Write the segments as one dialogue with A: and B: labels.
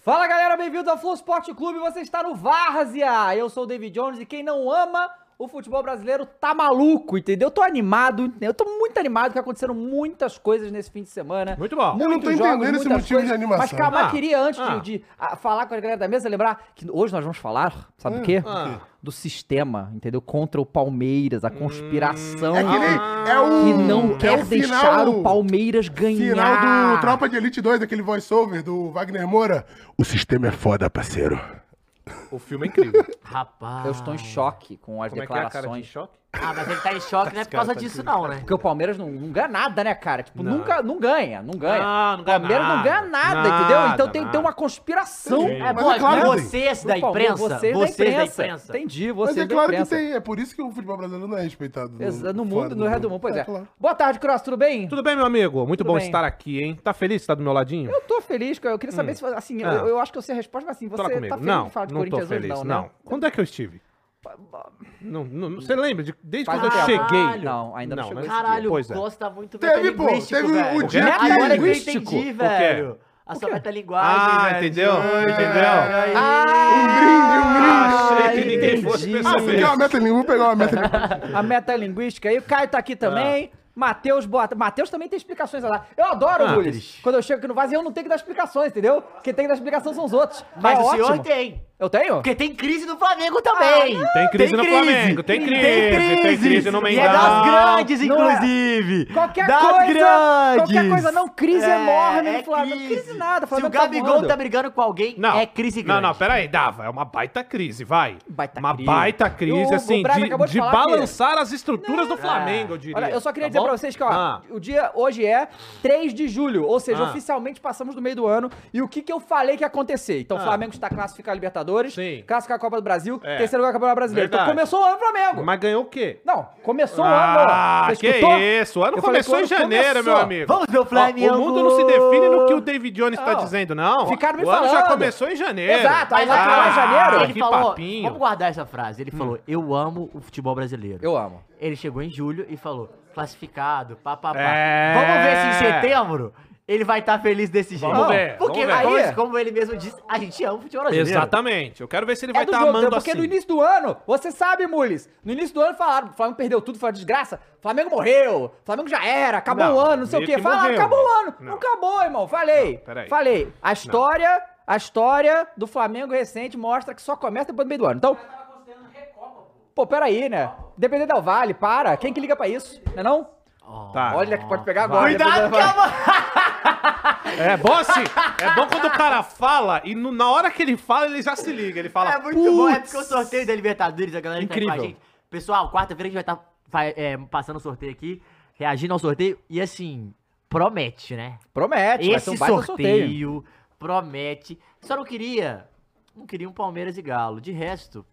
A: Fala galera, bem-vindos ao Flow Sport Clube, você está no Várzea! Eu sou o David Jones e quem não ama o futebol brasileiro tá maluco, entendeu? Eu tô animado, né? eu tô muito animado que aconteceram muitas coisas nesse fim de semana.
B: Muito bom.
A: Muitos
C: Eu não tô entendendo esse
A: muitas
C: motivo de animação.
A: Mas calma, eu
B: Ah,
A: queria antes de-
B: ah.
A: de, ah, falar com a galera da mesa, lembrar que hoje nós vamos falar, sabe o quê?
B: ah. Hum.
A: Do sistema, entendeu? Contra o Palmeiras, a conspiração.
C: É que nem. É o.
A: que não quer
C: é o
A: deixar o Palmeiras ganhar. ah.
C: Final do Tropa de Elite 2, aquele voiceover do Wagner Moura. O sistema é foda, parceiro.
B: O filme é incrível.
D: Rapaz.
A: Eu estou em choque com as
B: Como é que é a cara de
A: declarações.
B: choque?
D: Ah, mas ele tá em choque, não é por
B: cara
D: causa
B: tá
D: disso,
B: de-
D: não, né?
A: Porque o Palmeiras não, não ganha nada, né, cara? Tipo, nunca não ganha, não ganha.
B: Ah, não
A: o
B: ganha
A: Palmeiras não
B: nada.
A: ganha nada,
B: Nada,
A: entendeu? Então tem,
B: nada.
A: tem uma conspiração.
B: Sim.
D: É,
C: Mas
D: bom,
C: é claro que tem.
D: vocês da
A: do Palmeiras,
D: imprensa, é
A: vocês é da imprensa. Entendi, vocês
C: Mas é
A: da
C: claro que
A: imprensa.
C: tem. É por isso que o futebol brasileiro não é respeitado.
A: Exa- No
C: fora
A: mundo, no resto do mundo, pois é.
C: claro.
A: Boa tarde, Cross, tudo bem?
B: Tudo bem, meu amigo? Muito
A: Tudo
B: bom
A: bem.
B: estar aqui, hein? Tá feliz de estar do meu ladinho?
A: Eu tô feliz, cara. Eu queria saber se, assim,
B: Ah.
A: eu, eu acho que eu sei a resposta, mas assim, você
B: Fala
A: tá
B: comigo.
A: feliz
B: não,
A: de falar de
B: não tô
A: Corinthians hoje,
B: feliz,
A: não,
B: não,
A: né?
B: Quando é que eu estive? Não, não, não- você lembra? de- desde
A: Faz
B: quando eu
A: um tempo.
B: cheguei.
A: Não, ainda não chegou esse
D: Caralho,
B: Pois é.
D: o Costa tá muito
C: Teve,
D: metalinguístico,
C: pô, teve o
D: velho.
C: dia
A: que-
D: Agora é que eu
B: Linguístico?
D: entendi,
B: O quê?
D: velho. A sua
A: um
D: metalinguagem,
B: Ah,
D: velho. Ah,
B: entendeu?
A: É.
B: Entendeu?
D: Ai,
C: Um
B: Achei que ninguém
A: entendi.
B: fosse assim.
C: brinde, um brinde. Ah, você
B: perceber.
C: quer uma meta língua? Vou pegar uma meta língua.
A: A metalinguística aí. O Caio tá aqui também. Matheus, boa tarde. Matheus também tem explicações a dar. Eu adoro,
B: Ah,
A: Gulis. Quando eu chego aqui no vaso, eu não tenho que dar explicações, entendeu? Quem tem que dar explicação são os outros.
D: Mas
A: é
D: o senhor
A: ótimo.
D: tem.
A: Eu tenho?
D: Porque tem crise no Flamengo também.
B: Tem crise no Flamengo, tem crise, tem crise no
D: E é das
B: Mengão.
D: grandes,
A: Não é-
D: inclusive.
A: Qualquer
D: das
A: coisa,
D: grandes.
A: qualquer coisa não, crise enorme
D: é
A: no Flamengo. Crise, nada,
D: Se
A: Flamengo
D: o Gabigol
A: voando.
D: tá brigando com alguém,
B: Não.
D: é crise
B: Não,
D: grande.
B: não, peraí, dava. É uma baita crise, vai.
A: Baita
B: uma
A: crise.
B: baita
A: E
B: crise,
A: o- o
B: assim,
A: Braga
B: de,
A: acabou de
B: de
A: falar que-
B: balançar as estruturas do Flamengo, eu diria.
A: Olha, eu só queria
B: tá
A: dizer
B: bom?
A: pra vocês que, ó,
B: Ah.
A: o dia hoje é 3 de julho, ou seja,
B: Ah.
A: oficialmente passamos do meio do ano. E o que, que eu falei que ia acontecer? Então, o
B: Ah.
A: Flamengo está classificado a Libertadores,
B: Sim.
A: classificar a Copa do Brasil,
B: É.
A: terceiro lugar do Campeonato Brasileiro. Então,
B: Verdade.
A: começou o ano Flamengo.
B: Mas ganhou o quê?
A: Não, começou o
B: Ah,
A: ano. Você
B: que
A: escutou?
B: isso. O ano
A: Eu falei que
B: começou
A: o ano
B: em janeiro,
A: começou.
B: meu amigo.
D: Vamos ver o
B: Ó,
D: Flamengo.
B: O mundo não se define no que o David Jones tá
A: Não.
B: dizendo, não.
A: Ficaram me
B: o ano já
A: falando.
B: começou em janeiro.
A: Exato, Tá aí
D: Mas
A: vai
D: aqui,
A: acabar em
D: ó,
A: janeiro.
D: Ele
B: Ah, que
D: falou,
B: papinho. Hum.
D: vamos guardar essa frase. Ele falou, eu amo o futebol brasileiro.
A: Eu amo.
D: Ele chegou em julho e falou, classificado, papapá.
B: É.
D: Vamos ver se em setembro ele vai estar feliz desse jeito.
B: Vamos ver,
D: Porque
B: vamos ver.
D: aí,
A: Aí-
D: como ele mesmo disse, a gente ama o futebol brasileiro.
B: Exatamente. Eu quero ver se ele vai
A: É do
B: estar
A: jogo,
B: amando
A: entendeu? porque
B: assim.
A: no início do ano, você sabe, Mules, no início do ano falaram, o Flamengo perdeu tudo, foi uma desgraça, Flamengo morreu, Flamengo já era, acabou
B: Não,
A: o ano, não sei o
B: meio
A: quê.
B: que
A: Falaram,
B: morreu.
A: acabou o ano. Não,
B: Não.
A: acabou, irmão, falei.
B: peraí.
A: falei. A história, a história do Flamengo recente mostra que só começa depois do meio do ano. Então... Pô, peraí, né? Dependendo da Vale, para. Quem que liga pra isso? Não é não?
B: Tá.
A: Olha que pode pegar agora.
D: Cuidado,
A: dependendo da Vale.
D: calma.
B: É bom assim. É bom quando o cara fala e no- na hora que ele fala, ele já se liga. Ele fala.
D: É muito bom, é porque o
B: "Putz".
D: sorteio da Libertadores, a galera que tá aí com a
B: Incrível.
D: gente. Pessoal, quarta-feira a gente vai estar passando o sorteio aqui, reagindo ao sorteio. E assim, promete, né?
A: Promete, vai ser
D: Esse
A: um baita
D: sorteio,
A: sorteio.
D: promete. Só não queria. Não queria um Palmeiras e Galo. De resto.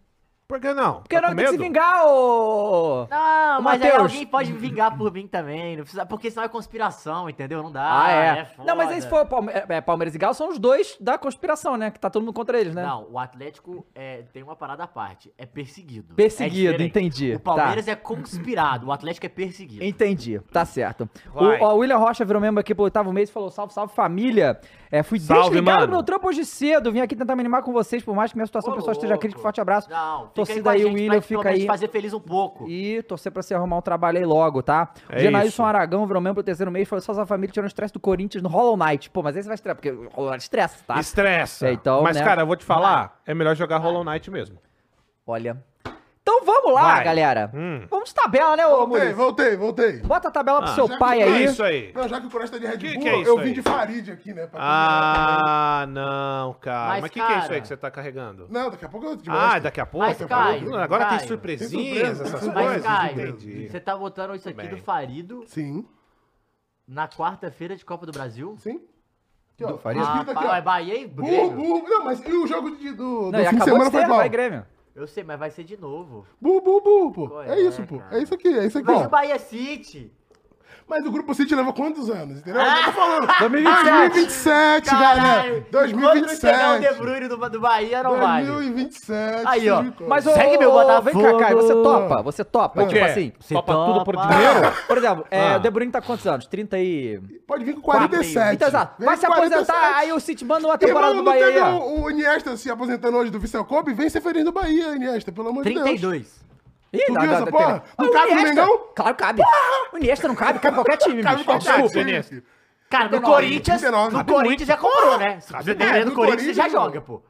B: Por que não?
A: Porque
B: Tá
A: não
B: com
A: tem que se
B: medo?
A: vingar, ô...
D: Não,
A: Ô,
D: mas aí
A: Matheus.
D: alguém pode vingar por mim também. Não precisa, porque senão é conspiração, entendeu? Não dá.
A: Ah, é.
D: foda.
A: não, mas aí se for Palme- é, Palmeiras e Galo, são os dois da conspiração, né? Que tá todo mundo contra eles, né?
D: Não, o Atlético é, tem uma parada à parte. É perseguido.
A: Perseguido,
D: É diferente.
A: entendi. Tá.
D: O Palmeiras é conspirado. O Atlético é perseguido.
A: Entendi, tá certo.
B: Vai.
A: O, ó, o William Rocha virou membro aqui pelo oitavo mês e falou: salve, salve família. É, fui
B: Salve,
A: desligado
B: mano.
A: do meu trampo hoje cedo. Vim aqui tentar me animar com vocês, por mais que minha situação
D: Ô,
A: pessoal esteja
D: louco.
A: crítica. Forte abraço.
D: Não, fica
A: Torcida
D: com a
A: aí, o
D: gente
A: William,
D: pra
A: fica
D: pelo menos
A: aí.
D: fazer feliz um pouco.
A: E torcer pra você arrumar um trabalho aí logo, tá?
B: É
A: o Genailson
B: isso.
A: Aragão virou membro do terceiro mês e falou: só sua família tirando o estresse do Corinthians no Hollow Knight. Pô, mas aí você vai estressar, porque o Hollow Knight estressa, tá?
B: Estressa.
A: É, então,
B: Mas,
A: né?
B: cara, eu vou te falar, é melhor jogar Hollow Knight mesmo.
A: Olha. Então vamos lá,
B: Vai.
A: galera.
B: Hum.
A: Vamos de tabela, né, ô
C: Voltei,
A: Murilo?
C: voltei, voltei.
A: Bota a tabela pro
B: Ah,
A: seu
C: já que
A: pai
C: tu
B: Que
A: aí.
B: isso aí?
C: Não, já que o Corinthians tá de Red
B: Que
C: Bull,
B: que é isso
C: eu vim
B: aí?
C: de Farid aqui, né? pra comemorar.
B: Ah, não, cara.
D: Mas,
B: Mas o que, que é isso
D: cara-
B: aí que você tá carregando?
C: Não, daqui a pouco eu te
B: Ah,
C: mostro.
B: daqui a pouco?
D: Mas, Caio,
B: Agora tem
D: Caio,
B: surpresinhas,
C: tem surpresa,
B: essas
C: tem
D: Mas,
B: coisas.
C: surpresa.
D: Caio,
B: Entendi.
D: você tá botando isso aqui
B: Bem.
D: do Farido
C: Sim,
D: na quarta-feira de Copa do Brasil?
C: sim. Aqui,
A: Do Farid? é
C: escrito
D: Ah,
C: aqui, ó.
D: vai, Bahia e
C: Burro,
D: Grêmio.
C: burro. Não, mas e o jogo de, do,
A: Não,
C: do
A: e
C: fim de
A: acabou de
C: semana foi
A: ser,
C: qual?
A: vai, Grêmio.
D: Eu sei, mas vai ser de novo.
C: Burro, burro, burro, pô.
D: Qual
C: É
D: é,
C: isso, pô.
D: cara?
C: É isso aqui, é isso aqui.
D: Vai ser
C: ó.
D: Bahia City.
C: Mas o Grupo City leva quantos anos, entendeu? Eu
A: Ah!
C: tô falando. né?
A: 2027.
C: 2027, galera.
D: Caralho, enquanto não chegar o De
C: 2027.
D: Bruyne do, do Bahia, não vai.
C: 2027.
D: Aí, ó.
C: misericórdia.
A: Mas, ô,
D: Segue meu
A: ô, Vem cá,
D: Botafogo.
A: Caio, você topa, você topa.
B: O quê?
A: Tipo assim,
D: Você
B: Topa tudo por
D: topa?
B: dinheiro?
A: por exemplo, é,
B: Ah.
A: o De Bruyne tá com quantos anos? 30 e...
C: Pode vir com 47.
A: Então, exato.
C: Vem
A: Vai se
C: com 47.
A: aposentar, aí o City manda uma temporada
C: Irmão,
A: do
C: não
A: Bahia aí,
C: teve
A: ó.
C: o, o Iniesta se aposentando hoje do Vissel Kobe? Vem ser feliz no Bahia, Iniesta, pelo amor de Deus.
D: 32.
A: Ih,
C: Tu viu essa porra? Não cabe no Mengão?
A: Claro, que cabe. O Iniesta não cabe, cabe em qualquer time,
C: Cabe
A: bicho.
C: qualquer
A: Desculpa.
B: time. Iniesta.
C: filho.
D: Cara, no
A: 39,
D: Corinthians,
C: 39.
D: no
C: Sabe
B: muito.
D: Corinthians já comprou, né? Se você
C: É,
D: depender do
C: no
D: Corinthians, você já
C: Corinthians,
D: joga, pô.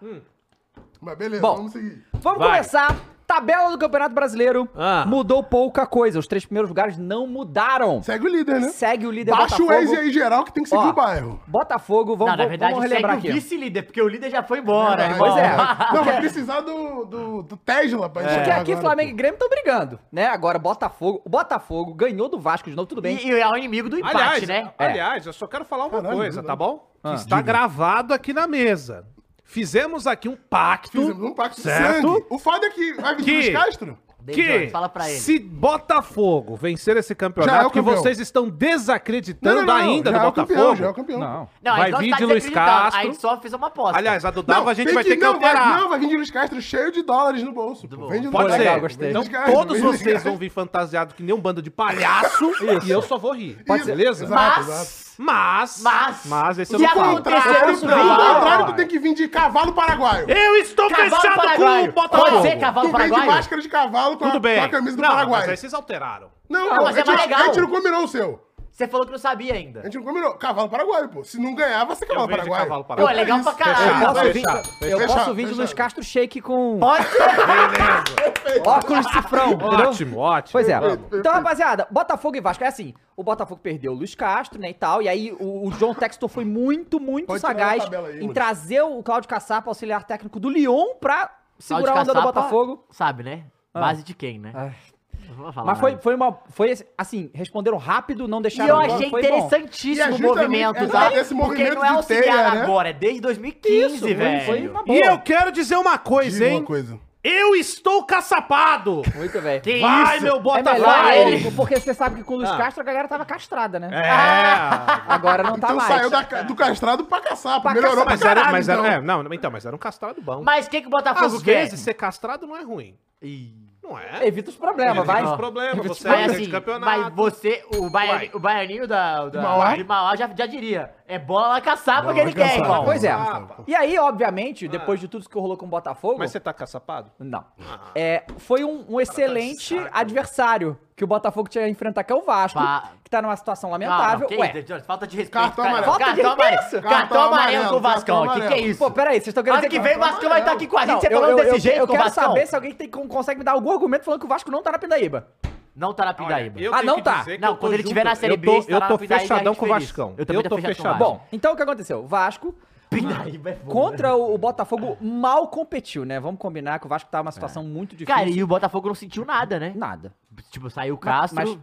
C: Mas beleza,
A: Bom.
C: vamos seguir.
A: Vamos
B: Vai.
A: começar. Tabela do Campeonato Brasileiro
B: Ah.
A: mudou pouca coisa. Os três primeiros lugares não mudaram.
C: Segue o líder, né?
A: Segue o líder
C: Baixa
A: Botafogo.
C: o Waze aí geral que tem que seguir
A: Ó,
C: o bairro.
A: Botafogo, vamos,
D: não, na
A: vamos-
D: verdade,
A: vamos
D: segue
A: relembrar
D: o
A: aqui.
D: vice-líder, porque o líder já foi embora,
C: Ah,
D: irmão.
A: pois é.
C: Não, vai precisar do, do, do Tesla pra
A: Porque
C: chegar
A: aqui
C: É, agora,
A: Flamengo
C: pô.
A: e Grêmio estão brigando, né? Agora Botafogo. O Botafogo ganhou do Vasco de novo, tudo bem.
D: E, e é o inimigo do empate,
B: aliás,
D: né?
B: aliás, eu só quero falar uma
C: Caralho,
B: coisa,
C: não.
B: tá bom? Que
A: Ah.
B: está gravado aqui na mesa. Fizemos aqui um pacto.
C: Fizemos um pacto
B: Certo.
C: de sangue. O foda é que vai vir
B: Que-
C: Luiz Castro.
D: David
B: que
D: Jones, fala pra ele.
B: se Botafogo vencer esse
C: Já é
B: campeonato
C: o
B: que
C: campeão.
B: vocês estão desacreditando ainda
C: já
B: do
C: é o
B: Botafogo.
C: campeão, já é o campeão.
D: Não,
B: vai
D: a gente não
B: vir
D: tá
B: de Luiz
D: desacreditando,
B: Castro.
D: A gente só fez uma aposta.
B: Aliás, a do Dava a gente
C: tem
B: vai ter que
C: não,
B: alterar.
C: Vai, não, vai vir de Luiz Castro cheio de dólares no bolso. pô. Vem de
B: Pode
C: Luiz
B: ser.
A: Legal,
C: Castro,
A: gostei.
C: vem de
B: Então
C: Luiz Castro,
B: todos
C: vem de Luiz
B: vocês
C: Castro.
B: vão vir fantasiados que nem um bando de palhaço e eu só vou rir.
A: Pode ser.
B: Beleza?
C: Exato.
D: mas,
B: Mas,
D: mas,
B: mas esse é
D: se
B: o fato.
C: Tá,
D: acontecer
C: pelo
D: isso,
C: contrário, tu
D: vai.
C: tem que vir de cavalo paraguaio.
B: Eu estou
D: Cavalo
B: fechado com o
D: paraguaio.
B: Botafogo.
D: Pode ser cavalo
C: tu vem de
D: paraguaio?
C: máscara de cavalo com,
B: Tudo
C: a,
B: bem.
C: com a camisa do
B: não,
C: Paraguai.
B: Mas é aí vocês alteraram.
C: Não,
D: Não,
C: pô,
D: mas
C: a,
D: é
C: gente,
D: mais legal.
C: a gente não combinou o seu.
D: Você falou que não sabia ainda.
C: A gente não combinou. Cavalo paraguaio, pô. Se não ganhar, vai ser
B: Eu
C: cavalo
B: venho de
C: paraguaio.
B: cavalo
D: Pô, é
B: paraguaio.
D: legal pra
A: Eu
D: caralho.
A: posso
C: fechado,
A: vir,
C: fechado,
A: eu posso
C: fechado,
A: vir de Luiz
C: fechado.
A: Castro shake com
D: Pode
A: óculos cifrão, entendeu?
B: Ótimo, ótimo. Tá
A: Pois é.
B: Vamos.
A: Então, rapaziada, Botafogo e Vasco. É assim, o Botafogo perdeu o Luiz Castro, né, e tal. E aí o, o John Textor foi muito, muito
C: Pode tirar
A: sagaz
C: a tabela aí,
A: em
C: mano.
A: trazer o Cláudio Caçapa, auxiliar técnico do Lyon, pra segurar a onda do
D: Caçapa,
A: Botafogo. Ah.
D: Sabe, né? Base de quem, né?
A: Ai.
D: Não vou falar
A: Mas foi,
D: nada.
A: foi uma. Foi assim, responderam rápido, não
D: E
A: deixaram.
D: eu
A: embora,
D: achei
A: foi
C: E é
D: interessantíssimo o
C: justamente-
D: movimento,
C: exato,
D: tá?
C: esse
D: Porque
C: movimento
D: não é
C: de
D: auxiliar
C: teia, né?
D: agora, é desde
A: Bom. Isso,
D: 2015,
A: foi,
D: velho.
A: foi uma boa.
B: E eu quero dizer uma coisa,
C: Diga
B: hein?
C: uma coisa.
B: Eu estou caçapado.
A: Muito bem.
D: Que
B: Vai,
D: isso?
B: meu
A: É
B: Botafogo.
A: melhor
D: ele.
A: ele, porque você sabe que com o Luiz
B: Ah.
A: Castro a galera tava castrada, né?
B: É.
A: Agora não tá
C: então
A: mais.
C: saiu da ca- do castrado pra caçar.
A: Pra
C: Melhorou pra
B: Mas era,
C: caralho,
B: mas era,
C: então.
B: é, não, então, mas era um castrado bom.
D: Mas o que, que o Botafogo
B: Às
D: quer?
B: vezes, ser castrado não é ruim.
D: Ih.
B: Não é?
A: Evita os problemas, vai.
B: Os problemas, você é
D: Mas
B: líder de
D: assim,
B: campeonato.
D: mas você, o, Baiani, o Baianinho da, da,
C: Mauá?
D: de Mauá já, já diria, é bola lá caçar porque
C: Bola
D: ele quer,
C: caçapa.
D: irmão.
A: Pois é.
C: então.
B: Ah,
A: E aí, obviamente, depois de tudo que rolou com o Botafogo.
B: Mas você tá caçapado?
A: Não. É, foi um, um excelente
B: saco.
A: adversário que o Botafogo tinha que enfrentar, que é o Vasco,
D: Pá.
A: que tá numa situação
D: Não, Ah, não,
A: lamentável.
D: que
A: Ué,
D: isso, Jorge, falta de respeito.
C: Cartão
D: cara.
C: amarelo.
A: Falta de
D: Cartão amarelo.
A: respeito.
D: Cartão amarelo com o
C: Cartão
D: Vascão aqui, que é
C: amarelo.
D: isso?
A: pô, peraí, vocês estão querendo
D: Ano que
A: eu-
D: vem o Vascão vai estar aqui com a gente, você tá
A: eu-
D: falando
A: eu-
D: desse
A: eu-
D: jeito
A: Eu
D: com o
A: quero
D: Vascão.
A: saber se alguém tem, consegue me dar algum argumento falando que o Vasco não tá na Pindaíba.
D: Não tá na Pindaíba.
B: Olha, eu
A: Ah,
B: tenho
A: não
B: que
A: tá.
B: dizer que
D: Não,
B: eu tô
D: quando ele
B: junto.
D: tiver na Série B,
B: eu tô,
D: estará
B: eu
D: na
B: tô
D: Pindaíba, a
B: fechadão
D: gente
B: com o
D: feliz.
B: Vascão.
D: Eu também tô
B: tô
D: fechado com o
B: fechadão.
D: Vasco.
A: Bom, então o que aconteceu? O Vasco
D: Pindaíba é foda.
A: contra o, o Botafogo mal competiu, né? Vamos combinar que o Vasco tá numa situação muito difícil.
D: É. Cara, e o Botafogo não sentiu nada, né?
A: Nada.
D: Tipo, saiu o Castro.
A: Mas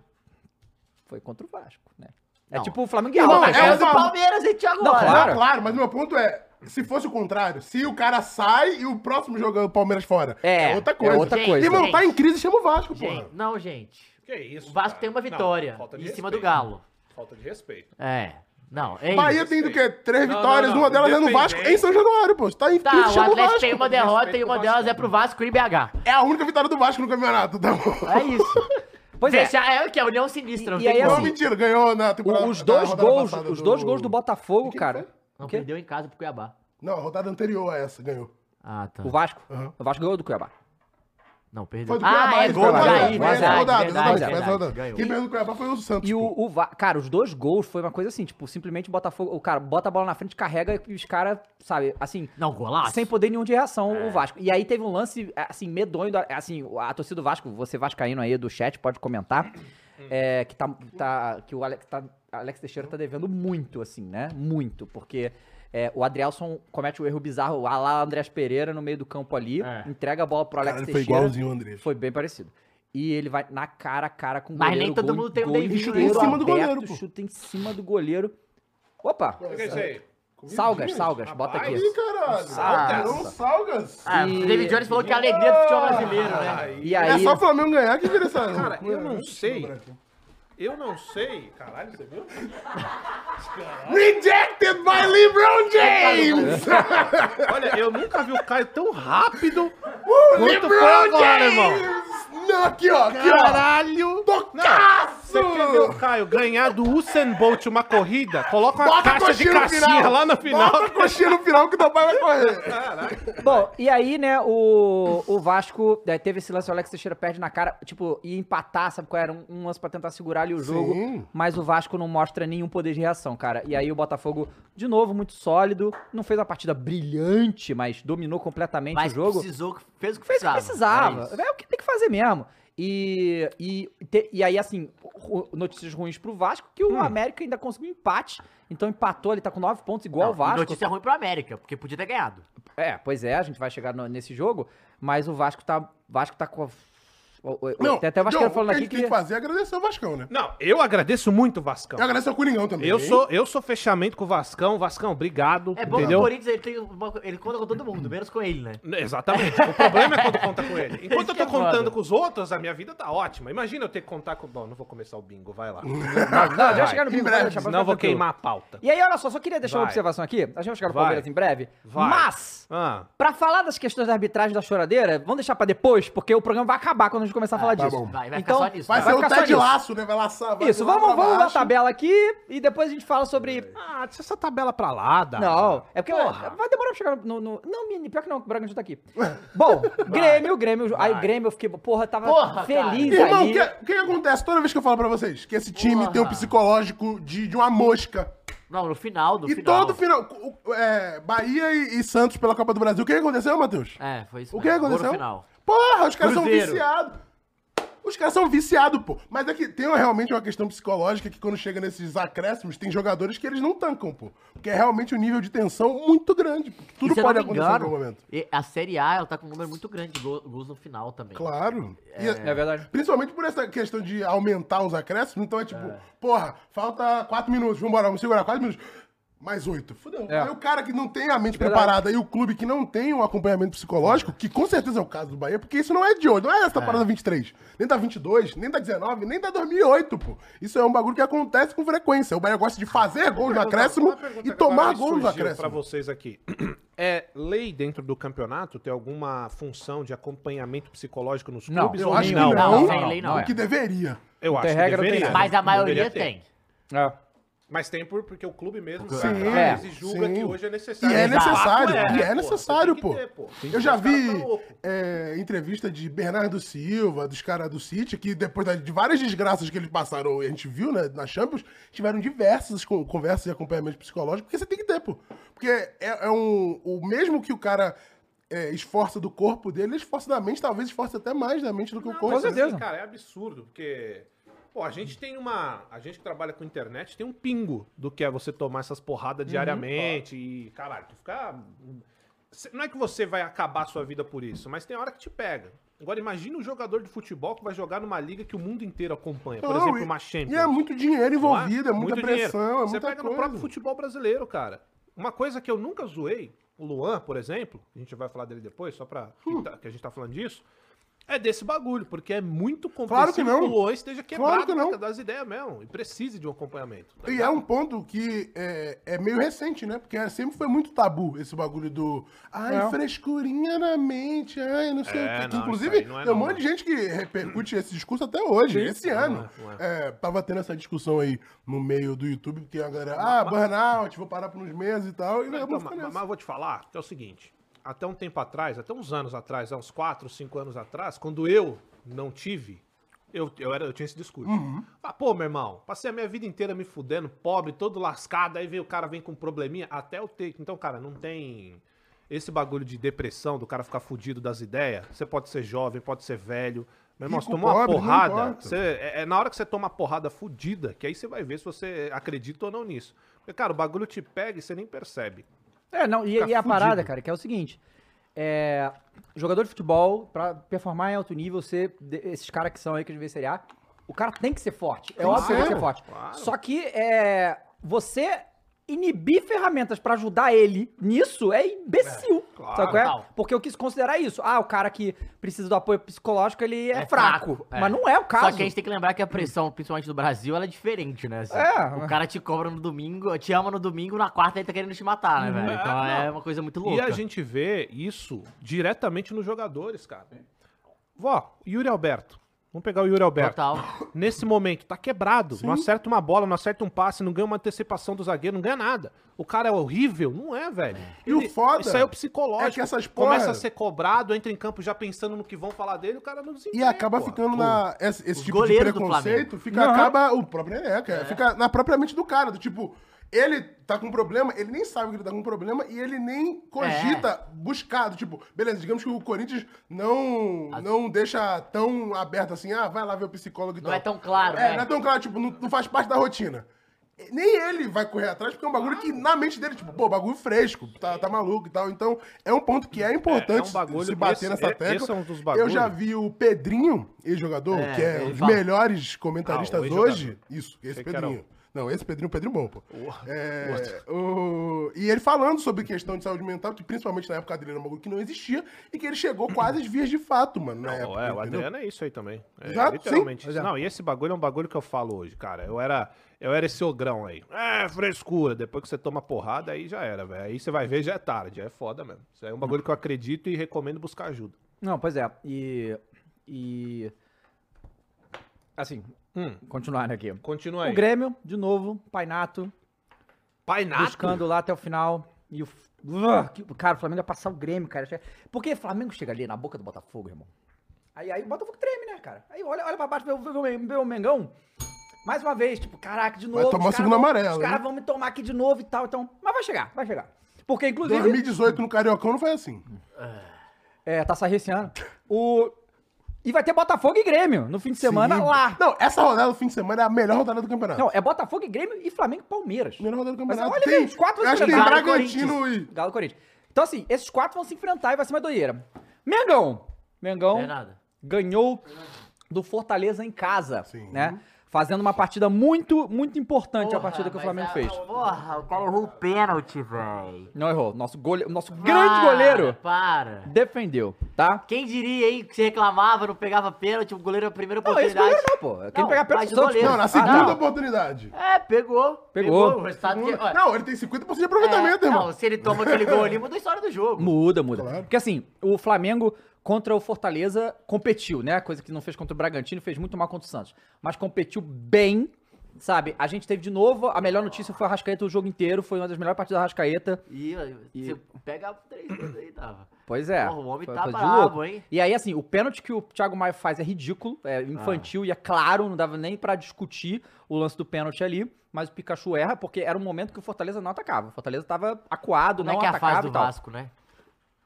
A: foi contra o Vasco, né? É
D: Não.
A: tipo o Flamengo e
D: Não,
C: Irmão,
A: Alba,
D: mas
A: cara.
D: é
C: é
D: o do
C: uma-
D: Palmeiras, gente,
A: Não,
D: agora.
A: claro.
C: Não, claro, mas o meu ponto é, se fosse o contrário, se o cara sai e o próximo jogo é o Palmeiras fora,
A: É,
C: é, outra coisa.
A: é outra
D: Gente,
A: coisa.
C: Irmão,
D: gente.
C: tá em crise, chama o Vasco,
D: Gente,
C: porra.
D: não, gente.
B: Que isso,
D: O Vasco
B: cara.
D: tem uma
B: Não,
D: vitória
B: falta de
D: em cima do
B: respeito.
D: Galo.
B: Falta de respeito.
D: É. Não, é
C: Bahia
D: isso.
C: tem do quê? Três
B: Não,
C: vitórias,
B: não, não.
C: uma delas é no
B: Independente.
C: Vasco, em São Januário, pô. Tá em
D: Tá,
C: crise,
D: o
C: chama o
D: Atlético
C: Vasco.
D: tem uma derrota
B: respeito
D: e uma
B: pro
D: delas
B: Vasco.
D: é pro Vasco e BH.
C: É a única vitória do Vasco no campeonato, tá bom?
D: É isso.
A: Pois é.
D: Fechar é o que é a União Sinistra, não
A: E- e
D: tem
A: aí,
D: como.
C: Não,
A: assim,
C: mentira, ganhou na temporada.
A: O- os
C: na
A: dois
C: rodada
A: gols,
C: passada
A: os dois gols do Botafogo, cara.
D: Não
A: O quê?
D: perdeu em casa pro Cuiabá.
C: Não, a rodada anterior a essa ganhou.
D: Ah, tá.
A: O Vasco.
C: Aham.
A: O Vasco ganhou do Cuiabá.
D: Não, perdeu.
C: Foi do Cuiabá,
D: ah, é
C: esse
D: gol do
C: Cuiabá.
A: Jair,
D: Jair,
C: Foi essa
A: verdade,
C: rodada,
A: verdade,
C: exatamente, é foi essa rodada.
D: ganhou.
C: Quem perdeu do Cuiabá foi o Santos.
A: E o,
C: pô.
A: o Va- cara, os dois gols foi uma coisa assim, tipo, simplesmente o Botafogo, o cara bota a bola na frente, carrega e os caras, sabe, assim,
D: Não, golaço.
A: sem poder nenhum de reação
D: É.
A: o Vasco. E aí teve um lance assim medonho, do- assim, a torcida do Vasco, você vascaíno aí do chat pode comentar,
D: Hum.
A: é, que tá, tá- que o Alex tá- Alex Teixeira tá devendo muito assim, né? Muito, porque é, o Adrielson comete o erro bizarro, a lá Andrés Pereira no meio do campo ali,
D: É.
A: entrega a bola pro Alex
C: Caralho, foi
A: Teixeira.
C: igualzinho o Andrés.
A: Foi bem parecido. E ele vai na cara a cara com o
D: Mas
A: goleiro.
D: nem todo
A: gol-
D: mundo tem um
A: gol
D: David
A: inteiro
C: em cima do
A: aberto,
C: goleiro, pô.
A: Chuta em cima do goleiro. Opa!
B: O que é isso aí?
A: Salgas, salgas, bota aqui.
C: Aí, caralho.
A: Salgas.
C: Não, Salgas.
D: Ah,
A: E-
D: o David Jones falou que é a alegria do futebol brasileiro, né?
A: E
C: É
A: aí,
C: só o Flamengo ganhar que vira essa.
B: Cara, eu não sei. Eu não sei. Caralho, você viu?
C: Rejected by LeBron James!
B: Tá né? Olha, eu nunca vi o Caio tão rápido.
C: O
B: Quanto
C: Uh, LeBron
B: foi agora,
C: James! Não, aqui, ó, aqui, ó.
B: Caralho! Você quer ver o
C: Tocaço!
B: Caio ganhar do Usain Bolt uma corrida? Coloca uma
C: Bota a
B: caixa de
C: coxinha no
B: cassinha
C: final!
B: lá no final.
C: Bota a coxinha no final que o Dabai vai correr.
A: Bom, e aí, né, o, o Vasco né, teve esse lance, o Alex Teixeira perde na cara, tipo, ia empatar, sabe qual era? Um, um lance pra tentar segurar ali o jogo,
C: Sim.
A: mas o Vasco não mostra nenhum poder de reação, cara. E aí o Botafogo, de novo, muito sólido, não fez uma partida brilhante, mas dominou completamente
D: Mas
A: o jogo.
D: precisou, fez
A: Fez o
D: o que
A: que
D: precisava.
A: precisava.
D: Era isso.
A: É o que tem que fazer mesmo. E, e, te- e aí, assim, ru- notícias ruins pro Vasco, que o
D: Hum.
A: América ainda conseguiu um empate. Então empatou, ele tá com nove pontos, igual
D: Não,
A: o
D: e
A: Vasco.
D: Notícia ruim pro América, porque podia ter ganhado.
A: É, pois é, a gente vai chegar no- nesse jogo, mas o Vasco tá. Vasco tá com. a- o- o-
C: Não,
A: tem até o Vasco
C: John,
A: falando
C: o que a
A: aqui
C: gente
A: que.
C: tem que fazer é agradecer o Vascão, né?
B: Não, eu agradeço muito o Vascão.
C: Eu agradeço ao Coringão também.
B: Eu sou, eu sou fechamento com o Vascão. Vascão, obrigado.
D: É bom que o
B: entendeu?
D: Corinthians ele, tem uma- ele conta com todo mundo, menos com ele, né?
B: Exatamente. O problema é quando conta com ele. Enquanto
D: Isso
B: eu
D: que
B: tô
D: é foda.
B: contando com os outros, a minha vida tá ótima. Imagina eu ter que contar com. Bom, não vou começar o bingo, vai lá.
A: Não, não, já vai chegar no
C: Em
A: bingo, pode
C: breve,
A: deixar, pode
B: Senão eu
A: ficar
B: vou
A: tranquilo.
B: queimar a pauta.
A: E aí, olha só, só queria deixar uma
B: Vai.
A: observação aqui. A gente vai chegar no
B: Vai.
A: Palmeiras em breve.
B: Vai.
A: Mas,
B: Ah,
A: pra falar das questões da arbitragem da choradeira, vamos deixar pra depois, porque o programa vai acabar quando a gente começar a falar
C: tá
A: disso.
C: bom.
D: Vai, vai ficar
A: então,
D: só nisso,
C: Vai
D: Vai
C: ser o
A: ficar só
C: Ted
A: nisso.
C: Laço, né? Vai laçar. vai
A: Isso,
C: de lá
A: vamos,
C: pra
A: vamos dar a
C: baixo.
A: tabela aqui e depois a gente fala sobre.
B: ah, deixa essa tabela pra lá, dá.
A: Não, é porque
B: Ah, Porra.
A: vai demorar pra chegar no. no- não, mini, pior que não, o Bragantino tá aqui. Bom, Grêmio, Grêmio. Aí o
B: Vai.
A: Grêmio eu fiquei, porra, tava
D: Porra,
A: feliz
C: Irmão, o
A: ali.
C: que,
B: é-
C: é- o que que acontece toda vez que eu falo pra vocês? Que esse time
D: Porra.
C: tem um psicológico de, de uma mosca.
D: Não, no final, no
C: e
D: final.
C: todo final. o- o- é, Bahia e, e Santos pela Copa do Brasil. O que que aconteceu, Matheus?
D: É, foi isso.
C: O que
D: mesmo. Gol no
C: aconteceu?
D: final.
C: Porra, os caras são
D: Cruzeiro.
C: viciados. Os caras são viciados, pô. Mas é que tem uma- realmente uma questão psicológica que quando chega nesses acréscimos, tem jogadores que eles não tancam, pô. Porque é realmente um nível de tensão muito grande. pô.
D: E
C: Tudo
D: se eu
C: pode
D: não me
C: acontecer
D: engano,
C: no momento.
D: e A Série A, ela tá com um número muito grande de go- gols no final também.
C: Claro. E-
A: É verdade.
C: Principalmente por essa questão de aumentar os acréscimos. Então é tipo, porra, falta quatro minutos, vambora, vamos segurar quatro minutos. Mais oito. Fudeu.
A: É.
C: Aí o cara que não tem a mente
A: Verdade.
C: preparada e o clube que não tem um acompanhamento psicológico, que com certeza é o caso do Bahia, porque isso não é de hoje, não é essa parada 23. Nem da 22, nem da 19, nem da 2008, pô. Isso é um bagulho que acontece com frequência. O Bahia gosta de fazer gols no acréscimo
B: Uma pergunta
C: e
B: que
C: tomar
B: agora me
C: gols no
B: surgiu Pra
C: acréscimo.
B: vocês aqui. É lei dentro do campeonato ter alguma função de acompanhamento psicológico nos
A: Não,
B: clubes?
A: eu
B: ou
A: acho
C: que
A: Não,
D: não,
C: não,
D: sem lei não
C: o
D: é.
C: que deveria.
B: Eu acho
A: tem
B: que
A: regra, não tem
B: deveria.
A: nada.
D: Mas a maioria
B: Deveria ter.
D: tem.
A: É.
B: Mas tem por, porque o clube mesmo
C: Sim,
B: vai atrás
A: é,
B: e julga
C: sim.
B: que hoje é necessário.
C: E é
D: Exato.
B: Fato
C: necessário, e
B: né,
C: é
B: pô? Tem
C: necessário,
B: que
C: pô.
B: ter, pô.
C: Eu já
B: Os caras
C: vi
B: tão louco.
C: é, entrevista de Bernardo Silva, dos caras do City, que depois da- de várias desgraças que eles passaram, a gente viu né, na Champions, tiveram diversas co- conversas e acompanhamento psicológico, porque você tem que ter, pô. Porque é, é um, o mesmo que o cara é, esforça do corpo dele, ele esforça da mente, talvez esforce até mais da mente do que o corpo.
A: com certeza.
B: Assim, cara, é absurdo, porque. Pô, a gente tem uma. A gente que trabalha com internet tem um pingo do que é você tomar essas porradas
C: Uhum.
B: diariamente e. Caralho, tu ficar. Cê- Não é que você vai acabar a sua vida por isso, mas tem hora que te pega. Agora, imagina um jogador de futebol que vai jogar numa liga que o mundo inteiro acompanha. Por
C: Não,
B: exemplo,
C: e-
B: uma
C: E
B: Champions.
C: é muito dinheiro
B: não é?
C: envolvido, é muita
B: Muito dinheiro.
C: pressão, é
B: Você
C: muita
B: pega
C: coisa.
B: no próprio futebol brasileiro, cara. Uma coisa que eu nunca zoei, o Luan, por exemplo, a gente vai falar dele depois, só pra
C: Hum.
B: que a gente tá falando disso, é desse bagulho, porque é muito compreensível
C: que não.
B: o Luan esteja quebrado
C: Claro que não.
B: das ideias mesmo e precise de um acompanhamento. tá
C: E é
B: ligado?
C: um ponto que é, é meio recente, né? Porque sempre foi muito tabu esse bagulho do. Ai,
A: É.
C: frescurinha na mente, ai, não sei
B: É,
C: o quê. Que,
B: não,
C: inclusive,
B: isso aí não é
C: tem um
B: não,
C: monte de gente que repercute esse discurso até hoje, esse ano.
B: não é, não
C: É, tava tendo essa discussão aí no meio do YouTube, porque a galera. Ah, burnout, vou parar por uns meses e tal. E
B: Então,
C: acabou
B: ma- ma-
C: ficando
B: mas,
C: nessa.
B: eu vou te falar que é o seguinte: até um tempo atrás, até uns anos atrás, há uns 4, 5 anos atrás, quando eu não tive, eu, eu, era, eu tinha esse discurso. Ah, pô, meu irmão, passei a minha vida inteira me fudendo, pobre, todo lascado, aí vem o cara vem com um probleminha, até eu ter. Então, cara, não tem. Esse bagulho de depressão, do cara ficar fudido das ideias, você pode ser jovem, pode ser velho. Meu irmão,
C: Rico,
B: você tomou uma
C: pobre, não
B: porrada,
C: importa.
B: você- é, é na hora que você toma uma porrada fudida, que aí você vai ver se você acredita ou não nisso. Porque, cara, o bagulho te pega e você nem percebe.
A: É, não, e,
B: Fica
A: e a parada,
B: fudido.
A: cara, que é o seguinte. É, jogador de futebol, pra performar em alto nível, você, de- esses caras que são aí que a gente vê Série A, o cara tem que ser forte. É
C: que
A: óbvio que tem que
C: ser,
A: ser forte.
B: claro.
A: Só que é, você inibir ferramentas pra ajudar ele nisso é imbecil.
B: claro.
A: Sabe qual é?
D: Total.
A: Porque eu quis considerar isso. Ah, o cara que precisa do apoio psicológico, ele é,
D: É
A: fraco.
D: fraco, é.
A: Mas não é o caso.
D: Só que a gente tem que lembrar que a pressão, principalmente do Brasil, ela é diferente, né? assim.
A: É.
D: O cara te cobra no domingo, te ama no domingo, na quarta ele tá querendo te matar,
A: Uhum.
D: né, velho? Então
B: É,
D: é
B: não.
D: uma coisa muito
B: E
D: louca.
B: a gente vê isso diretamente nos jogadores, cara. Vó, Yuri Alberto. Vamos pegar o Yuri Alberto.
D: Total.
A: Então,
B: Nesse momento, tá quebrado. Não acerta uma bola, não acerta um passe, não ganha uma antecipação do zagueiro, não ganha nada. O cara é horrível? Não é, velho.
C: E o foda
B: Isso aí é o psicológico.
C: é que essas porra-
B: Começa a ser cobrado, entra em campo já pensando no que vão falar dele, o cara não
C: E
B: desempenha.
C: acaba
B: É, pô.
C: ficando na. Esse, esse tipo
D: Os
C: de
D: goleiros do
C: preconceito
D: Flamengo.
C: fica,
A: Aham.
C: acaba o próprio Neneca. Fica na própria mente do cara. Do tipo, ele tá com problema, ele nem sabe que ele tá com problema e ele nem cogita buscar. Do tipo, beleza, digamos que o Corinthians não, não deixa tão aberto assim, ah, vai lá ver o psicólogo e
D: Não
C: tal.
D: é tão claro,
C: É,
D: né?
C: não é tão claro, tipo, não, não faz parte da rotina. Nem ele vai correr atrás, porque é um bagulho que na mente dele, tipo, pô, bagulho fresco, tá, tá maluco e tal. Então, é um ponto que é
B: É,
C: importante
B: é um bagulho-
C: se bater
B: esse-
C: nessa
B: é-
C: tecla.
B: esse é um dos
C: Eu já
B: bagulhos.
C: vi o Pedrinho, ex-jogador,
D: É,
C: que é um
D: ele
C: dos
D: fala.
C: melhores comentaristas
B: Ah, o ex-jogador.
C: hoje. Isso, esse
B: Sei que era
C: Pedrinho. Não, esse Pedrinho, Pedrinho bom, pô. É, o- E ele falando sobre questão de saúde mental, que principalmente na época dele era um bagulho que não existia, e que ele chegou quase às vias de fato, mano, na
B: Não,
C: época,
B: é, o
C: entendeu?
B: Adriano é isso aí também. É,
C: Exato,
B: literalmente.
C: sim.
B: isso. Não, e esse bagulho é um bagulho que eu falo hoje, cara. Eu era, eu era esse ogrão aí. É, frescura. Depois que você toma porrada, aí já era, velho. Aí você vai ver, já é tarde. É foda mesmo. Isso aí é um bagulho que eu acredito e recomendo buscar ajuda.
A: Não, pois é. E. E. Assim,
B: Hum,
A: continuar aqui.
B: continua aí.
A: O Grêmio, de novo, Painato,
B: Pai Nato.
A: buscando lá até o final. E o. f- Uah, que- Cara, o Flamengo ia passar o Grêmio, cara. Porque o Flamengo chega ali na boca do Botafogo, irmão. Aí, aí o Botafogo treme, né, cara? Aí olha, olha pra baixo, vê, o- vê, o- vê, o Mengão. Mais uma vez, tipo, caraca, de novo.
C: tomar
A: os
C: o
A: caras
C: segundo
A: vão-
C: amarelo,
A: Os
C: né?
A: caras vão me tomar aqui de novo e tal. Então, mas vai chegar, vai chegar. Porque, inclusive.
C: 2018 no Cariocão não foi assim.
A: É, tá saindo esse ano. O... E vai ter Botafogo e Grêmio no fim de semana
C: Sim.
A: lá.
C: Não, essa rodada do fim de semana é a melhor rodada do campeonato.
A: Não, é Botafogo e Grêmio e Flamengo e Palmeiras.
C: Melhor rodada do
A: Mas
C: campeonato.
A: olha, velho, os quatro vão
C: acho
A: se
C: que tem
A: enfrentar.
C: Bragantino e.
A: Galo e Corinthians. Então, assim, esses quatro vão se enfrentar e vai ser uma doideira. Mengão. Mengão
D: Não é nada.
A: ganhou do Fortaleza em casa,
C: Sim.
A: né? Fazendo uma partida muito, muito importante a
D: Porra,
A: partida que o
D: mas é
A: Flamengo
D: a-
A: fez.
D: Porra, o cara errou o pênalti, velho.
A: Não errou. Nosso, gole... Nosso grande goleiro
D: Para.
A: defendeu, tá?
D: Quem diria, hein, que você reclamava, não pegava pênalti, o goleiro era a primeira
A: Não, esse
D: oportunidade.
A: goleiro não, pô. Quem
D: Não,
A: pegar pelo
D: mas o
A: Santos, pô.
D: goleiro-
C: Não, na
D: Ah,
C: segunda
A: tá.
D: não.
C: oportunidade.
D: É, pegou.
A: Pegou.
D: O resultado que... olha,
C: Não, ele tem 50% de aproveitamento,
D: é,
C: irmão.
D: Não, se ele toma aquele gol ali, muda a história do jogo.
A: Muda, muda.
C: Claro.
A: Porque assim, o Flamengo contra o Fortaleza competiu, né? Coisa que não fez contra o Bragantino, fez muito mal contra o Santos. Mas competiu bem, sabe? A gente teve de novo, a melhor notícia foi a Rascaeta o jogo inteiro, foi uma das melhores partidas da Rascaeta.
D: E, e... você pega três dedos aí, tava.
A: Pois é.
D: Porra, o homem
A: foi
D: tá
A: coisa de
D: brabo,
A: louco.
D: hein?
A: E aí, assim, o pênalti que o Thiago Maia faz é ridículo,
C: Ah.
A: é infantil e é claro, não dava nem pra discutir o lance do pênalti ali. Mas o Pikachu erra, porque era um momento que o Fortaleza não atacava. O Fortaleza tava acuado,
D: Como
A: não
D: é que é a
A: atacava
D: fase do
A: e tal.
D: Vasco, né?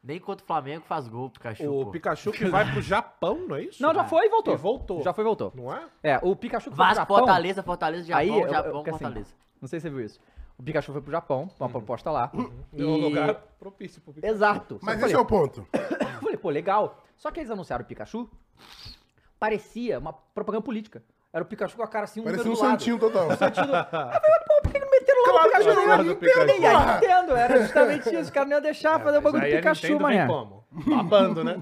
D: Nem contra o Flamengo faz gol, Pikachu.
B: O
D: pô.
B: Pikachu que vai pro Japão, não é isso?
A: Não, já foi e voltou.
B: E voltou.
A: Já foi e voltou.
B: Não é?
A: É, o Pikachu que foi pro
D: Vasco,
A: Japão-
D: Fortaleza, Fortaleza, Japão,
A: Aí, eu- eu-
D: Japão,
A: porque assim,
D: Fortaleza.
A: não sei se você viu isso. O Pikachu foi pro Japão, uma
C: Uhum.
A: proposta lá.
B: É um lugar propício pro Pikachu.
A: Exato. Só
C: Mas
A: que eu
C: esse é o ponto.
A: falei, falei, pô, legal. Só que eles anunciaram o Pikachu, parecia uma propaganda política. Era o Pikachu com a cara assim, um
C: Parecia
A: dedo
C: um
A: do lado.
C: santinho total.
A: Santinho do- Aí eu falei, pô, por que que não meteram logo o
C: Claro
A: Pikachu?
C: que não,
A: Eu
B: do
A: não entendo,
B: Pikachu.
A: hein? A Nintendo era justamente isso. Os caras não iam deixar fazer o
B: É, Mas
A: é um bagulho do
B: aí a
A: Pikachu,
B: Nintendo vem
A: manhã.
B: como? Babando, né?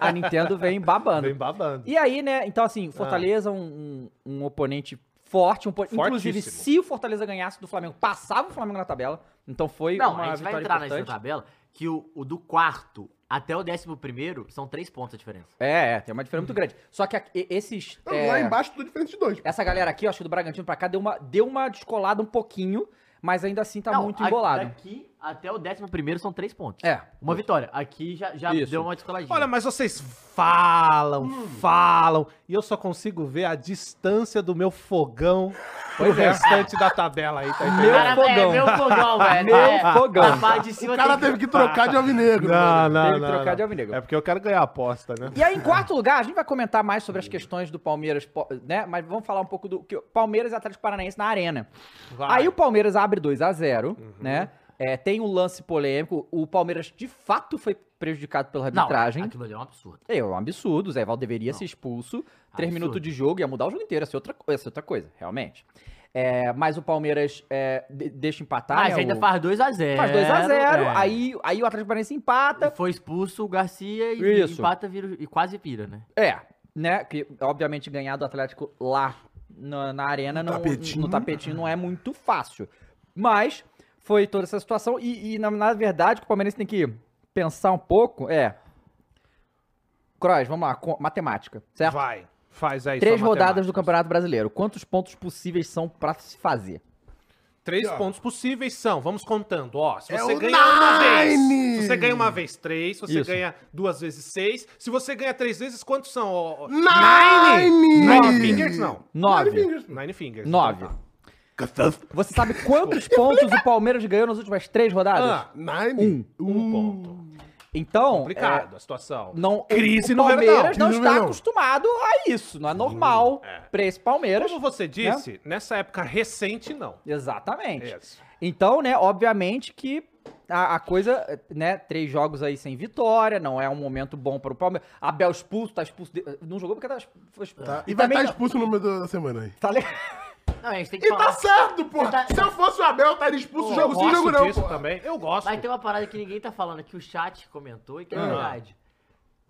A: A Nintendo vem babando.
B: Vem Ah. babando.
A: E aí, né? Então, assim, Fortaleza, um, um, um oponente forte. Um opo- Inclusive,
B: Fortíssimo.
A: se o Fortaleza ganhasse do Flamengo, passava o Flamengo na tabela. Então foi
D: Não,
A: uma
D: a gente vai
A: vitória
D: entrar nessa
A: importante.
D: tabela que o, o do quarto até o décimo primeiro são três pontos a diferença.
A: É, é, tem uma diferença muito grande. Só que a- e- esses.
C: Não,
A: é,
C: Lá embaixo tudo diferente de dois.
A: Essa galera aqui, eu acho que do Bragantino pra cá, deu uma, deu uma descolada um pouquinho, mas ainda assim tá
D: Não,
A: muito
D: a-
A: embolado.
D: Daqui até o décimo primeiro são três pontos.
A: É.
D: Uma vitória. Aqui já, já
A: Isso.
D: deu uma descoladinha.
B: Olha, mas vocês falam, falam, e eu só consigo ver a distância do meu fogão pro
A: Pois é.
B: restante da tabela aí, tá
A: Meu
B: entendendo?
D: Cara,
A: fogão.
D: É, meu fogão, velho.
A: Meu
D: É,
A: fogão.
D: A parte de cima
C: O cara
D: tem
C: teve que trocar de alvinegro.
B: Não, não,
A: Teve que
B: não,
A: trocar
B: não.
A: de alvinegro.
B: É porque eu quero ganhar a aposta, né?
A: E aí, em quarto lugar, a gente vai comentar mais sobre as questões do Palmeiras, po- né? Mas vamos falar um pouco do que o Palmeiras e Atlético Paranaense na arena.
B: Vai.
A: Aí o Palmeiras abre 2 a 0 né? É, tem um lance polêmico. O Palmeiras, de fato, foi prejudicado pela
D: Não,
A: arbitragem.
D: aquilo ali é um absurdo.
A: É um absurdo, o Zé Val deveria ser expulso. Três
D: Absurdo.
A: minutos de jogo, ia mudar o jogo inteiro, ia ser outra, co- ia ser outra coisa, realmente. É, mas o Palmeiras é, de- deixa empatar.
D: Mas
A: né,
D: ainda
A: o-
D: faz 2x0.
A: faz 2x0.
D: é.
A: Aí, aí o Atlético Paranaense empata.
D: E foi expulso o Garcia e
A: Isso.
D: empata vira, e quase vira, né?
A: É, né? Que obviamente ganhar do Atlético lá na, na arena, não,
C: tapetinho.
A: no tapetinho, não é muito fácil. Mas foi toda essa situação. E, e, na, na verdade, o que o Palmeirense tem que pensar um pouco é. Cross, vamos lá, co- matemática, certo?
B: Vai, faz aí.
A: Três
B: sua
A: rodadas do
B: matemática.
A: Campeonato Brasileiro. Quantos pontos possíveis são pra se fazer?
B: Três
C: Ó.
B: pontos possíveis são, vamos contando, ó. Se
C: É
B: você
C: o
B: ganha uma
C: nine!
B: vez, se você ganha uma vez três, se você
A: Isso.
B: ganha duas vezes seis, se você ganha três vezes, quantos são? ó, ó?
C: Nine!
B: Nine fingers, não.
A: Nove.
C: né?
B: Nine fingers.
A: Nove.
B: Então tá.
A: Você sabe quantos pontos o Palmeiras ganhou nas últimas três rodadas?
B: Ah,
C: Nine?
B: um ponto.
A: Então,
B: Complicado a situação.
A: Não,
B: Crise é
A: o
B: no
A: Palmeiras
B: Verdão.
A: não
C: Crise é no
A: está
C: Verdão.
A: acostumado a isso. Não é normal
B: é.
A: pra esse Palmeiras.
B: Como você disse, nessa época recente, não.
A: Exatamente.
B: Isso.
A: Então, né, obviamente que a, a coisa, né, três jogos aí sem vitória, não é um momento bom para o Palmeiras. Abel expulso, tá expulso, de- não jogou porque tá expulso. foi expulso.
C: Tá. E vai
A: também
C: estar
A: não-
C: expulso no meio da semana aí.
A: tá legal.
D: Não, a gente tem que
C: E
D: falar.
C: tá certo, porra!
D: Tá-
C: Se eu fosse o Abel, estaria expulso
B: Eu
C: jogo sim,
B: gosto
C: jogo não,
B: disso
C: porra.
B: também. Eu gosto.
D: Mas tem uma parada que ninguém tá falando, que o chat comentou e que é
B: Ah.
D: verdade.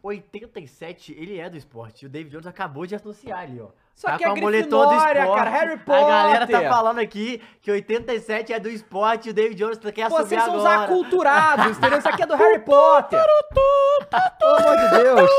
D: 87, ele é do esporte. E O David Jones acabou de anunciar ali, ó.
A: Isso aqui é
D: o moletom do
A: Grifinória,
D: esporte.
A: cara, Harry
D: A galera tá
A: Potter.
D: falando aqui que 87 é do esporte e o David Jones tá- quer assumir
A: Vocês são os
D: agora.
A: aculturados, entendeu? Isso aqui é do Harry Potter. Pelo amor de Deus.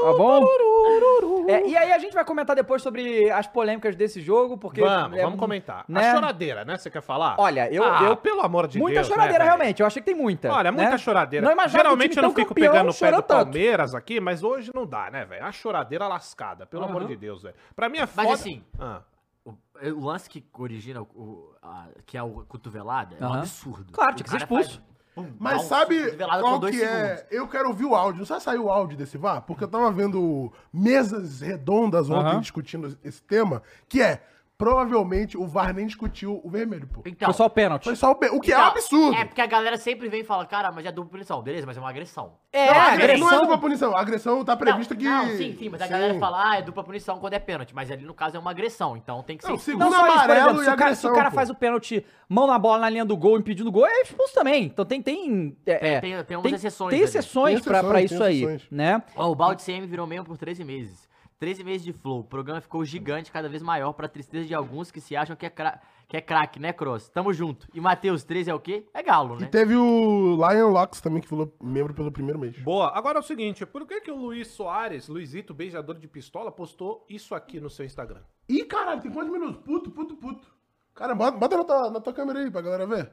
A: Tá bom? É, e aí a gente vai comentar depois sobre as polêmicas desse jogo, porque...
B: Vamos,
A: é,
B: vamos comentar.
A: né?
B: A choradeira, né? Você quer falar?
A: Olha, eu-
B: Ah,
A: eu-
B: pelo amor de
A: muita
B: Deus. né,
A: choradeira,
B: velho?
A: realmente. Eu achei que tem muita.
B: Olha, muita
A: né?
B: choradeira.
A: Não imaginava
B: Geralmente
A: que o time
B: eu não
A: tão
B: fico
A: campeão
B: pegando o pé
A: chorou
B: do
A: tanto.
B: Palmeiras aqui, mas hoje não dá, né, velho? É uma choradeira lascada, pelo amor de Deus, velho. Pra mim é foda.
D: assim,
B: Ah,
D: O, é, o lance que origina, o- o- a- que é o cotovelada, é um
A: Aham.
D: absurdo.
A: Claro,
D: O
A: tinha que ser
D: cara faz-
A: expulso.
D: pum, dá
C: Mas
D: um
C: sabe
D: cotovelada com
C: qual
D: dois
C: que é? Eu quero ouvir o áudio. Não sei se saiu o áudio desse VAR, porque eu tava vendo mesas redondas ontem
A: Aham.
C: discutindo esse tema, que é, provavelmente o VAR nem discutiu o vermelho, pô.
D: Então,
A: Foi só o pênalti.
C: Foi só o... be- O que é um
D: então,
C: absurdo.
D: É, porque a galera sempre vem e fala, cara, mas é dupla punição. Beleza, mas é uma agressão.
A: É,
C: Não, a agressão... não é
A: agressão.
C: dupla punição. A agressão tá prevista
D: não,
C: que...
D: Não, sim, sim, mas a galera fala, ah, é dupla punição quando é pênalti. Mas ali, no caso, é uma agressão, então tem que ser
C: Não, sim.
D: expulso.
A: Não
C: Segundo
A: só isso, por
C: amarelo
A: exemplo,
C: e
A: se o cara, se o cara
C: agressão, pô.
A: faz o pênalti, mão na bola na linha do gol, impedindo o gol, é expulso também. Então tem. Tem, é, é,
D: Tem, tem umas
A: tem,
D: exceções.
A: tem
D: ali.
A: exceções
C: Tem
A: pra, pra
C: exceções,
A: isso
C: tem
A: aí,
C: exceções.
A: né?
D: Ó, o balde CM virou membro por 13 meses. 13 meses de flow. O programa ficou gigante, cada vez maior, pra tristeza de alguns que se acham que é, cra que é craque, né, Cross? Tamo junto. E Matheus, 13 é o quê? É galo,
C: E
D: né?
C: teve o Lion Locks também, que falou membro pelo primeiro mês.
B: boa. Agora é o seguinte, por que que o Luiz Soares, Luizito, beijador de pistola, postou isso aqui no seu Instagram?
C: Ih, caralho, tem quantos minutos? Puto, puto, puto. Cara, bota, bota na, tua, na tua câmera aí pra galera ver.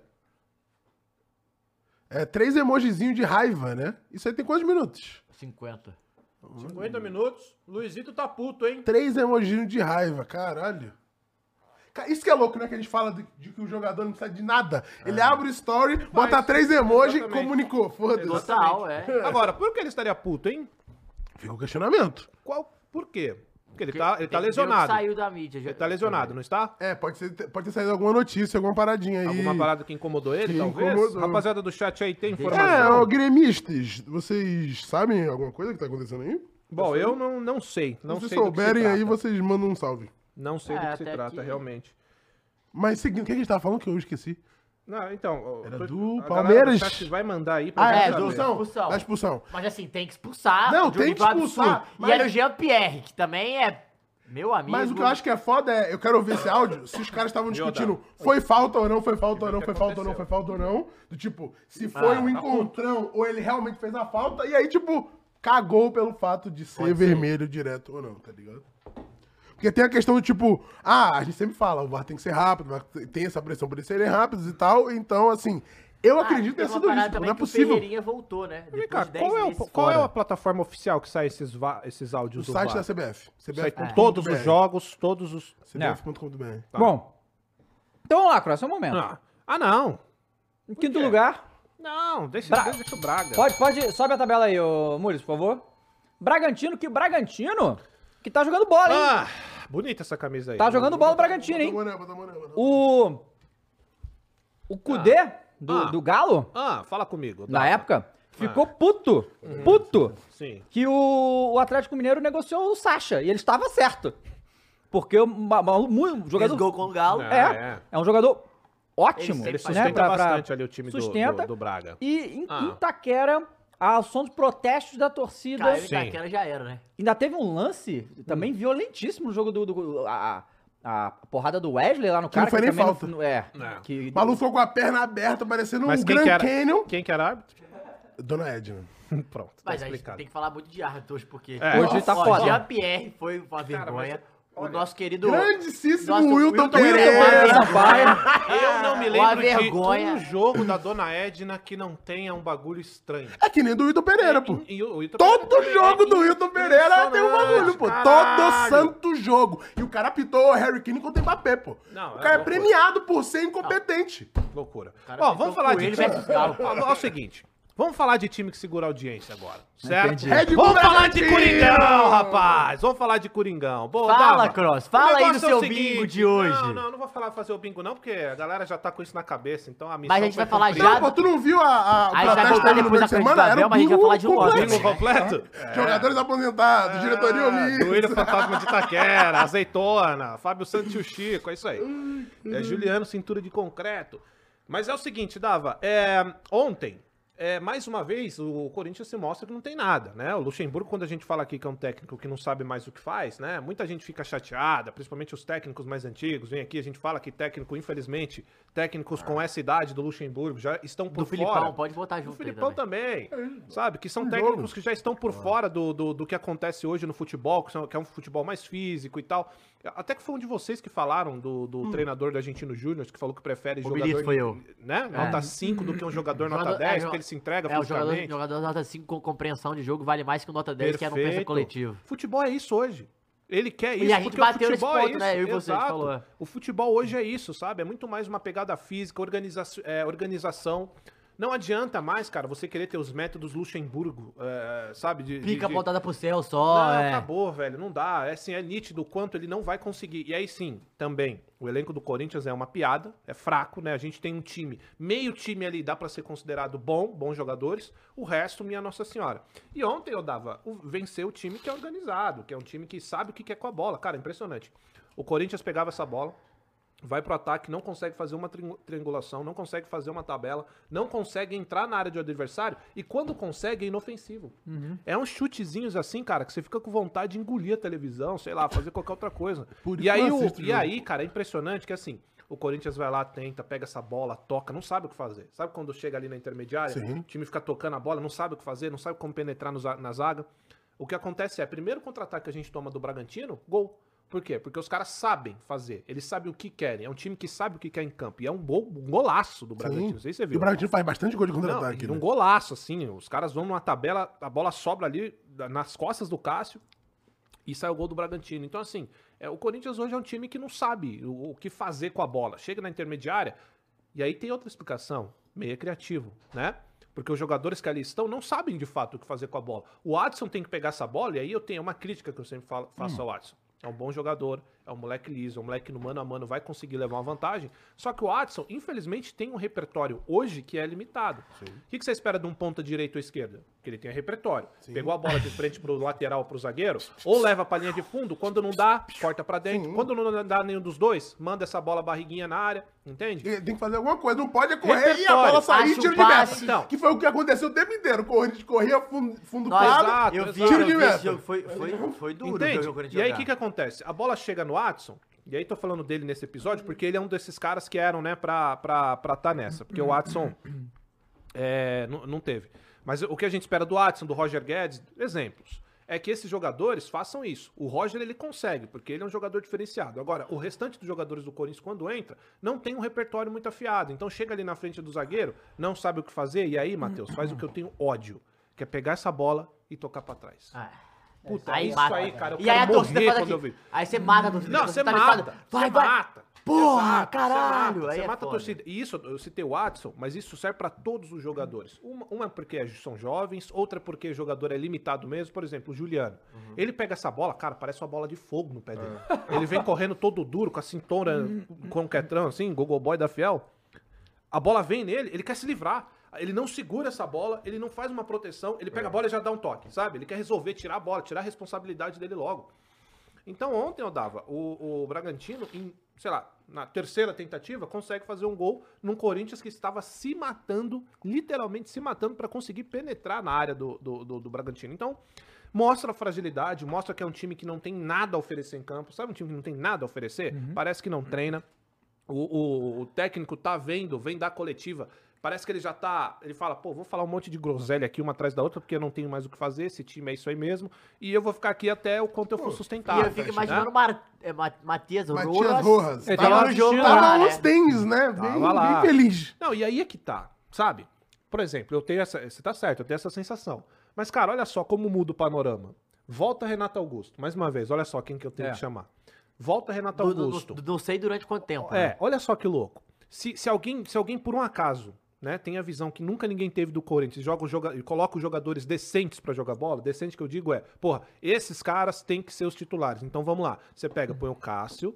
C: É três emojizinhos de raiva, né? Isso aí tem quantos minutos?
D: 50.
A: Hum.
B: 50 minutos, Luizito tá puto, hein?
C: Três emojizinhos de raiva, caralho. Ca- Isso que é louco, né? Que a gente fala de, de que o jogador não precisa de nada. Ele abre o story, bota três emojis e
B: Exatamente.
C: comunicou. Foda-se.
D: Total, é.
B: Agora, por que ele estaria puto, hein?
C: Fica o um questionamento.
B: Qual? Por quê? Porque ele tá, ele tá
D: Tem um que ver o que
B: lesionado.
D: Saiu da mídia. já-
B: Ele tá lesionado, não está?
C: É, pode, ser, pode ter saído alguma notícia, alguma paradinha aí.
B: Alguma parada que incomodou ele,
C: Que
B: talvez?
C: incomodou.
B: Rapaziada do chat aí, tem
C: É,
B: informação?
C: ô, gremistas, vocês sabem alguma coisa que tá acontecendo aí?
B: Bom, eu não, não sei. Não
C: Se
B: sei do que se
C: souberem aí,
B: trata.
C: vocês mandam um salve.
B: Não sei
D: É,
B: do que se
D: até
B: trata,
D: que-
B: realmente.
C: Mas seguindo, o que a gente tava falando que eu esqueci?
B: Não, então.
C: Era
B: eu tô-
C: do
B: a galera do
C: Palmeiras.
B: chat vai mandar aí pra
C: Ah,
B: gente
C: é,
D: da
B: saber.
C: da expulsão.
D: expulsão.
C: Da expulsão.
D: Mas assim, tem que expulsar.
C: Não,
D: de um
C: tem que
D: nível absurdo.
C: expulsar, mas-
D: E era o Jean Pierre, que também é meu amigo.
C: Mas o que eu acho que é foda é, eu quero ouvir esse áudio, se os caras estavam discutindo foi falta ou não, foi falta ou não, foi falta ou não, foi falta ou não. Do tipo,
B: Ah,
C: se foi
B: tá
C: um encontrão ou ele realmente fez a falta, e aí, tipo, cagou pelo fato de ser vermelho direto ou não, tá ligado? Porque tem a questão do tipo, ah, a gente sempre fala, o VAR tem que ser rápido, mas tem essa pressão por eles serem rápidos e tal, então, assim, eu acredito que
D: Ah,
C: tenha
D: tem uma
C: sido
D: parada
C: isso, pô,
D: também
C: não é
D: que o
C: possível.
D: Ferreirinha voltou, né?
B: Vem
D: Depois
B: cá,
D: de 10
B: qual é, o-
D: meses
B: qual é
D: fora.
B: a plataforma oficial que sai esses, va- esses
C: O
B: áudios do
C: site é
B: VAR?
C: da CBF.
B: Sai com
D: É.
C: CBF.
B: todos os jogos, todos os.
C: CBF.com.br.
B: Tá.
A: Bom. Então vamos lá, Cross, é o momento.
B: Ah, ah, não.
A: Em quinto lugar,
B: Não, deixa,
A: Bra-
B: deixa o Braga.
A: pode, pode, sobe a tabela aí, ô Muris, por favor. Bragantino, que Bragantino, que tá jogando bola, hein?
B: Ah, bonita essa camisa aí.
A: tá jogando bola o Bragantino, hein?
C: Bota a boné, bota a boné, bota a boné.
A: O. O Kudê, do,
B: Ah.
A: do Galo,
B: Ah, fala comigo.
A: na
B: Dá.
A: época, ficou
B: Ah.
A: puto. Puto.
B: Sim.
A: que o, o Atlético Mineiro negociou o Sacha. E ele estava certo. Porque o ma- malu- muito
D: Fez
A: jogador.
D: gol com o Galo.
B: Não. Ah,
A: É,
B: é.
A: é um jogador ótimo.
D: Ele
B: Ele
A: né,
B: sustenta
A: pra- pra-
B: bastante ali o time do-
A: sustenta.
B: do, do Braga.
A: E em,
B: Ah.
A: em Itaquera, a som dos protestos da torcida.
D: Caiu em
B: Sim.
D: Itaquera já era, né?
A: Ainda teve um lance também violentíssimo no jogo do. do- a, a a porrada do Wesley lá no cara.
C: não foi nem
A: também
C: falta.
A: não- é.
B: Não.
A: Que,
C: O maluco ficou com a perna aberta, parecendo um
B: Mas quem
C: Grand
B: que era?
C: Canyon.
B: Quem que era árbitro?
C: Dona Edna.
B: Pronto, tá
D: Mas a gente
B: explicado.
D: tem que falar muito de árbitro hoje, porque...
B: É.
A: Hoje tá
D: Ó,
A: foda.
D: Jean-Pierre foi uma vergonha. o nosso querido...
C: Grandíssimo
D: Nossa,
C: Wilton,
D: Wilton
C: Pereira.
D: Pereira.
A: Sampaio.
B: Eu não me
D: Ah, Uma
B: lembro
D: vergonha.
B: de um jogo da Dona Edna que não tenha um bagulho estranho.
C: É que nem do Wilton Pereira, pô.
B: E- e o- o Ito-
C: Todo jogo do Wilton Pereira tem um bagulho, pô. Todo
B: é Caralho.
C: santo jogo. E o cara pitou o Harry Kane contra o Mbappé, pô.
B: Não,
C: o
B: é
C: cara é
B: loucura.
C: premiado por ser incompetente.
B: Loucura.
D: cara
B: Ó,
D: pintou
B: vamos falar de
D: coelho
B: time.
D: versus galo.
B: Ó, É o seguinte. Vamos falar de time que segura a audiência agora, certo?
A: Entendi.
C: Red Bull
B: Vamos falar de
C: Bragantino.
B: Coringão, rapaz! Vamos falar de Coringão. Boa,
D: Fala,
B: Dava.
D: Cross,
B: O
D: fala aí
B: negócio
D: do
B: é o
D: seu bingo de
B: Não,
D: hoje.
B: não, não vou falar fazer o bingo não, porque a galera já tá com isso na cabeça, então a missão
D: Mas a gente
B: foi
D: vai falar
B: cumprida.
D: já
C: Não, pô, tu não viu a, a, o
D: Aí vai
C: protesto
D: voltar
C: dele no
D: depois
C: meio
D: da
C: de
D: frente do
C: semana? Era
D: Abel,
C: um
D: mas a gente vai
C: bingo
D: falar de um
C: completo.
B: Bingo completo?
C: Jogadores aposentados, diretoria
B: né? Ah,
C: ali.
B: Doeira Fantasma de Itaquera, Azeitona, Fábio Santos e o Chico, é isso aí. É Juliano Cintura de Concreto. Mas é o seguinte, Dava, é, ontem, é, mais uma vez, o Corinthians se mostra que não tem nada, né? O Luxemburgo, quando a gente fala aqui que é um técnico que não sabe mais o que faz, né? Muita gente fica chateada, principalmente os técnicos mais antigos. Vem aqui, a gente fala que técnico, infelizmente, técnicos com essa idade do Luxemburgo já estão por
D: Do
B: fora.
D: Filipão, pode botar
B: O
D: junto aí
B: Filipão
D: também.
B: também, sabe? Que são técnicos que já estão por fora do, do, do que acontece hoje no futebol, que, são- que é um futebol mais físico e tal. Até que foi um de vocês que falaram do, do treinador do Argentino Júnior, que falou que prefere
D: O
B: jogador...
D: Milito foi eu.
B: Né? Nota 5 do que um jogador nota
D: Jogador-
B: 10,
D: é,
B: porque ele se entrega
D: É, o jogador,
B: fisicamente.
D: jogador nota 5 com compreensão de jogo vale mais que o nota 10, que era um pensa
B: Perfeito.
D: coletivo.
B: Futebol é isso hoje. Ele quer isso
D: E a gente
B: porque
D: bateu
B: o
D: nesse
B: futebol é
D: ponto,
B: isso.
D: né? Eu e você, a gente
B: Exato.
D: falou.
B: O futebol hoje é isso, sabe? É muito mais uma pegada física, organiza é, organização. Não adianta mais, cara, você querer ter os métodos Luxemburgo, é, sabe? De, de-
D: Pica
B: de-
D: voltada pro céu
B: Não, tá
D: só, é.
B: acabou, velho. Não dá. É assim, é nítido o quanto ele não vai conseguir. E aí sim, também, o elenco do Corinthians é uma piada, é fraco, né? A gente tem um time, meio time ali, dá pra ser considerado bom, bons jogadores. O resto, minha Nossa Senhora. E ontem eu dava, o- venceu o time que é organizado, que é um time que sabe o que quer com a bola. Cara, impressionante. O Corinthians pegava essa bola, vai pro ataque, não consegue fazer uma tri- triangulação, não consegue fazer uma tabela, não consegue entrar na área do adversário e quando consegue é inofensivo. É uns chutezinhos assim, cara, que você fica com vontade de engolir a televisão, sei lá, fazer qualquer outra coisa.
C: Por
B: e
C: isso que
B: aí,
C: eu
B: o-
C: assisto
B: e
C: jogo.
B: aí, cara, é impressionante que assim, o Corinthians vai lá, tenta, pega essa bola, toca, não sabe o que fazer. Sabe quando chega ali na intermediária,
C: Sim.
B: o time fica tocando a bola, não sabe o que fazer, não sabe como penetrar no za- na zaga. O que acontece é, primeiro contra-ataque que a gente toma do Bragantino, gol. Por quê? Porque os caras sabem fazer, eles sabem o que querem. É um time que sabe o que quer em campo. E é um, gol, um golaço do Bragantino, não sei se você
C: E
B: viu.
C: o Bragantino faz bastante gol de
B: Não,
C: contra-ataque.
B: e um
C: né?
B: golaço, assim. Os caras vão numa tabela, a bola sobra ali da- nas costas do Cássio e sai o gol do Bragantino. Então, assim, é, o Corinthians hoje é um time que não sabe o, o que fazer com a bola. Chega na intermediária e aí tem outra explicação. Meio criativo, né? Porque os jogadores que ali estão não sabem de fato o que fazer com a bola. O Adson tem que pegar essa bola e aí eu tenho uma crítica que eu sempre falo- faço ao Adson. É um bom jogador, é um moleque liso, é um moleque no mano a mano, vai conseguir levar uma vantagem. Só que o Adson, infelizmente, tem um repertório hoje que é limitado. O que, que você espera de um ponta direita ou esquerda? Que ele tenha repertório. Pegou a bola de frente pro lateral pro zagueiro, ou leva pra linha de fundo, quando não dá, corta pra dentro. Quando não dá nenhum dos dois, manda essa bola barriguinha na área, entende?
C: E Tem que fazer alguma coisa, não pode é correr e a
B: Repertório.
C: bola sair e
D: Acha o
C: tiro de
D: passe,
C: meta.
B: então.
C: Que foi o que aconteceu o tempo inteiro. Corrida, corria, fundo, fundo
D: Nossa,
C: claro.
B: Exato,
D: eu
C: exato.
D: vi, eu vi
C: Tiro de
D: esse
C: meta.
D: jogo, foi, foi, foi duro o jogo que o
B: Entende? E
D: Corinthians
B: aí o
D: jogar.
B: que, que acontece? A bola chega no Watson, e aí tô falando dele nesse episódio, porque ele é um desses caras que eram, né, pra estar pra, pra tá nessa. Porque o Watson é, não, não teve. Mas o que a gente espera do Watson, do Roger Guedes, exemplos, é que esses jogadores façam isso. O Roger ele consegue, porque ele é um jogador diferenciado. Agora, o restante dos jogadores do Corinthians, quando entra, não tem um repertório muito afiado. Então chega ali na frente do zagueiro, não sabe o que fazer, e aí, Matheus, faz o que eu tenho ódio, que é pegar essa bola e tocar pra trás.
D: Ah,
B: Puta, é isso aí, cara. Eu
D: e
B: quero
D: aí a torcida
B: morrer
D: faz
B: quando eu
D: aqui.
B: vi.
D: Aí você mata a torcida.
B: Não,
D: a
B: você
D: torcida tá
B: mata.
D: ligada.
B: Você
D: Vai, vai.
B: mata.
D: Porra,
B: Exato, você
D: caralho,
B: mata,
D: aí
B: Você
D: é
B: mata a
D: foda.
B: torcida. E isso, eu citei o Watson, mas isso serve pra todos os jogadores. Uma, uma é porque são jovens, outra porque o jogador é limitado mesmo. Por exemplo, o Juliano.
D: Uhum.
B: Ele pega essa bola, cara, parece uma bola de fogo no pé
D: É.
B: dele. Ele vem correndo todo duro, com a cintura,
D: Uhum.
B: com o quetrão, assim, gogoboy da Fiel. A bola vem nele, ele quer se livrar. Ele não segura essa bola, ele não faz uma
D: É.
B: proteção, ele pega a bola e já dá um toque, sabe? Ele quer resolver, tirar a bola, tirar a responsabilidade dele logo. Então ontem eu dava o, o Bragantino em, sei lá, na terceira tentativa consegue fazer um gol num Corinthians que estava se matando, literalmente se matando para conseguir penetrar na área do, do, do, do Bragantino. Então mostra a fragilidade, mostra que é um time que não tem nada a oferecer em campo. Sabe um time que não tem nada a oferecer?
D: Uhum.
B: Parece que não treina. O, o- o técnico tá vendo, vem da coletiva. Parece que ele já tá. Ele fala, pô, vou falar um monte de groselha aqui, uma atrás da outra, porque eu não tenho mais o que fazer. Esse time é isso aí mesmo. E eu vou ficar aqui até o quanto eu for
D: E
B: sustentável.
D: eu fico
B: né?
D: imaginando o Mar... é, Ma- Matias Rojas.
C: Matias Rojas.
B: É,
A: Ele
C: Tava,
A: tava
C: tava,
A: no jogo
D: lá, né?
C: nos tênis, né?
B: Tava
C: Bem,
B: lá.
C: bem feliz.
B: Não, e aí é que tá, sabe? Por exemplo, eu tenho essa. Você tá certo, eu tenho essa sensação. Mas, cara, olha só como muda o panorama. Volta Renato Augusto. Mais uma vez, olha só quem que eu tenho
A: É.
B: que chamar. Volta Renato
D: Do- do-
B: Augusto.
D: do- Não sei durante quanto tempo. né?
B: Tá um É, olha só que louco. Se, se alguém, se alguém por um acaso, né, tem a visão que nunca ninguém teve do Corinthians, joga os joga e coloca os jogadores decentes pra jogar bola, decente que eu digo é, porra, esses caras têm que ser os titulares. Então vamos lá. Você pega, põe o Cássio,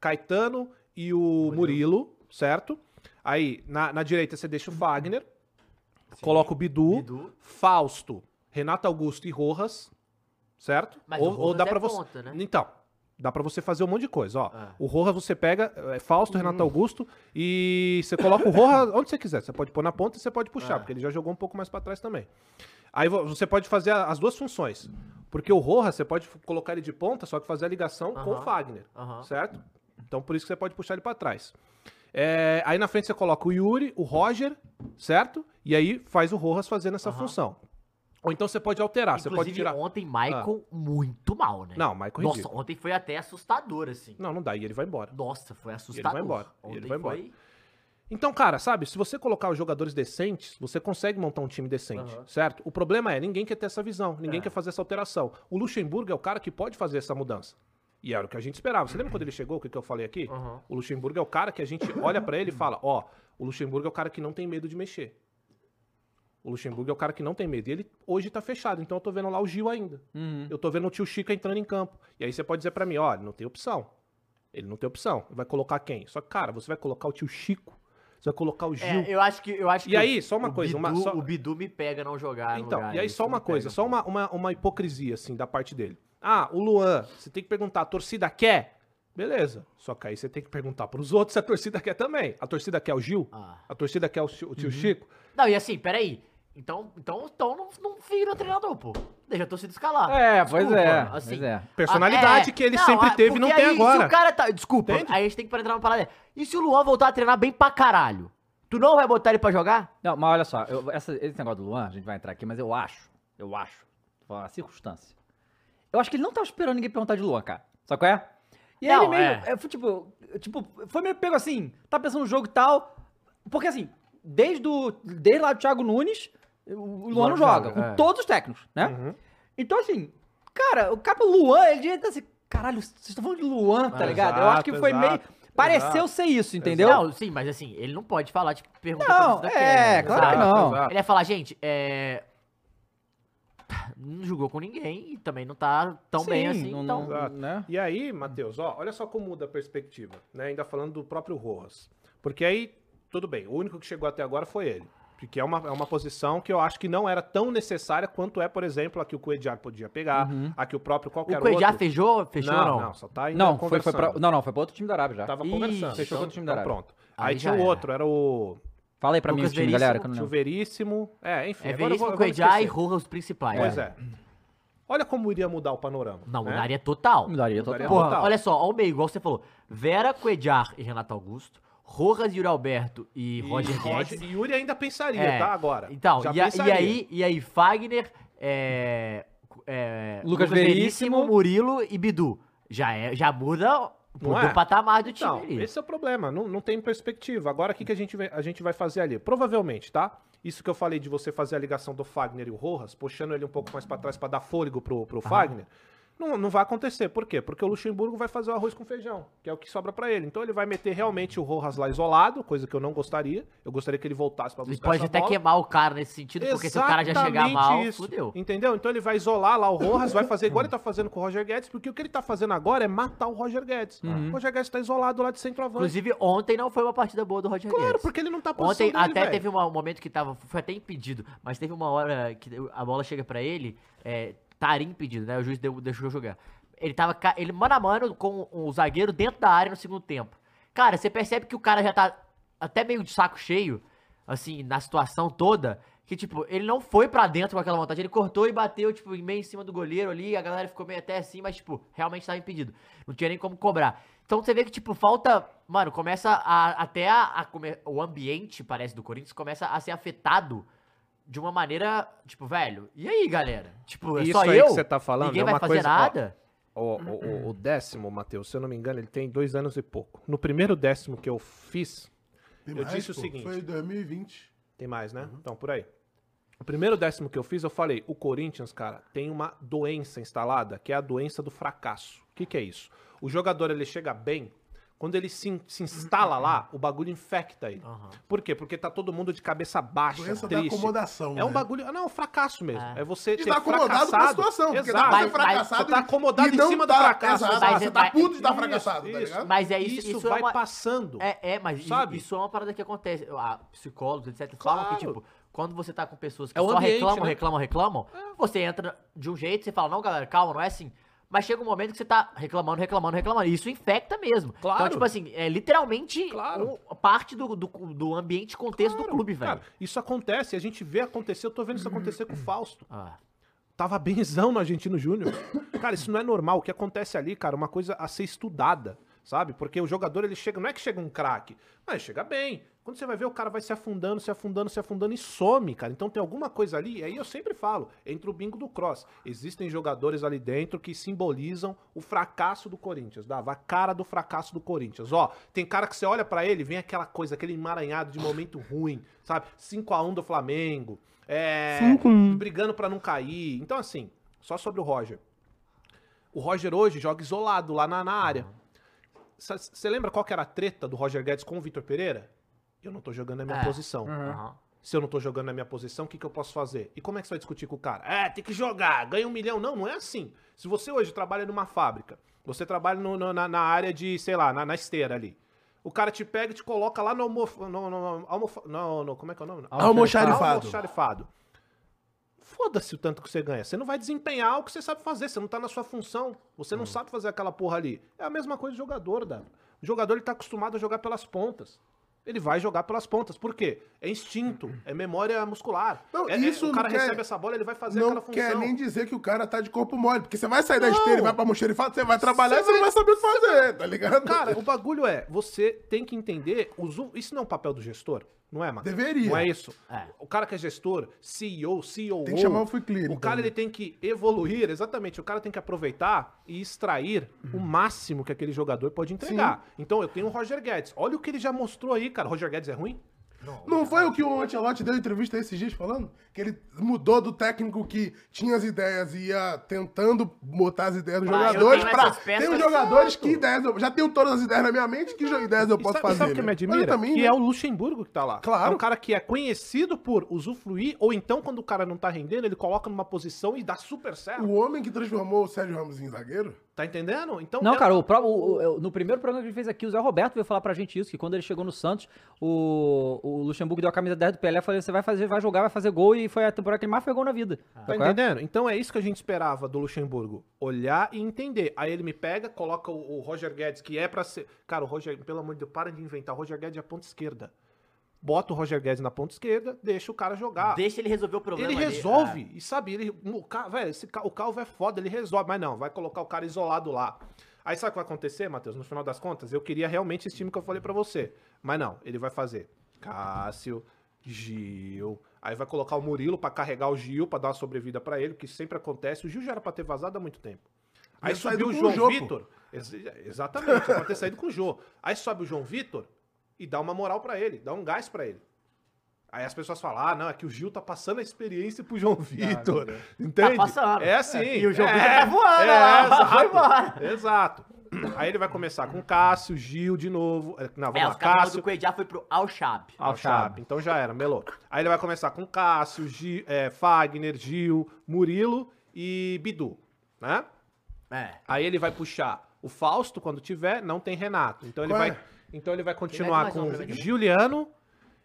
B: Caetano e o Murilo, certo? Aí na, na direita você deixa o Wagner, coloca o Bidu,
D: Bidu.
B: Fausto, Renato Augusto e Rojas, certo?
D: Mas o Rojas é ponta, né?
B: Então, dá pra você fazer um monte de coisa, ó.
D: Ah.
B: O Rojas você pega, é Fausto, Renato Augusto, e você coloca o Rojas onde você quiser. Você pode pôr na ponta e você pode puxar,
D: Ah.
B: porque ele já jogou um pouco mais pra trás também. Aí vo- você pode fazer a- as duas funções. Porque o Rojas, você pode f- colocar ele de ponta, só que fazer a ligação com o
D: Aham.
B: Wagner,
D: Aham.
B: certo? Então por isso que você pode puxar ele pra trás. É, aí na frente você coloca o Yuri, o Roger, certo? E aí faz o Rojas fazendo essa
D: Aham.
B: função. Ou então você pode alterar, você pode
D: Inclusive,
B: tirar. Ah.
D: ontem, Michael, muito mal, né?
B: Não, Michael
D: Nossa,
B: ridículo.
D: ontem foi até assustador, assim.
B: Não, não dá, e ele vai embora.
D: Nossa, foi
B: vai
D: assustador.
B: embora, e ele
D: Ontem
B: vai embora.
D: foi-
B: Então, cara, sabe, se você colocar os jogadores decentes, você consegue montar um time decente,
D: Aham.
B: certo? O problema é, ninguém quer ter essa visão, ninguém
D: É.
B: quer fazer essa alteração. O Luxemburgo é o cara que pode fazer essa mudança. E era o que a gente esperava. Você lembra quando ele chegou, o que, que eu falei aqui?
D: Aham.
B: O Luxemburgo é o cara que a gente olha pra ele e fala, ó, o Luxemburgo é o cara que não tem medo de mexer. O Luxemburgo é o cara que não tem medo. E ele hoje tá fechado, então eu tô vendo lá o Gil ainda.
A: Uhum.
D: Uhum.
B: Eu tô vendo o tio Chico entrando em campo. E aí você pode dizer pra mim, ó, ele não tem opção. Ele não tem opção. Vai colocar quem? Só que, cara, você vai colocar o tio Chico, você vai colocar o Gil.
D: É, eu acho que. Eu acho
B: E
D: que
B: aí,
D: o-
B: só uma
D: o
B: coisa,
D: Bidu,
B: uma- só-
D: O Bidu me pega não jogar. no
B: Então,
D: lugar,
B: e aí
D: isso
B: só
D: me
B: uma coisa,
D: pega,
B: só
D: pô.
B: uma, uma, uma hipocrisia, assim, da parte dele. Ah, o Luan, você tem que perguntar, a torcida quer? Beleza. Só que aí você tem que perguntar pros outros se a torcida quer também. A torcida quer o Gil?
D: Ah.
B: A torcida quer o, chi- o
D: Uhum.
B: tio Chico?
D: Não, e assim, peraí. Então, então, então não, não vira treinador, pô. Deixa a torcida escalar. assim.
A: É, pois é, pois
C: assim,
A: é.
B: Personalidade que ele sempre teve e não
D: porque
B: tem
D: aí, Se
B: agora.
D: o cara tá. Desculpa,
B: Entende?
D: aí a gente tem que entrar uma parada. E se o Luan voltar a treinar bem pra caralho? Tu não vai botar ele pra jogar?
A: Não, mas olha só, eu- essa- esse negócio do Luan, a gente vai entrar aqui, mas eu acho, eu acho, vou falar a circunstância. Eu acho que ele não tava esperando ninguém perguntar de Luan, cara. Sabe qual é? E aí
D: Não,
A: ele meio,
D: é.
A: é, foi, tipo, tipo, foi meio pego assim, tá pensando no jogo e tal, porque assim, desde, o, desde lá do Thiago Nunes, o Luan não joga, com
D: é.
A: todos os técnicos, né? Então assim, cara, o cara o Luan, ele devia estar assim, caralho, vocês estão falando de Luan, tá
B: Ah,
A: ligado? Eu acho que
B: exato,
A: foi meio,
B: exato,
A: pareceu
B: exato.
A: ser isso, entendeu?
D: Não, sim, mas assim, ele não pode falar, tipo, pergunta
A: Não,
D: pra torcida
A: é,
D: quer,
A: claro que
D: sabe?
A: não.
B: exato.
D: Ele ia falar, gente, é. Não julgou com ninguém e também não tá tão bem
A: Sim,
D: assim.
A: não-
D: então...
A: não-
B: Exato.
A: né?
B: E aí, Matheus, ó, olha só como muda a perspectiva, né? Ainda falando do próprio Rojas. Porque aí, tudo bem, o único que chegou até agora foi ele. Porque é uma, é uma posição que eu acho que não era tão necessária quanto é, por exemplo, a que o Coediar podia pegar, a que o próprio qualquer
D: O Cuejá
B: outro...
D: fechou? Fechou ou
B: não,
D: não?
B: não, só tá ainda
A: Não, foi, foi pra,
B: conversando.
A: não, não, foi pra outro time da Arábia já.
B: Tava
A: Ih,
B: conversando.
A: Fechou
B: então,
A: com outro time da
B: então
A: Arábia.
B: pronto. Aí,
D: Aí já
B: tinha o
D: era.
B: outro, era o
A: Fala aí pra mim o
D: Lucas
A: time,
D: Veríssimo,
A: galera, que eu não lembro.
B: Silveríssimo. É, enfim.
D: É
B: agora eu vou-
D: Veríssimo,
B: eu vou me
D: Cuejá e
B: esquecer.
D: Roja os principais.
B: Pois é. Olha como iria mudar o panorama.
D: Não,
B: né?
D: mudaria total.
A: Mudaria
B: Mudaria
A: total.
B: total.
D: Porra, olha só, ao meio, igual você falou. Vera, Cuejar e Renato Augusto. Rojas, Yuri Alberto e,
B: E
D: Roger Guedes.
B: Roger- e Yuri ainda pensaria,
D: É,
B: tá? Agora.
D: Então,
B: Já
D: e, a- e
B: pensaria.
D: aí, e aí, Fagner, é, é,
A: Lucas Veríssimo.
D: Murilo e Bidu. Já, é, já muda
B: Não
D: muda
B: é?
D: o patamar do time
B: Então,
D: ali.
B: esse é o problema, não, não tem perspectiva. Agora, o que, que a, gente, vai- a gente vai fazer ali? Provavelmente, tá? Isso que eu falei de você fazer a ligação do Fagner e o Rojas, puxando ele um pouco mais pra trás pra dar fôlego pro, pro Fagner, não, não vai acontecer. Por quê? Porque o Luxemburgo vai fazer o arroz com feijão, que é o que sobra pra ele. Então ele vai meter realmente o Rojas lá isolado, coisa que eu não gostaria. Eu gostaria que ele voltasse pra
D: Ele
B: buscar
D: pode
B: essa
D: até
B: bola.
D: queimar o cara nesse sentido, porque se o cara já chegar
B: Exatamente
D: mal,
B: isso.
D: fudeu.
B: Entendeu? Então ele vai isolar lá o Rojas, vai fazer igual ele tá fazendo com o Roger Guedes, porque o que ele tá fazendo agora é matar o Roger Guedes. O Roger Guedes tá isolado lá de centroavante.
D: Uhum. Inclusive, ontem não foi uma partida boa do Roger
B: Claro,
D: Guedes.
B: porque ele não tá
D: Ontem
B: posicionado.
D: até teve uma- um momento que tava. Foi até impedido, mas teve uma hora que a bola chega pra ele. É, estaria impedido, né? O juiz deu- deixou jogar. Ele tava ca- ele mano a mano com o zagueiro dentro da área no segundo tempo. Cara, você percebe que o cara já tá até meio de saco cheio, assim, na situação toda, que tipo, ele não foi pra dentro com aquela vontade, ele cortou e bateu, tipo, meio em cima do goleiro ali, a galera ficou meio até assim, mas tipo, realmente tava impedido. Não tinha nem como cobrar. Então você vê que, tipo, falta. Mano, começa a. Até a, a come- o ambiente, parece, do Corinthians começa a ser afetado de uma maneira, tipo, velho. E aí, galera? Tipo, é
B: Isso
D: só
B: aí
D: eu?
B: que você tá falando
D: Ninguém
B: é
D: vai
B: uma
D: fazer
B: coisa. ó,
D: nada.
B: O, o- o- o décimo, Matheus, se eu não me engano, ele tem dois anos e pouco. No primeiro décimo que eu fiz,
C: Tem
B: Eu disse o seguinte.
C: Foi 2020.
B: tem mais, né?
C: Uhum.
B: Então, por aí. O primeiro décimo que eu fiz, eu falei, o Corinthians, cara, tem uma doença instalada, que é a doença do fracasso. O que, que é isso? O jogador, ele chega bem, quando ele se, in- se instala lá, o bagulho infecta ele.
D: Aham.
B: Por quê? Porque tá todo mundo de cabeça baixa,
C: Doença da
B: triste.
C: acomodação.
B: É um
C: né?
B: bagulho. Não, é um fracasso mesmo.
D: Ah.
B: É você
C: De
B: ter
C: estar acomodado com a
B: fracassado.
C: situação. Porque dá
B: Exato.
C: pra
D: Mas-
C: ser
D: mas
C: fracassado.
B: você tá acomodado
C: e
B: em
C: não
B: cima do
C: tá-
B: fracasso.
C: Exato,
D: Mas
C: você
D: é-
C: tá
D: vai-
C: puto de estar
B: Isso,
C: fracassado, tá
B: isso.
C: ligado?
D: Mas é isso.
B: Isso,
D: Isso,
B: vai
D: é, uma,
B: passando.
D: é, é, mas isso-
B: sabe?
D: isso é uma parada que acontece. Ah, psicólogos, etc. Falam que,
B: Claro.
D: tipo, quando você tá com pessoas que
A: É o
D: só
A: ambiente,
D: reclamam,
A: né?
D: reclamam, reclamam,
B: É.
D: você entra de um jeito, você fala, não, galera, calma, não é assim. Mas chega um momento que você tá reclamando, reclamando, reclamando. E isso infecta mesmo. Então,
B: Claro.
D: tipo assim, é literalmente
B: Claro.
D: um- parte do, do, do ambiente e contexto do
B: Claro,
D: clube, velho.
B: cara, isso acontece, a gente vê acontecer, eu tô vendo isso acontecer com o Fausto.
D: Ah.
B: Tava benzão no Argentino Júnior. Cara, isso não é normal. O que acontece ali, cara, é uma coisa a ser estudada, sabe? Porque o jogador, ele chega, não é que chega um craque, mas chega bem. Quando você vai ver, o cara vai se afundando, se afundando, se afundando e some, cara. Então tem alguma coisa ali, e aí eu sempre falo, entre o bingo do cross. Existem jogadores ali dentro que simbolizam o fracasso do Corinthians, dava a cara do fracasso do Corinthians. Ó, tem cara que você olha pra ele, vem aquela coisa, aquele emaranhado de momento ruim, sabe? 5 a 1 do Flamengo. É, brigando pra não cair. Então assim, só sobre o Roger. O Roger hoje joga isolado lá na, na área. Você lembra qual que era a treta do Roger Guedes com o Vitor Pereira? Eu não tô jogando na minha
D: É.
B: posição.
D: Aham.
B: Se eu não tô jogando na minha posição, o que, que eu posso fazer? E como é que você vai discutir com o cara? É, tem que jogar, ganha um milhão. Não, não é assim. Se você hoje trabalha numa fábrica, você trabalha no- no- na, na área de, sei lá, na, na esteira ali. O cara te pega e te coloca lá no almof... No, no- almof- no- no- como é que é o nome?
C: Almoxarifado.
B: Almoxarifado. Foda-se o tanto que você ganha. Você não vai desempenhar o que você sabe fazer. Você não tá na sua função. Você
C: Hum.
B: não sabe fazer aquela porra ali. É a mesma coisa do jogador, Dado. O jogador, ele tá acostumado a jogar pelas pontas. Ele vai jogar pelas pontas. Por quê? É instinto. É memória muscular.
C: Não,
B: É- é-
C: isso
B: o cara
C: não quer-
B: recebe essa bola, ele vai fazer
C: Não
B: é aquela função.
C: quer nem dizer que o cara tá de corpo mole, porque você vai sair da
B: Não.
C: esteira e vai pra moxerifado, você vai trabalhar e
B: Você
C: você não
B: vai-
C: vai saber o que fazer, tá ligado?
B: Cara, o bagulho é, você tem que entender, os, u- isso não é um papel do gestor, não é, Max?
C: Deveria.
B: Não é isso.
D: É.
B: O cara que é gestor, CEO, CEO,
C: Tem que chamar o Fui Clear,
B: O cara
C: então.
B: ele tem que evoluir, exatamente, o cara tem que aproveitar e extrair
C: Uhum.
B: o máximo que aquele jogador pode entregar. Então eu tenho o Roger Guedes, olha o que ele já mostrou aí, cara. Roger Guedes é ruim?
C: Não foi o que o Antelote deu entrevista esses dias falando? Que ele mudou do técnico que tinha as ideias e ia tentando botar as ideias dos
D: Pra, eu
C: jogadores
D: tenho
C: pra.
D: essas peças,
C: Tem os jogadores que ideias. Eu, já tenho todas as ideias na minha mente, que jo- ideias eu
B: E
C: posso
B: sabe,
C: fazer.
B: Sabe o que
C: né?
B: me admira?
C: Eu também,
B: que
C: né?
B: é o Luxemburgo que tá lá.
C: Claro.
B: É um cara que é conhecido por usufruir, ou então quando o cara não tá rendendo, ele coloca numa posição e dá super certo.
C: o homem que transformou o Sérgio Ramos em zagueiro.
B: Tá entendendo? Então
A: Não,
B: é-
A: cara, o próprio- o- o- no primeiro programa que a gente fez aqui, o Zé Roberto veio falar pra gente isso, que quando ele chegou no Santos, o, o Luxemburgo deu a camisa 10 do Pelé, falou, você vai fazer, vai jogar, vai fazer gol, e foi a temporada que ele mais fez gol na vida.
B: Tá
A: qual é?
B: entendendo? Então é isso que a gente esperava do Luxemburgo. Olhar e entender. Aí ele me pega, coloca o, o Roger Guedes, que é pra ser. Cara, o Roger, pelo amor de Deus, para de inventar. O Roger Guedes é ponta esquerda. Bota o Roger Guedes na ponta esquerda, deixa o cara jogar.
D: Deixa ele resolver o problema.
B: Ele
D: ali. é.
B: resolve, e sabe, ele, o, ca- velho, esse ca- o Calvo é foda, ele resolve, mas não, vai colocar o cara isolado lá. Aí sabe o que vai acontecer, Matheus? No final das contas, eu queria realmente esse time que eu falei pra você. Mas não, ele vai fazer Cássio, Gil, aí vai colocar o Murilo pra carregar o Gil, pra dar uma sobrevida pra ele, que sempre acontece. O Gil já era pra ter vazado há muito tempo. Aí
C: Ele saiu
B: subiu o
C: com
B: João
C: o Jô, pô.
B: Vitor. Ex- exatamente, era pra ter saído com o Jô. Aí sobe o João Vitor e dá uma moral pra ele, dá um gás pra ele. Aí as pessoas falam, ah, não, é que o Gil tá passando a experiência pro João Vitor. Entende?
D: Ah, Tá passando.
B: É assim.
D: E o João
B: é,
D: Vitor tá voando,
B: é,
D: olha lá, foi
B: exato,
D: embora.
B: exato. Aí ele vai começar com Cássio, Gil de novo. é, Não, vamos
D: É,
B: lá,
D: os caras
B: Cássio.
D: do Coelho já foi pro Al Shab.
B: Al Chap, então já era, melou. Aí ele vai começar com Cássio, Gi- é, Fagner, Gil, Murilo e Bidu, né?
D: É.
B: Aí ele vai puxar o Fausto quando tiver, não tem Renato. Então ele
C: Qual é?
B: vai, então ele vai
D: mais
B: continuar com
D: um, né?
B: Juliano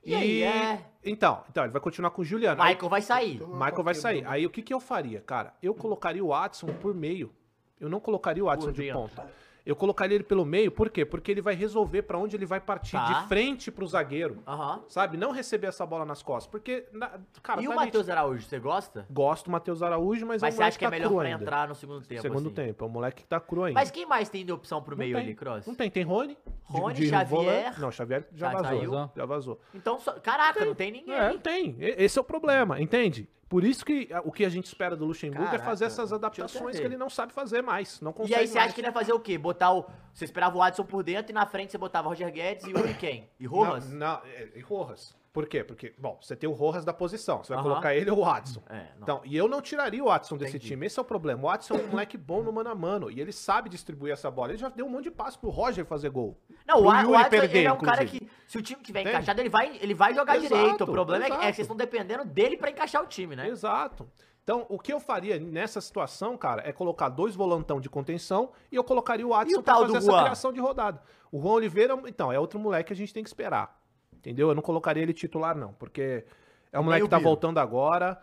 B: e,
D: E aí, é?
B: então, então ele vai continuar com o Juliano. Aí-
D: Michael vai sair.
B: Michael vai sair. Aí o que, que eu faria, cara? Eu colocaria o Watson por meio. Eu não colocaria o Adson
D: Por
B: de
D: dentro.
B: ponta. Eu colocaria ele pelo meio, por quê? Porque ele vai resolver pra onde ele vai partir
D: Tá.
B: de frente pro zagueiro.
D: Aham.
B: Sabe? Não receber essa bola nas costas. Porque, na- cara,
D: E
B: tá nítido.
D: o Matheus Araújo, você gosta?
B: Gosto do Matheus Araújo, mas, um
D: Mas você
B: moleque
D: acha que é
B: tá
D: melhor
B: cru
D: pra
B: ainda.
D: entrar no segundo tempo?
B: Segundo
D: assim?
B: tempo, é um moleque que tá cru ainda.
D: Mas quem mais tem de opção pro meio
B: tem,
D: ali, Cross?
B: Não tem, tem Rony.
D: Rony,
B: volante.
D: Xavier. Tá,
B: Não, Xavier já
D: Já
B: vazou.
A: saiu.
B: Já vazou.
D: Então, só- caraca, não tem ninguém.
B: É, não tem. E- Esse é o problema, entende? Por isso que a- o que a gente espera do Luxemburgo é
D: Caraca,
B: fazer essas
D: deixa eu
B: adaptações
D: até
B: que
D: ver.
B: ele não sabe fazer mais. Não consegue
D: E aí você
B: mais.
D: acha que ele é ia fazer o quê? Botar o. Você esperava o Adson por dentro e na frente você botava Roger Guedes e o Yuri quem? E Rojas?
B: Não, não, é, e Rojas. Por quê? Porque, bom, você tem o Rojas da posição. Você vai
D: Aham.
B: colocar ele ou o Watson.
D: É, não.
B: Então, e eu não tiraria o Watson desse
D: Entendi.
B: time. Esse é o problema. O Watson é um moleque bom no mano a mano. E ele sabe distribuir essa bola. Ele já deu um monte de passo pro Roger fazer gol.
D: Não, o,
B: Pro
D: A- o
B: Yuri
D: Adson
B: perder,
D: ele é um cara
B: inclusive.
D: que, se o time tiver
B: Entende?
D: encaixado, ele vai, ele vai jogar
B: Exato,
D: direito. O problema é que- é
B: exato.
D: que vocês estão dependendo dele pra encaixar o time, né?
B: Exato. Então, o que eu faria nessa situação, cara, é colocar dois volantão de contenção e eu colocaria o
D: E
B: Watson
D: o
B: pra
D: tal
B: fazer
D: do
B: essa
D: Juan?
B: criação de rodada. O Juan Oliveira, então, é outro moleque que a gente tem que esperar. Entendeu? Eu não colocaria ele titular, não, porque é um moleque
D: o
B: que tá
D: Biro.
B: voltando agora.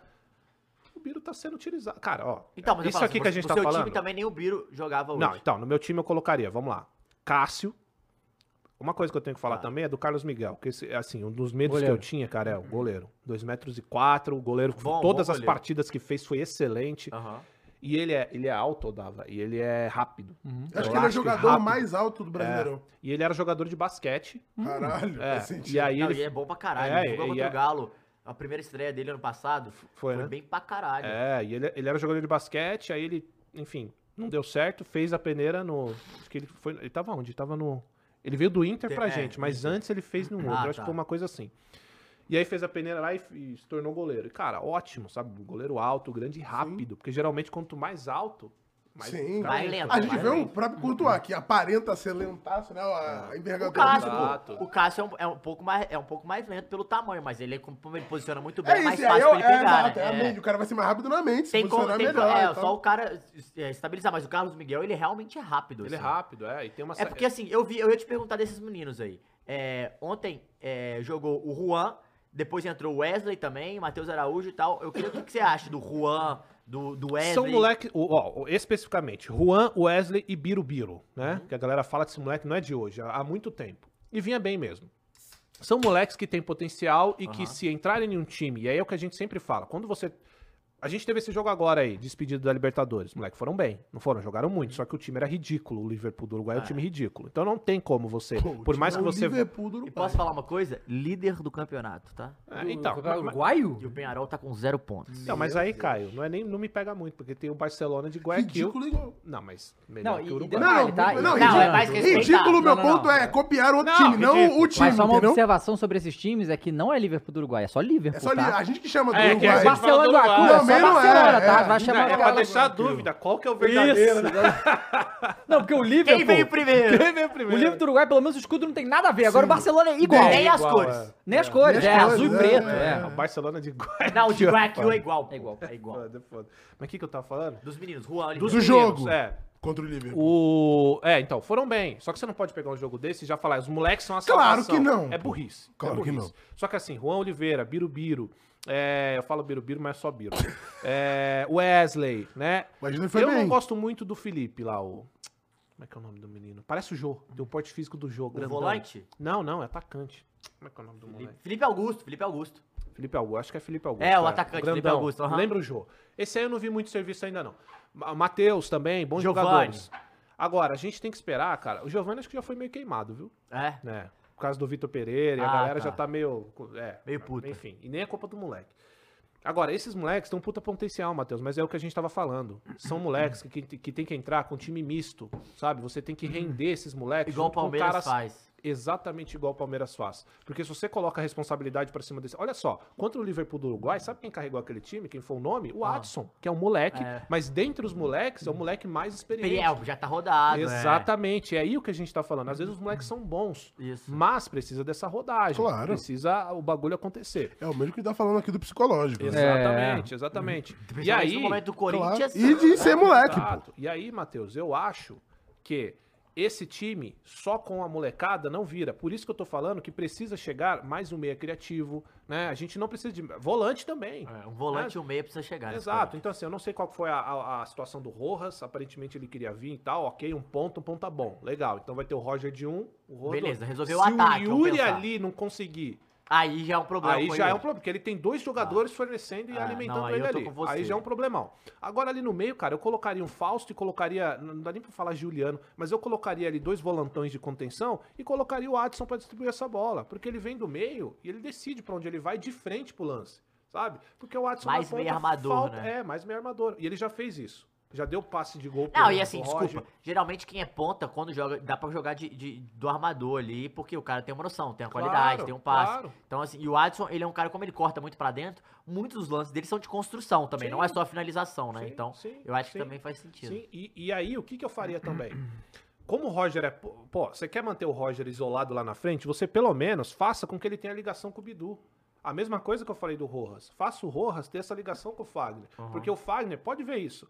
B: O Biro tá sendo utilizado. Cara, ó.
D: Então, mas eu
B: isso
D: falo,
B: aqui
D: no-
B: que a gente
D: no
B: tá
D: seu
B: falando.
D: time também nem o Biro jogava hoje.
B: Não, então, no meu time eu colocaria, vamos lá. Cássio. Uma coisa que eu tenho que falar
D: Tá.
B: também é do Carlos Miguel, que esse, assim, um dos medos
A: Goleiro.
B: que eu tinha, cara, é o goleiro. 2 metros e quatro, o goleiro,
D: Bom,
B: todas
D: bom
B: as
D: goleiro.
B: partidas que fez foi excelente.
D: Aham.
B: E ele é, ele é alto, Odava, e ele é rápido.
C: Acho que ele é o
B: Elástico e
C: jogador
B: rápido.
C: mais alto do Brasileirão. Hum.
B: E ele era jogador de basquete.
C: Caralho,
B: É,
C: faz sentido.
B: e aí
D: Não,
B: ele
D: e é bom pra caralho.
B: É,
D: ele jogou
B: e
D: contra
B: é-
D: o Galo. A primeira estreia dele ano passado
B: foi,
D: foi,
B: né?
D: bem pra caralho.
B: É, e ele, ele era jogador de basquete, aí ele, enfim, não deu certo, fez a peneira no. Acho que ele foi. Ele tava onde? Ele tava no. Ele veio do Inter
D: Tem-
B: pra
D: é,
B: gente, mas antes ele fez num outro.
D: Ah,
B: acho
D: tá.
B: que foi uma coisa assim. E aí fez a peneira lá e, e se tornou goleiro. E, cara, ótimo, sabe? Um Goleiro alto, grande e rápido. Porque geralmente, quanto mais alto, mais.
C: Sim.
B: fica
D: Mais
B: lento,
D: lento,
B: né?
C: A gente vê um o próprio Courtois, que aparenta ser lentaço, né?
B: É.
C: A a
D: O
C: envergadura.
D: Cássio,
C: do
B: Exato.
D: pô, o Cássio é um, é um pouco mais, é um pouco mais lento pelo tamanho, mas ele, é- como ele posiciona muito bem, é,
C: É
D: mais
C: isso, aí
D: fácil
C: é, o-
D: pra ele
C: é,
D: pegar,
C: exato, é a
D: né? É.
C: mente. O cara vai ser mais rápido na mente, se
D: Tem como,
C: posicionar
D: tem
C: melhor.
D: como-
C: e
D: é,
C: tal.
D: só o cara é, estabilizar, mas o Carlos Miguel, ele realmente é rápido.
B: Ele é
D: assim.
B: rápido, é. E tem uma
D: É porque assim, eu vi, eu ia te perguntar desses meninos aí. É, ontem é, jogou o Juan, depois entrou o Wesley também, Matheus Araújo e tal. Eu queria o que, que você acha do Juan, do, do Wesley.
B: São moleque, o- ó, o- especificamente, Juan, Wesley e Biro Biro,
A: Uhum.
B: né? Que a galera fala desse moleque, não é de hoje, há há muito tempo. E vinha bem mesmo. São moleques que têm potencial e que
D: Aham.
B: se entrarem em um time, e aí é o que a gente sempre fala, quando você... A gente teve esse jogo agora aí, despedido da Libertadores. Moleque, foram bem. Não foram, jogaram muito. Só que o time era ridículo. O Liverpool do Uruguai é um
D: É.
B: time ridículo. Então não tem como você.
C: Pô, o
B: por
C: time
B: mais
C: é
B: que
C: o
B: você.
C: Liverpool do
D: E
C: Uruguai.
D: posso falar uma coisa? Líder do campeonato, tá?
B: É, então,
A: Do- do-
B: mas-
A: Uruguaio?
D: E o Penharol tá com zero pontos.
B: então, mas aí, Caio, não, é nem, não me pega muito, porque tem o Barcelona de Guayaquil.
C: Ridículo igual.
B: Não, mas melhor
A: Não, e-
B: que o
A: e detalhe,
B: Uruguai.
C: Não,
A: tá?
C: não,
A: E-
C: ridículo.
D: mas que respeitar.
C: Ridículo, meu
A: Não, não,
C: ponto
A: não.
C: é copiar outro
B: Não,
C: time, não
B: ridículo.
C: o
A: Mas
C: time,
A: só uma
C: entendeu?
A: observação sobre esses times é que não é Liverpool do Uruguai, é só Liverpool,
C: É só ali,
A: tá?
C: a gente que chama do
B: É, que é
C: Uruguai.
B: Barcelona.
A: Marcelando a culpa, é só
C: Também não é,
A: Barcelona, tá?
C: é.
A: Vai
B: Não,
A: chamar
B: é
A: o
B: pra
A: cara-
B: deixar a dúvida, qual que é o verdadeiro?
A: Isso. Não, porque o Liverpool...
D: Quem veio primeiro?
C: é
B: Quem veio
A: O
B: primeiro?
A: Liverpool do Uruguai, pelo menos o escudo não tem nada a ver. Agora o Barcelona é igual.
D: Nem as
B: igual,
D: cores.
B: é.
A: Nem as cores,
C: as
A: é,
C: cores,
A: azul e
C: é,
A: preto.
C: é.
A: É.
B: O Barcelona de Guayaquil.
D: Não, o de Guayaquil é igual. pô.
A: É igual.
D: É igual.
B: Foda, foda. Mas o que, que eu tava falando?
D: Dos meninos, Juan,
C: Dos Do
D: Oliveira.
C: jogo.
B: É.
C: Contra o Liverpool.
B: O... é, então, foram bem. Só que você não pode pegar um jogo desse e já falar, os moleques são a
C: Claro
B: salvação.
C: que não.
B: É burrice. é
C: Claro que
B: burrice.
C: não.
B: Só que assim, Juan Oliveira, Biro Biro, é, eu falo Biro Biro, mas é só Biro. É, Wesley, né?
C: Mas ele foi
B: eu
C: bem.
B: não gosto muito do Felipe lá, o... Como é que é o nome do menino? Parece o Jô. Tem o porte físico do Jô,
D: O
B: grandão.
D: volante?
B: Não, não, é atacante. Como é que é o nome do moleque?
D: Felipe Augusto, Felipe Augusto.
B: Felipe Augusto, acho que é Felipe Augusto.
D: É, o atacante, Felipe
B: grandão.
D: Augusto, aham.
B: Lembra o Jô. Esse aí eu não vi muito serviço ainda, não. Ma- Matheus também, bons
D: Giovani.
B: jogadores. Agora, a gente tem que esperar, cara. O Giovanni acho que já foi meio queimado, viu?
D: É.
B: É. Por causa do Vitor Pereira, e a
D: Ah,
B: galera
D: tá.
B: já tá meio. É,
D: Meio puta.
B: Enfim, e nem é culpa do moleque. Agora, esses moleques têm um puta potencial, Matheus, mas é o que a gente tava falando. São moleques que, que, que tem que entrar com time misto, sabe? Você tem que render esses moleques.
D: Igual o
B: junto com
D: Palmeiras
B: caras
D: faz.
B: exatamente igual o Palmeiras faz. Porque se você coloca a responsabilidade pra cima desse. Olha só, contra o Liverpool do Uruguai, sabe quem carregou aquele time? Quem foi o nome? O
D: Ah.
B: Adson, que é um moleque,
D: É.
B: mas dentre os moleques é o moleque mais experiente.
D: Periel, já tá rodado. é.
B: Exatamente, é aí o que a gente tá falando. Às vezes os moleques são bons,
D: Isso.
B: mas precisa dessa rodagem.
C: Claro.
B: Precisa o bagulho acontecer.
C: É o mesmo que tá falando aqui do psicológico. né?
B: Exatamente,
D: Hum.
B: exatamente. E
D: Principalmente
B: aí,
D: no momento do
C: Claro.
D: Corinthians.
C: E de ser moleque, pô.
B: Exato. E aí, Matheus, eu acho que Esse time, só com a molecada, não vira. Por isso que eu tô falando que precisa chegar mais um meia criativo, né? A gente não precisa de. Volante também.
D: É, um volante e um meia precisa chegar. nesse
B: Exato.
D: ponto.
B: Então, assim, eu não sei qual foi a, a- a situação do Rojas. Aparentemente ele queria vir e tal. Ok, um ponto, um ponto tá bom. Legal. Então vai ter o Roger de um, o Rojas.
D: Beleza, resolveu
B: Se
D: o ataque,
B: o
D: vamos
B: Yuri
D: pensar.
B: ali não conseguir,
D: Aí já é um problema.
B: aí
D: com
B: já
D: ele.
B: é um problema, porque ele tem dois jogadores fornecendo e
D: Ah,
B: alimentando
D: não, aí
B: ele
D: eu tô
B: ali.
D: com você.
B: Aí já é um problemão. Agora ali no meio, cara, eu colocaria um Fausto e colocaria, não dá nem pra falar Juliano, mas eu colocaria ali dois volantões de contenção e colocaria o Adson pra distribuir essa bola, porque ele vem do meio e ele decide pra onde ele vai de frente pro lance, sabe? Porque o Adson
D: Mais meio armador, né?
B: É, mais meio armador. E ele já fez isso. Já deu passe de gol pro-
D: Não, e assim,
B: pro Roger.
D: desculpa. Geralmente quem é ponta, quando joga, dá pra jogar de, de- do armador ali, porque o cara tem uma noção, tem uma
B: Claro,
D: qualidade, tem um passe.
B: claro.
D: Então, assim, e o Adson, ele é um cara, como ele corta muito pra dentro, muitos dos lances dele são de construção também,
B: Sim.
D: não é só finalização, né?
B: Sim,
D: então,
B: sim,
D: eu acho
B: sim,
D: que também faz sentido.
B: Sim, e, e aí o que, que eu faria também? Como o Roger é. po- Pô, você quer manter o Roger isolado lá na frente? Você pelo menos faça com que ele tenha ligação com o Bidu. A mesma coisa que eu falei do Rojas. Faça o Rojas ter essa ligação com o Fagner.
D: Aham.
B: Porque o Fagner, pode ver isso.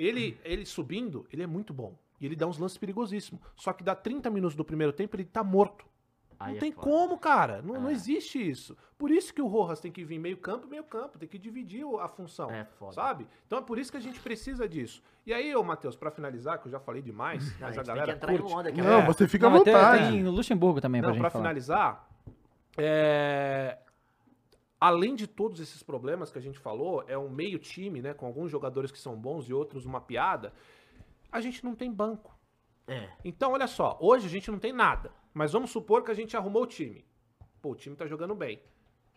B: Ele, ele subindo, ele é muito bom. E ele dá uns lances perigosíssimos. Só que dá 30 minutos do primeiro tempo, ele tá morto.
D: Aí
B: não
D: é
B: tem
D: foda.
B: como, cara. Não, não
D: É.
B: existe isso. Por isso que o Rojas tem que vir meio campo, meio campo. Tem que dividir o- a função.
D: É foda.
B: Sabe? Então é por isso que a gente precisa disso. E aí, ô Matheus, pra finalizar, que eu já falei demais,
D: Não, a
B: mas
D: gente
B: a,
D: tem que é
B: galera
D: entrar
B: curte.
D: em onda aqui.
C: Não,
B: É.
D: agora.
C: você fica à
A: Não, tem-
C: vontade.
A: Tem Luxemburgo também pra
B: Não,
A: gente
B: pra
A: falar.
B: finalizar, é, além de todos esses problemas que a gente falou, é um meio time, né? Com alguns jogadores que são bons e outros uma piada. A gente não tem banco.
D: É.
B: Então, olha só, hoje a gente não tem nada, mas vamos supor que a gente arrumou o time. Pô, o time tá jogando bem.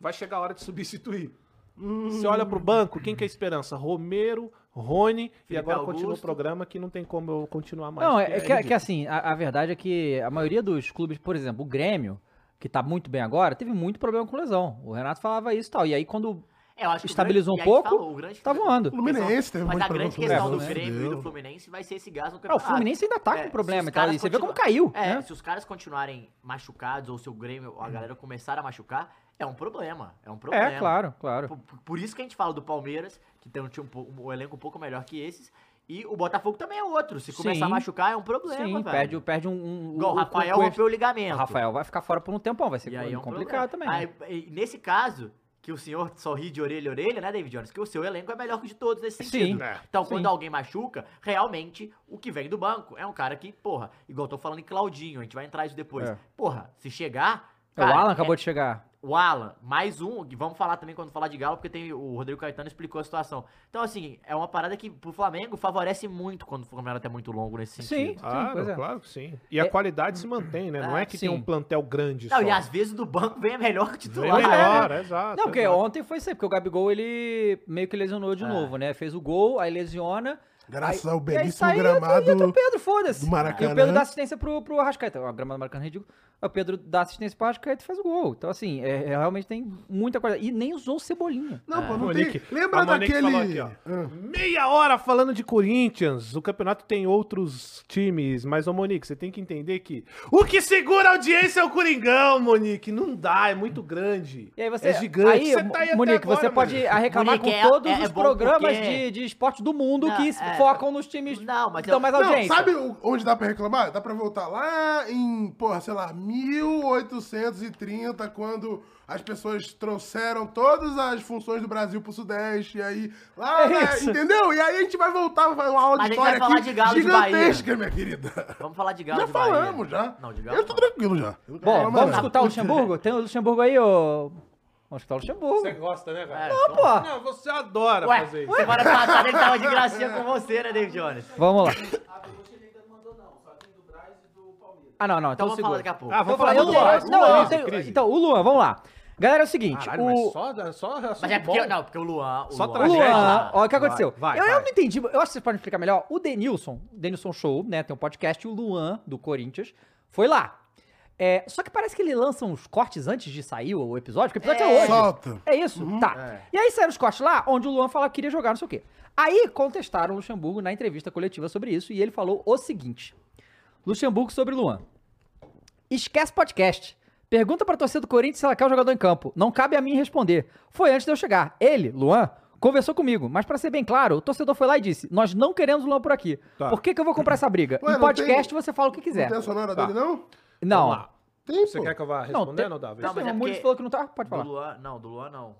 B: Vai chegar a hora de substituir.
D: Hum.
B: Você olha pro banco, quem que é a esperança? Romero, Rony, e
D: Felipe
B: agora continua o
D: Augusto.
B: programa que não tem como eu continuar mais.
A: Não, é,
B: porque
A: é que, é que
B: ridículo.
A: assim, a, a verdade é que a maioria dos clubes, por exemplo, o Grêmio, que tá muito bem agora, teve muito problema com lesão. O Renato falava isso e tal. E aí quando
D: É, eu acho que o
A: Estabilizou
D: grande-
A: um
D: e aí
A: pouco,
D: falou, o grande
A: tá voando.
C: O Fluminense teve
D: Mas
C: muito
D: a grande
C: problema né?
D: questão
C: com
D: do
C: lesão,
D: Grêmio e do
C: fudeu.
D: Fluminense vai ser esse gás no
A: Ah, o
D: campeonato.
A: Fluminense ainda tá
D: É,
A: com
D: se
A: problema e
D: os
A: tal.
D: caras
A: E você vê como caiu,
D: continuam- É,
A: né?
D: se os caras continuarem machucados ou se o Grêmio, a galera começar a machucar, é um problema. É um problema.
A: Hum. É, claro, claro.
D: Por, por isso que a gente fala do Palmeiras, que tem um, time um, pou- um elenco um pouco melhor que esses, e o Botafogo também é outro. Se começar a
A: Sim.
D: machucar, é um problema,
A: Sim,
D: velho.
A: perde, perde um. um
D: Igual o Rafael
A: o- o-
D: rompeu o ligamento.
A: Rafael vai ficar fora por um tempão, vai ser
D: E aí é um
A: complicado também.
D: problema.
A: né?
D: Aí, e nesse caso, que o senhor sorri de orelha a orelha, né, David Jones? Que o seu elenco é melhor que o de todos nesse
A: Sim.
D: sentido.
B: É.
D: Então,
A: Sim.
D: quando alguém machuca, realmente o que vem do banco é um cara que, porra, igual eu tô falando em Claudinho, a gente vai entrar isso depois.
A: É.
D: Porporra, se chegar.
A: É, o Alan acabou de chegar.
D: O Alan, mais um, que vamos falar também quando falar de Galo, porque tem, o Rodrigo Caetano explicou a situação. Então, assim, é uma parada que pro Flamengo favorece muito quando o campeonato é muito longo nesse
A: Sim,
D: sentido.
A: sim, pois
B: Claro,
A: é.
B: claro que sim. E a qualidade se mantém, né? Não
D: Ah,
B: é que tem um
A: sim.
B: plantel grande
D: Não,
B: só.
D: e às vezes do banco vem melhor que o
B: Vem
D: titular. né?
B: melhor, exato.
A: Não, porque
B: exato.
A: ontem foi isso aí, porque o Gabigol ele meio que lesionou de
D: É.
A: novo, né? Fez o gol, aí lesiona.
C: Graças
A: aí-
C: ao
A: e aí
C: belíssimo
A: sai,
C: gramado
A: E entra o Pedro, foda-se.
C: do
A: E o
C: Maracanã.
B: né?
A: Pedro dá assistência pro, pro Arrascaeta. A grama do Maracanã é ridículo. Aí O Pedro dá assistência pro Arrascaeta e faz o gol. Então, assim, é, é- realmente tem muita coisa. E nem usou o Cebolinha.
C: Não, pô, não
B: Monique,
C: tem. Lembra
B: a Monique
C: daquele.
B: falou aqui, ó.
C: Ah,
B: Meia hora falando de Corinthians. O campeonato tem outros times, mas, ô Monique, você tem que entender que o que segura a audiência é o Coringão, Monique. Não dá, é muito grande.
A: E aí você.
B: é gigante.
A: Aí,
B: você tá aí até
A: Monique, você
B: agora,
A: pode
B: Monique.
A: reclamar
D: Monique,
A: com
D: é-
A: todos
D: é- é
A: os
D: bom
A: programas
D: porque-
A: de, de esporte do mundo
D: Não,
A: que
D: é.
A: focam nos times
D: Não, mas
A: que dão
D: eu-
A: mais
C: Não,
A: audiência.
C: sabe o- onde dá pra reclamar? Dá pra voltar lá em, porra, sei lá, 1830, quando as pessoas trouxeram todas as funções do Brasil pro Sudeste, e aí, lá,
A: É
C: né,
A: isso.
C: entendeu? E aí a gente vai voltar, vai uma aula
D: Mas
C: de
D: a gente vai
C: história
D: falar
C: aqui
D: de Galo de
C: gigantesca, minha querida.
D: Vamos falar de Galo
C: Já
D: de Bahia.
C: falamos, já.
D: Não, de Galo
C: Eu tô
D: não.
C: tranquilo já. Eu não
B: É,
C: quero falar
A: Bom,
C: mais
A: vamos
C: nada.
A: escutar o Luxemburgo? Tem o Luxemburgo aí, ô. Vamos escutar o Luxemburgo.
B: Você gosta, né,
D: É,
B: velho?
D: então-
A: Pô,
B: Não, você adora
D: Ué,
B: fazer isso.
D: semana passada tá, ele tava de gracinha com você, né, David Jones?
B: Então
A: vamos lá. Ah, não, não. Então,
D: Então vamos falar
A: segura.
D: daqui a pouco.
B: Ah,
A: Vou
B: vamos
A: falar
B: falar
A: do
B: do Luan.
A: Luan. Não, eu
B: Luan,
A: não tenho-
B: crise.
A: Então, o Luan, vamos lá. Galera, é o seguinte.
B: Caralho,
A: o...
B: mas só, só, só
D: Mas é porque, não, porque o Luan... O
B: Só
D: Luan,
A: O
B: tragédia.
A: Luan,
B: Vai,
A: ó, o que
B: vai,
A: aconteceu?
B: vai,
A: eu, eu
B: vai.
A: não entendi, eu acho que vocês podem explicar melhor. O Denilson, Denilson Show, né, tem um podcast, o Luan, do Corinthians, foi lá. É, só que parece que ele lança uns cortes antes de sair o episódio, porque o episódio é, hoje.
C: Solta.
A: É isso?
B: Uhum.
A: Tá. E aí saíram os cortes lá, onde o Luan fala que queria jogar, não sei o quê. Aí contestaram o Luxemburgo na entrevista coletiva sobre isso, e ele falou o seguinte. Luxemburgo sobre Luan. Esquece podcast. um Pergunta pra torcida do Corinthians se ela quer o jogador em campo. Não cabe a mim responder. Foi antes de eu chegar. Ele, Luan, conversou comigo, mas pra ser bem claro, o torcedor foi lá e disse: Nós não queremos o Luan por aqui.
B: Tá.
A: Por que, que eu vou comprar essa briga?
C: Ué,
A: em
C: não
A: podcast
C: tem-
A: você fala o que
C: Não
A: quiser.
C: tem a sonora
B: Tá.
C: dele, não?
A: Não.
B: Vamos lá.
C: Tem,
B: Você
C: pô.
B: quer que eu vá
A: Não,
B: respondendo,
A: tem-
B: Davi?
D: Não, mas
A: o
D: é
A: Muniz
D: porque-
A: falou que não tá. Pode
D: Do
A: falar.
D: Luan, não, do Luan não.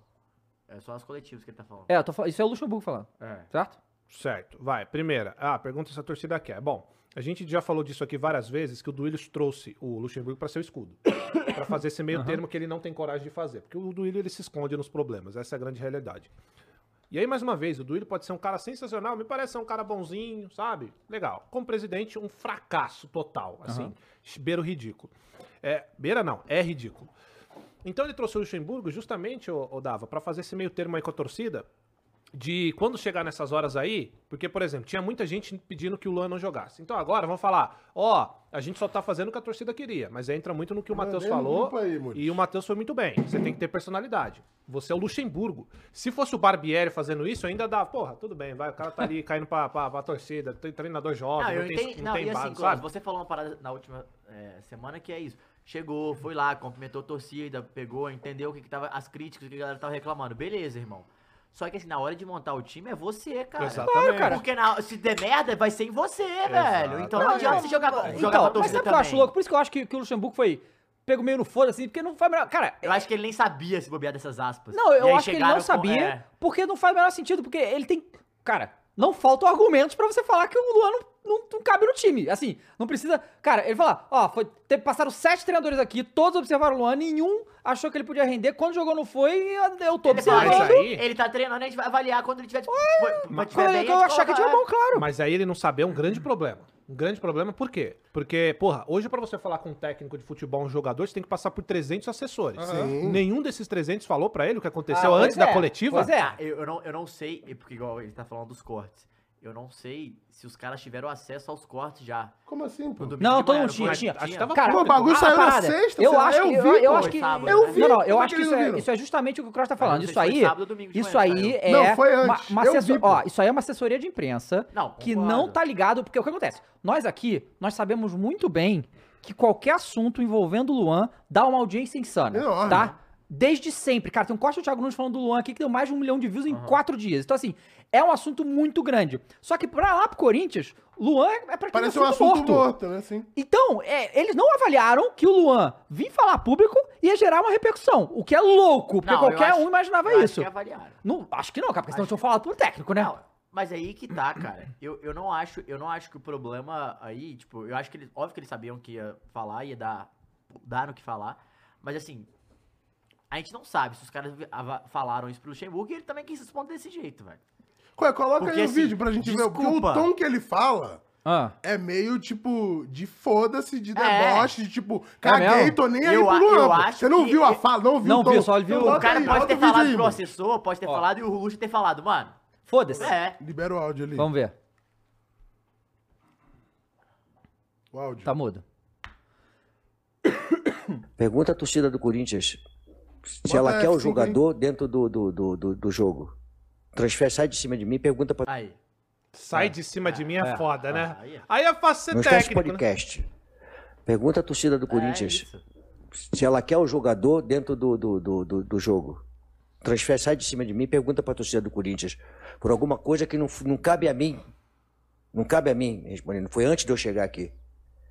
D: É só nas coletivas que ele tá falando.
A: É, eu tô fal- isso é o Luxemburgo falando,
D: É.
A: certo?
B: Certo, vai. Primeira, ah, pergunta se a torcida quer. Bom, a gente já falou disso aqui várias vezes, que o Duílio trouxe o Luxemburgo para ser o escudo. para fazer esse meio termo que ele não tem coragem de fazer. Porque o Duílio, ele se esconde nos problemas. Essa é a grande realidade. E aí, mais uma vez, o Duílio pode ser um cara sensacional, me parece ser um cara bonzinho, sabe? Legal. Como presidente, um fracasso total, assim. Beira o ridículo. É, beira não, é ridículo. Então ele trouxe o Luxemburgo justamente, o, Dava, para fazer esse meio termo aí com a torcida, de quando chegar nessas horas aí, porque, por exemplo, tinha muita gente pedindo que o Luan não jogasse. Então agora vamos falar, ó, a gente só tá fazendo o que a torcida queria, mas entra muito no que o
C: Mas
B: Matheus
C: mesmo
B: falou
C: grupo aí, Muniz.
B: e o Matheus foi muito bem. Você tem que ter personalidade. Você é o Luxemburgo. Se fosse o Barbieri fazendo isso, ainda dá, porra, tudo bem, vai, o cara tá ali caindo pra, pra, pra torcida, tem treinador jovem,
D: Não,
B: não,
D: eu
B: tem,
D: entendi.
B: não
D: Não,
B: tem
D: e assim,
B: base,
D: Clóvis,
B: sabe?
D: você falou uma parada na última é, semana que é isso. Chegou, foi lá, cumprimentou a torcida, pegou, entendeu o que, que tava, as críticas, o que a galera tava reclamando. Beleza, irmão. Só que assim, na hora de montar o time é você, cara.
B: Exatamente.
D: Porque na- se der merda, vai ser em você, velho. Então não
B: Não,
D: adianta
B: é.
D: você jogar, jogar pra
A: Então, mas sabe
D: torcida
A: o que eu
D: também.
A: acho louco? Por isso que eu acho que, que o Luxemburgo foi. Pegou meio no foda, assim, porque não faz o menor. Cara,
D: Eu acho que ele nem sabia se bobear dessas aspas.
A: Não,
D: E
A: eu
D: aí
A: acho que ele
D: chegaram
A: não
D: com-
A: sabia,
D: é.
A: porque não faz o menor sentido, porque ele tem. Cara, não faltam argumentos pra você falar que o Luan não, não- não cabe no time. Assim, não precisa. Cara, ele fala, ó, foi, te- passaram sete treinadores aqui, todos observaram o Luan, nenhum achou que ele podia render. Quando jogou, não foi, e eu- eu tô
D: Ele tá,
B: Mas
A: observando.
B: aí-
D: ele tá treinando, a gente vai avaliar quando ele tiver. Tipo,
A: Quando ele- quando eu achar que ele tiver bom, claro. Uhum.
B: Mas aí ele não saber é um grande problema. Um grande problema por quê? Porque, porra, hoje pra você falar com um técnico de futebol, um jogador, você tem que passar por 300 assessores. Nenhum desses 300 falou pra ele o que aconteceu
A: Ah,
B: antes
A: pois
B: da
A: é,
B: coletiva?
A: pois é.
D: Ah, eu, eu não, eu não sei, e porque igual ele tá falando dos cortes. Eu não sei se os caras tiveram acesso aos cortes já.
C: Como assim, pô?
D: No domingo
A: Não,
D: de
A: todo
D: manhã,
A: mundo
D: não
A: tinha,
D: foi?
A: tinha.
B: Tinha. Tava-
A: Cara,
C: Pô, o bagulho
A: a
C: saiu na
A: parada,
C: sexta,
A: eu
C: sei lá,
A: acho
C: eu
A: que,
C: vi,
A: eu, eu
C: pô.
A: acho que,
D: Sábado,
A: eu
D: né?
A: vi. Não, não,
C: Como é
A: eu
C: que
A: acho que
C: eles
A: isso
C: não
A: é,
C: viram?
A: isso é justamente o que o Cross tá
D: não
A: falando.
D: sei se
A: Isso
D: foi
A: aí,
D: sábado ou domingo de
A: isso
D: manhã,
A: aí
D: saiu.
A: é
C: Não, foi
A: uma-
C: antes,
A: uma
C: eu vi,
A: assessor-
C: pô.
A: ó, isso aí é uma assessoria de imprensa
D: Não,
A: que
D: concordo.
A: não tá ligado, porque o que acontece? Nós aqui, nós sabemos muito bem que qualquer assunto envolvendo o Luan dá uma audiência insana,
C: Enorme.
A: tá? Desde sempre. Cara, tem um Costa e o Thiago Nunes falando do Luan aqui que deu mais de um milhão de views em quatro dias. Então, assim, é um assunto muito grande. Só que pra lá pro Corinthians, Luan é pra quem
C: Parece um
D: tá
C: assunto morto,
A: morto.
C: né, assim.
A: Então, é, eles não avaliaram que o Luan vir falar público ia gerar uma repercussão, o que é louco, porque
D: Não, eu
A: qualquer
D: acho-
A: um imaginava
D: eu acho
A: isso.
D: que avaliaram.
A: Não, acho que não, cara, porque senão tinham falado pro técnico, né?
D: Não, mas aí que tá, cara. Eu, eu não acho, eu não acho que o problema aí, tipo, eu acho que eles, óbvio que eles sabiam que ia falar, ia dar, dar no que falar, mas assim, a gente não sabe se os caras ava- falaram isso pro Luxemburgo e ele também quis responder desse jeito, velho.
C: Ué, coloca
D: Porque,
C: aí o
D: assim,
C: vídeo pra gente ver. Porque
D: desculpa.
C: o tom que ele fala
A: Ah.
C: é meio, tipo, de foda-se, de
D: É.
C: deboche, de tipo, caguei,
A: mesmo?
C: tô nem aí
D: Eu
C: pro
D: a-
C: Luan.
D: eu
C: pô.
D: acho
C: Você não
D: que-
C: viu a fala, não viu
A: Não
C: o tom.
A: viu, só ele viu-
C: Então bota
D: O cara
C: aí,
D: pode
C: bota
D: ter
C: o vídeo
D: falado
C: aí,
D: pro
C: mano.
D: assessor, pode ter falado e o Russo ter falado, mano.
A: Foda-se.
D: É.
C: Libera o áudio ali.
A: Vamos ver.
C: O áudio.
A: Tá mudo.
E: Pergunta a torcida do Corinthians se
C: Bota
E: ela quer o
C: F5
E: jogador dentro do, do, do, do, do jogo. Transfer sai de cima de mim e pergunta pra
D: Aí.
B: Sai de cima de mim é, foda, né?
D: Ah, aí é.
B: Aí é fácil ser
E: Nos testes
B: técnico, né? É
E: podcast. Pergunta a torcida do Corinthians
D: É isso.
E: se ela quer o jogador dentro do, do, do, do, do jogo. Transfer sai de cima de mim e pergunta pra torcida do Corinthians por alguma coisa que não, f- não cabe a mim. Não cabe a mim, respondendo. Foi antes de eu chegar aqui.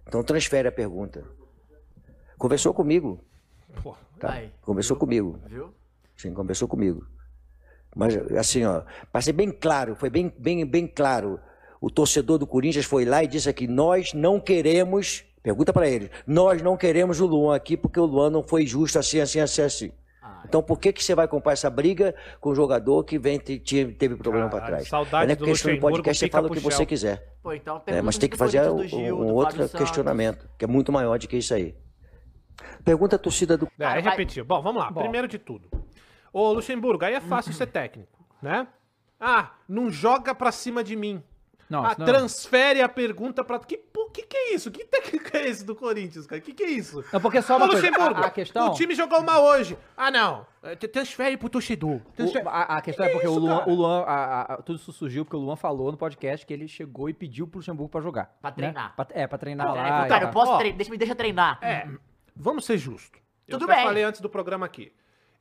E: Então transfere a pergunta. Conversou comigo.
B: Pô,
E: Tá?
D: Aí.
E: Conversou comigo.
D: Viu?
E: Sim, conversou comigo. Mas assim, ó, para ser bem claro, foi bem, bem, bem claro. O torcedor do Corinthians foi lá e disse aqui: nós não queremos. Pergunta para ele: nós não queremos o Luan aqui porque o Luan não foi justo assim, assim, assim, assim.
D: Ah,
E: Então por que que você vai comprar essa briga com o jogador que vem te- te- teve problema para
B: Caralho,
E: trás?
B: saudade
E: Não é
B: do
E: questão de
B: Luxemburgo,
E: podcast, você
B: pica
E: fala o
B: pro
E: que
B: Shell.
E: você quiser.
D: Pô, então
E: né?
D: pergunta
E: Mas tem que
D: do
E: fazer
D: Corinthians
E: um,
D: do Gil,
E: um
D: do
E: outro
D: Fábio Santos.
E: questionamento, que é muito maior do que isso aí. Pergunta a torcida do
B: É, aí
D: vai-
B: repetiu. Bom, vamos lá.
A: Bom.
B: Primeiro de tudo. Ô, Luxemburgo, aí é fácil ser técnico, né? Ah, não joga pra cima de mim.
A: Não,
B: ah,
A: isso não-
B: transfere a pergunta pra... Que, pô, que que é isso? Que técnico é esse do Corinthians, cara? Que que é isso?
A: Não, porque só uma
B: Ô,
A: coisa,
B: Luxemburgo,
A: a- a questão-
B: o time jogou mal hoje. Ah, não. É, t- Transfere pro torcedor. Transfere...
A: O- a, a questão é
B: Que
A: porque
B: isso,
A: o Luan,
B: cara?
A: o Luan- a- a- a- tudo isso surgiu porque o Luan falou no podcast que ele chegou e pediu pro Luxemburgo pra jogar.
D: Pra
A: né?
D: treinar.
A: Pra- é, pra treinar lá.
D: Cara,
A: e
D: cara, eu
A: tal.
D: posso
B: Ó.
D: treinar, deixa, me deixa treinar.
B: É, vamos ser justos.
D: Tudo
B: eu até
D: bem.
B: falei antes do programa aqui.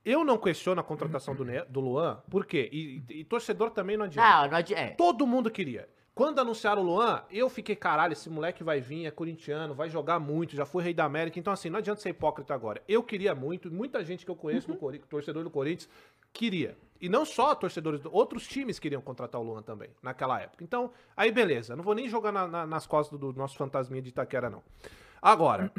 B: Eu não questiono a contratação do, Ne- do Luan, por quê? E, e- e torcedor também não adianta.
D: Não, não adianta. É.
B: Todo mundo queria. Quando anunciaram o Luan, eu fiquei, caralho, esse moleque vai vir, é corintiano, vai jogar muito, já foi rei da América. Então, assim, não adianta ser hipócrita agora. Eu queria muito, e muita gente que eu conheço, do Cori- torcedor do Corinthians, queria. E não só torcedores, do- outros times queriam contratar o Luan também, naquela época. Então, aí beleza, não vou nem jogar na- na- nas costas do, do nosso fantasminha de Itaquera, não. Agora,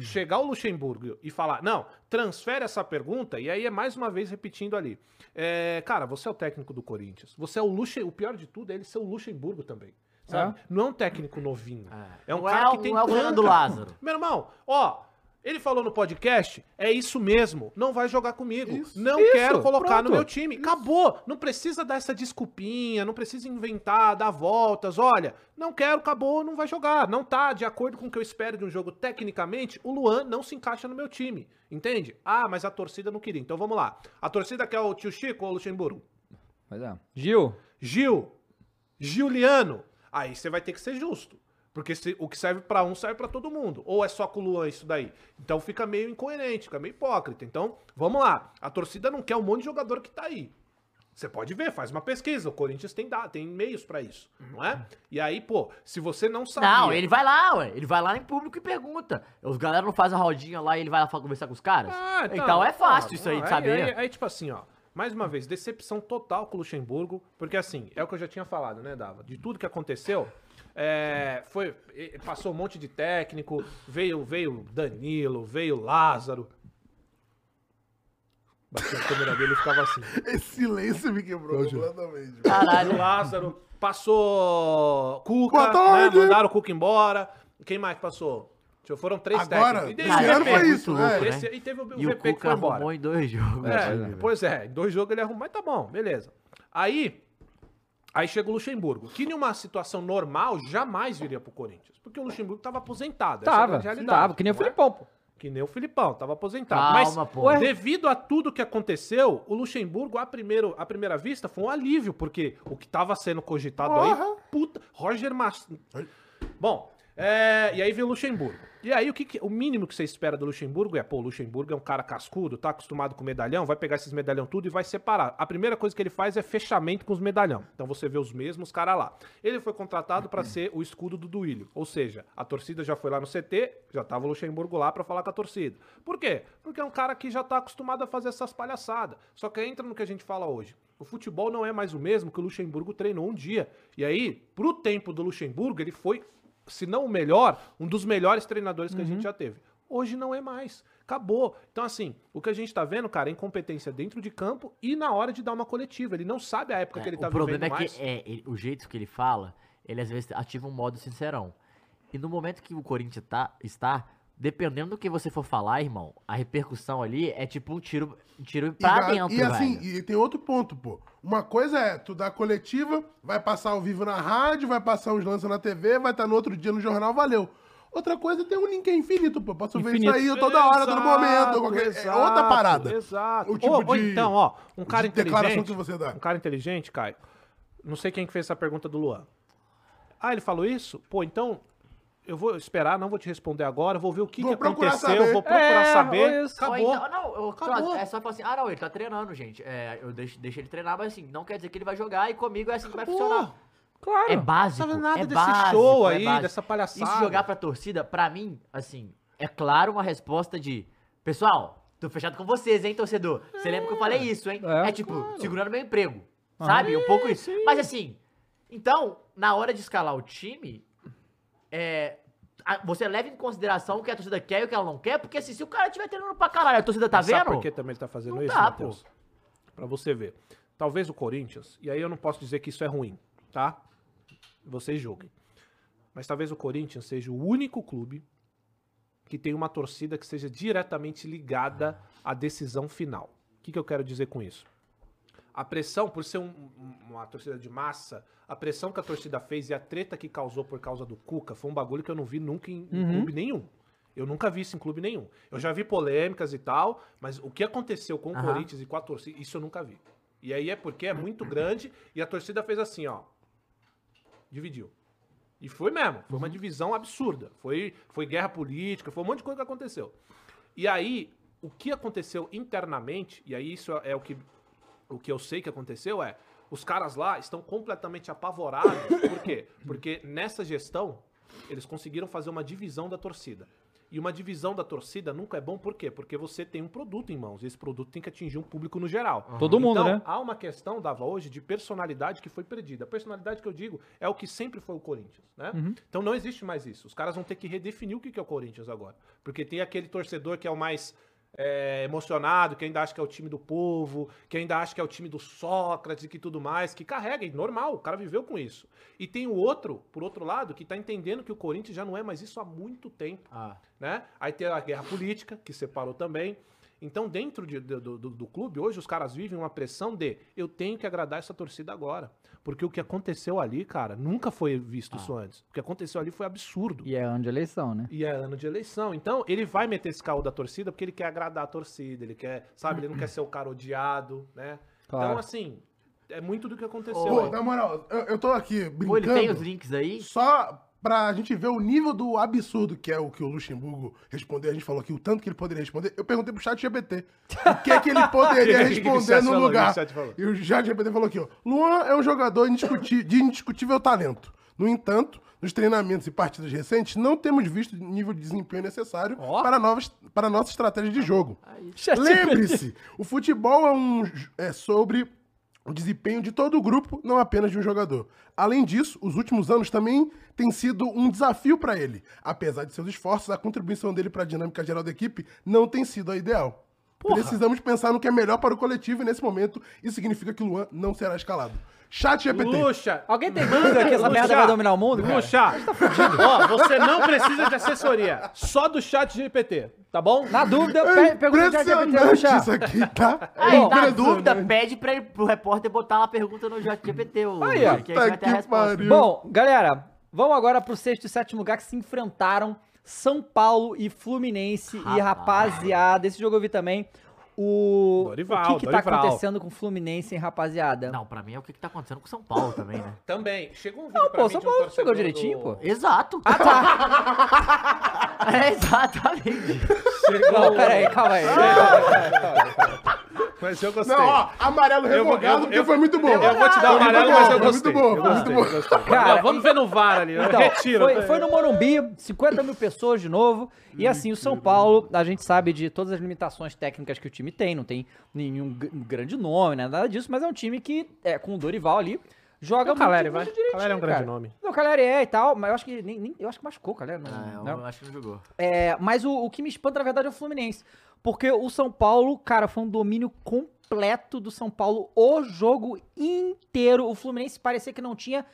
B: chegar o Luxemburgo e falar, não, transfere essa pergunta, e aí é mais uma vez repetindo ali. É, cara, você é o técnico do Corinthians. Você é o Luxem, o pior de tudo é ele ser o Luxemburgo também. Sabe? Não é um técnico novinho. É, um
D: Não
B: cara
D: é
B: que
D: o-
B: tem
D: não é o Fernando
B: tanta-
D: Lázaro.
B: Meu irmão, ó, ele falou no podcast, é isso mesmo, não vai jogar comigo.
C: Isso.
B: Não
A: Isso,
B: quero colocar no
A: pronto.
B: meu time. Acabou. Não precisa dar essa desculpinha, não precisa inventar, dar voltas. Olha, não quero, acabou, não vai jogar. Não tá de acordo com o que eu espero de um jogo tecnicamente. O Luan não se encaixa no meu time. Entende? Ah, mas a torcida não queria. Então vamos lá. A torcida quer o tio Chico ou o Luxemburgo?
A: Mas é. Gil,
B: Gil, Giuliano, aí você vai ter que ser justo. Porque se- o que serve pra um serve pra todo mundo. Ou é só com o Luan isso daí. Então fica meio incoerente, fica meio hipócrita. Então, vamos lá. A torcida não quer um monte de jogador que tá aí. Você pode ver, faz uma pesquisa. O Corinthians tem dado, tem meios pra isso, não é? E aí, pô, se você não sabe.
D: Não, ele vai lá, ué. Ele vai lá em público e pergunta. Os galera não faz a rodinha lá e ele vai lá fa- conversar com os caras?
B: Ah,
D: então é fácil isso aí de saber.
B: Aí, aí, tipo assim, ó. Mais uma vez, decepção total com o Luxemburgo, porque assim, é o que eu já tinha falado, né, Dava? De tudo que aconteceu, é, foi, e- passou um monte de técnico, veio, veio Danilo, veio Lázaro. Batia a câmera dele e ficava assim.
C: Esse silêncio me
A: Tá
C: quebrou completamente.
D: Tá
B: Veio
D: Caralho.
B: Lázaro, passou Cuca,
C: Boa
B: né,
C: tarde.
B: mandaram o Cuca embora. Quem mais passou? Foram três
C: Agora,
B: técnicos. E
C: esse
B: teve o
C: ano
B: VP.
C: foi isso, né?
B: Esse- E teve o, o
D: E o
B: VP que
D: Cuca
B: foi embora.
D: arrumou em dois jogos.
B: É, pois é, em dois jogos ele arruma, mas tá bom, beleza. Aí, aí chega o Luxemburgo, que numa situação normal jamais viria pro Corinthians, porque o Luxemburgo tava aposentado. essa é a
A: tava,
B: grande realidade,
A: tava, que nem o
B: não é?
A: Filipão, pô.
B: Que nem o Filipão, tava aposentado.
D: Calma,
B: mas,
D: pô. Ué?
B: devido a tudo que aconteceu, o Luxemburgo, à, primeiro, à primeira vista, foi um alívio, porque o que tava sendo cogitado aí,
C: Porra.
B: puta, Roger Mas...
C: Ai.
B: Bom, é, e aí veio o Luxemburgo. E aí, o, que que- o mínimo que você espera do Luxemburgo é, pô, o Luxemburgo é um cara cascudo, tá acostumado com medalhão, vai pegar esses medalhão tudo e vai separar. A primeira coisa que ele faz é fechamento com os medalhão. Então você vê os mesmos caras lá. Ele foi contratado pra ser o escudo do Duílio. Ou seja, a torcida já foi lá no CT, já tava o Luxemburgo lá pra falar com a torcida. Por quê? Porque é um cara que já tá acostumado a fazer essas palhaçadas. Só que entra no que a gente fala hoje. O futebol não é mais o mesmo que o Luxemburgo treinou um dia. E aí, pro tempo do Luxemburgo, ele foi se não o melhor, um dos melhores treinadores que a
C: Uhum.
B: gente já teve. Hoje não é mais. Acabou. Então, assim, o que a gente tá vendo, cara, é incompetência dentro de campo e na hora de dar uma coletiva. Ele não sabe a época que ele tá
D: o problema
B: vivendo
D: é que
B: mais.
D: é, ele- o jeito que ele fala, ele às vezes ativa um modo sincerão. E no momento que o Corinthians tá, está, dependendo do que você for falar, irmão, a repercussão ali é tipo um tiro, um tiro
C: E,
D: pra
C: ga-
D: dentro,
C: e assim,
D: velho.
C: e tem outro ponto, pô. Uma coisa é, tu dá coletiva, vai passar ao vivo na rádio, vai passar uns lances na TV, vai estar no outro dia no jornal, valeu. Outra coisa é ter um link que é infinito, pô. Posso ver isso
A: Infinito.
C: aí toda hora, todo momento. Qualquer... é outra parada.
B: Exato.
C: O tipo
B: ou, ou
C: de-
B: então, ó, um cara
C: de declaração
B: inteligente.
C: que você dá.
B: Um cara inteligente, Caio. Não sei quem que fez essa pergunta do Luan. Ah, ele falou isso? Pô, então eu vou esperar, não vou te responder agora, vou ver o que,
C: Vou
B: que
C: procurar
B: aconteceu,
C: saber.
B: vou procurar
A: É,
B: saber.
A: ou isso.
D: Ou
B: Acabou.
D: então- não, eu-
B: Acabou.
D: É só falar assim, ah não, ele tá treinando, gente. É, eu deixo, deixo ele treinar, mas assim, não quer dizer que ele vai jogar e comigo é assim que vai funcionar.
A: Claro.
D: É básico.
B: Não sabe nada
D: é
B: desse
D: básico,
B: show
D: é
B: aí,
D: básico.
B: dessa palhaçada.
D: Isso de jogar pra torcida, pra mim, assim, é claro uma resposta de. Pessoal, tô fechado com vocês, hein, torcedor? Você lembra que eu falei isso, hein?
A: É,
D: É, tipo, segurando meu emprego.
C: Ah,
D: Sabe? Um pouco isso. Mas assim, então, na hora de escalar o time, é, a- Você leva em consideração o que a torcida quer e o que ela não quer, porque assim, se o cara estiver treinando pra caralho, a torcida tá
B: Mas
D: vendo?
B: Sabe por que também ele tá fazendo
D: Não
B: isso,
D: tá,
B: Matheus? Pra você ver. Talvez o Corinthians, e aí eu não posso dizer que isso é ruim, tá? Vocês julguem. Mas talvez o Corinthians seja o único clube que tem uma torcida que seja diretamente ligada à decisão final. O que, que eu quero dizer com isso? A pressão, por ser um- um- uma torcida de massa, a pressão que a torcida fez e a treta que causou por causa do Cuca foi um bagulho que eu não vi nunca em, em clube nenhum. Eu nunca vi isso em clube nenhum. Eu já vi polêmicas e tal, mas o que aconteceu com o
D: Aham.
B: Corinthians e com a torcida, isso eu nunca vi. E aí é porque é muito grande e a torcida fez assim, ó. Dividiu. E foi mesmo. Foi uma divisão absurda. Foi, foi guerra política, foi um monte de coisa que aconteceu. E aí, o que aconteceu internamente, e aí isso é o que, o que eu sei que aconteceu, é os caras lá estão completamente apavorados. Por quê? Porque nessa gestão, eles conseguiram fazer uma divisão da torcida. E uma divisão da torcida nunca é bom, por quê? Porque você tem um produto em mãos, e esse produto tem que atingir um público no geral.
A: Todo mundo,
B: então,
A: né?
B: há uma questão, Dava, hoje, de personalidade que foi perdida. A personalidade que eu digo é o que sempre foi o Corinthians, né?
A: Uhum.
B: Então não existe mais isso. Os caras vão ter que redefinir o que que é o Corinthians agora. Porque tem aquele torcedor que é o mais é, emocionado, que ainda acha que é o time do povo, que ainda acha que é o time do Sócrates e que tudo mais, que carrega, e normal, o cara viveu com isso. E tem o outro, por outro lado, que tá entendendo que o Corinthians já não é mais isso há muito tempo
D: Ah,
B: né? Aí tem a guerra política, que separou também. Então, dentro de- do, do- do clube, hoje os caras vivem uma pressão de eu tenho que agradar essa torcida agora. Porque o que aconteceu ali, cara, nunca foi visto isso antes. O que aconteceu ali foi absurdo.
A: E é ano de eleição, né?
B: E é ano de eleição. Então, ele vai meter esse carro da torcida porque ele quer agradar a torcida, ele quer, sabe, ele não quer ser o cara odiado, né?
A: Claro.
B: Então, assim, é muito do que aconteceu.
D: Ô,
C: Pô,
B: né?
C: na moral, eu, eu tô aqui
D: pô, ele tem os
C: brincando
D: links aí?
C: só pra gente ver o nível do absurdo que é o que o Luxemburgo respondeu. A gente falou aqui o tanto que ele poderia responder. Eu perguntei pro chat GPT o que é que ele
B: O
C: poderia
B: que que o
C: responder
B: chat
C: no
B: falou? O que
C: lugar.
B: que o chat falou?
C: E o chat GPT falou aqui, ó. Luan é um jogador indiscuti- de indiscutível talento. No entanto, nos treinamentos e partidas recentes, não temos visto o nível de desempenho necessário
A: Ó.
C: para, novas, para a nossa estratégia de jogo.
B: assim,
D: É
A: Chat
C: Lembre-se, o futebol é, um, j- é sobre o desempenho de todo o grupo, não apenas de um jogador. Além disso, os últimos anos também tem sido um desafio para ele. Apesar de seus esforços, a contribuição dele para a dinâmica geral da equipe não tem sido a ideal. Precisamos pensar no que é melhor para o coletivo e nesse momento isso significa que o Luan não será escalado. Chat GPT.
B: Luxa!
A: Alguém tem dúvida que essa
B: Luxa,
A: merda vai dominar o mundo, cara? tá
B: Luxa! Ó, você não precisa de assessoria. Só do chat GPT, tá bom?
A: Na dúvida, pe-
C: É
A: pergunta pro ChatGPT,
C: impressionante
A: Luxa.
C: isso aqui, tá? É
D: Aí, na
C: impressionante.
D: dúvida, pede pra ele, pro repórter botar lá a pergunta no JGPT, o
A: Aí, ó.
D: que aí você vai
C: Puta
D: ter a
C: que
D: resposta.
C: pariu.
A: Bom, galera, vamos agora pro sexto e sétimo lugar que se enfrentaram São Paulo e Fluminense. E
D: Rapaz.
A: rapaziada, esse jogo eu vi também. O,
B: Dorival,
A: o que, que tá
B: Dorival.
A: acontecendo com o Fluminense, hein, rapaziada?
D: Não, pra mim é o que, que tá acontecendo com o São Paulo também, né?
B: Também. Chegou um vídeo
A: Não,
B: pra
A: pô,
B: mim
A: São
B: de um
A: Paulo chegou
B: torcedor
A: direitinho,
B: do-
A: pô.
D: Exato. Ah, tá. é, exatamente.
A: Não, pera aí, calma aí.
B: Mas eu gostei.
C: Não, ó, amarelo
B: Eu vou-
C: revogado,
B: eu-
C: porque
B: eu-
C: foi muito bom.
B: eu vou te dar o
C: Foi muito
B: amarelo,
C: bom,
B: mas eu
C: foi
B: gostei.
C: Muito bom,
B: eu
C: foi
B: gostei,
C: muito bom.
B: eu gostei.
A: Cara,
B: Não, vamos ver no VAR ali.
A: Então,
B: Retiro.
A: foi, foi no Morumbi, 50 mil pessoas de novo. E assim, o São Paulo, a gente sabe de todas as limitações técnicas que o time tem, não tem nenhum g- grande nome, né, nada disso, mas é um time que, é, com o Dorival ali, joga
B: o Caleri, vai.
A: direitinho,
B: Caleri é um grande
A: cara.
B: nome.
A: Não, o Caleri é e tal, mas eu acho que nem, nem- eu acho que machucou, o Caleri. Não,
D: Ah, eu
A: não.
D: acho que não jogou.
A: É, mas o, o que me espanta, na verdade, é o Fluminense. Porque o São Paulo, cara, foi um domínio completo do São Paulo o jogo inteiro. O Fluminense parecia que não tinha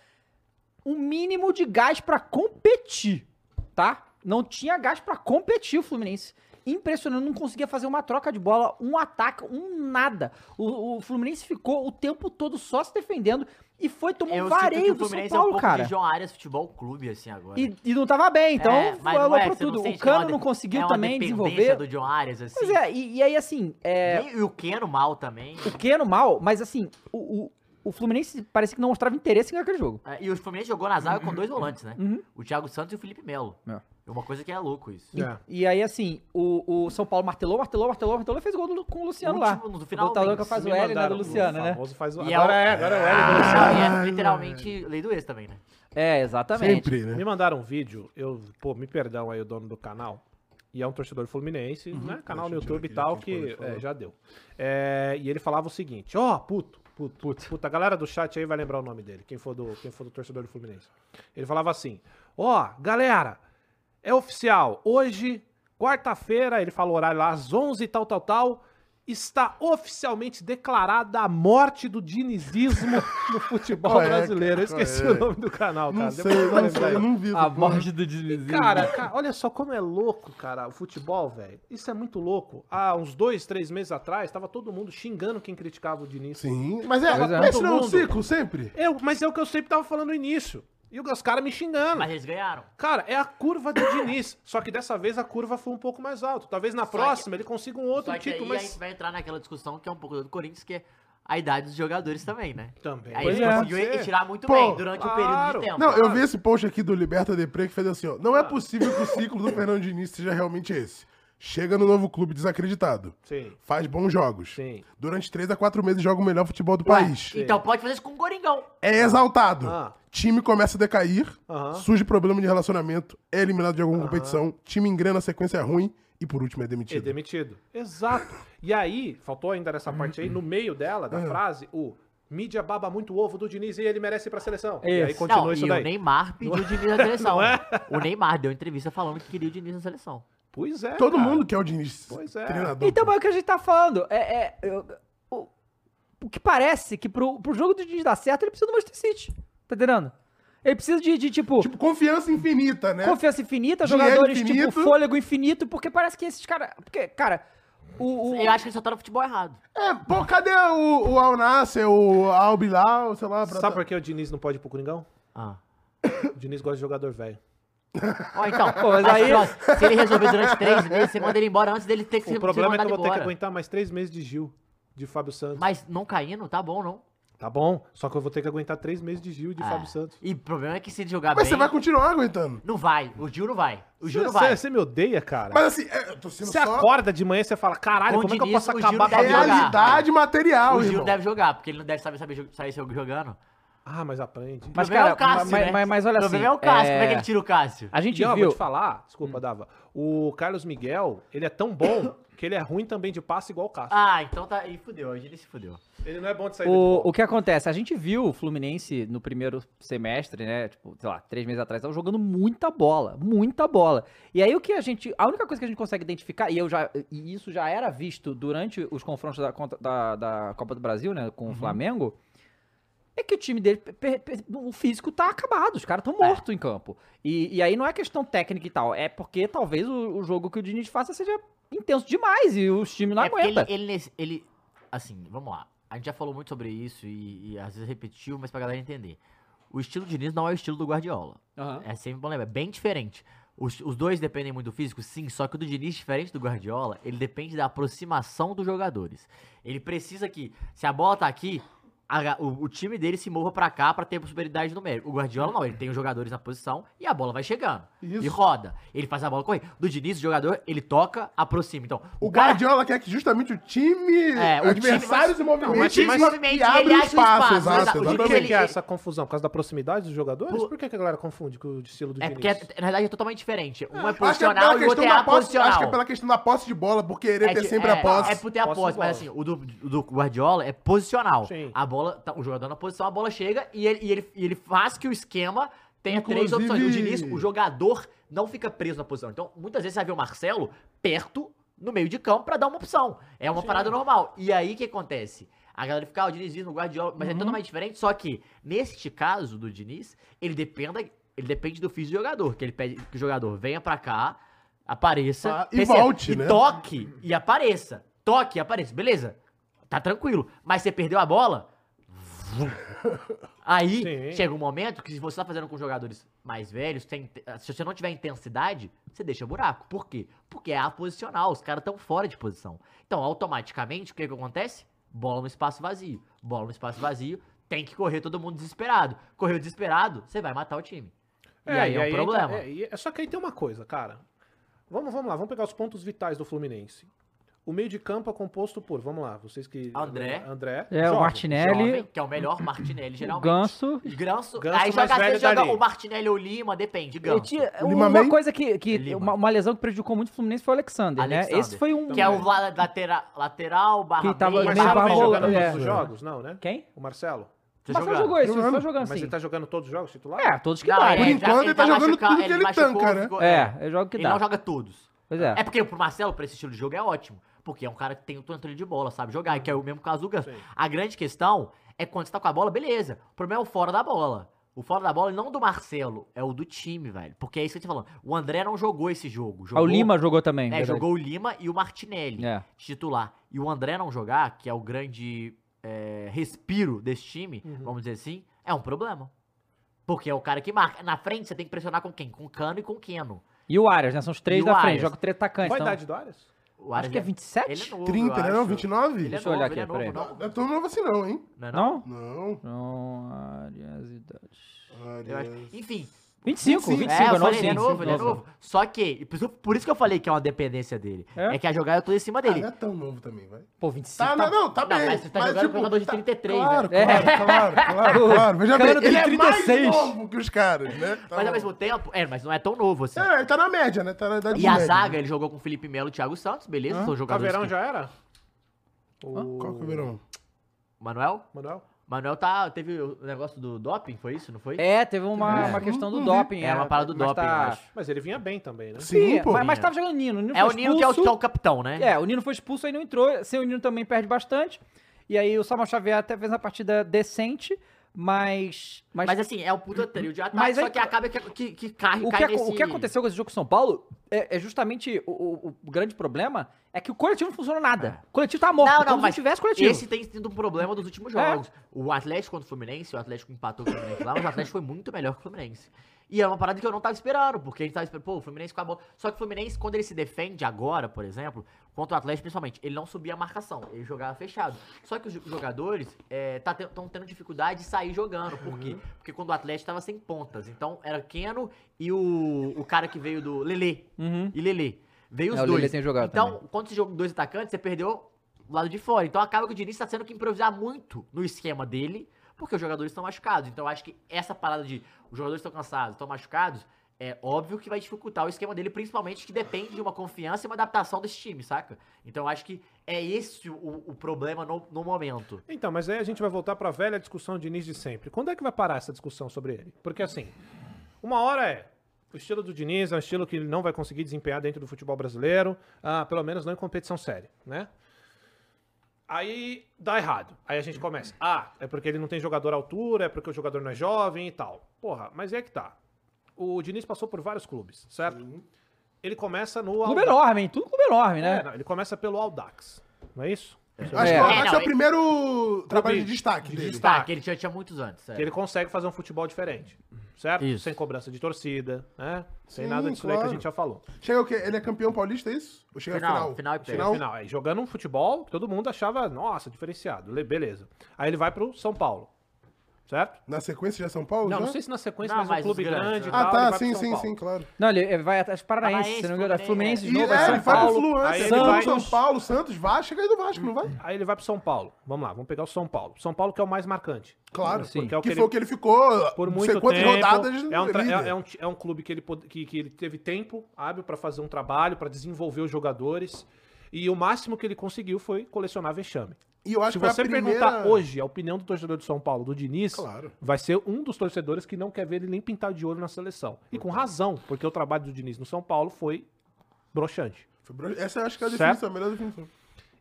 A: o mínimo de gás pra competir, tá? Não tinha gás pra competir o Fluminense. Impressionante, não conseguia fazer uma troca de bola, um ataque, um nada. O, o Fluminense ficou o tempo todo só se defendendo e foi tomar um
D: Eu
A: vareio
D: sinto que
A: do
D: o
A: São
D: Fluminense é um
A: Paulo,
D: pouco
A: cara.
D: de João Arias Futebol Clube, assim, agora.
A: E, e não tava bem, então
D: É, mas não
A: falou
D: é,
A: pra
D: você não
A: tudo.
D: sente
A: O
D: que é uma
A: Cano não
D: de-
A: conseguiu
D: é uma
A: também
D: dependência
A: desenvolver.
D: do John Arias, assim.
A: Pois é, e, e aí assim, é,
D: Nem- E o Keno mal também.
A: o Keno mal, mas assim, o, o, o Fluminense parecia que não mostrava interesse em ganhar aquele jogo.
D: É, E o Fluminense jogou na zaga com dois volantes, né?
A: Uhum.
D: O Thiago Santos e o Felipe Melo.
A: É.
D: É uma coisa que é louco isso.
B: É.
A: E aí assim, o, o São Paulo martelou, martelou, martelou, martelou e fez gol do- com o Luciano lá.
D: Último, no
A: O
D: final,
A: lutador que
D: bem,
A: faz o
B: Me
A: L, né, do
B: mandaram,
A: Luciano, né?
B: famoso faz o-
D: E é
B: Agora
D: o-
B: é, agora é o L do Luciano.
D: Ah, é literalmente lei do ex também, né?
A: É, exatamente.
C: Sempre, né?
B: Me mandaram um vídeo, eu, pô, me perdão aí o dono do canal. E é um torcedor fluminense, né? Canal no
C: Deixa eu tirar
B: YouTube e
C: aqui,
B: tal,
C: já Uhum. que a gente
B: que
C: falou.
B: é, já deu. É, e ele falava o seguinte: ó, puto, puto, puto. Puta, a galera do chat aí vai lembrar o nome dele, quem for do, quem for do torcedor do Fluminense. Ele falava assim: ó, galera, é oficial, hoje, quarta-feira, ele fala o horário lá, às 11 e tal, tal, tal. Está oficialmente declarada a morte do dinizismo no futebol
C: Qual é,
B: brasileiro. Eu
C: cara?
B: esqueci
C: Qual
B: o
C: é?
B: nome do canal, cara.
C: Não sei,
B: Depois eu vou
C: não
B: lembrar
C: sei, eu não vi.
A: A
C: essa porra.
A: morte do deslizinho.
B: Cara, ca- olha só como é louco, cara, o futebol, velho. Isso é muito louco. Há uns dois, três meses atrás, tava todo mundo xingando quem criticava o Diniz.
C: Sim, mas é,
A: Pois é.
C: mas esse não é um
B: Todo mundo.
C: ciclo, sempre.
B: Eu, mas é o que eu sempre tava falando no início. E os caras me
A: Ah,
B: xingando.
D: Mas eles ganharam.
B: Cara, é a curva do Diniz. Só que dessa vez a curva foi um pouco mais alta. Talvez na
D: que-
B: próxima ele consiga um outro
D: Só que
B: título,
D: aí a gente
B: mas.
D: vai entrar naquela discussão que é um pouco do Corinthians, que é a idade dos jogadores também, né?
B: Também.
D: Aí
B: Pois
D: ele
B: é.
D: conseguiu
B: Pode ser.
D: tirar muito
C: Pô,
D: bem durante o período
B: claro.
D: de tempo.
C: Não, eu vi esse post aqui do Liberta Depre que fez assim, ó. Não é possível que o ciclo do Fernando Diniz seja realmente esse. Chega no novo clube desacreditado.
B: Sim.
C: Faz bons jogos.
B: Sim.
C: Durante três a quatro meses joga o melhor futebol do
D: Ué,
C: país.
D: então pode fazer isso com o Coringão.
C: É exaltado.
B: Ah.
C: Time começa a decair.
B: Aham.
C: Surge problema de relacionamento. É eliminado de alguma competição. Time engrena, a sequência é ruim. E por último é
B: E
C: demitido.
B: demitido. Exato. E aí, faltou ainda nessa parte aí, no meio dela,
C: É.
B: da frase, o mídia baba muito o ovo do Diniz e ele merece ir pra seleção. E aí
A: Isso.
B: continua
D: não,
B: isso
D: e
B: daí.
D: o Neymar pediu o Diniz na seleção.
B: Não é?
D: O Neymar deu entrevista falando que queria o Diniz na seleção.
B: Pois é.
C: Todo
B: cara.
C: mundo quer o Diniz.
B: Pois é.
C: Treinador.
A: Então, mas é o que a gente tá falando. É, é, eu- o, o que parece que pro, pro jogo do Diniz dar certo, ele precisa do Manchester City. Tá entendendo? Ele precisa de, de, tipo,
C: Tipo, confiança infinita, né?
A: confiança infinita,
C: Dinheiro
A: jogadores,
C: infinito.
A: tipo, fôlego infinito, porque parece que esses caras. Porque, cara, o. o-
D: Eu acho que ele só tá no futebol errado.
C: É, pô, cadê o, o Al Nasser, o Al Bilal, sei lá. pra- tá-
B: Sabe por que o Diniz não pode ir pro Coringão?
D: Ah.
B: O Diniz gosta de jogador velho.
D: Ó, então,
A: Pô, mas
D: mas
A: aí-
D: ó, se ele resolver durante três meses, você manda ele embora antes dele ter que
B: O
D: ser
B: problema é que
D: mandado
B: eu vou ter que
D: embora.
B: aguentar mais três meses de Gil, de Fábio Santos.
D: Mas não caindo, tá bom, não.
B: Tá bom, só que eu vou ter que aguentar três meses de Gil e de
D: Ah,
B: Fábio Santos.
D: E o problema é que se ele jogar
C: Mas
D: bem,
C: você vai continuar aguentando.
D: não vai. O Gil não vai. O Gil
B: Você
D: não vai.
B: você me odeia, cara?
C: Mas assim, é, eu tô sendo
B: Você
C: só
B: acorda de manhã e você fala, caralho,
D: Com
B: como é que eu
D: Diniz,
B: posso
D: o Gil
B: acabar com a
D: deve
B: vida?
D: jogar.
C: realidade material,
D: Ah, o Gil
C: irmão.
D: deve jogar, porque ele não deve saber, saber jo- sair seu- jogando.
B: Ah, mas aprende.
A: Mas,
D: O problema
A: cara,
D: é o Cássio,
A: mas-
D: né?
A: mas- mas olha
D: O problema
A: assim,
D: é o Cássio.
A: é-
D: Como é que ele tira o Cássio?
A: a gente
B: E, ó,
A: viu.
B: vou te falar,
D: Hum.
B: desculpa, Dava. O Carlos Miguel, ele é tão bom que ele é ruim também de passe igual o Cássio.
D: Ah, então tá. E fudeu, hoje ele se fudeu.
B: Ele não é bom de sair
A: O, o que acontece? A gente viu o Fluminense no primeiro semestre, né? Tipo, sei lá, três meses atrás, tava jogando muita bola, muita bola. E aí o que a gente. A única coisa que a gente consegue identificar, e eu já. E isso já era visto durante os confrontos da, contra- da, da Copa do Brasil, né? Com o
D: Uhum.
A: Flamengo. É que o time dele, per- per- o físico tá acabado, os caras estão
D: É.
A: mortos em campo. E, e aí não é questão técnica e tal, é porque talvez o, o jogo que o Diniz faça seja intenso demais e os times não
D: é porque
A: aguentam.
D: ele, ele, nesse- ele- Assim, vamos lá. A gente já falou muito sobre isso e, e às vezes repetiu, mas pra galera entender. O estilo de Diniz não é o estilo do Guardiola.
A: Aham.
D: É sempre bom lembrar, é bem diferente. Os, os dois dependem muito do físico, sim, só que o do Diniz, diferente do Guardiola, ele depende da aproximação dos jogadores. Ele precisa que, se a bola tá aqui, a ga- o, o time dele se mova pra cá pra ter superioridade numérica. O Guardiola não, ele tem os jogadores na posição e a bola vai chegando. E
C: Isso.
D: roda. Ele faz a bola correr. Do Diniz, o jogador, ele toca, aproxima. Então,
C: O
D: cara-
C: Guardiola quer que justamente o time,
D: É, o
C: o
D: time-
C: adversário se movimente,
D: Não, mas- mas-
C: e abre
D: ele
C: o
D: acha o
C: espaço.
D: espaço,
C: Exato,
D: exato. O time
B: Por
C: exatamente.
B: que,
D: ele-
B: que é essa confusão? Por causa da proximidade dos jogadores?
D: Por-
B: Por que, que a galera confunde com o estilo do
D: É
B: Diniz?
D: porque, na verdade, é totalmente diferente. Um é
C: Acho que é pela
D: posicional e o outro é
C: questão da posse,
D: aposicional.
C: acho que é pela questão da posse de bola, por querer ter
D: ti-
C: sempre a posse.
D: É por ter a
B: Posse
D: posse,
B: de bola.
D: mas assim, o do, o do Guardiola é posicional.
B: Sim.
D: A bola, tá- o jogador na posição, a bola chega e ele, e ele, e ele faz que o esquema tenha três
C: Inclusive-
D: opções. O Diniz, o jogador não fica preso na posição. Então, muitas vezes você vai ver o Marcelo perto, no meio de campo, pra dar uma opção. É uma parada normal. E aí, o que acontece? A galera fica, ah, o Diniz diz no Guardiola, mas
C: Uhum.
D: é totalmente diferente, só que, neste caso do Diniz, ele dependa... Ele depende do físico do jogador, que ele pede que o jogador venha pra cá, apareça,
C: Ah, e
D: receba.
C: volte,
D: e
C: né?
D: toque e apareça. Toque e apareça, beleza. Tá tranquilo. Mas você perdeu a bola. vum. Aí
B: Sim.
D: chega um momento que se você tá fazendo com jogadores mais velhos, tem- se você não tiver intensidade, você deixa buraco. Por quê? Porque é aposicional, os caras estão fora de posição. Então, automaticamente, o que, que acontece? Bola no espaço vazio. Bola no espaço vazio, tem que correr todo mundo desesperado. Correu desesperado, você vai matar o time. e aí é, um problema.
B: É, e é- só que aí tem uma coisa, cara. Vamos, vamos lá, vamos pegar os pontos vitais do Fluminense. O meio de campo é composto por, vamos lá, vocês que...
D: André.
B: André.
A: É, o
B: Jorge.
A: Martinelli,
D: Jovem, que é o melhor Martinelli,
A: o
D: geralmente.
A: Ganso
D: Ganso,
B: Ganso mais
D: aí joga, às
B: velho
D: vezes joga
B: dali.
D: o Martinelli ou o Lima, depende,
A: Eu
D: Ganso.
A: tinha-
C: O Lima
A: uma
C: May?
A: coisa que, que
D: É Lima.
A: uma, uma lesão que prejudicou muito o Fluminense foi o Alexander, né?
D: Alexander.
A: Esse foi um
D: Que é o la- latera, lateral, barra
A: Que tava
B: O
D: meia,
A: meio
D: barra
B: Marcelo vem
A: barrola,
D: meia.
B: tá jogando todos
A: é.
B: os jogos? Não, né?
A: quem?
B: O Marcelo?
A: O
D: Tá
A: Marcelo
D: jogando.
A: jogou esse, ele
C: Jogando.
A: tá jogando
B: Mas
A: sim.
B: ele tá jogando todos os jogos titular?
A: É, todos que
D: Não,
A: dá.
D: é,
A: né?
C: Por enquanto, ele tá jogando
D: machuca-
C: tudo que ele
D: machucou,
C: tanca, né?
D: ficou-
A: É, é jogo que
D: Ele não
A: dá.
D: joga todos.
A: Pois é.
D: É porque pro Marcelo, pra esse estilo de jogo, é ótimo. Porque é um cara que tem o controle de bola, sabe jogar, que é o mesmo caso do Ganso.
B: Sim.
D: A grande questão é quando você tá com a bola, beleza. O problema é o fora da bola. O fora da bola não do Marcelo, é o do time, velho. Porque é isso que eu tô falando. O André não jogou esse jogo.
A: Ah,
D: Jogou,
A: o Lima jogou também.
D: É,
A: verdade.
D: jogou o Lima e o Martinelli
A: É.
D: titular. E o André não jogar, que é o grande é, respiro desse time,
C: Uhum.
D: vamos dizer assim, é um problema. Porque é o cara que marca. Na frente você tem que pressionar com quem? Com o Cano e com o Keno.
A: E o Arias, né? São os três
D: E o
A: da frente,
D: Arias.
A: joga três atacantes.
B: Qual a
A: então-
B: idade do Arias?
D: O
A: Acho
D: Arias
A: que é
D: é- Ele é
A: 27?
D: novo,
C: 30,
D: eu
C: né? Não,
D: acho.
C: 29?
D: Ele é
A: Deixa eu olhar
D: novo, ele é
A: aqui, peraí.
D: novo,
C: Não,
D: não.
C: não é tão novo assim não, hein?
D: Não é não?
A: Não?
C: Não.
A: Não, Arias, idade.
D: Eu acho- Enfim,
A: 25, 25,
C: 25,
D: É, eu
A: é novo,
D: falei, ele é novo, ele é novo. Só que, por isso- por isso que eu falei que é uma dependência dele.
A: É?
D: É, que a jogada eu tô em cima
C: Ah,
D: dele.
C: não é tão novo também, vai.
A: Pô, 25.
C: Tá, não, não, tá
D: Não,
C: bem.
D: mas você tá jogando com jogador de 33,
C: Claro,
A: né?
C: claro, claro, claro, claro. Veja
A: Cara,
C: bem,
A: tem
C: ele é
A: 36.
C: mais novo que os caras, né? Tá
D: mas
C: bom.
D: ao mesmo tempo, é, mas não é tão novo assim.
C: É, ele tá na média, né? Tá na idade
D: E a
C: média.
D: zaga, é ele jogou com Felipe Melo e Thiago Santos, beleza? São
B: O
D: jogadores.
B: Caveirão
D: que-
B: já era? O
C: Qual que é o verão?
D: Manuel?
B: Manuel?
D: Manuel tá, teve o negócio do doping, foi isso? Não foi?
A: É, teve uma,
C: É.
A: uma questão do
C: Não vi.
A: doping.
D: É, uma parada do
A: mas
D: doping,
A: tá-
D: eu acho.
B: Mas ele vinha bem também, né?
A: Sim, é
C: Sim, pô.
A: mas, mas tava jogando o Nino. O Nino
D: É o
A: foi
D: Nino que é o,
A: expulso.
D: que é o capitão, né?
A: É, o Nino foi expulso, aí não entrou. Sem o Nino também perde bastante. E aí o Samuel Xavier até fez uma partida decente, mas. Mas,
D: Mas assim, é o puta trio de ataque,
A: Mas aí-
D: só que acaba que, que, que cai,
A: o, que,
D: cai
A: aco-
D: nesse...
A: o que aconteceu com esse jogo com o São Paulo é, é justamente o, o- o grande problema é que o coletivo não funcionou nada. O coletivo tá morto.
D: Não, não,
A: como
D: mas
A: se não tivesse coletivo.
D: Esse tem sido um problema dos últimos jogos. O Atlético contra o Fluminense, o Atlético empatou com o Fluminense lá, mas o Atlético foi muito melhor que o Fluminense. E é uma parada que eu não tava esperando, porque a gente tava esperando, pô, o Fluminense com a bola. Só que o Fluminense, quando ele se defende agora, por exemplo, contra o Atlético principalmente, ele não subia a marcação, ele jogava fechado. Só que os jo- jogadores é, estão tendo dificuldade de sair jogando. Por quê? Porque quando o Atlético tava sem pontas. Então era Keno e o, o cara que veio do Lele.
A: Uhum.
D: E Lele. Veio os
A: É, o Lele
D: dois.
A: tem jogado
D: então,
A: também.
D: quando você joga com dois atacantes, você perdeu o lado de fora. Então acaba que o Diniz tá tendo que improvisar muito no esquema dele, porque os jogadores estão machucados. Então eu acho que essa parada de os jogadores estão cansados, estão machucados, é óbvio que vai dificultar o esquema dele, principalmente que depende de uma confiança e uma adaptação desse time, saca? Então eu acho que é esse o, o problema no, no momento.
B: Então, mas aí a gente vai voltar pra velha discussão de Diniz de sempre. Quando é que vai parar essa discussão sobre ele? Porque assim, uma hora é o estilo do Diniz é um estilo que ele não vai conseguir desempenhar dentro do futebol brasileiro, ah, pelo menos não em competição séria, né? Aí dá errado. Aí a gente começa. Ah, é porque ele não tem jogador à altura, é porque o jogador não é jovem e tal. Porra, mas é que tá. O Diniz passou por vários clubes, certo? Ele começa no
A: Clube
B: Aldax.
A: enorme, hein? Tudo clube enorme, né?
B: É, não, ele começa pelo Aldax, não é isso?
C: Eu Acho
A: É.
C: que o Alex
D: É, não,
C: é o
D: ele-
C: primeiro trabalho de destaque dele.
D: Tá, que ele já tinha muitos antes. é.
B: Que ele consegue fazer um futebol diferente, certo?
D: Isso.
B: Sem cobrança de torcida, né? Sem
C: Sim,
B: nada disso aí que
C: claro.
B: a gente já falou.
C: Chega o quê? Ele é campeão paulista, é isso? Ou chega
D: Final,
C: a final?
D: final e pé.
B: Chega no final, aí jogando um futebol que todo mundo achava, nossa, diferenciado, le- beleza. Aí ele vai pro São Paulo, certo?
C: Na sequência já é São Paulo?
B: Não,
C: já?
B: não sei se na sequência,
D: Não,
B: mas,
D: mas
B: um clube
D: os grandes,
B: grande e
D: né?
B: tal,
C: Ah,
B: ele
C: tá,
B: vai pro
C: sim,
B: São
C: sim,
B: Paulo.
C: sim, claro.
A: Não, ele ele vai atrás Paranaense, se
D: Paranaense,
A: não me engano. é Fluminense
D: Fluminense,
A: de
C: E,
A: novo,
C: é,
A: é São
C: ele vai pro
A: Paulo.
C: Flu
B: aí
C: antes,
B: ele
C: vai
B: vai-
C: pro São Paulo, Santos, Vasco, chega aí do Vasco, não vai?
B: Aí ele vai pro São Paulo. Vamos lá, vamos pegar o São Paulo. São Paulo que é o mais marcante.
C: Claro,
A: Sim.
B: Porque é o
C: que
B: que
C: foi o
B: ele-
C: que ele ficou
B: Por
C: não
B: muito
C: sei
B: tempo.
C: quantas rodadas
B: é, um tra-
C: líder.
B: é- é um, ti- é um clube que ele, pod- que, que ele teve tempo hábil para fazer um trabalho, para desenvolver os jogadores. E o máximo que ele conseguiu foi colecionar vexame.
C: E eu acho
B: Se
C: que foi a
B: você perguntar
C: primeira-
B: hoje a opinião do torcedor de São Paulo, do Diniz,
C: Claro.
B: vai ser um dos torcedores que não quer ver ele nem pintar de olho na seleção. E com razão, porque o trabalho do Diniz no São Paulo foi broxante.
C: Foi bro- Essa eu acho que é a
B: Certo?
C: definição, a melhor definição.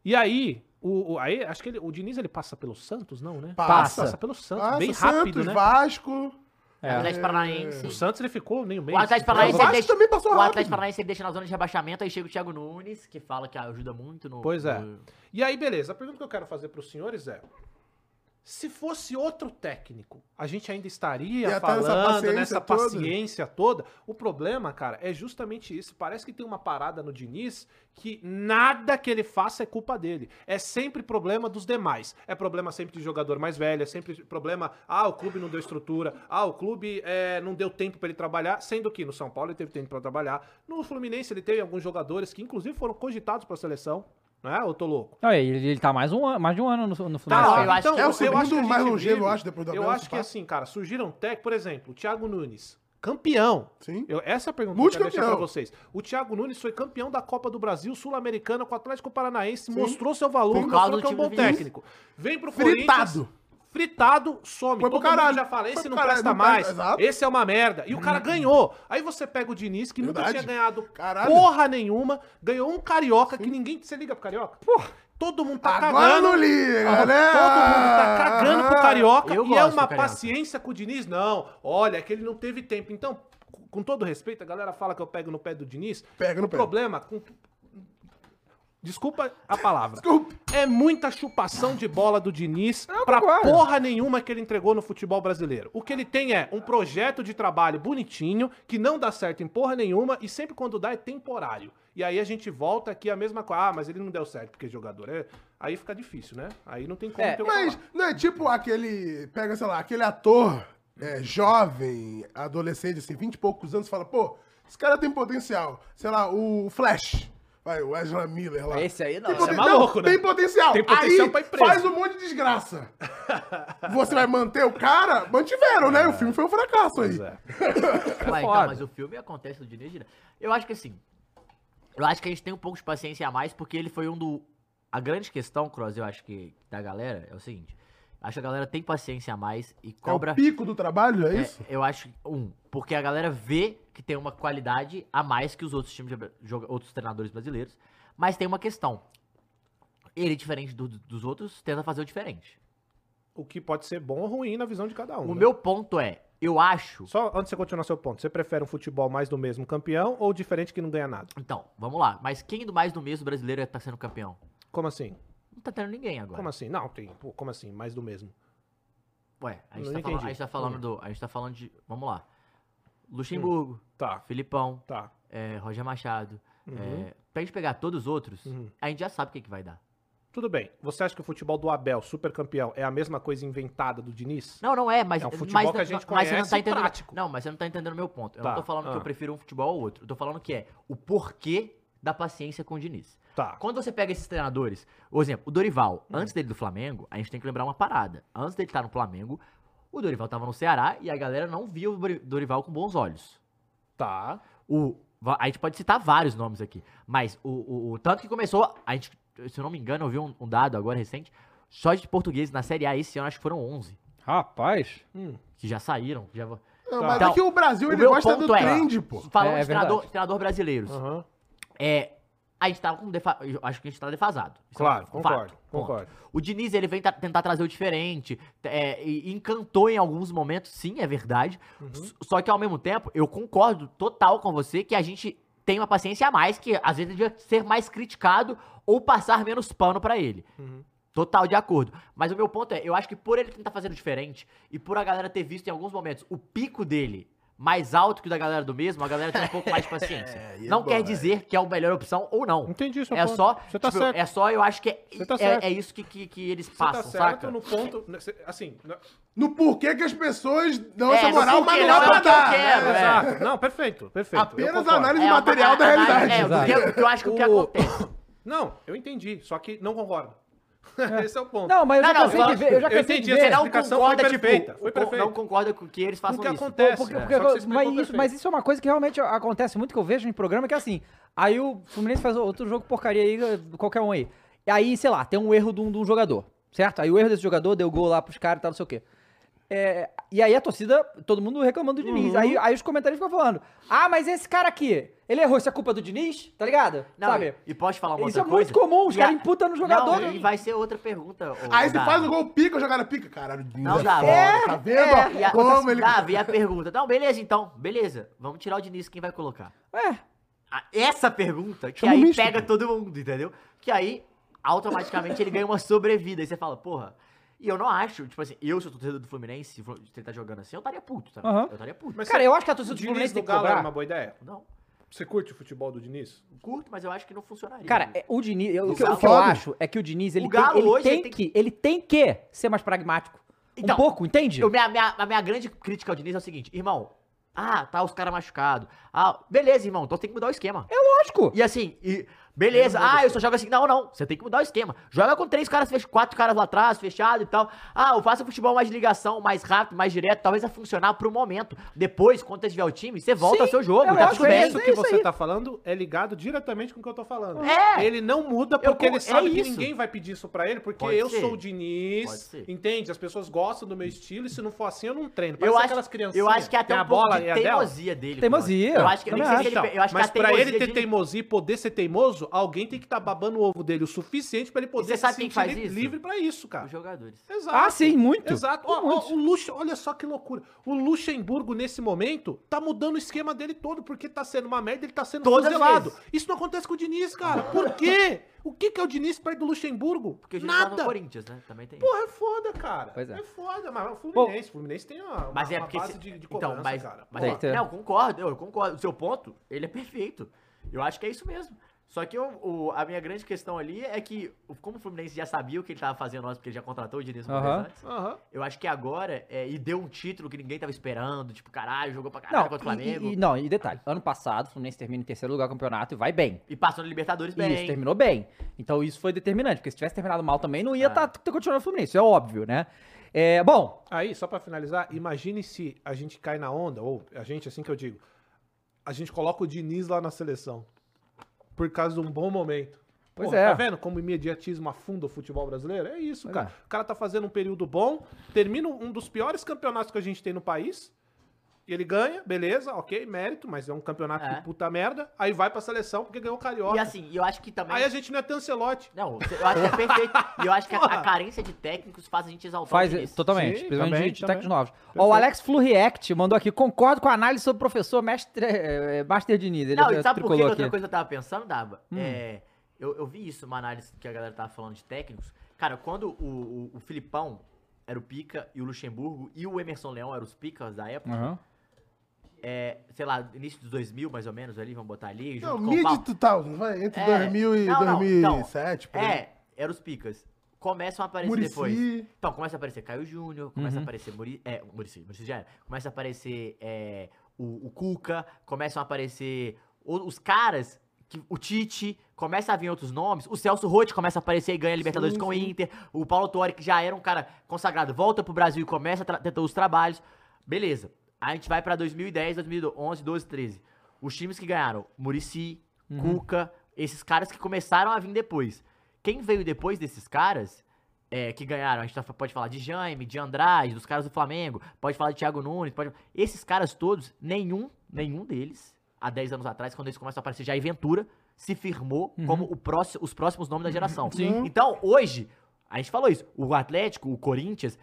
B: E aí, o, o- aí acho que ele- o Diniz ele passa pelo Santos, não, né?
C: Passa.
B: Passa pelo Santos,
C: Passa,
B: bem rápido,
C: Santos,
B: né?
C: Vasco.
A: É.
D: Atlético Paranaense.
B: O Santos ele ficou nem o mês.
D: O Atlético
B: Foi-
D: Paranaense
C: Vasco
D: ele
C: também passou
D: o
C: rápido.
D: Atlético Paranaense ele deixa na zona de rebaixamento, aí chega o Thiago Nunes, que fala que ajuda muito no.
B: Pois é.
D: no-
B: E aí, beleza, a pergunta que eu quero fazer para os senhores é: se fosse outro técnico, a gente ainda estaria
C: Ia tá nessa
B: falando
C: paciência
B: nessa
C: toda.
B: paciência toda? O problema, cara, é justamente isso. Parece que tem uma parada no Diniz que nada que ele faça é culpa dele. É sempre problema dos demais. É problema sempre de jogador mais velho, é sempre problema, ah, o clube não deu estrutura, ah, o clube eh, não deu tempo para ele trabalhar, sendo que no São Paulo ele teve tempo para trabalhar. No Fluminense ele teve alguns jogadores que inclusive foram cogitados para a seleção. Não é? Eu tô louco.
A: Olha, ele, ele tá mais, um ano, mais de um ano no, no Fluminense.
D: Tá, ó,
A: né?
D: eu acho que-
C: É o
B: eu
C: segundo
B: acho que a gente
C: mais longevo, eu
B: vive-
C: acho, depois do
B: Eu
C: Abel,
B: acho
C: se
B: que
C: pá.
B: assim, cara, surgiram técnicos, por exemplo, o Thiago Nunes, campeão.
C: Sim.
B: Eu- essa é a pergunta que eu quero
C: Multicampeão.
B: deixar pra vocês. O Thiago Nunes foi campeão da Copa do Brasil Sul-Americana com o Atlético Paranaense, mostrou seu valor,
D: Por
B: mostrou
D: causa
B: que é um
D: do time
B: bom
D: do Vinícius.
B: técnico. Vem pro
C: Fritado.
B: Corinthians, Fritado, some.
C: Foi pro
B: Todo mundo
C: caralho.
B: já fala,
C: Foi
B: esse
C: pro
B: não
C: caralho,
B: presta
C: não
B: mais,
C: presta- exato. Uhum.
B: esse é uma merda. E o cara ganhou. Aí você pega o Diniz, que nunca
C: Verdade.
B: tinha ganhado
C: Caralho.
B: porra nenhuma, ganhou um carioca que ninguém se liga pro carioca. Porra, todo mundo tá
C: Agora
B: cagando.
C: não liga, né?
B: Ah,
C: galera!
B: Todo mundo tá
C: ah,
B: cagando pro Carioca
D: Eu
B: e
D: gosto
B: é
D: do
B: uma
D: Carioca.
B: paciência com o Diniz, não. Olha, é que ele não teve tempo. Então, c- com todo respeito, a galera fala que eu pego no pé do Diniz.
C: Pega no
B: O
C: pé.
B: problema com... Desculpa a palavra.
C: Desculpa.
B: É muita chupação de bola do Diniz pra
A: concordo.
B: porra nenhuma que ele entregou no futebol brasileiro. O que ele tem é um projeto de trabalho bonitinho, que não dá certo em porra nenhuma, e sempre quando dá é temporário. E aí a gente volta aqui a mesma coisa. Ah, mas ele não deu certo, porque jogador é. Aí fica difícil, né? Aí não tem como
A: É,
B: ter o que
C: Mas
B: falar.
C: não é tipo aquele. Pega, sei lá, aquele ator é, jovem, adolescente, assim, 20 e poucos anos, fala, pô, esse cara tem potencial. Sei lá, o Flash. Vai, o Ezra Miller lá.
A: Esse aí não.
C: Tem
A: esse é
C: poten-
A: maluco.
B: maluco,
C: não,
B: né?
C: Tem potencial.
B: Tem potencial
C: Aí,
B: pra ir preso.
C: Faz um monte de desgraça. Você vai manter o cara? Mantiveram, né? O filme foi um fracasso aí.
B: É. Pois é.
D: Ué, então,
B: foda.
D: mas o filme acontece do Diniz Direto. Eu acho que assim. Eu acho que a gente tem um pouco de paciência a mais, porque ele foi um do. A grande questão, Cross, eu acho que da galera é o seguinte. Acho que a galera tem paciência a mais e
C: É o
D: cobra.
C: pico do trabalho, é
D: É,
C: isso?
D: eu acho, um, porque a galera vê que tem uma qualidade a mais que os outros times, de, joga- outros treinadores brasileiros, mas tem uma questão. Ele, diferente do- dos outros, tenta fazer o diferente.
B: O que pode ser bom ou ruim na visão de cada um.
D: O
B: né?
D: meu ponto é, eu acho...
B: Só antes de você continuar seu ponto, você prefere um futebol mais do mesmo campeão ou diferente que não ganha nada?
D: Então, vamos lá, mas quem do mais do mesmo brasileiro é que tá sendo campeão?
B: Como assim?
D: Não tá tendo ninguém agora.
B: Como assim? Não, tem. pô, como assim? Mais do mesmo.
D: Ué, a gente,
B: Não
D: tá falando, a
B: entendi. Hum.
D: gente tá falando do... A gente tá falando de... Vamos lá. Luxemburgo, ah,
B: Tá,
D: Filipão,
B: tá.
D: é, Roger Machado...
B: Uhum.
D: É, pra gente pegar todos os outros,
B: Uhum.
D: a gente já sabe o que, que vai dar.
B: Tudo bem. Você acha que o futebol do Abel, super campeão, é a mesma coisa inventada do Diniz?
D: Não, não é, mas,
B: É um futebol
D: mas,
B: que a gente
D: mas você não
B: conhece
D: tá
B: e
D: entendendo.
B: prático.
D: Não, mas você não tá entendendo o meu ponto. Eu
B: Tá,
D: não tô falando que
B: ah.
D: eu prefiro um futebol ao outro. Eu tô falando que é o porquê da paciência com o Diniz.
B: Tá.
D: Quando você pega esses treinadores, por exemplo, o Dorival,
B: Hum.
D: antes dele do Flamengo, a gente tem que lembrar uma parada. Antes dele estar no Flamengo, o Dorival tava no Ceará e a galera não via o Dori- Dorival com bons olhos.
B: Tá.
D: O, va- a gente pode citar vários nomes aqui, mas o, o- o tanto que começou, a gente, se eu não me engano, eu vi um, um dado agora recente, só de portugueses na Série A esse ano acho que foram 11
F: Rapaz.
B: Hum.
D: que já saíram, que já vo-
C: Não,
B: Tá.
C: mas
D: Então,
C: é que o Brasil,
D: o
C: ele
D: meu
C: gosta
D: ponto
C: do
D: é-
C: trend, pô.
D: Falando
F: É, é
D: de treinador,
F: verdade.
D: treinador brasileiros,
B: Aham.
D: é, a gente tava com defa- eu acho que a gente tá defasado. Isso é um
B: Claro,
D: fato,
B: concordo,
D: ponto.
B: concordo.
D: O Diniz, ele vem ta- tentar trazer o diferente, é, e encantou em alguns momentos, sim, é verdade.
C: Uhum.
D: S- Só que ao mesmo tempo, eu concordo total com você que a gente tem uma paciência a mais, que às vezes devia ser mais criticado ou passar menos pano pra ele.
B: Uhum.
D: Total, de acordo. Mas o meu ponto é, eu acho que por ele tentar fazer o diferente e por a galera ter visto em alguns momentos o pico dele mais alto que o da galera do mesmo, a galera tem um pouco mais de paciência.
C: e é
D: não
C: bom,
D: quer
C: é.
D: dizer que é a melhor opção ou não.
B: Entendi seu
D: É
B: ponto.
D: só,
B: Você tá
D: tipo,
B: certo.
D: é só, eu acho que é,
B: Você tá
D: é-
B: certo.
D: é isso que, que, que eles
B: Você tá
D: passam,
B: certo
D: saca?
B: no ponto. né, cê- Assim. na-
C: No porquê que as pessoas dão
D: É,
C: essa
D: no
C: moral,
D: porquê,
C: mas
D: não
C: não
D: é
C: dá pra
D: o que eu
C: dar.
D: quero,
C: né?
D: é.
B: Exato. Não, perfeito, perfeito. eu
C: Apenas a
B: concordo.
C: análise
D: É uma-
C: material da
D: a- a-
C: realidade.
D: É,
F: Exato.
D: o que eu, eu acho que o que
A: O-
D: acontece.
B: Não, eu entendi, só que não concordo. Esse é o ponto.
A: Não, mas eu
D: Não,
A: já
D: não,
A: cansei
D: eu
A: de
D: acho-
A: ver. Eu já
B: eu
A: cansei de ver.
B: entendi,
A: né?
D: Você
B: essa
D: não
B: explicação
D: concorda,
B: foi
D: tipo,
B: perfeita, foi
D: com-
B: perfeita.
D: não concorda com que eles façam
B: O que
D: isso.
B: acontece,
A: Porque-
B: né?
A: porque-
B: Só que você explicou
A: mas, isso,
B: perfeito.
A: mas isso é uma coisa que realmente acontece muito, que eu vejo em programa, que é assim, aí o Fluminense faz outro jogo porcaria aí, qualquer um aí. E aí, sei lá, tem um erro de um, de um jogador, certo? Aí o erro desse jogador deu gol lá pros caras e tal, não sei o quê. É, e aí a torcida, todo mundo reclamando do
B: Uhum.
A: Diniz. Aí, aí os comentários ficam falando, ah, mas esse cara aqui, ele errou, isso é culpa do Diniz, tá ligado?
D: Não,
A: Sabe?
D: E, e posso falar uma
A: Isso
D: outra
A: é muito
D: coisa?
A: comum, os
D: E a-
A: caras imputam no jogador.
D: Não, e vai ser outra pergunta. ô,
C: Aí você
D: Davi.
C: faz o gol, pica, o jogador pica. Caralho, o Diniz
D: Não
C: é
D: dá,
C: foda,
D: é,
C: tá vendo? ó,
D: E a,
C: como ele...
D: Davi, e a pergunta. Não, beleza então, beleza. Vamos tirar o Diniz, quem vai colocar?
A: É,
D: Ah, Essa pergunta, que
C: Chama o
D: aí
C: místico.
D: pega todo mundo, entendeu? Que aí, automaticamente, ele ganha uma sobrevida. E você fala, porra. E eu não acho, tipo assim, eu, se eu tô torcedor do Fluminense, se o Fluminense tá jogando assim, eu estaria puto, tá?
A: Aham.
D: Eu estaria puto.
B: Mas
A: cara,
B: você-
A: eu acho que a
B: o
A: torcida do
B: Diniz
A: Fluminense
B: do
A: tem que
B: Galo é era uma
A: cobrar.
B: boa ideia.
D: Não,
B: Você curte o futebol do Diniz?
D: curto, mas eu acho que não funcionaria.
A: Cara, é, o Diniz, eu-
D: O
A: o que, eu-
D: Galo-
A: o que eu
C: Foda.
A: acho é que o Diniz, ele,
D: O Galo
A: tem, ele
D: hoje,
A: tem
D: ele tem
A: que, ele tem que ser mais pragmático.
D: Então,
A: um pouco, entende?
D: Eu- minha, minha- a minha grande crítica ao Diniz é o seguinte, irmão. Ah, tá os caras machucados. Ah, beleza, irmão, então tem que mudar o esquema.
A: Lógico.
D: E assim, e beleza, ah, eu só jogo assim. Não, não, você tem que mudar o esquema. Joga com três caras, fech- quatro caras lá atrás, fechado e tal. Ah, eu faço futebol mais de ligação, mais rápido, mais direto. Talvez vai funcionar pro momento. Depois, quando você tiver o time, você volta
A: Sim,
D: ao seu jogo.
A: é
D: tá
A: lógico,
D: tudo bem.
A: é
B: isso
A: isso
B: que
A: aí.
B: você tá falando é ligado diretamente com o que eu tô falando.
D: É.
B: Ele não muda porque
D: Eu con-
B: ele sabe
D: é
B: que
D: isso.
B: ninguém vai pedir isso pra ele, porque
D: Pode
B: eu
D: ser.
B: sou o
D: Pode
B: Diniz,
D: ser.
B: entende? As pessoas gostam do meu estilo e se não for assim eu não treino.
D: Eu
B: Parece aquelas
D: acho, eu
B: criancinhas.
D: acho que é até
B: tem
D: um
B: a
D: pouco
B: bola
D: de
B: e a dela.
D: teimosia dele.
A: Teimosia,
D: Eu acho que eu nem sei
A: também
D: se ele,
B: Então,
D: eu acho
B: mas
D: que a
B: pra
D: teimosia
B: ele ter
D: dele-
B: teimosia e poder ser teimoso, alguém tem que estar babando o ovo dele o suficiente pra ele poder
D: você sabe quem faz
B: li-
D: isso?
B: livre pra isso,
D: os
B: cara.
D: jogadores.
B: Exato.
A: Ah, sim, muito.
B: Exato. Ó, ó,
A: Muito.
B: o Luxo, olha só que loucura. O Luxemburgo, nesse momento, tá mudando o esquema dele todo, porque tá sendo uma merda, ele tá sendo
D: Todas as
B: fuzelado.
D: vezes.
B: Isso não acontece com o Diniz, cara. Por quê? O que, que é o Diniz perto do Luxemburgo?
D: Porque o Júnior tava no
B: Nada.
D: Corinthians, né? Também tem. isso.
B: Porra, é foda, cara.
A: Pois é.
B: é. foda, mas o Fluminense, o Fluminense tem uma,
D: Mas
B: uma-
D: é
B: uma
D: porque.
B: base
D: se-
B: de, de
D: então,
B: cobrança,
D: mas,
B: cara.
D: mas
B: Pô,
A: Tem que ter.
D: não, eu concordo, eu concordo. O seu ponto, ele é perfeito. Eu é acho que é isso mesmo. Só que eu- o- a minha grande questão ali é que, como o Fluminense já sabia o que ele tava fazendo antes, porque ele já contratou o Diniz uma
A: Aham.
D: vez antes,
B: Aham.
D: eu acho que agora, é, e deu um título que ninguém tava esperando, tipo, caralho, jogou pra caralho
A: Não,
D: contra o
A: e- e,
D: Flamengo,
A: e-
D: e,
A: não, e detalhe, ano passado o Fluminense termina em terceiro lugar do campeonato e vai bem.
D: passou no Libertadores bem.
A: Isso, terminou bem. Então isso foi determinante, porque se tivesse terminado mal também, não ia
D: Ah.
A: estar continuando o Fluminense, isso é óbvio, né? É, bom,
B: Aí, só pra finalizar, imagine se a gente cai na onda, ou a gente, assim que eu digo, a gente coloca o Diniz lá na seleção. Por causa de um bom momento.
A: Pois
B: Porra,
A: é.
B: Tá vendo como o imediatismo afunda o futebol brasileiro? É isso, cara. O cara tá fazendo um período bom, termina um dos piores campeonatos que a gente tem no país, e ele ganha, beleza, ok, mérito, mas é um campeonato
D: É.
B: de puta merda. Aí vai pra seleção porque ganhou o Carioca.
D: E assim, eu acho que também...
B: Aí a gente não é Tancelote.
D: Não, eu acho que é perfeito. E eu acho que a, a
B: Porra.
D: carência de técnicos faz a gente exaltar
A: Faz
D: o Diniz.
A: totalmente,
B: Sim,
A: principalmente
B: também,
A: de, de técnicos
B: também.
A: novos. Ó, o
B: Perfeito.
A: Alex Fluriect mandou aqui, concordo com a análise sobre o professor Mestre, eh, Master Diniz. Ele
D: Não,
A: eh,
D: e sabe por que
A: tricolou
D: outra
A: aqui. Hum.
D: coisa que eu tava pensando, Daba? É, eu, eu vi isso, uma análise que a galera tava falando de técnicos. Cara, quando o, o, o Filipão era o pica e o Luxemburgo e o Emerson Leão eram os picas da época,
A: Aham. Ah.
D: é, sei lá, início dos 2000 mais ou menos ali, vamos botar ali,
C: Não,
D: junto com o
C: mid
D: Val-
C: 2000, vai, entre
D: É,
C: 2000 e
D: não, não,
C: 2007, por aí.
D: É, eram os picas. Começam a aparecer
C: Muricy.
D: depois. Então, começa a aparecer Caio Júnior, começa
A: Uhum.
D: a aparecer Muri... é, Muricy, Muricy já era. Começa a aparecer é, o, o Cuca, começam a aparecer o- os caras, que, o Tite, começa a vir outros nomes. O Celso Rotti começa a aparecer e ganha Libertadores
C: Sim,
D: com o
C: sim.
D: Inter. O Paulo Torre, que já era um cara consagrado, volta pro Brasil e começa a tra- tentar os trabalhos. Beleza. Aí a gente vai pra 2010, 2011, 12, 13. Os times que ganharam, Murici,
C: Uhum.
D: Cuca, esses caras que começaram a vir depois. Quem veio depois desses caras é, que ganharam, a gente tá- pode falar de Jaime, de Andrade, dos caras do Flamengo, pode falar de Thiago Nunes, pode... Esses caras todos, nenhum, nenhum deles, há 10 anos atrás, quando eles começam a aparecer, Jair Ventura, se firmou como o próximo, os próximos nomes da geração.
C: Sim.
D: Então, hoje, a gente falou isso, o Atlético, o Corinthians,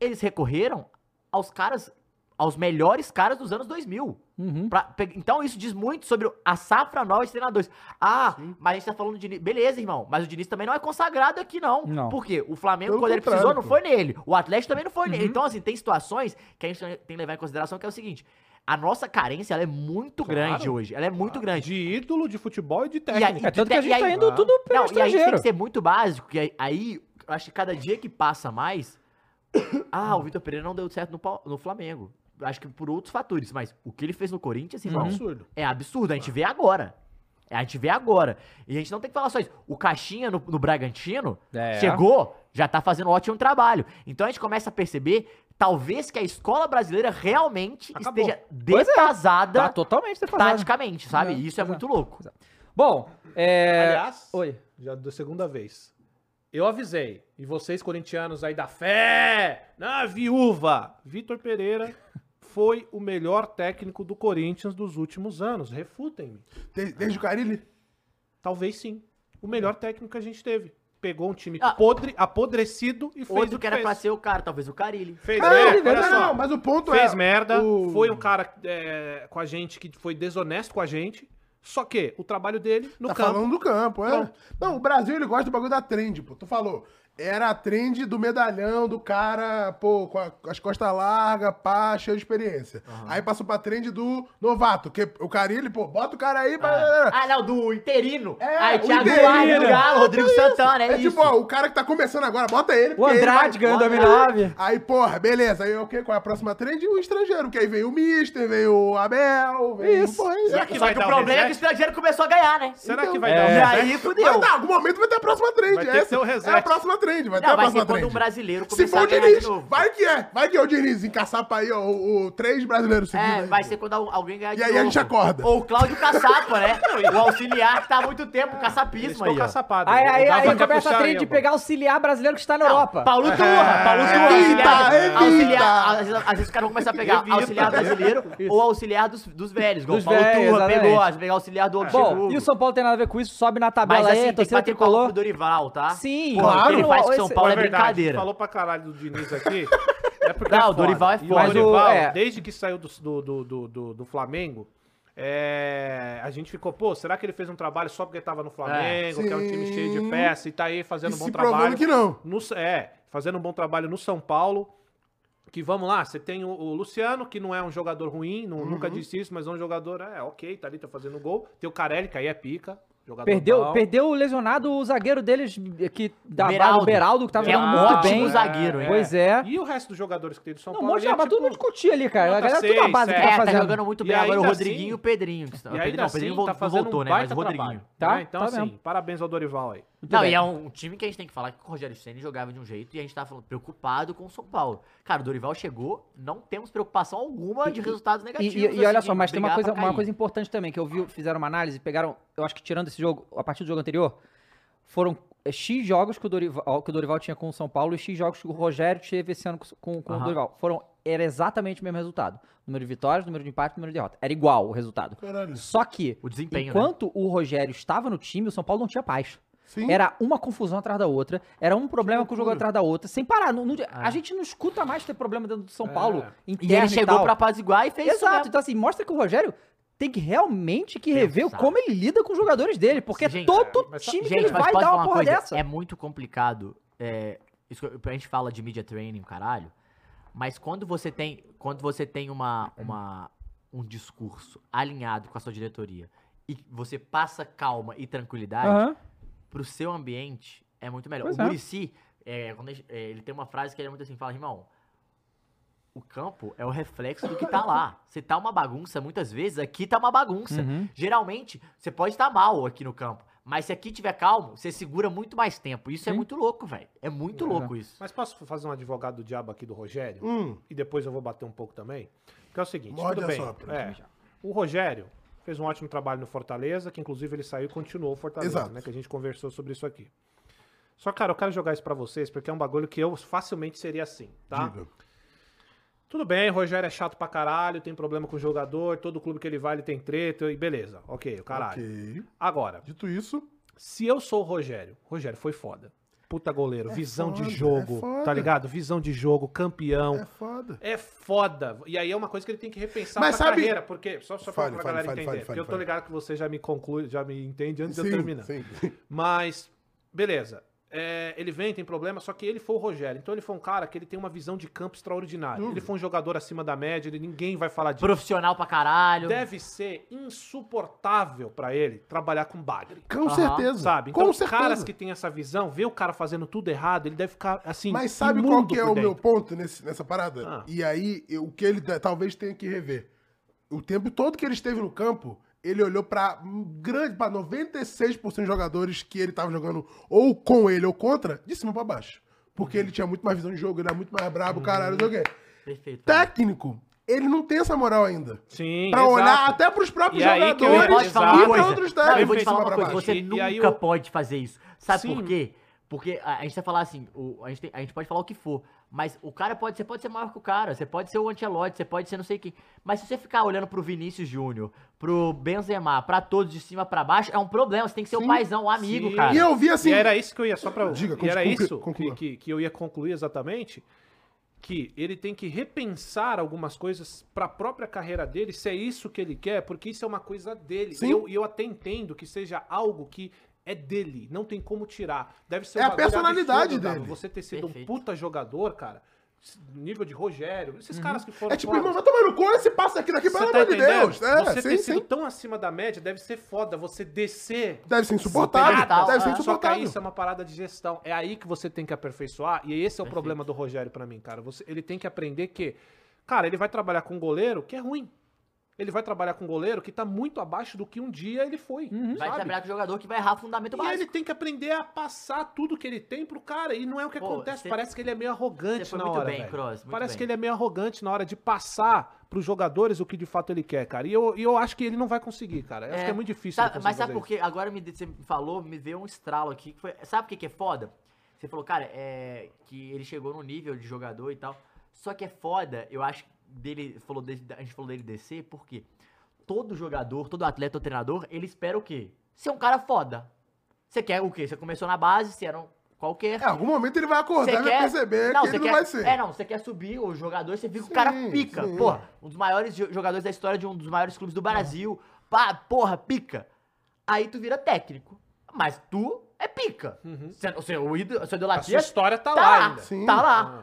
D: eles recorreram aos caras, aos melhores caras dos anos 2000.
A: Uhum.
D: Pra pe- então isso diz muito sobre o- a safra nova de treinadores. Ah, mas a gente tá falando do Diniz. Beleza, irmão. Mas o Diniz também não é consagrado aqui, não.
A: Não.
D: Porque o Flamengo,
C: Pelo
D: quando ele
C: contrário,
D: precisou, não
C: pô.
D: foi nele. O Atlético também não foi nele. Então, assim, tem situações que a gente tem que levar em consideração, que é o seguinte. A nossa carência, ela é muito
B: Claro.
D: grande hoje. Ela é muito grande.
B: De ídolo, de futebol e de
D: aí-
B: técnico.
A: É tanto que a
D: e
A: gente
D: aí-
A: tá indo tudo pelo
D: Não, e aí tem
A: estrangeiro.
D: que ser muito básico, que aí- aí, eu acho que cada dia que passa mais, ah, o Vitor Pereira não deu certo no, Pau- no Flamengo. Eu Acho que por outros fatores, mas o que ele fez no Corinthians,
B: É um
D: irmão,
B: absurdo.
D: é absurdo, a gente vê agora. É, A gente vê agora. E a gente não tem que falar só isso. O Caixinha no, no Bragantino
A: É.
D: chegou, já tá fazendo um ótimo trabalho. Então a gente começa a perceber, talvez, que a escola brasileira realmente
B: Acabou.
D: esteja
A: Pois é.
D: defasada
A: Tá totalmente defasado.
D: taticamente, sabe?
A: É,
D: E isso é
A: pois é.
D: muito louco.
A: Bom, é...
B: Aliás,
A: Oi.
B: já da segunda vez. Eu avisei. E vocês, corintianos aí da fé, na viúva, Vitor Pereira foi o melhor técnico do Corinthians dos últimos anos. Refutem-me.
C: Desde, desde o Carilli?
B: Talvez sim. O melhor técnico que a gente teve. Pegou um time
D: Ah.
B: podre, apodrecido e fez
D: Outro
B: o
D: que era
B: fez.
D: pra ser o cara, talvez o Carilli.
B: Fez
A: Caralho,
B: merda,
A: velho,
B: olha
C: não,
B: só.
C: não, mas o ponto
B: fez
C: é...
B: merda,
C: o-
B: foi um cara é, com a gente que foi desonesto com a gente. Só que o trabalho dele no
C: tá
B: campo.
C: falando do campo, é.
B: Pronto.
C: Não, o Brasil, ele gosta do bagulho da trend, pô. Tu falou, era a trend do medalhão, do cara, pô, com, a- com as costas largas, pá, cheio de experiência. Aí passou pra trend do novato, que o Carilli, pô, bota o cara aí
B: É.
C: pra...
D: Ah, não, do interino.
C: É,
D: Aí,
C: o
D: Thiago
C: interino.
D: Soares, do Galo, Rodrigo Santana, é,
C: É,
D: isso.
C: tipo, ó, o cara que tá começando agora, bota ele.
A: O
C: porque ele
A: Andrade
C: vai-
A: ganhando a
D: Andrade.
A: M9.
C: Aí, porra, beleza. Aí, o que Qual é a próxima trend? O estrangeiro. Que aí veio o Mister, veio o Abel, veio...
A: Isso.
C: Porra, isso.
B: Será que
D: Só
B: vai
D: que o
B: dar um
D: problema é que o
B: reset?
D: estrangeiro começou a ganhar, né?
B: Será
C: Então,
B: que vai
A: é.
B: dar um
D: E
B: reset?
D: aí fudeu.
C: Vai dar, algum momento vai ter a próxima trend.
B: Vai ter que
C: essa.
B: ser o reset.
C: É a próxima trend, vai ter
D: Não,
C: a
D: vai ser
C: próxima
D: quando um
C: trend.
D: brasileiro
C: Se
D: começar
C: for
D: a
C: o
D: ganhar de
C: Diniz,
D: novo.
C: vai que é. Vai que é o Diniz encaçapa aí, ó, o, o três brasileiros seguidos
D: É,
C: aí,
D: vai
C: pô.
D: ser quando al- alguém ganhar de
C: E aí
D: novo.
C: a gente acorda.
D: Ou o Cláudio Caçapa, né? o auxiliar que tá há muito tempo,
B: Eles
D: caçapismo
B: estão
D: aí. ó.
B: caçapados.
A: Aí, aí,
B: Dá pra
A: aí começa a
B: caprichar
A: trend
B: aí,
A: de
B: amor.
A: pegar auxiliar brasileiro que está na
D: Não,
A: Europa.
D: Paulo Turra, Paulo Turra.
C: Evita,
D: auxiliar-
C: evita.
D: auxiliar- às, vezes- às vezes o cara começa a pegar
B: Evita.
D: auxiliar brasileiro
A: Isso.
D: ou auxiliar dos, dos velhos. Igual
A: Dos
D: Paulo
A: velhos,
D: Turra
A: exatamente.
D: pegou, às vezes pegar auxiliar do
A: Bom,
D: Luxemburgo.
A: e o São Paulo tem nada a ver com isso, sobe na
D: Mas
A: tabela
D: assim,
A: aí,
D: tem que
A: torcida
D: bater palma pro
A: tricolor.
D: Dorival, tá?
A: Sim,
D: Pô, o que ele
A: claro,
D: faz com o São
A: esse-
D: Paulo
B: É
D: é
B: verdade,
D: brincadeira.
B: Falou pra caralho do Diniz aqui. É porque
D: Não,
B: é
D: o Dorival é
B: E
D: foda.
B: O Dorival,
A: Mas o- é.
B: desde que saiu do, do, do, do, do- do Flamengo, é, a gente ficou, pô, será que ele fez um trabalho só porque tava no Flamengo, que é um time
C: Sim.
B: cheio de peça e tá aí
C: E
B: fazendo um bom
C: se
B: trabalho.
C: provando que não.
B: no, é, fazendo um bom trabalho no São Paulo. Que vamos lá, você tem o, o Luciano, que não é um jogador ruim, não- nunca disse isso, mas é um jogador, é ok, tá ali, tá fazendo gol. Tem o Carelli, que aí é pica. Jogador
A: Perdeu,
B: bom.
A: perdeu o lesionado o zagueiro deles, que da
D: Beraldo.
A: o Beraldo, que tava
D: Que é
A: jogando
D: um
A: muito
D: ótimo
A: bem.
D: zagueiro, hein?
A: Tá Pois é.
B: E o resto dos jogadores que tem do São
A: Não, um
B: Paulo?
A: monte de
B: ele é
A: rapaz, todo
B: tipo-
A: mundo discutia ali, cara. A
B: nota
A: galera tudo na
B: seis,
A: base que
B: sete.
A: tá
D: É, tá
A: fazendo.
D: jogando muito
B: E
D: bem agora o
B: ainda
D: Rodriguinho
B: assim-
D: e o Pedrinho. que- o
B: E
D: Pedrinho,
B: ainda
D: não, o Pedrinho
B: assim,
D: vol-
B: tá fazendo
D: voltou,
B: um
D: né? Mas
B: baita
D: o Rodriguinho.
B: trabalho.
A: Tá?
B: né? Então,
A: Tá
B: assim,
A: mesmo.
B: parabéns ao Dorival aí.
A: Muito
D: Não,
A: bem.
D: e é um, um time que a gente tem que falar que o Rogério Ceni jogava de um jeito e a gente tava falando preocupado com o São Paulo. Cara, o Dorival chegou, não temos preocupação alguma de
A: E-
D: resultados
A: E,
D: negativos.
A: e- e olha
D: assim,
A: só,
D: de
A: mas tem uma
D: brigar
A: coisa,
D: pra
A: uma
D: cair.
A: coisa importante também, que eu vi, fizeram uma análise, pegaram, eu acho que tirando esse jogo, a partir do jogo anterior, foram eh, X jogos que o Dorival, que o Dorival tinha com o São Paulo e X jogos que o Rogério teve esse ano com- com, com o
D: Aham.
A: Dorival. Foram, era exatamente o mesmo resultado. Número de vitórias, número de empate, número de derrota. Era igual o resultado.
C: Caralho.
A: Só que,
D: O desempenho, né?
A: enquanto o Rogério estava no time, o São Paulo não tinha paz.
C: Sim.
A: Era uma confusão atrás da outra, era um problema com o jogo
D: loucura.
A: atrás da outra, sem parar. Não- não-
D: É.
A: A gente não escuta mais ter problema dentro do São Paulo.
D: né? E ele
A: interno
D: chegou
A: tal.
D: pra apaziguar e fez isso
A: Exato,
D: mesmo.
A: então assim, mostra que o Rogério tem que realmente que rever
D: Pensar.
A: como ele lida com os jogadores dele, porque
D: Gente,
A: todo
B: mas-
A: time que
D: Gente,
A: ele
D: mas
A: vai
D: pode
A: dar
D: falar
A: uma
D: uma
A: porra
D: coisa?
A: dessa.
D: É muito complicado. É, isso que eu- a gente fala de media training, caralho. Mas quando você tem, quando você tem uma, uma, um discurso alinhado com a sua diretoria e você passa calma e tranquilidade,
A: Aham.
D: pro seu ambiente é muito melhor.
A: Pois
D: o
A: é.
D: Murici, ele, é, ele tem uma frase que ele é muito assim, fala, irmão, o campo é o reflexo do que tá lá. Se tá uma bagunça, muitas vezes aqui tá uma bagunça.
A: Uhum.
D: Geralmente, você pode estar mal aqui no campo, mas se aqui tiver calmo, você segura muito mais tempo. Isso é
A: Sim.
D: muito louco, velho. É muito
A: É.
D: louco isso.
B: Mas posso fazer um advogado do diabo aqui do Rogério?
C: Hum.
B: E depois eu vou bater um pouco também. Porque é o seguinte,
C: Morde
B: tudo
C: a
B: bem.
C: sopra.
B: é, o Rogério fez um ótimo trabalho no Fortaleza, que inclusive ele saiu e continuou o Fortaleza,
C: Exato.
B: né? Que a gente conversou sobre isso aqui. Só, cara, eu quero jogar isso pra vocês, porque é um bagulho que eu facilmente seria assim, tá?
C: Diga.
B: Tudo bem, o Rogério é chato pra caralho, tem problema com o jogador, todo clube que ele vai ele tem treta, e beleza, ok, o caralho.
C: Ok.
B: Agora,
C: Dito isso,
B: se eu sou o Rogério, Rogério foi foda. Puta goleiro, visão de
C: foda, é
B: jogo,
C: foda.
B: tá ligado? Visão de jogo, campeão.
C: é foda.
B: É foda. E aí é uma coisa que ele tem que repensar
C: Mas
B: pra
C: sabe-
B: carreira, porque. Só, só
C: Fale,
B: pra
C: fale,
B: galera
C: fale,
B: entender.
C: fale,
B: porque eu tô
C: fale.
B: ligado que você já me conclui, já me entende antes de eu terminar.
C: sim.
B: Mas, beleza. É, ele vem, tem problema, só que ele foi o Rogério. Então ele foi um cara que ele tem uma visão de campo extraordinária.
C: Uhum.
B: Ele foi um jogador acima da média, ele- ninguém vai falar disso.
D: Profissional pra caralho.
B: Deve ser insuportável pra ele trabalhar com bagre.
C: Com
D: Aham,
C: certeza.
B: Sabe?
C: Com
B: Então,
C: certeza.
B: caras que têm essa visão, vê o cara fazendo tudo errado, ele deve ficar assim.
C: Mas sabe qual
B: imundo
C: que é
B: por
C: o
B: dentro.
C: meu ponto nesse- nessa parada?
B: Ah.
C: E aí, eu- o que ele ta- talvez tenha que rever. O tempo todo que ele esteve no campo, ele olhou pra um grande, pra 96% dos jogadores que ele tava jogando ou com ele ou contra, de cima pra baixo. Porque
B: Uhum.
C: ele tinha muito mais visão de jogo, ele era muito mais brabo, caralho, não sei o quê.
D: Perfeito.
C: Técnico, ele não tem essa moral ainda.
B: Sim,
C: Pra
B: exato.
C: olhar até pros próprios
B: E aí que eu ia-
D: Você pode
C: jogadores
D: falar
B: Exato.
C: e
D: uma
B: pra
D: coisa.
C: outros
D: Não,
C: técnicos
D: eu vou
B: de
D: te
B: cima
D: falar uma
B: pra
D: coisa.
B: baixo.
D: Você
B: E- e aí
D: nunca
B: o-
D: pode fazer isso. Sabe
B: Sim.
D: por quê? Porque a, a gente vai falar assim, o- a, gente tem- a gente pode falar o que for, mas o cara pode, você pode ser maior que o cara, você pode ser o Antelote, você pode ser não sei quem. Mas se você ficar olhando pro Vinícius Júnior, pro Benzema, pra todos de cima pra baixo, é um problema. Você tem que ser o
C: Sim.
D: paizão, o amigo,
B: Sim.
D: cara.
C: E eu vi assim.
B: E era isso que eu ia só para
C: Diga,
B: e era
C: conclu-
B: isso que,
C: conclua.
B: que, que eu ia concluir exatamente que ele tem que repensar algumas coisas pra própria carreira dele, se é isso que ele quer, porque isso é uma coisa dele.
C: Sim.
B: E eu, e eu até entendo que seja algo que é dele, não tem como tirar. Deve ser
C: É a
B: bagulho
C: personalidade
B: absurdo, Dava,
C: dele.
B: Você ter sido
D: Perfeito.
B: um puta jogador, cara, s- nível de Rogério, esses caras que foram
C: É tipo,
B: fodas.
C: irmão, vai tomar no cu esse passa aqui daqui,
B: Você
C: pelo
B: tá
C: amor de
B: entendendo?
C: Deus. É,
B: você
C: sim,
B: ter
C: sim.
B: sido tão acima da média deve ser foda. Você descer
C: Deve ser insuportável.
D: Superdado,
C: deve ser
D: é.
B: só que aí
C: insuportável.
B: isso é uma parada de gestão. É aí que você tem que aperfeiçoar. E esse é o
D: Perfeito.
B: problema do Rogério pra mim, cara. Você- ele tem que aprender que, cara, ele vai trabalhar com um goleiro que é ruim. Ele vai trabalhar com um goleiro que tá muito abaixo do que um dia ele foi.
D: Uhum. Vai
B: sabe?
D: trabalhar com o jogador que vai errar fundamento
B: E
D: básico.
B: ele tem que aprender a passar tudo que ele tem pro cara. E não é o que
D: Pô,
B: acontece.
D: cê-
B: Parece que ele é meio
D: cê
B: arrogante
D: foi
B: na
D: muito
B: hora.
D: bem,
B: velho.
D: Kroos, muito
B: Parece
D: bem.
B: que ele é meio arrogante na hora de passar pros jogadores o que de fato ele quer, cara. E eu, e eu acho que ele não vai conseguir, cara. Eu acho que é muito difícil. ele
D: Sabe- Tá, mas
B: conseguir
D: sabe
B: fazer
D: por quê? Agora me, de- você me falou, me veio um estralo aqui. que foi- sabe o que, que é foda? Você falou, cara, é, que ele chegou no nível de jogador e tal. Só que é foda, eu acho, dele. Falou dele- a gente falou dele descer, porque todo jogador, todo atleta ou treinador, ele espera o quê? Ser um cara foda. Você quer o quê? Você começou na base, você era um qualquer.
C: É, Em algum momento ele vai acordar e
D: Você
C: vai perceber que
D: você
C: ele
D: quer-
C: não vai ser.
D: É, não, você quer subir o jogador, você fica o
C: Sim,
D: cara pica.
C: sim. É.
D: Porra, um dos maiores jo- jogadores da história de um dos maiores clubes do Brasil. Pá, porra, pica. Aí tu vira técnico. Mas tu é pica. Cê- o seu, ídolo- a sua
B: A sua
D: idolatria
B: história tá,
D: tá
B: lá
D: lá.
B: ainda.
C: Sim.
D: Tá lá.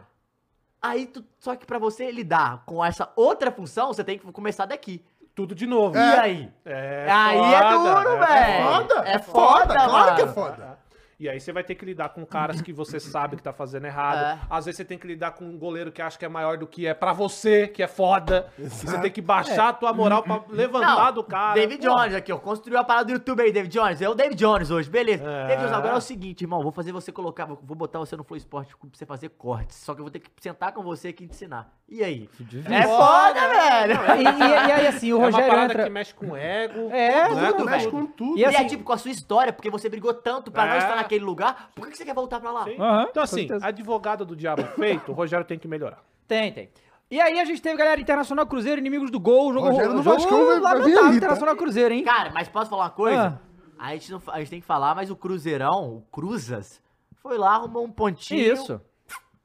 B: Ah.
D: Aí tu, só que pra você lidar com essa outra função, você tem que começar daqui.
B: tudo de novo.
D: E aí?
B: É
D: aí é
B: foda,
D: duro,
B: é
D: velho.
C: Foda?
D: É foda,
C: claro que é
D: mano.
C: foda.
B: E aí você vai ter que lidar com caras que você sabe que tá fazendo errado.
D: É.
B: Às vezes você tem que lidar com um goleiro que acha que é maior do que é pra você, que é foda. Você tem que baixar a tua moral pra levantar do cara.
D: David
B: Porra.
D: Jones aqui, ó. Construiu a parada do YouTube aí, David Jones. É o David Jones hoje, beleza.
B: É.
D: David Jones, agora é o seguinte, irmão. Vou fazer você colocar, vou vou botar você no Flow Esporte Clube pra você fazer cortes. Só que eu vou ter que sentar com você aqui e te ensinar. E aí? É foda, velho.
A: E, e- e aí, assim, o
B: É uma
A: Rogério
B: parada
A: entra.
B: que mexe com ego. né?
A: É,
B: com
A: tudo
B: ego,
C: Mexe
B: velho.
C: com tudo.
A: E
D: E,
A: assim-
D: é tipo com a sua história, porque você brigou tanto pra não
B: É.
D: estar naquele lugar, por que que você quer voltar pra lá?
B: Sim.
A: Aham, com
B: então, assim,
A: certeza.
B: advogado do diabo feito, o Rogério tem que melhorar.
A: Tem, tem. E aí a gente teve, galera, Internacional Cruzeiro, inimigos do gol, jogo,
C: Rogério no
A: jogo
C: Vascão vai- vai vir
A: lamentável,
C: aí, tá?
A: Internacional Cruzeiro, hein?
D: Cara, mas posso falar uma coisa?
A: Ah.
D: A, gente não, fa- a gente tem que falar, mas o Cruzeirão, o Cruzas, foi lá, arrumou um pontinho.
A: Isso.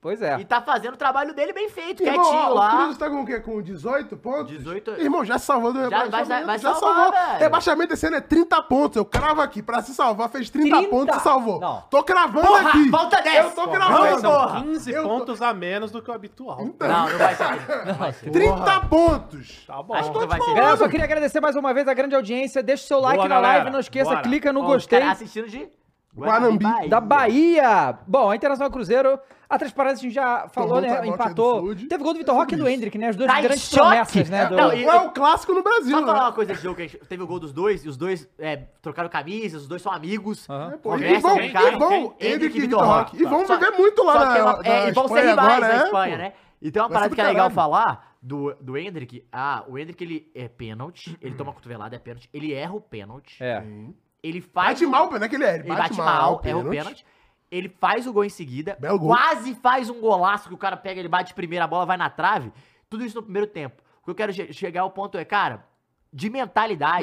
A: Pois é.
D: E tá fazendo o trabalho dele bem feito,
C: Irmão, ó,
D: quietinho
C: O
D: lá.
C: Cruz tá com o quê? Com 18 pontos?
D: 18.
C: Irmão, já salvou do
D: Já- vai-
C: rebaixamento.
D: vai
C: já
D: salvar,
C: salvou.
D: velho.
C: Rebaixamento esse ano é 30 pontos. Eu cravo aqui. Pra se salvar, fez 30,
A: 30?
C: pontos e salvou.
A: Não.
C: Tô cravando
D: Porra,
C: aqui.
D: falta 10.
C: Eu tô
D: Porra, Então,
C: cravando.
B: São 15
C: Eu tô-
B: pontos a menos do que o habitual.
D: Não, não vai ser. Não vai ser.
C: 30 pontos.
B: Tá bom.
D: Acho que não vai ser.
A: Galera, eu só queria agradecer mais uma vez a grande audiência. Deixa o seu like na
B: galera.
A: live, não esqueça,
B: Bora.
A: clica no
D: Ó, os
A: gostei.
D: caras assistindo de
C: Guanambi.
A: Da Bahia! Bom, a Internacional Cruzeiro, a Transparência a gente já falou,
C: Tomou um
A: né?
C: timeout aí do
A: Empatou.
C: Sud.
A: Teve gol do Vitor
C: Tudo
A: Roque e do
C: isso.
A: Hendrick, né? As duas
D: Tá em
A: grandes
D: choque.
A: promessas, né?
D: É,
A: do-
D: não,
C: É
D: e-
C: o clássico no Brasil,
D: Só falar
C: né?
D: uma coisa desse jogo, que a gente- teve o gol dos dois, e os dois é, trocaram camisas, os dois são amigos.
A: Aham.
C: Pô, E
D: Conversam,
C: vão,
D: brincaram.
C: e vão,
D: Quem?
C: Hendrick
D: Henrique
C: e Vitor Roque. E vão
D: Só-
C: viver muito lá
D: Só
C: na,
D: tem uma- é,
C: na
D: e vão ser
C: Espanha
D: rivais
C: agora,
D: na
C: é,
D: Espanha,
C: pô.
D: né? E tem uma
C: Vai
D: parada
C: ser do
D: que é legal
C: caralho.
D: falar do, do Hendrick. Ah, o Hendrick, ele é pênalti, ele toma cotovelada, é pênalti, ele erra o pênalti.
A: É.
D: Ele faz...
C: Bate mal, né? Que ele é. Ele
D: Ele bate, mal, erra o pênalti. Ele faz o gol em seguida.
C: Belo gol.
D: Quase faz um golaço que o cara pega, ele bate de primeira, a bola vai na trave. Tudo isso no primeiro tempo. O que eu quero che- chegar ao ponto é, cara, de mentalidade,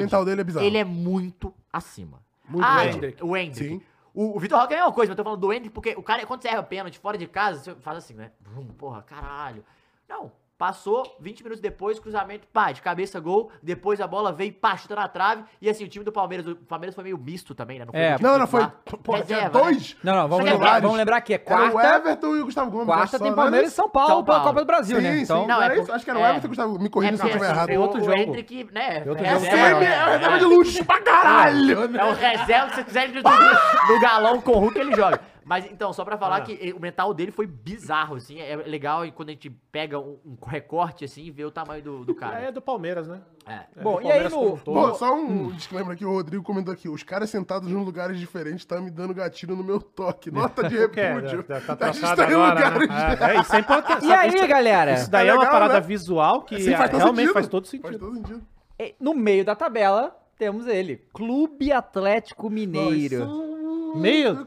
C: O mental dele é bizarro.
D: ele é muito acima.
C: Muito
D: ah,
C: bem.
D: de-
B: Hendrick.
D: o Hendrick.
C: Sim.
D: O, o Vitor Roque é a mesma coisa, mas eu tô falando do Hendrick porque o cara, quando você erra o pênalti fora de casa, você faz assim, né? Vrum, Porra, caralho. Não, passou, 20 minutos depois, cruzamento, pá, de cabeça, gol. Depois a bola veio, pá, chuta na trave. E assim, o time do Palmeiras, o Palmeiras foi meio misto também, né? Não
A: É.
D: um time
C: Não, não, foi.
D: titular.
C: Pô,
D: Reserva,
C: tinha
D: né?
C: dois.
A: Não, não, vamos
D: Só que
A: lembrar,
C: vários.
A: vamos lembrar que é
C: Era o
A: quarta.
C: Everton e o Gustavo Gomes.
A: Quarta
C: acho
A: tem
C: só,
A: Palmeiras e
C: né?
A: São Paulo
D: São
A: pela
D: Paulo.
A: Copa do Brasil,
C: Sim,
A: né?
C: sim.
A: Então,
D: Não, é
C: era
D: por-
C: isso. Acho que era o
D: é.
C: Everton e o Gustavo. Me
D: É
C: corrija se eu
D: porque
C: estiver
D: assim,
C: errado.
D: o-
B: outro
D: o
B: jogo.
D: Hendrick, né?
B: outro
D: é
B: jogo.
C: Sim,
D: reserva,
C: é
D: né?
C: reserva de luxo pra caralho.
D: É o reserva, se você quiser ele no, no galão com o Hulk, ele joga. Mas então, só pra falar
B: Ah.
D: que o mental dele foi bizarro, assim. É legal quando a gente pega um, um recorte, assim, e vê o tamanho do, do
B: Aí é
D: cara.
B: do Palmeiras, né?
D: É.
B: É
A: Bom,
B: do
A: e aí
B: Palmeiras
A: no-
B: como um todo.
C: Pô, só um disclaimer aqui, o Rodrigo comentou aqui. Os caras sentados em lugares diferentes tá me dando gatilho no meu toque. Nota de
B: O que é?
C: repúdio.
B: Tá, tá
C: A gente
B: trocado
C: tá em
B: agora, né?
C: lugares-
B: É, é, isso é importante.
A: e
B: sabe?
A: aí,
B: Isso-
A: galera?
B: Isso daí
C: É
B: é uma
C: legal,
B: parada
C: né?
B: visual que
C: Sim,
B: é,
C: todo
B: realmente
C: sentido.
B: faz todo
C: Faz
B: sentido.
C: todo sentido.
A: E No meio da tabela, temos ele. Clube Atlético Mineiro.
B: Meio.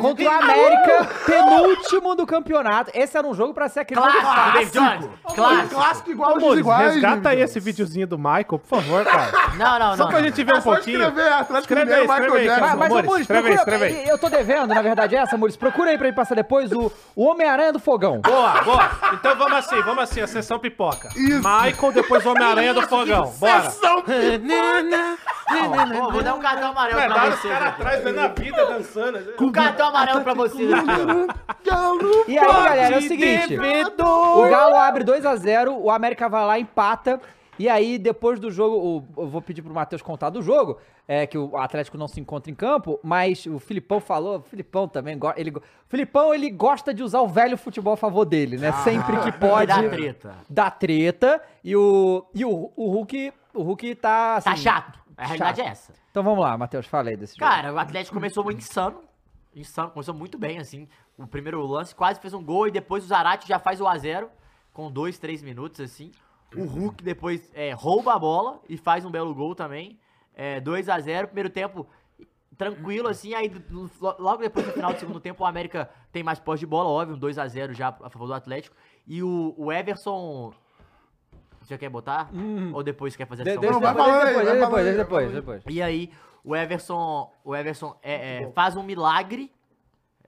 A: Contra o América, penúltimo do campeonato. Esse era um jogo pra ser aquele jogo
D: Clássico, David Jones! Clássico!
C: Clássico igual aos
B: Amores,
C: desiguais.
B: resgata aí
C: David.
B: esse videozinho do Michael, por favor, cara.
D: Não, não, não.
B: Só pra
D: não.
B: gente ver
C: É
B: um
C: só
B: pouquinho.
C: escrever Atlético
B: Escreve aí,
C: Mineiro, Michael
B: escreve aí,
A: Mas,
C: Jackson.
B: cara.
A: mas
B: Amores,
A: ô, Muris,
B: escreve aí,
A: procura,
B: escreve
A: eu tô devendo, na verdade, essa, Muris. Procura aí pra ele passar depois o, o Homem-Aranha do Fogão.
B: Boa, boa. Então vamos assim, vamos assim, a sessão pipoca.
C: Isso.
B: Michael, depois Homem-Aranha do Fogão. Bora.
C: Sessão
D: Pô, vou dar um cartão amarelo pra
B: Verdade, É, os
D: vocês.
B: caras
D: aqui.
B: atrás dando a vida, dançando. né?
D: Um cartão amarelo pra vocês aqui.
C: tá
A: E aí, galera, é o seguinte. É. O Galo abre 2x0, o América vai lá, empata. E aí, depois do jogo, o- eu vou pedir pro Matheus contar do jogo, é, que o Atlético não se encontra em campo, mas o Filipão falou, o Filipão também, go- ele, go- o Filipão, ele gosta de usar o velho futebol a favor dele, né?
B: Ah,
A: Sempre que
D: Vai
A: pode.
D: dar treta.
A: Dá treta. E o, e o, o Hulk, o Hulk tá, assim,
D: Tá chato. A realidade é
A: Chato.
D: essa.
A: Então vamos lá, Matheus, fala aí desse jogo.
D: Cara, o Atlético começou muito insano. Insano, começou muito bem, assim. O primeiro lance quase fez um gol e depois o Zarate já faz o A0 com dois, três minutos, assim. O Hulk depois é, rouba a bola e faz um belo gol também. É, 2 a 0 primeiro tempo tranquilo, assim. Aí do- lo- logo depois do final do segundo tempo, o América tem mais posse de bola, óbvio, um 2 a 0 já a favor do Atlético. E o, o Everson. Você quer botar? Ou depois quer fazer a
A: Hum. De- deixa
D: sessão?
C: vai
A: depois,
C: falando aí,
A: depois,
C: vai
A: depois,
C: falando aí, vai
A: depois,
C: falando aí.
A: depois.
D: E aí, o Everson, o Everson é, é, faz um milagre,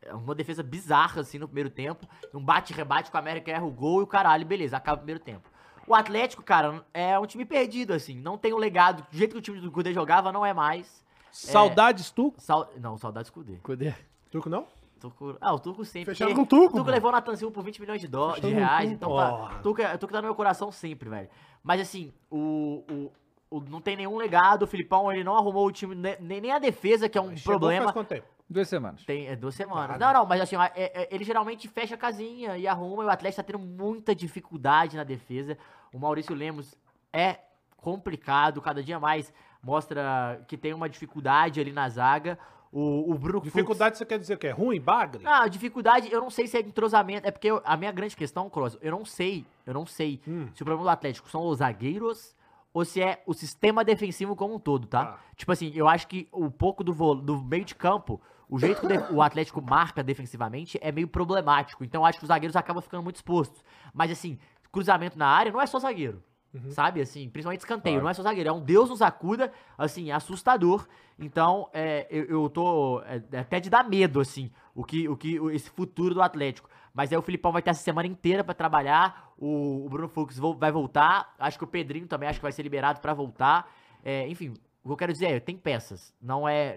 D: é, uma defesa bizarra, assim, no primeiro tempo. Um bate-rebate com o América, erra o gol e o caralho, beleza, acaba o primeiro tempo. O Atlético, cara, é um time perdido, assim, não tem o legado. Do jeito que o time do Cudê jogava, não é mais.
B: Saudades tu?
D: Sau- Não, saudades Cudê.
A: Cudê.
B: Tu que não?
D: Turco... Ah, o Turco sempre.
C: Fecharam
D: porque
C: com o Turco,
D: O Turco
C: pô.
D: levou o Natan Silva por 20 milhões de, dó- de
C: Fecharam com o
D: reais.
C: Turco.
D: Então, tá,
B: Ó.
D: Turco, é- Turco tá no meu coração sempre, velho. Mas assim, o, o, o- não tem nenhum legado. O Filipão, ele não arrumou o time, ne- nem, nem a defesa, que é um
B: Chegou
D: problema.
B: Faz quanto tempo?
A: Duas semanas.
D: Tem é, duas semanas.
B: Nada.
D: Não, não, mas assim, ó, é- é- ele geralmente fecha a casinha e arruma. E o Atlético tá tendo muita dificuldade na defesa. O Maurício Lemos é complicado, cada dia mais mostra que tem uma dificuldade ali na zaga. O, o Bruno Fuchs-
B: Dificuldade você quer dizer o quê? Ruim? Bagre?
D: Ah, dificuldade, eu não sei se é entrosamento. É porque eu- a minha grande questão, Cross, eu não sei, eu não sei
B: Hum.
D: se o problema do Atlético são os zagueiros ou se é o sistema defensivo como um todo, tá?
B: Tá.
D: Tipo assim, eu acho que um pouco do, vol- do meio de campo, o jeito que o de- o Atlético marca defensivamente é meio problemático. Então eu acho que os zagueiros acabam ficando muito expostos. Mas assim, cruzamento na área não é só zagueiro. Sabe, assim, principalmente escanteio, não é só zagueiro, é um Deus nos acuda, assim, assustador. Então, é, eu, eu tô é, até de dar medo, assim, o que, o que o- esse futuro do Atlético. Mas aí o Filipão vai ter essa semana inteira pra trabalhar, o, o Bruno Fux vo- vai voltar, acho que o Pedrinho também acho que vai ser liberado pra voltar. É, enfim, o que eu quero dizer é, tem peças, não é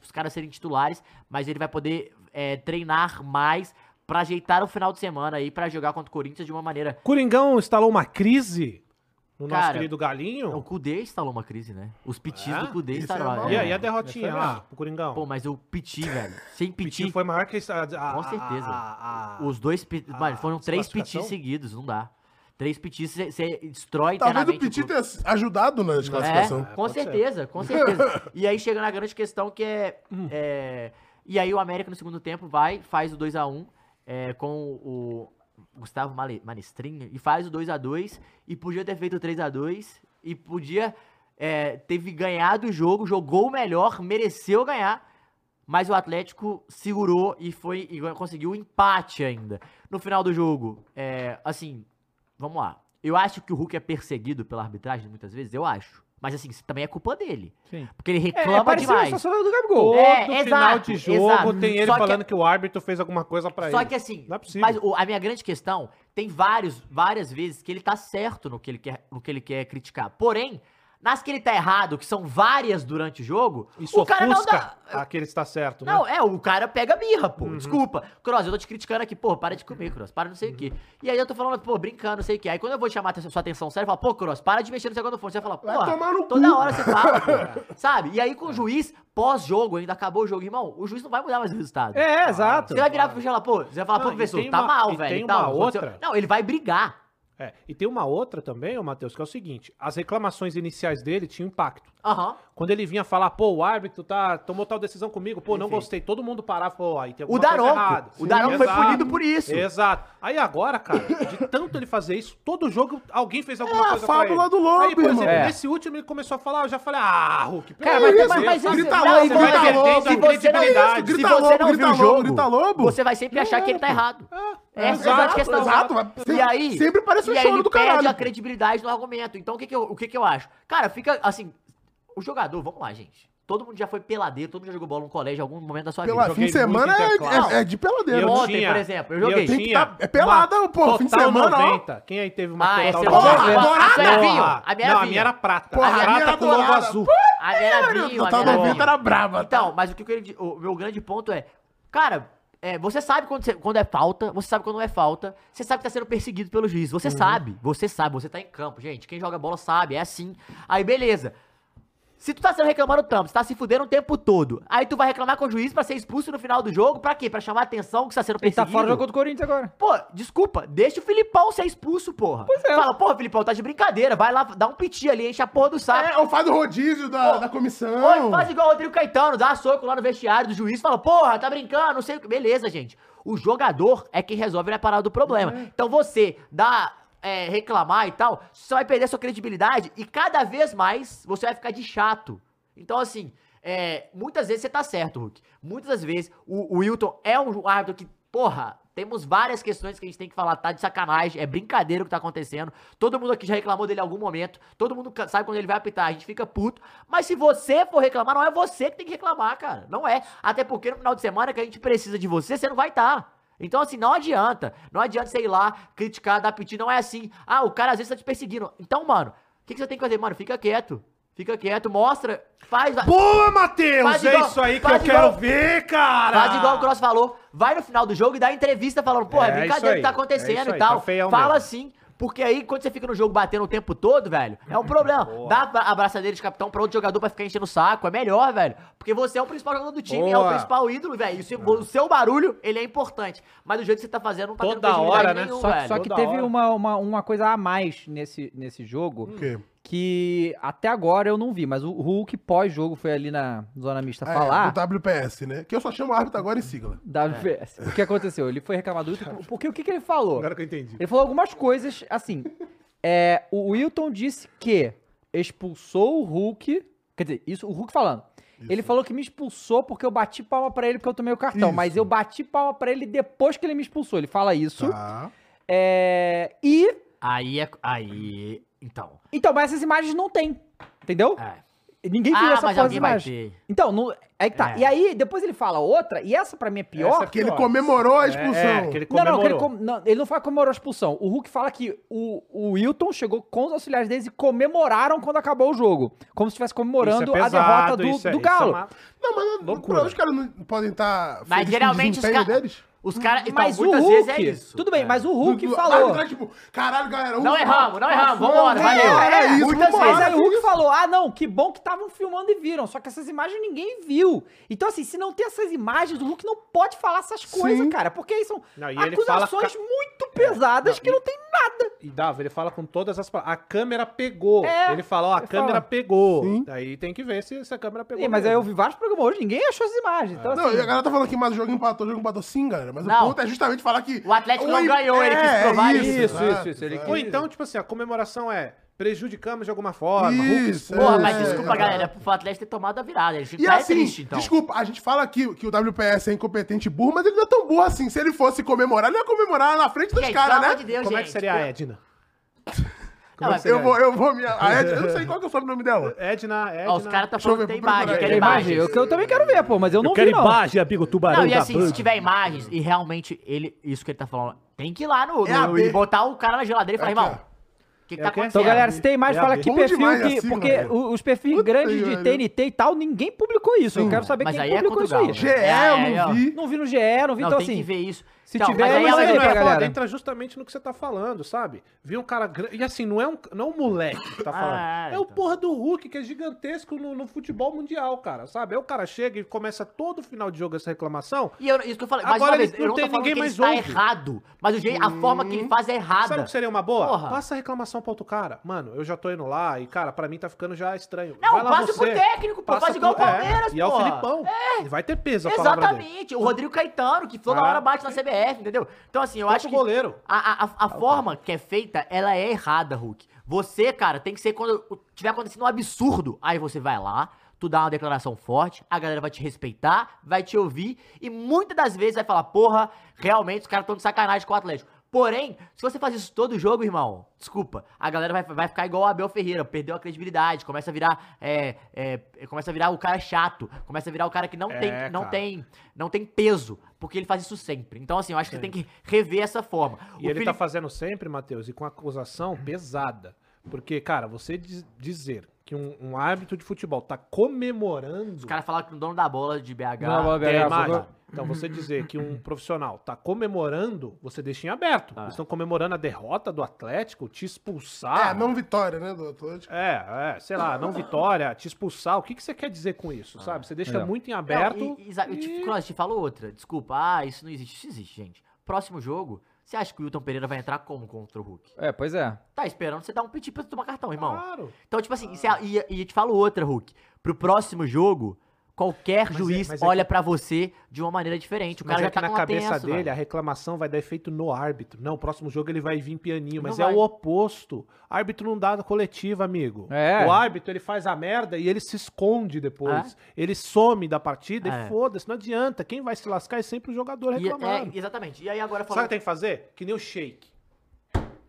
C: Tá.
D: pros caras serem titulares, mas ele vai poder é, treinar mais pra ajeitar o final de semana aí pra jogar contra o Corinthians de uma maneira...
B: Coringão instalou uma crise no nosso
D: Cara,
B: querido
D: O
B: Galinho.
D: Kudê instalou uma crise, né? Os pitis
B: É?
D: do Kudê
C: Isso é
D: instalaram.
C: mal,
B: E
D: é.
B: aí a derrotinha
C: Essa é
B: lá
C: mesmo.
B: pro Coringão?
D: Pô, mas o piti, velho. Sem
B: O
D: piti,
B: Piti foi maior que a, a-
D: Com certeza.
B: a- a-
D: os dois pitis.
B: a
D: mano, foram três pitis
B: Ah, classificação?
D: seguidos, não dá. Três pitis, você
C: Talvez
D: destrói
C: Tá, o
D: internamente
C: Petit
D: clube.
C: tenha ajudado na desclassificação.
D: É,
B: É,
D: com
B: pode ser.
D: certeza, com certeza. e aí chega na grande questão que é, é, E aí o América no segundo tempo vai, faz o 2x1 é, com o Gustavo Male- Manestrinho e faz o 2x2 e podia ter feito o 3x2 e podia é, ter vi- ganhado o jogo, jogou melhor, mereceu ganhar. Mas o Atlético segurou e foi e conseguiu o empate ainda. No final do jogo, é, assim, vamos lá. Eu acho que o Hulk é perseguido pela arbitragem muitas vezes, eu acho. Mas assim, isso também é culpa dele.
A: Sim.
D: Porque ele
A: É,
D: reclama
A: parecia a
D: demais.
A: situação do Gabigol.
B: Todo
D: É,
B: final
D: exato,
B: de jogo
D: exato.
B: tem ele
D: Só que-
B: falando que... o árbitro fez alguma coisa pra
D: Só
B: ele.
D: que assim,
B: Não é possível.
D: mas o- a minha grande questão, tem vários, várias vezes que ele tá certo no que ele quer, no que ele quer criticar. Porém, nas que ele tá errado, que são várias durante o jogo,
B: Isso
D: o cara não
B: ofusca
D: dá.
B: aquele que está certo, né?
D: Não, é, o cara pega birra, pô.
B: Uhum.
D: Desculpa. Cross, eu tô te criticando aqui, pô, para de comer, Cross, para não sei o quê. E aí eu tô falando, pô, brincando, não sei o quê. Aí quando eu vou chamar a sua atenção séria, eu falo, pô, Cross, para de mexer no segundo fone. Você vai falar,
C: Vai
D: pô,
C: tomar no
D: toda
C: cu.
D: hora você fala, pô. Sabe? E aí com o juiz, pós-jogo, ainda acabou o jogo, irmão, o juiz não vai mudar mais o resultado.
A: É, exato.
D: Você vai virar pro e falar, pô, você vai falar, pô,
B: Não, e
D: professor,
B: tem
D: tá
B: uma-
D: mal,
B: e
D: velho.
B: tem
D: e tal,
B: uma
D: aconteceu-
B: outra.
D: Não, ele vai brigar.
B: É, e tem uma outra também, ô Matheus, que é o seguinte: as reclamações iniciais dele tinham impacto.
D: Aham.
B: Quando ele vinha falar, pô, o árbitro tá, tomou tal decisão comigo, pô, não
D: Perfeito.
B: gostei. Todo mundo parava, pô, aí tem
D: O
B: alguma coisa errada.
D: Daronco. O Daronco foi
B: Exato.
D: punido por isso.
B: Exato. Aí agora, cara, de tanto ele fazer isso, todo jogo alguém fez alguma
C: É a
B: coisa
C: fábula
B: pra ele.
C: do lobo,
B: Aí, por exemplo,
A: irmão.
B: nesse último ele começou a falar, eu já falei, ah, Hulk, pelo
A: Cara,
B: amor
A: mas- mas-
B: de Deus,
A: mas
B: você
A: esse-
C: grita
A: não,
C: lobo,
A: você vai
C: grita
B: perdendo
C: lobo,
B: a
D: Se você não,
B: credibilidade.
D: se
C: Grita
D: você
C: lobo,
D: não viu
C: grita
D: o jogo,
C: lobo, grita lobo.
D: você vai sempre achar que ele tá
C: É,
D: errado. Essa é a grande
B: exato,
D: questão.
B: exato,
C: vai-
D: e
C: sempre-
D: aí,
C: sempre parece um
D: e aí
C: choro
D: ele
C: do
D: perde
C: caralho,
D: a
C: pô.
D: credibilidade no argumento. Então, o que que eu, o que que eu acho? Cara, fica assim, o jogador, vamos lá, gente. Todo mundo já foi peladeiro, todo mundo já jogou bola no colégio em algum momento da sua vida.
C: Pela
B: Joguei
C: fim de semana
B: muito
C: é-
B: interclasse.
C: é, é de peladeira.
D: Eu-
C: né?
D: Ontem, por exemplo, eu
B: e
D: joguei.
C: Tem que
B: tinha
C: tá- é pelada,
B: uma
C: pô, fim de
B: total
C: semana, ó.
B: 90. Quem aí teve uma
D: Ah, essa
B: total
D: é boa.
B: 90?
D: Porra, a sua é vinho.
B: Porra.
D: A minha é
B: Não, a
D: vinho.
B: minha era prata.
C: Porra, a minha
B: prata
C: era
B: com logo
C: dourada.
B: azul.
D: A minha
C: Caralho,
D: vinho, Ah, é, a
C: Total
D: minha
C: 90 era brava. tá?
D: Então, mas o que eu queria dizer, o meu grande ponto é, cara, é, você sabe quando, você- quando é falta, você sabe quando não é falta, você sabe que tá sendo perseguido pelo juiz,
A: Uhum.
D: você sabe, você sabe, você tá em campo, gente, quem joga bola sabe, é assim. Aí, beleza. Se tu tá sendo reclamando tanto, você tá se fudendo o tempo todo, aí tu vai reclamar com o juiz pra ser expulso no final do jogo, pra quê? Pra chamar a atenção que você tá sendo
A: Ele tá
D: perseguido.
A: fora do jogo do Corinthians agora.
D: Pô, desculpa, deixa o Filipão ser expulso, porra.
A: Pois é.
D: Fala, porra, Filipão, tá de brincadeira, vai lá, dá um piti ali, enche a porra do saco.
C: É, ou faz o rodízio da, da comissão.
D: Oi, faz igual o Rodrigo Caetano, dá soco lá no vestiário do juiz, fala, porra, tá brincando, não sei o que. Beleza, gente. O jogador é quem resolve na parada do problema. Então você dá. é, reclamar e tal, você vai perder sua credibilidade e cada vez mais você vai ficar de chato. Então, assim, é, muitas vezes você tá certo, Hulk. Muitas das vezes o, o Wilton é um árbitro que, porra, temos várias questões que a gente tem que falar, tá de sacanagem, é brincadeira o que tá acontecendo. Todo mundo aqui já reclamou dele em algum momento, todo mundo ca- sabe quando ele vai apitar, a gente fica puto. Mas se você for reclamar, não é você que tem que reclamar, cara. Não é. Até porque no final de semana que a gente precisa de você, você não vai estar. Então, assim, não adianta. Não adianta, sei lá, criticar, dar piti, não é assim. Ah, o cara às vezes tá te perseguindo. Então, mano, o que, que você tem que fazer? Mano, fica quieto. Fica quieto, mostra, faz.
B: Boa, Matheus!
D: Faz
B: É
D: igual-
B: isso aí que
D: faz
B: eu
D: igual-
B: quero ver, cara!
D: Faz igual o Cross falou. vai no final do jogo e dá entrevista falando, porra, é
B: Ah. É isso
D: brincadeira que tá
B: aí, é
D: acontecendo
B: isso
D: e
B: aí,
D: tal.
B: tá feião
D: Fala
B: mesmo.
D: assim, porque aí quando você fica no jogo batendo o tempo todo, velho, é um problema. Dá a abraçadeira de capitão pra outro jogador pra ficar enchendo o saco, é melhor, velho. Porque você é o principal jogador do time, é o
B: Boa.
D: principal ídolo, velho. E se- O seu barulho, ele é importante. Mas do jeito que você tá fazendo, não tá
B: Toda
D: credibilidade
B: hora, né?
D: nenhum,
A: Só,
D: velho.
A: só que
B: toda
A: teve
B: hora.
A: uma, uma, uma coisa a mais nesse, nesse
D: Hum.
A: jogo
C: O quê?
A: que até agora eu não vi, mas o Hulk pós-jogo foi ali na zona mista
C: É,
A: falar.
C: do WPS, né? Que eu só chamo árbitro agora em sigla.
D: É.
A: Da VS. O que aconteceu? Ele foi reclamar do Wilton. Porque o que, que ele falou?
B: Agora que eu entendi.
A: Ele falou algumas coisas, assim. é, o Wilton disse que expulsou o Hulk. Quer dizer, isso, o Hulk falando. Ele falou que me expulsou porque eu bati palma pra ele porque eu tomei o cartão.
C: Isso.
A: Mas eu bati palma pra ele depois que ele me expulsou. Ele fala isso.
C: Tá.
A: É, e.
D: Aí é. Aí. Então.
A: Então, mas essas imagens não tem. Entendeu?
D: É.
A: Ninguém viu
D: Ah,
A: essa porra
D: mas
A: das
D: alguém vai
A: imagens.
D: ter.
A: Então, não, é que tá.
D: É.
A: E aí, depois ele fala outra, e essa pra mim é pior.
B: Essa é
C: Porque ele
B: pior.
C: comemorou a
B: É,
C: expulsão.
B: É, que ele
A: Não,
B: comemorou.
A: não, que ele, com- não, ele não fala que comemorou a expulsão. O Hulk fala que o, o Wilton chegou com os auxiliares deles e comemoraram quando acabou o jogo. Como se estivesse comemorando
B: Isso é
A: a derrota
B: pesado,
A: do,
B: isso é-
A: do
B: isso é
A: Galo.
B: uma-
C: Não, mas não-
B: Loucura.
C: os caras não podem estar
D: Mas geralmente os
C: um desempenho
D: ca-
C: deles.
D: Os caras. Então,
A: mas o
D: muitas
A: Hulk.
D: vezes é isso.
A: Tudo bem,
D: É.
A: mas o Hulk
C: Do- do-
A: falou.
C: árbitro, tipo, caralho, galera.
D: Não
C: ufa,
D: erramos, não erramos,
C: passou,
B: tá
D: vambora,
C: é,
D: valeu.
C: Era
A: É,
C: isso,
D: muitas
C: vambora.
A: Mas aí
D: vezes.
A: o Hulk falou: ah, não, que bom que estavam filmando e viram. Só que essas imagens ninguém viu. Então, assim, se não tem essas imagens, o Hulk não pode falar essas coisas, cara. Porque aí são
B: Não, e ele fala
A: acusações
B: ca- É,
A: muito pesadas
B: Não,
A: que
B: e-
A: não tem nada.
B: E Dava, ele fala com todas as palavras. A câmera pegou.
A: É,
B: ele fala, ó, a
A: ele
B: câmera
A: fala.
B: pegou. Daí tem que ver se, se a câmera pegou.
A: Ih, mas aí
B: mesmo.
A: eu vi vários programas hoje, ninguém achou essas imagens.
B: Ah.
A: Então,
C: Não,
A: assim,
C: e a galera tá falando que mais o jogo empatou, o jogo empatou sim, galera. Mas
D: Não.
C: o ponto é justamente falar que. é um
D: O Atlético não ganhou, ele quis provar isso.
A: Isso, isso,
C: exato,
A: isso, ele
C: exato.
B: Ou então, tipo assim, a comemoração é prejudicamos de alguma forma.
C: Isso,
D: Porra,
C: é,
D: mas desculpa,
C: é.
D: galera. Pro Atlético ter tomado a virada. Ele
C: E
D: tá é
C: assim,
D: triste, então.
C: desculpa, a gente fala que, que o WPS é incompetente e burro, mas ele não é tão burro assim. Se ele fosse comemorar, ele ia comemorar na frente dos
D: Gente,
C: caras,
D: pelo amor
C: né?
D: de Deus,
B: Como é
D: gente.
B: que seria a Edna?
D: Não, mas- é.
C: eu, vou, eu vou me. a Ed- eu não sei qual que é o sobrenome dela.
B: Edna, Edna.
D: Ó, os caras tá
C: Deixa eu
D: falando
C: ver,
D: que tem
C: vou procurar
D: imagem,
C: aqui.
A: tem
D: querem
A: imagem.
D: imagens.
A: Eu, eu também quero ver, pô, mas eu não vi, não.
B: amigo tubarão
D: Não, e assim, se tiver imagens e realmente ele, isso que ele tá falando, tem que ir lá no,
C: É a
D: no-
C: B.
D: e botar o cara na geladeira e falar,
C: É aqui,
D: irmão, o que, que tá
B: aqui.
D: acontecendo?
A: Então, galera, se tem mais,
B: É
A: fala
B: a
A: que
C: Bom
A: perfil
C: demais
A: que.
C: assim,
A: porque
C: mano.
A: o- os perfis
C: Puta
A: grandes
C: que
A: de
C: pariu.
A: TNT e tal, ninguém publicou isso. Eu quero saber
D: Mas
A: quem
D: aí é
A: publicou
D: contra o
A: isso
D: Galo.
A: aí.
C: GE,
D: É,
C: eu não
D: é,
C: vi.
A: Não vi no GE, não vi,
D: Não,
A: então
D: tem
A: assim.
D: que ver isso.
A: se
D: Então,
A: tiver,
D: mas aí
B: Mas
A: Mas
B: aí
A: aí,
B: não é
A: galera?
B: foda, entra justamente no que você tá falando, sabe? Vi um cara grande. E assim, não é um, não é um moleque que tá falando.
D: Ah,
B: é
D: então.
B: o porra do Hulk, que é gigantesco no, no futebol mundial, cara, sabe? Aí o cara chega e começa todo final de jogo essa reclamação.
D: E eu, isso que eu falei, mais
B: Agora
D: uma
B: ele
D: vez, eu
B: não
D: não tô
B: tem
D: falando que
B: ninguém
D: ele
B: mais
D: está
B: ouve.
D: errado, mas o jeito, a forma que ele faz é
B: Sabe o
D: errada.
B: que seria uma boa?
D: Porra.
B: Passa a reclamação pra outro cara. Mano, eu já tô indo lá e, cara, pra mim tá ficando já estranho.
D: Não,
B: Vai lá
D: passa pro
B: você,
D: técnico, pô, faz igual o
B: pro- é,
D: Palmeiras,
B: E é o
D: porra.
B: Filipão. É. Vai ter peso a palavra dele.
D: Exatamente, o Rodrigo Caetano, que toda
B: Ah.
D: hora bate na CBF, entendeu? Então, assim, eu
B: Toca
D: acho
B: o
D: que
B: goleiro.
D: a, a, a- a forma que é feita, ela é errada, Hulk. Você, cara, tem que ser quando tiver acontecendo um absurdo, aí você vai lá, tu dá uma declaração forte, a galera vai te respeitar, vai te ouvir, e muitas das vezes vai falar, porra, realmente os caras estão de sacanagem com o Atlético. Porém, se você faz isso todo jogo, irmão, desculpa, a galera vai, vai ficar igual o Abel Ferreira, perdeu a credibilidade, começa a virar, é, é, começa a virar o cara chato, começa a virar o cara que não
B: É,
D: tem, não
B: cara.
D: tem, não tem peso, porque ele faz isso sempre. Então, assim, eu acho que você tem que rever essa forma.
B: E ele tá fazendo sempre, Matheus, e com acusação pesada. Porque, cara, você diz- dizer que um, um árbitro de futebol tá comemorando.
D: Os caras falaram que o dono da bola de BH.
A: Dono da bola de
B: Tem a
A: BH,
B: imagem.
A: falou.
B: Então, você dizer que um profissional tá comemorando, você deixa em aberto.
D: Ah.
B: Eles estão comemorando a derrota do Atlético, te expulsar.
C: É, não vitória, né, do Atlético.
B: É, é, sei lá, não vitória, te expulsar. O que, que você quer dizer com isso, sabe? Você deixa
A: legal.
B: muito em
D: Ah. Não,
B: aberto.
D: e- e, sabe, eu te, Cross, te falo outra. Desculpa, ah, isso não existe. Isso existe, gente. Próximo jogo, você acha que o Wilton Pereira vai entrar como contra o Hulk?
A: É, pois é.
D: Tá esperando você dar um piti pra você tomar cartão, irmão.
B: Claro.
D: Então, tipo assim, isso é- e, e eu te falo outra, Hulk. Pro próximo jogo, qualquer
B: Mas é-
D: juiz
B: mas é
D: olha pra você de uma maneira diferente. O
B: Mas
D: cara
B: é
D: já
B: que
D: tá
B: na
D: com
B: cabeça
D: tenso,
B: dele,
D: velho.
B: a reclamação vai dar efeito no árbitro. Não, o próximo jogo ele vai vir pianinho, mas
D: Não
B: é
D: vai.
B: o oposto. Árbitro não dá coletiva, amigo.
A: É.
B: O árbitro, ele faz a merda e ele se esconde depois. Ele some da partida
D: É.
B: e foda-se, não adianta. Quem vai se lascar é sempre o jogador
D: E- é,
B: reclamando.
D: exatamente. E aí agora
B: Sabe o
D: falando.
B: que tem que fazer? Que nem o shake.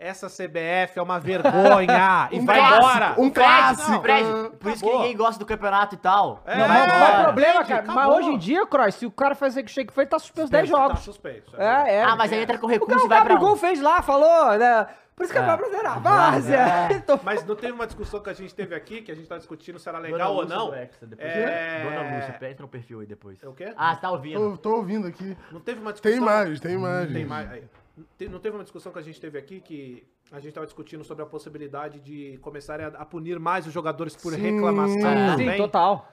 B: Essa CBF é uma vergonha e
C: Um
B: vai
C: clássico,
B: embora.
C: um clássico.
D: Fred,
C: Ah,
D: por isso que
B: acabou.
D: ninguém gosta do campeonato e tal.
B: É.
A: Não, mas
D: vai
A: não é
D: embora.
A: problema,
B: Entendi,
A: cara. Mas
B: acabou.
A: hoje em dia, Cross, se o cara fazer o que fez, ele tá suspenso 10
B: Tá
A: jogos.
B: suspenso, é.
A: É, é.
D: Ah, mas aí entra com
A: O cara
D: recurso
A: o
D: e vai pra.
A: Gabigol fez lá, falou, né? Por isso que é campeão brasileiro. A
D: Várzea.
A: várzea. é. Tô-
B: Mas não teve uma discussão que a gente teve aqui, que a gente tá discutindo se era
D: Dona
B: legal ou
D: Lúcia
B: não.
D: do Hexa, depois-
B: É.
D: Dona Lúcia, entra no perfil aí depois.
B: É o quê?
D: Ah, você tá ouvindo.
C: Tô, tô ouvindo aqui.
B: Não teve uma discussão.
C: Tem imagens, tem imagens.
B: Tem mais. aí. Não te- Não teve uma discussão que a gente teve aqui que a gente tava discutindo sobre a possibilidade de começar a, a punir mais os jogadores por
C: Sim.
B: reclamação.
D: Ah,
A: Sim,
B: também.
A: total.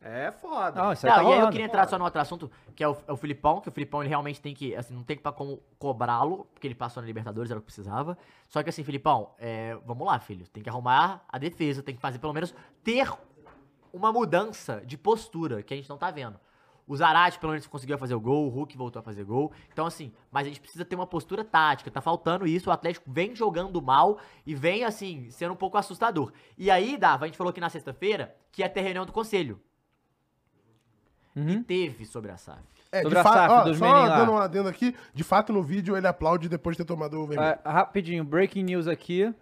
B: É foda.
A: Não, isso aí
D: Não,
A: tá
D: e aí eu
A: rolando.
D: queria entrar só no outro assunto, que é o, é o Filipão, que o Filipão ele realmente tem que, assim, não tem pra como cobrá-lo, porque ele passou na Libertadores, era o que precisava. Só que assim, Filipão, é, vamos lá, filho, tem que arrumar a defesa, tem que fazer pelo menos ter uma mudança de postura, que a gente não tá vendo. O Zarate, pelo menos, conseguiu fazer o gol, o Hulk voltou a fazer gol. Então, assim, mas a gente precisa ter uma postura tática, tá faltando isso. O Atlético vem jogando mal e vem, assim, sendo um pouco assustador. E aí, Dava, a gente falou aqui na sexta-feira que ia ter reunião do conselho
A: Uhum.
D: teve sobre a SAF.
C: É,
A: Sobre a SAF
C: ó,
A: dos
C: só
A: menin lá.
C: dando um adendo aqui, de fato no vídeo ele aplaude depois de ter tomado o vermelho.
A: Ah, rapidinho, breaking news aqui.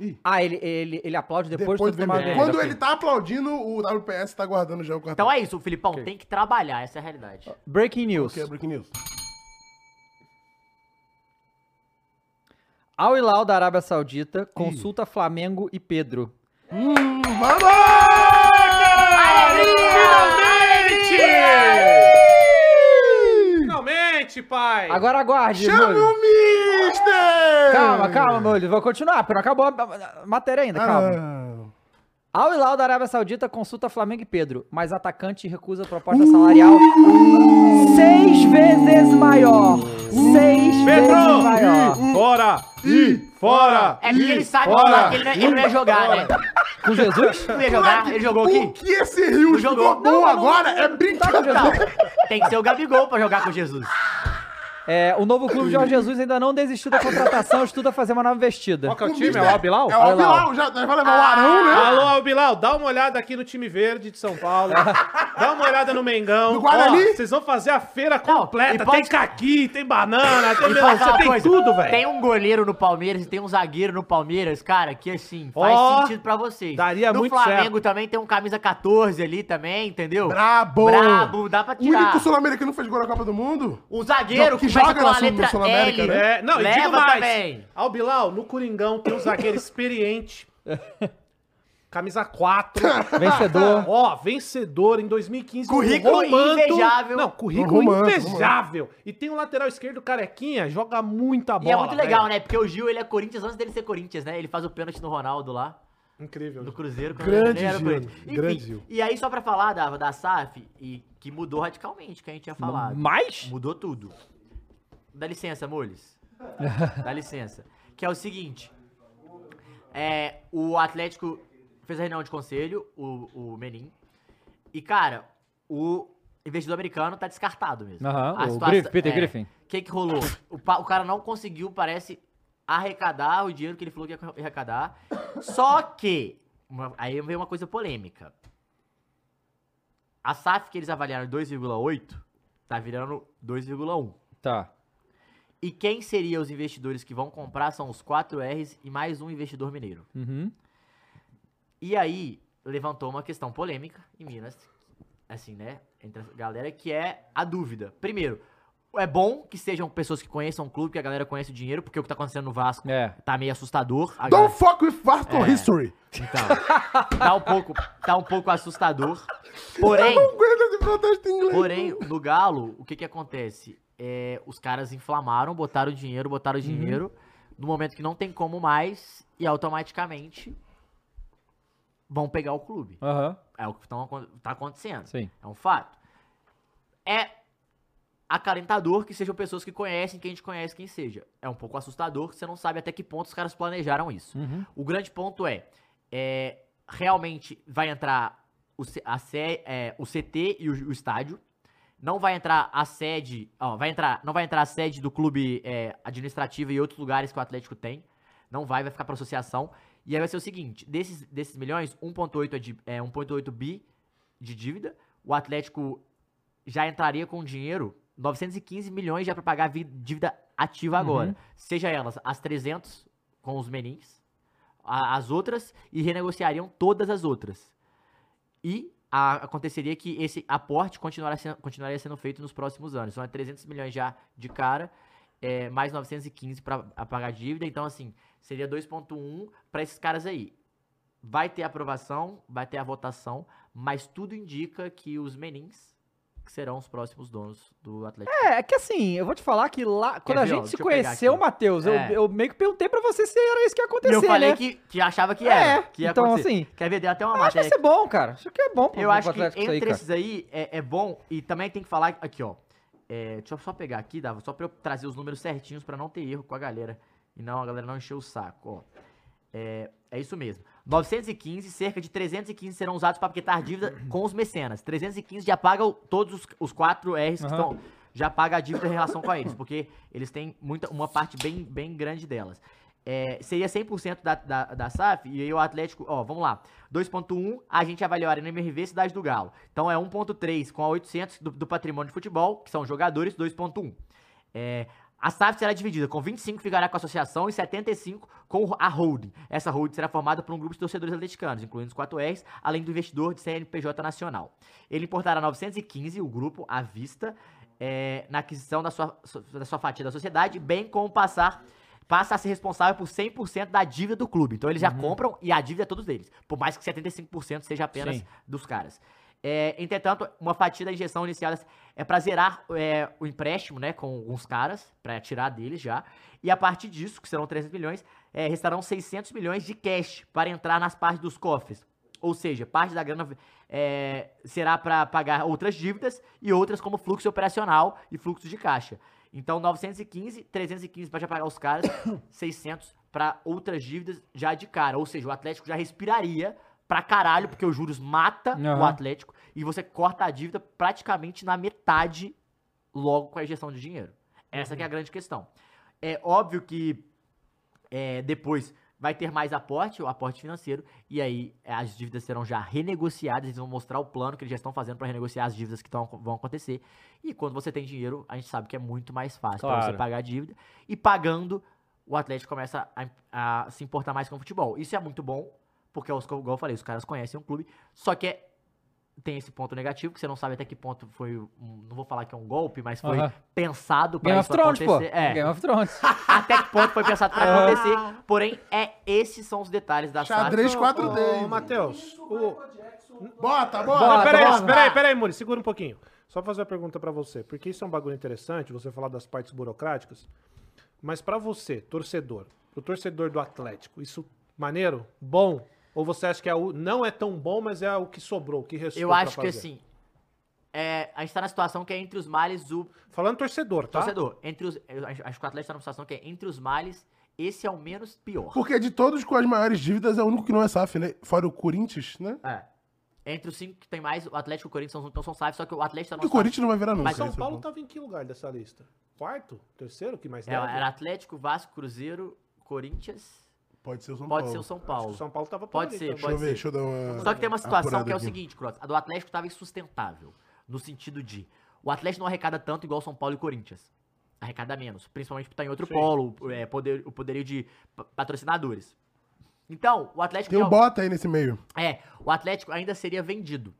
C: Ih.
A: Ah, ele, ele, ele aplaude depois,
C: depois
A: de
C: do
A: tomar
C: vermelho.
A: vermelho,
C: Quando
A: ok.
C: ele tá aplaudindo, o WPS tá guardando já o cartão.
D: Então é isso, o Filipão tem que trabalhar, essa é a realidade.
A: Breaking news.
C: Que é breaking news.
A: Al Hilal da Arábia Saudita consulta Flamengo e Pedro.
C: Hum, vamos!
B: Finalmente, pai!
A: Agora aguarde,
C: Chame
A: Molho.
C: o Mister!
A: Calma, calma, Molho. Vou continuar, porque não acabou a a matéria ainda,
C: Ah.
A: calma.
C: Calma.
A: Al Hilal da Arábia Saudita consulta Flamengo e Pedro, mas atacante recusa proposta
C: Uh.
A: salarial seis vezes maior. Seis
B: Pedro!
A: vezes maior.
B: Fora! E fora!
D: É porque ele sabe
B: fora,
D: lá que ele, não- ele não ia jogar, né?
A: Com Jesus?
D: Ele não ia jogar, ele jogou
C: O
D: aqui.
C: que esse Rio
D: Não jogou.
C: jogou bom
A: Não, não,
C: agora
A: não,
C: é
A: não,
C: brincadeira.
D: Não, Então, tem que ser o Gabigol pra jogar com Jesus.
A: É, o novo clube Jorge Jesus ainda não desistiu da contratação, estuda fazer uma nova vestida.
B: Qual que é
C: O
B: o time?
C: Mister-
B: É o Albilau?
C: É o
A: Olha lá,
C: Albilau, já vai levar o Arão, né?
D: Ah!
B: Alô, Albilau, dá uma olhada aqui no time verde de São Paulo. dá uma olhada no Mengão.
C: No Guarani?
B: Ó, Vocês vão fazer a feira
D: Não,
B: completa.
D: e pode-
B: Tem caqui, tem banana, tem
D: Posso falar
B: melancia,
D: uma
B: tem
D: coisa?
B: tudo, velho.
D: Tem um goleiro no Palmeiras e tem um zagueiro no Palmeiras, cara, que assim, faz
B: Ó,
D: sentido pra vocês.
B: daria
D: no
B: muito
D: Flamengo também tem um camisa 14 ali também, entendeu?
C: Brabo!
D: Brabo, dá pra
C: O único
D: tirar.
C: sul-americano que fez gol na Copa do Mundo?
D: Um zagueiro
C: Que
D: que joga
C: joga
D: com a
C: na Sul-
D: letra
C: Sul-América,
D: L.
C: né?
B: É, não,
D: leva
B: e digo mais.
D: também.
B: Albilau, no Coringão tem um zagueiro experiente. Camisa 4.
A: Vencedor.
B: Ó, vencedor em 2015.
D: Currículo
B: Romanto.
D: invejável.
B: um
D: Um
B: Não, currículo
C: Romanto,
B: invejável. E tem um lateral esquerdo carequinha, joga muita bola.
D: E é muito legal,
B: velho.
D: né? Porque o Gil, ele é Corinthians antes dele ser Corinthians, né? Ele faz o pênalti no Ronaldo lá,
B: Incrível.
D: no Cruzeiro. quando
C: Grande
D: ele era
C: Gil,
D: Corinthians. Enfim,
C: grande Gil.
D: E aí, só pra falar da, da SAF, e que mudou radicalmente, que a gente tinha falado.
A: Mais?
D: Mudou tudo. Dá licença, Moles. Dá licença. Que é o seguinte. É, o Atlético fez a reunião de conselho, o, o Menin. E, cara, o investidor americano tá descartado mesmo.
A: Aham,
D: A
A: o
D: situa-
A: Griff- Peter Griffin.
D: O que que rolou? O, pa- o cara não conseguiu, parece, arrecadar o dinheiro que ele falou que ia arrecadar. Só que, uma- aí veio uma coisa polêmica. A SAF que eles avaliaram em 2,8 tá virando 2,1.
A: Tá.
D: E quem seria os investidores que vão comprar são os 4 R's e mais um investidor mineiro.
A: Uhum.
D: E aí, levantou uma questão polêmica em Minas, assim, né? Entre a galera, que é a dúvida. Primeiro, é bom que sejam pessoas que conheçam o clube, que a galera conhece o dinheiro, porque o que tá acontecendo no Vasco
A: É.
D: tá meio assustador. A
C: Don't fuck with Vasco
D: É.
C: History.
D: Então, tá um pouco, tá um pouco assustador. Porém,
C: Não aguento esse protesto em inglês.
D: Porém, no Galo, o que que acontece? É, os caras inflamaram, botaram dinheiro, botaram dinheiro, no momento que não tem como mais, e automaticamente vão pegar o clube.
A: Aham.
D: É o que tão, acon- tá acontecendo.
A: Sim.
D: É um fato. É acalentador que sejam pessoas que conhecem, quem a gente conhece, quem seja. É um pouco assustador, você não sabe até que ponto os caras planejaram isso.
A: Uhum.
D: O grande ponto é, é, realmente vai entrar o, C- a C- é, o CT e o, o estádio. Não vai entrar a sede, ó, vai entrar, não vai entrar a sede do clube é, administrativo e outros lugares que o Atlético tem. Não vai, vai ficar para associação. E aí vai ser o seguinte, desses, desses milhões, 1.8 é, de- é 1.8 bi de dívida. O Atlético já entraria com dinheiro, 915 milhões já para pagar a vi- dívida ativa agora. Seja elas as 300 com os menins, a- as outras e renegociariam todas as outras. E a- aconteceria que esse aporte continuará sendo, continuaria sendo feito nos próximos anos. Então é 300 milhões já de cara é, mais 915 pra a pagar dívida. Então, assim, seria 2,1 pra esses caras aí. Vai ter aprovação, vai ter a votação, mas tudo indica que os menins que serão os próximos donos do Atlético.
A: É, é que assim, eu vou te falar que lá, quando a
D: ver, ó?
A: gente se
D: Deixa eu pegar
A: conheceu,
D: aqui.
A: Matheus, eu-
D: É.
A: eu, meio que perguntei pra você se era isso que ia
D: E
A: acontecer,
D: eu falei
A: né?
D: que, que achava que
A: é,
D: era. que ia
A: então
D: acontecer.
A: assim,
D: Quer ver? Deu até uma
A: acho que
D: matéria
A: vai ser bom, cara. Acho que é bom pro,
D: Eu acho que
A: pro Atlético isso
D: entre
A: aí, cara.
D: esses aí é, é bom e também tem que falar aqui, ó. É, deixa eu só pegar aqui, Dava, só pra eu trazer os números certinhos pra não ter erro com a galera. E não, a galera não encher o saco, ó. É, é isso mesmo. 915, cerca de 315 serão usados pra quitar dívida com os mecenas. 315 já pagam todos os, os quatro R's que
A: Aham.
D: estão. Já paga a dívida em relação com eles, porque eles têm muita, uma parte bem, bem grande delas. É, seria 100% da, da, da SAF e aí o Atlético, ó, vamos lá. 2.1, a gente avaliou a Arena MRV e Cidade do Galo. Então é 1.3 com a 800 do, do patrimônio de futebol, que são jogadores, 2.1. É, a SAF será dividida com 25 ficará com a associação e 75 com a holding. Essa holding será formada por um grupo de torcedores atleticanos, incluindo os 4Rs, além do investidor de CNPJ Nacional. Ele importará 915, o grupo, à vista, é, na aquisição da sua, da sua fatia da sociedade, bem como passar passa a ser responsável por 100% da dívida do clube. Então eles já compram e a dívida é todos deles, por mais que 75% seja apenas
A: Sim.
D: dos caras. É, entretanto, uma fatia da injeção inicial é pra zerar é, o empréstimo, né, com alguns caras, pra tirar deles já. E a partir disso, que serão 300 milhões, é, restarão 600 milhões de cash para entrar nas partes dos cofres. Ou seja, parte da grana é, será para pagar outras dívidas e outras como fluxo operacional e fluxo de caixa. Então, 915, 315 para já pagar os caras, 600 para outras dívidas já de cara. Ou seja, o Atlético já respiraria pra caralho, porque os juros mata o
A: Aham.
D: Atlético e você corta a dívida praticamente na metade logo com a injeção de dinheiro. Essa que é a grande questão. É óbvio que é, depois vai ter mais aporte, o aporte financeiro, e aí é, as dívidas serão já renegociadas, eles vão mostrar o plano que eles já estão fazendo para renegociar as dívidas que tão- vão acontecer. E quando você tem dinheiro, a gente sabe que é muito mais fácil para você
A: Claro.
D: pagar a dívida. E pagando, o Atlético começa a, a se importar mais com o futebol. Isso é muito bom, porque, os, igual eu falei, os caras conhecem o clube, só que é- tem esse ponto negativo, que você não sabe até que ponto foi, um- não vou falar que é um golpe, mas foi
A: Aham.
D: pensado para
A: Game of
D: isso
A: Thrones, pô.
D: acontecer. É
A: Game of Thrones.
D: até que ponto foi pensado pra acontecer.
B: Ah.
D: Porém, é, esses são os detalhes da SAF.
C: Xadrez 4D.
B: Ô, Matheus, o...
C: Bota,
A: Bota.
C: bota.
D: Ah,
B: Não, peraí,
D: tá
A: bota.
B: peraí, peraí, Muri, segura um pouquinho. Só fazer uma pergunta pra você, porque isso é um bagulho interessante, você falar das partes burocráticas, mas pra você, torcedor, o torcedor do Atlético, isso maneiro, bom, ou você acha que é o- não é tão bom, mas é o que sobrou, o que restou
D: Eu
B: pra
D: acho que
B: fazer?
D: assim. é, a gente tá na situação que é entre os males o
B: Falando torcedor, tá?
D: torcedor. Entre os, eu acho acho que o Atlético tá numa situação que é entre os males, esse é o menos pior.
C: Porque de todos com as maiores dívidas é o único que não é SAF, né? Fora o Corinthians, né?
D: É. Entre os cinco que tem mais, o Atlético e o Corinthians são, então são SAF, só que o Atlético
C: E
D: tá
C: o
D: numa
C: Corinthians não vai virar nunca.
D: Mas
B: São
C: esse é o
B: Paulo
C: ponto.
B: tava em que lugar dessa lista? Quarto? Terceiro? Que mais
D: é, Era
B: deve?
D: Atlético, Vasco, Cruzeiro, Corinthians.
C: Pode ser o São
D: Pode
C: Paulo.
D: ser o São
B: Acho que
D: Paulo.
B: o São Paulo tava por
D: Pode
B: ali então também.
D: ser, pode
C: Deixa eu ver,
D: ser.
C: deixa eu dar uma.
D: Só que tem uma situação
C: apurada
D: que é o
C: aqui.
D: seguinte, Cross. A do Atlético tava insustentável. No sentido de. O Atlético não arrecada tanto igual São Paulo e Corinthians. Arrecada menos. Principalmente porque tá em outro
B: Sim.
D: polo, é, poder, o poderio de pa- patrocinadores. Então, o Atlético.
C: Tem um
D: real-
C: bota aí nesse meio.
D: é, o Atlético ainda seria vendido.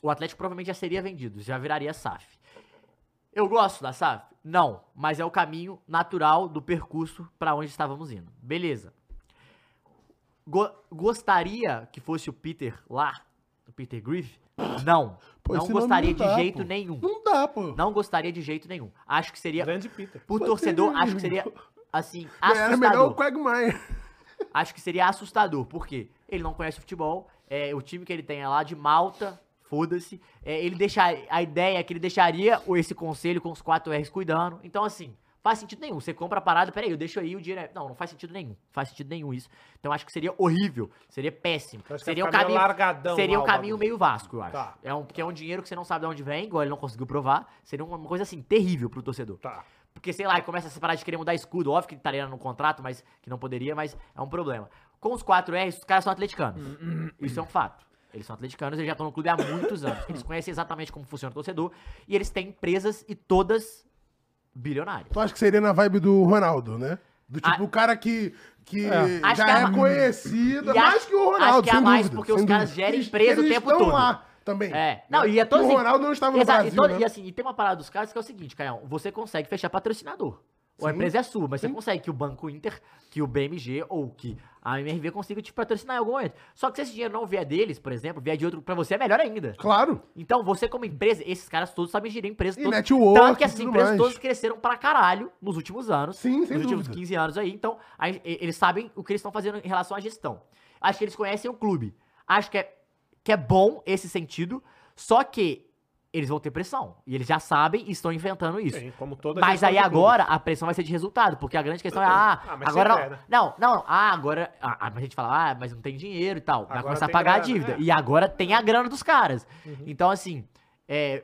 D: O Atlético provavelmente já seria vendido, já viraria SAF. Eu gosto da SAF? Não, mas é o caminho natural do percurso pra onde estávamos indo. Beleza. Go- gostaria que fosse o Peter lá, o Peter Griff? Não.
C: Pô,
D: não
C: esse nome
D: gostaria
C: não dá,
D: de jeito
C: pô.
D: nenhum.
C: Não dá, pô.
D: Não gostaria de jeito nenhum. Acho que seria,
B: Grande Peter.
D: por
C: Mas
D: torcedor,
C: seria-
D: acho que seria assim,
C: Era É, melhor o
D: assustador.
C: Quagmire.
D: Acho que seria assustador, porque ele não conhece futebol, é, o time que ele tem é lá de Malta, foda-se. é, ele deixar a ideia é que ele deixaria o- esse conselho com os 4 R's cuidando. Então, assim, faz sentido nenhum. Você compra a parada, peraí, eu deixo aí o dinheiro. é- Não, não faz sentido nenhum. Faz sentido nenhum isso. Então, acho que seria horrível, seria péssimo.
B: Acho que ia
D: Seria um
B: ficar meio
D: caminho.
B: largadão
D: Seria
B: lá
D: um
B: o
D: caminho
B: bagulho.
D: meio Vasco, eu acho.
B: Tá.
D: É um, porque é um dinheiro que você não sabe de onde vem, igual ele não conseguiu provar. Seria uma coisa assim, terrível pro torcedor.
B: Tá.
D: Porque, sei lá, começa essa parada de querer mudar escudo. Óbvio que estaria no contrato, mas que não poderia, mas é um problema. Com os 4Rs, os caras são atleticanos. Isso é um fato. Eles são atleticanos, eles já estão no clube há muitos anos. Eles conhecem exatamente como funciona o torcedor. E eles têm empresas e todas bilionárias.
C: Tu acha que seria na vibe do Ronaldo, né? Do tipo,
D: Ah.
C: o cara que, que
D: Acho
C: já
D: que é a-
C: é conhecido,
D: E
C: mais
D: acho-
C: que o Ronaldo,
D: acho que é
C: sem
D: a mais
C: dúvida,
D: porque
C: sem
D: os caras
C: dúvida.
D: gerem
C: Eles-
D: empresa o
C: eles
D: tempo
C: estão
D: todo.
C: lá também.
D: É. Não, e é
C: Porque
D: todos.
C: O Ronaldo não estava no
D: Exato, e
C: Brasil,
D: todo-
C: né?
D: E assim, e tem uma parada dos caras que é o seguinte, Caião. Você consegue fechar patrocinador. Ou a empresa é sua, mas você consegue que o Banco Inter, que o BMG ou que a MRV consiga te patrocinar em algum momento. Só que se esse dinheiro não vier deles, por exemplo, vier de outro, pra você é melhor ainda.
C: Claro.
D: Então, você como empresa, esses caras todos sabem gerir empresa.
C: E
D: todos-
C: network
D: Tanto que
C: e
D: essas
C: tudo
D: empresas
C: mais.
D: todas cresceram pra caralho nos últimos anos.
C: Sim, sem
D: Nos últimos
C: dúvida.
D: 15 anos aí. Então, a- e- eles sabem o que eles estão fazendo em relação à gestão. Acho que eles conhecem o clube. Acho que é, que é bom esse sentido, só que eles vão ter pressão. E eles já sabem e estão inventando isso.
B: Sim, como toda
D: Mas
B: gestão
D: aí
B: de clube.
D: agora a pressão vai ser de resultado, porque a grande questão é, ah,
B: Ah, mas
D: agora
B: você
D: não,
B: quer, né?
D: não, não, não, ah, agora, ah, ah, mas a gente fala, ah, mas não tem dinheiro e tal, vai
B: Agora
D: começar a
B: tem
D: pagar a
B: grana, Uhum.
D: dívida,
B: é.
D: e agora tem a grana dos caras, então assim, é,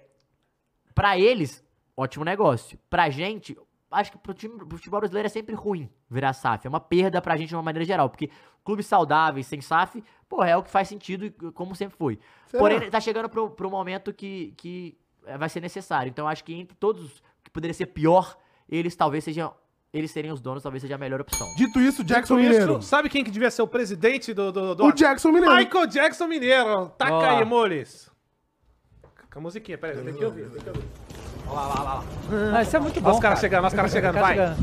D: pra eles, ótimo negócio, pra gente, acho que pro, time, pro futebol brasileiro é sempre ruim virar SAF, é uma perda pra gente de uma maneira geral, porque clubes saudáveis sem SAF, pô, é o que faz sentido, e como sempre foi,
C: Será?
D: Porém, tá chegando pro, pro momento que, que eh, vai ser necessário. Então, eu acho que entre todos os que poderia ser pior, eles talvez sejam. Eles serem os donos, talvez seja a melhor opção.
C: Dito isso, Jackson
B: Por
C: Mineiro.
B: isso, sabe quem que devia ser o presidente do... do, do
C: O Jackson Mineiro.
B: Michael Jackson Mineiro. Taca
A: Ó.
B: aí, Moles. Com a musiquinha, peraí. Tem que ouvir, tem que ouvir. Olha lá, olha lá, olha lá.
A: Ah, isso é muito bom.
B: Olha os caras chegando, olha os caras chegando,
A: Os
B: vai.
A: caras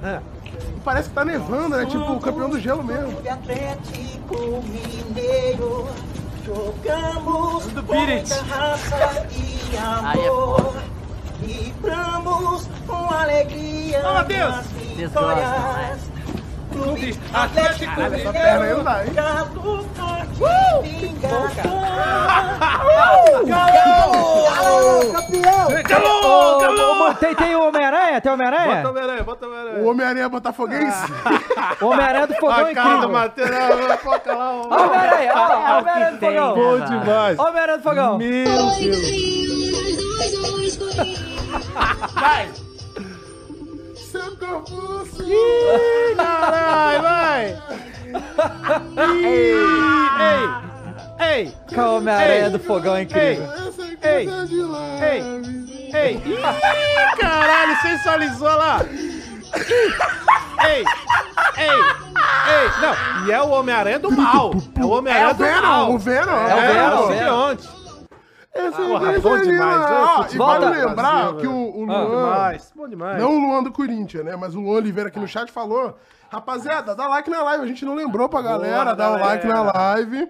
A: chegando.
C: Parece que tá nevando, né? Tipo o campeão do gelo mesmo.
F: Clube Atlético Mineiro. Jogamos
B: Do
F: com
B: beat it.
F: muita raça e
D: Aí é
F: amor. Vibramos com alegria
B: Oh, Deus.
F: nas
D: Eles gostam, né?
F: vitórias. Clube
B: Atlético
F: Atlético
B: Mineiro.
C: perna
F: Mineiro.
C: aí não dá, hein?
F: Galo forte,
B: Calou,
A: Ô,
B: calou.
A: mano, Tem, tem o Homem-Aranha? Tem o
B: Bota o
A: Homem-Aranha?
B: Homem-Aranha, bota o
C: O
B: Homem-Aranha.
C: Homem-Aranha é Botafoguense.
A: O Homem-Aranha do Fogão
B: A cara do
A: incrível.
B: Matheus, ah, foca lá. ó.
A: Ó o Homem-Aranha, ó, ó o
D: É o
A: Homem-Aranha
D: que
A: do
D: tem,
A: Fogão.
D: né,
A: Ó
D: velho?
C: demais.
A: o Homem-Aranha do Fogão.
C: Meu Deus. Seu corpo.
B: Caralho, vai. Ih, Ei, ei,
A: Ó o Homem-Aranha
B: Ei.
A: do Fogão incrível.
C: Essa
B: Ei.
C: casa tá de lá.
B: Ei. ei. Ih, Caralho, sensualizou lá. Ei, ei, ei. Não, e é o Homem-Aranha do mal. É o Homem-Aranha
C: É o
B: do mal.
C: Venom, o Venom.
B: É o Venom, é o
A: Venom.
B: simbionte.
C: Essa
B: Porra,
C: casa
B: bom
C: tá de
B: demais,
C: lá.
B: ô,
C: Ó, E
B: futebol
C: vale
B: do
C: lembrar
B: Brasil,
C: que o, o
B: Bom
C: Luan...
B: demais, bom demais.
C: Não o Luan do Corinthians, né? Mas o Luan Oliveira
B: É.
C: aqui no chat falou: Rapaziada, dá like na live. A gente não lembrou pra galera, dá o
B: galera.
C: like na live.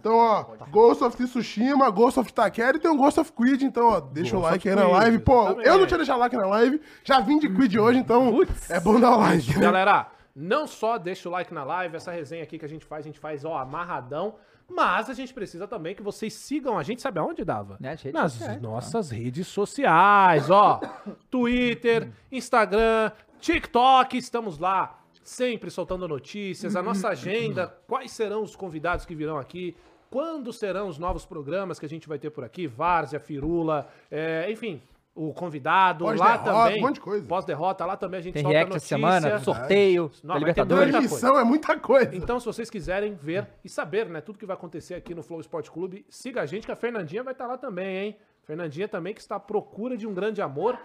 C: Então, ó, Ghost of Tsushima, Ghost of Takeri e tem um Ghost of Quid. Então, ó, deixa o
B: Ghost
C: like aí
B: of
C: na
B: Quid,
C: live. Pô,
B: exatamente.
C: eu não tinha deixado like na live, já vim de Quid hoje, então é bom dar o like. né?
B: Galera, não só deixa o like na live, essa resenha aqui que a gente faz, a gente faz, ó, amarradão. Mas a gente precisa também que vocês sigam a gente, sabe aonde, Dava?
A: Nas redes
B: Nas
A: sociais, tá.
B: nossas redes sociais, ó. Twitter, Instagram, TikTok, estamos lá. Sempre soltando notícias, a nossa agenda, quais serão os convidados que virão aqui, quando serão os novos programas que a gente vai ter por aqui, Várzea, Firula, é, enfim, o convidado, lá
C: Pós-derrota,
B: também.
C: um monte de coisa.
B: Pós-derrota, lá também a gente
A: Tem
B: solta
A: react essa
B: notícia.
A: semana, sorteio,
B: Não,
A: da
B: vai ter
A: Libertadores.
B: muita coisa.
C: Transmissão é muita coisa.
B: Então, se vocês quiserem ver e saber, né, tudo que vai acontecer aqui no Flow Sport Clube, siga a gente que a Fernandinha vai estar lá também, hein? Fernandinha também que está à procura de um grande amor.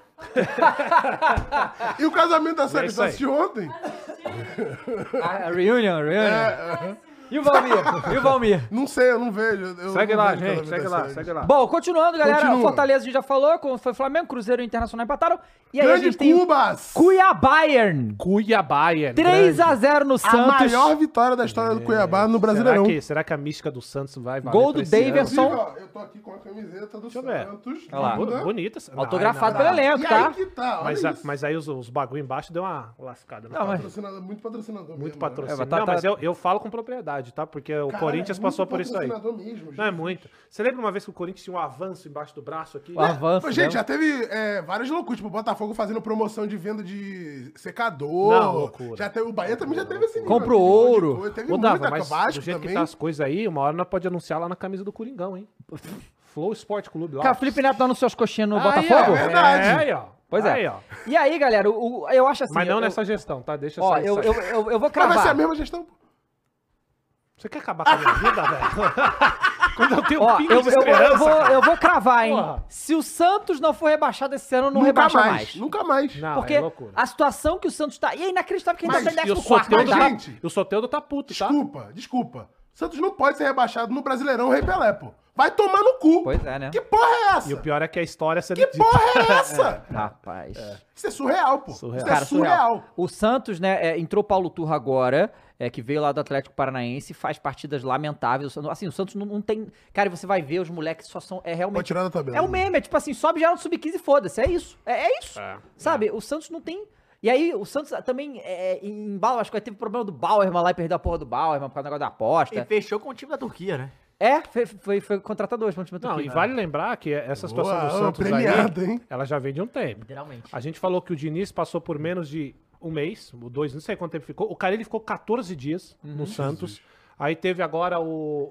C: E o casamento da Sérgio
B: Tá. É isso aí.
C: assistiu ontem?
A: A reunion, reunion. E o Valmir? E o Valmir?
C: Não sei, eu não vejo. eu
B: Segue
C: não
B: lá,
C: vejo o
B: gente,
C: casamento
B: segue
C: da
B: lá,
C: Sérgio.
B: segue lá.
A: Bom, continuando, galera.
C: Continua.
A: Fortaleza a gente já falou, como foi Flamengo, Cruzeiro e Internacional empataram. E aí a
C: Grande
A: gente tem
C: Cubas!
A: Cuiabá-Bayern.
B: Cuiabá,
A: 3x0 no
C: A
A: Santos.
C: maior vitória da história do Cuiabá no
B: será
C: Brasileirão.
B: que, será que a mística do Santos vai valer
A: Gol
B: pra
A: do
B: esse ano?
A: Daverson.
C: Inclusive, ó, eu tô aqui com a camiseta do
B: um- eu ver.
C: Santos.
A: Olha lá.
B: Bu-
C: Né?
B: Bonita. essa-
A: Autografado
B: Ai, não,
A: pelo elenco,
C: E
A: tá?
C: aí que tá, olha
B: Mas, a-
C: isso.
B: mas aí os, os bagulho embaixo deu uma lascada.
A: Não, mas-
C: Patrocinador, muito patrocinador
B: Muito
C: mesmo,
B: patrocínio.
A: É, tá-
B: não,
A: tá-
B: mas eu, eu falo com propriedade, tá? Porque o
C: né? Cara,
B: Corinthians
C: é
B: passou
C: muito
B: por isso aí.
C: patrocinador mesmo,
B: Não é
C: gente.
B: muito. Você lembra uma vez que o Corinthians tinha um avanço embaixo do braço aqui?
A: O avanço.
C: Mas, gente,
A: né?
C: já teve é, várias loucuras. Tipo, o Botafogo fazendo promoção de venda de secador.
B: Não, loucura.
C: Já teve, o Bahia também já teve esse nível.
A: Compra o
C: Teve um monte de
A: ouro.
C: coisa, Teve
B: Ô,
C: muita
B: Dava, mas
C: Vasco
B: do jeito
C: também.
B: que tá as coisas aí, uma hora nós pode anunciar lá na camisa do Coringão, hein? Flow Esporte Clube lá.
A: Cara, o Felipe Neto dando suas coxinhas no
B: Aí,
A: Botafogo.
B: ó,
C: é verdade.
B: É, aí, ó.
A: Pois é.
B: Aí, ó.
A: E aí, galera, o- o- eu acho assim.
B: Mas não
A: eu-
B: nessa gestão, tá? Deixa
A: Ó,
B: sair,
A: eu,
B: sair.
A: eu, eu, eu vou
C: Mas vai ser a
A: cravar.
C: mesma gestão.
B: Você quer acabar com a minha vida, velho? Quando eu tenho um
A: Ó,
B: pingo
A: eu, eu,
B: de
A: eu,
B: esperança,
A: vou,
B: cara.
A: eu vou cravar, hein?
B: Porra.
A: Se o Santos não for rebaixado esse ano, não
C: Nunca
A: rebaixa mais.
C: Nunca mais.
B: Não,
A: Porque
B: é loucura.
A: a situação que o Santos tá. E é inacreditável que a gente
C: Mas
A: tá
B: E
A: em
B: o Soteudo
A: 14
C: mas,
B: tá,
A: tá?
C: gente.
B: e o Soteudo tá puto, tá?
C: Desculpa, desculpa. Santos não pode ser rebaixado no Brasileirão Rei Pelé, pô. Vai tomar no cu.
A: Pois é, né?
C: Que porra é essa?
B: E o pior é que a história sendo
C: Que porra é essa?
A: Rapaz.
C: Isso é surreal, pô.
B: Surreal.
C: Isso é
A: Cara, surreal.
C: surreal.
A: O Santos, né, é, entrou Paulo Turra agora, é, que veio lá do Atlético Paranaense, faz partidas lamentáveis. Assim, o Santos não, não tem. Cara, e você vai ver, os moleques só são. É
C: Vou
A: realmente.
C: tirar da Tá tabela. né?
A: É o meme, é tipo assim, sobe já no sub-15 e foda-se. É isso. É, é isso.
B: É,
A: Sabe? O Santos não tem. E aí, o Santos também é, embala, acho que teve problema do Bauerman lá e perdeu a porra do Bauerman por causa do negócio da aposta.
D: E fechou com o time da Turquia, né?
A: É, foi, foi, foi contratado hoje pra um time da
B: Não,
A: Turquia.
B: e vale lembrar que essa situação
C: Boa,
B: do Santos aí,
C: premiado, hein?
B: ela já vem de um tempo.
D: Literalmente.
B: A gente falou que o Diniz passou por menos de um mês, ou dois, não sei quanto tempo ficou. O Carille ficou 14 dias
A: Uhum.
B: no Santos. Aí teve agora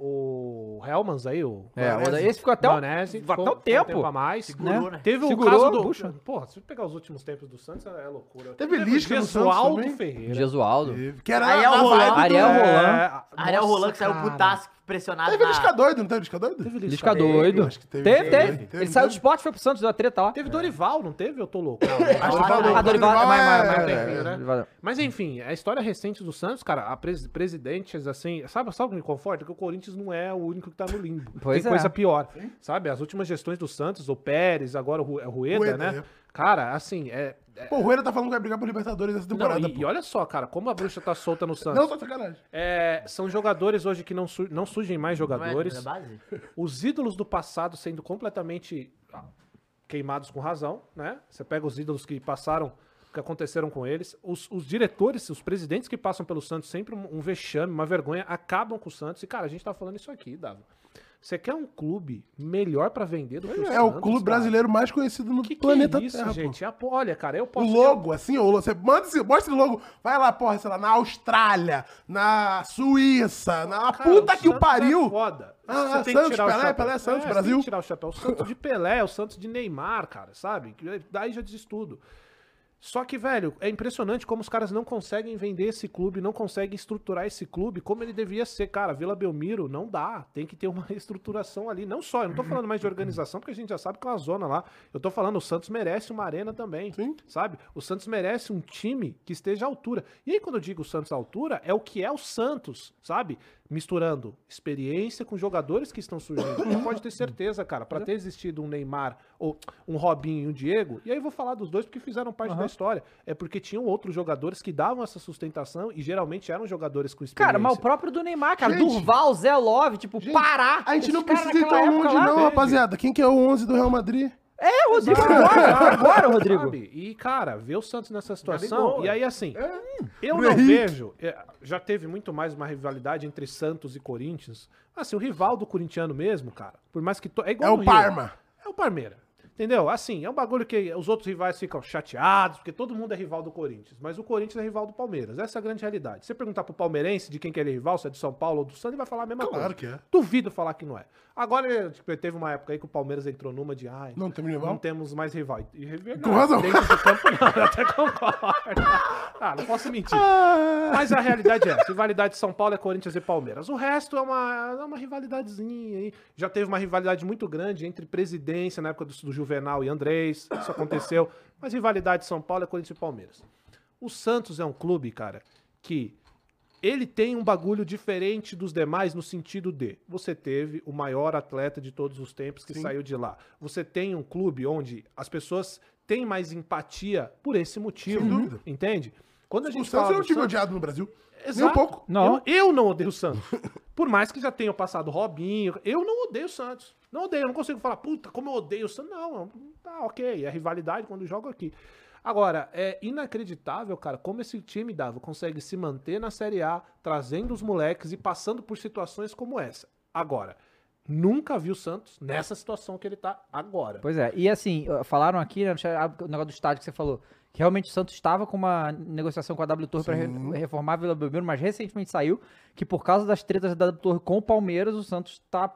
B: o, o Helmans aí, o
A: É, o- esse ficou até o,
B: Maionese,
A: ficou até
B: ficou um
A: o tempo.
B: a mais.
A: Segurou,
D: né?
B: Teve
A: Segurou,
B: o caso do...
A: puxa.
B: Porra, se eu pegar os últimos tempos do Santos, é loucura.
C: Teve Lisca no Santos
B: Jesualdo
C: também.
B: Ferreira. É,
A: Jesualdo.
C: Que era
D: Ariel
C: na
D: Roland.
C: vibe do-
A: Ariel Roland.
D: Ah, Ariel Roland que saiu putaço, pressionado
C: Teve
D: na-
C: Lisca doido, não teve Lisca doido?
B: Teve um Lisca.
A: Lisca doido.
C: acho que teve,
A: Teve,
C: teve,
A: teve.
C: teve,
A: Ele saiu do
C: teve.
A: esporte, foi pro Santos, deu a treta lá.
B: Teve Dorival, não teve? Eu tô louco.
C: Acho que
D: Ah,
C: falou.
D: Dorival
A: Ah, Dorival, é, mais, mais,
C: é,
A: mais,
B: é,
A: mais,
B: é.
A: mais, Dorival.
B: Mas enfim, a história recente do Santos, cara, a pres presidentes, assim, sabe, sabe o que me conforta? Que o Corinthians não é o único que tá no limbo.
A: Pois
B: Tem
A: é.
B: coisa pior. Sabe? As últimas gestões do Santos, o Pérez, agora o Ru- é o Rueda,
C: Rueda,
B: né?
C: é.
B: Cara, assim, é. é-
C: Pô, o Rueda tá falando que vai brigar por Libertadores essa
B: não,
C: temporada,
B: e,
C: pô.
B: e olha só, cara, como a bruxa tá solta no Santos.
C: Não, só sacanagem.
B: É, são jogadores hoje que não, su- não surgem mais
D: Não é-
B: jogadores.
D: não é base?
B: os ídolos do passado sendo completamente ah, queimados com razão, né? Você pega os ídolos que passaram, que aconteceram com eles, os, os diretores, os presidentes que passam pelo Santos, sempre um, um vexame, uma vergonha, acabam com o Santos. E, cara, a gente tá falando isso aqui, Dava. Você quer um clube melhor pra vender do que o Santos?
C: É o clube
B: cara?
C: brasileiro mais conhecido no
B: Que que
C: planeta
B: é isso,
C: Terra, pô.
B: gente? É a po- Olha, cara, eu
C: O
B: posso...
C: logo, assim, o logo. Você manda esse, mostra esse logo. Vai lá, porra, sei lá, na Austrália, na Suíça, na
B: Cara,
C: puta que o
B: Santos É
C: pariu.
B: foda.
C: Ah,
B: Você tem que
C: Santos,
B: tirar o
C: Pelé,
B: chapéu. É,
C: Pelé, Santos,
B: você tem
C: Brasil.
B: que tirar o chapéu. O Santos de Pelé, o Santos de Neymar, cara, sabe? Que Daí já diz tudo. Só que, velho, é impressionante como os caras não conseguem vender esse clube, não conseguem estruturar esse clube como ele devia ser. Cara, Vila Belmiro não dá. Tem que ter uma reestruturação ali. Não só, eu não tô falando mais de organização, porque a gente já sabe que é uma zona lá. Eu tô falando, o Santos merece uma arena também.
C: Sim.
B: Sabe? O Santos merece um time que esteja à altura. E aí, quando eu digo Santos à altura, é o que é o Santos, sabe? Misturando experiência com jogadores que estão surgindo. Você pode ter certeza, cara,
A: é.
B: pra ter existido um Neymar, ou um Robinho e um Diego, e aí eu vou falar dos dois porque fizeram parte da história. É porque tinham outros jogadores que davam essa sustentação e geralmente eram jogadores com experiência.
A: Cara, mas o próprio do Neymar, cara.
C: Gente.
A: Durval, Zé Love, tipo,
C: Gente,
A: Pará.
C: A gente
A: Esses
C: não
A: caras
C: precisa ir
A: naquela
C: tão
A: época
C: longe,
A: lá.
C: não,
B: teve.
C: rapaziada. Quem que é o 11 do Real Madrid?
A: É, Rodrigo, foi embora, foi embora, Rodrigo.
B: Sabe? E, cara, ver o Santos nessa
C: Gabigol,
B: situação. E
C: é.
B: aí, assim, eu não
C: Henrique.
B: vejo. é, Já teve muito mais uma rivalidade entre Santos e Corinthians. Assim, o rival do corintiano mesmo, cara, por mais que. to- É, igual
C: É
B: no
C: o
B: Rio.
C: Parma.
B: É o Parmeira. Entendeu? Assim, é um bagulho que os outros rivais ficam chateados, porque todo mundo é rival do Corinthians, mas o Corinthians é rival do Palmeiras. Essa é a grande realidade. Se você perguntar pro palmeirense de quem que ele é rival, se é de São Paulo ou do Santos, ele vai falar a mesma coisa.
C: Claro que é.
B: Duvido falar que não é. Agora, tipo, teve uma época aí que o Palmeiras entrou numa de. Ai,
C: Não temos rival?
B: Não temos mais rival. E, e, é verdade.
C: Com razão.
B: Dentro do campo, não, eu até concordo. Ah, não posso mentir. Mas a realidade é essa. Rivalidade de São Paulo é Corinthians e Palmeiras. O resto é uma, é uma rivalidadezinha aí. Já teve uma rivalidade muito grande entre presidência na época do, do Juvenal e Andrés. Isso aconteceu. Mas rivalidade de São Paulo é Corinthians e Palmeiras. O Santos é um clube, cara, que ele tem um bagulho diferente dos demais no sentido de você teve o maior atleta de todos os tempos que saiu de lá. Você tem um clube onde as pessoas têm mais empatia por esse motivo,
C: Sem dúvida.
B: entende? Quando a gente
C: O Santos
B: fala
C: é um
B: do
C: time
B: Santos-
C: odiado no Brasil. Nem
B: Exato.
C: um pouco.
A: Não.
B: Eu, eu não odeio o Santos. Por mais que já tenha passado Robinho, eu não odeio o Santos. Não odeio, eu não consigo falar, puta, como eu odeio o Santos. Não, eu- tá ok, é rivalidade quando jogo aqui. Agora, é inacreditável, cara, como esse time, Dava, consegue se manter na Série A, trazendo os moleques e passando por situações como essa. Agora, nunca vi o Santos nessa situação que ele tá agora.
A: Pois é, e assim, uh, falaram aqui, né, o negócio do estádio que você falou, que realmente o Santos estava com uma negociação com a W Torre para reformar a Vila Belmiro, mas recentemente saiu que por causa das tretas da W Torre com o Palmeiras, o Santos tá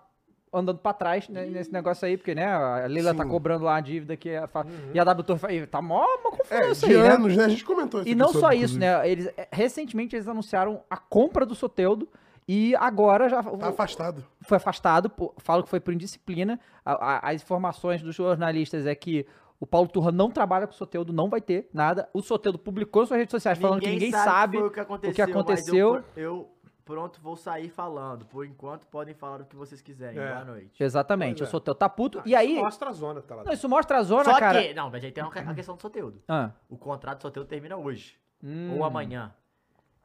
A: andando para trás né, nesse negócio aí, porque né, a Leila tá
C: Sim.
A: cobrando lá a dívida que a fa- e a W Torre fa- e tá mó uma
C: É,
A: confusão
C: de
A: aí, né?
C: anos, né? A gente comentou
A: E
C: aqui
A: não
C: sobre,
A: só isso,
C: inclusive.
A: né? Eles, eh, recentemente eles anunciaram a compra do Soteudo e agora já
C: Tá afastado.
A: foi afastado, pô, falo que foi por indisciplina. A- a- as informações dos jornalistas é que o Paulo Turra não trabalha com o Soteudo, não vai ter nada. O Soteudo publicou nas suas redes sociais falando que ninguém sabe.
D: foi o que aconteceu.
A: aconteceu.
D: mas eu, eu Pronto, vou sair falando. Por enquanto, podem falar o que vocês quiserem.
B: É.
D: Boa noite.
A: Exatamente, eu
B: Pois é.
A: sou teu taputo.
B: Ah,
A: e aí.
B: isso Mostra a zona que tá lá.
A: Não, isso mostra a zona,
D: Só
A: Então, né, cara.
D: que, não, mas aí tem uma que- a questão do sorteio.
A: Ah,
D: O contrato do sorteio termina hoje.
A: hum.
D: Ou amanhã.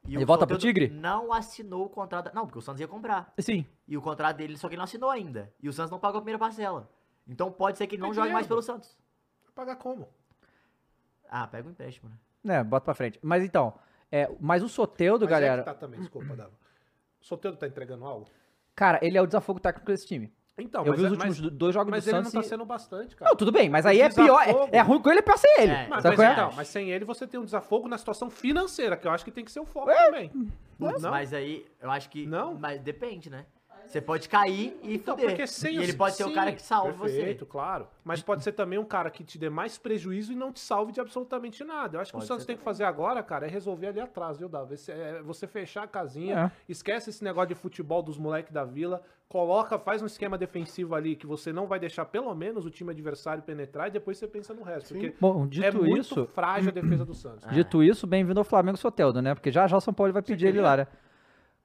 D: E
A: Ele
D: o
A: volta pro
D: Soteldo
A: Tigre?
D: Não assinou o contrato. Não, porque o Santos ia comprar.
A: Sim.
D: E o contrato dele, só que ele não assinou ainda. E o Santos não pagou a primeira parcela. Então pode ser que ele não
B: Tem
D: jogue mais
B: dinheiro.
D: pelo Santos.
B: Pagar como?
D: Ah, pega o empréstimo, né?
A: É, bota pra frente. Mas então, é, mas o Soteudo,
B: Mas é que
A: galera,
B: tá também, desculpa, Dava. O Soteldo tá entregando algo?
A: cara, ele é o desafogo técnico desse time.
B: Então,
A: eu vi os últimos do- dois jogos
B: mas
A: do
B: ele
A: Santos.
B: não tá
A: e-
B: sendo bastante, cara.
A: Não, tudo bem, mas
B: O
A: aí é pior.
B: desafogo-
A: É, é ruim com ele é pior sem ele.
D: É,
B: Mas,
A: sabe
B: mas
A: qual é?
B: então, mas sem ele você tem um desafogo na situação financeira, que eu acho que tem que ser o foco também.
D: Putz,
B: Não?
D: É. Mas aí, eu acho que.
B: Não?
D: Mas depende, né? Você pode cair e
B: Então,
D: fuder.
B: porque sem
D: e
B: o-
D: ele pode ser o
B: sim,
D: cara que salva
B: perfeito, claro. Mas pode ser também um cara que te dê mais prejuízo e não te salve de absolutamente nada. Eu acho que
D: Pode
B: o Santos
D: ser
B: tem que fazer agora, cara, é resolver ali atrás, viu, Davi? Esse- é Você fechar a
A: É.
B: casinha, esquece esse negócio de futebol dos moleques da vila, coloca, faz um esquema defensivo ali que você não vai deixar pelo menos o time adversário penetrar e depois você pensa no resto. Porque
A: Bom,
B: é
A: dito
B: muito Ah.
A: isso,
B: frágil a defesa do Santos.
A: dito isso, bem-vindo ao Flamengo Soteldo, né? Porque já já o São Paulo vai pedir ele lá, né?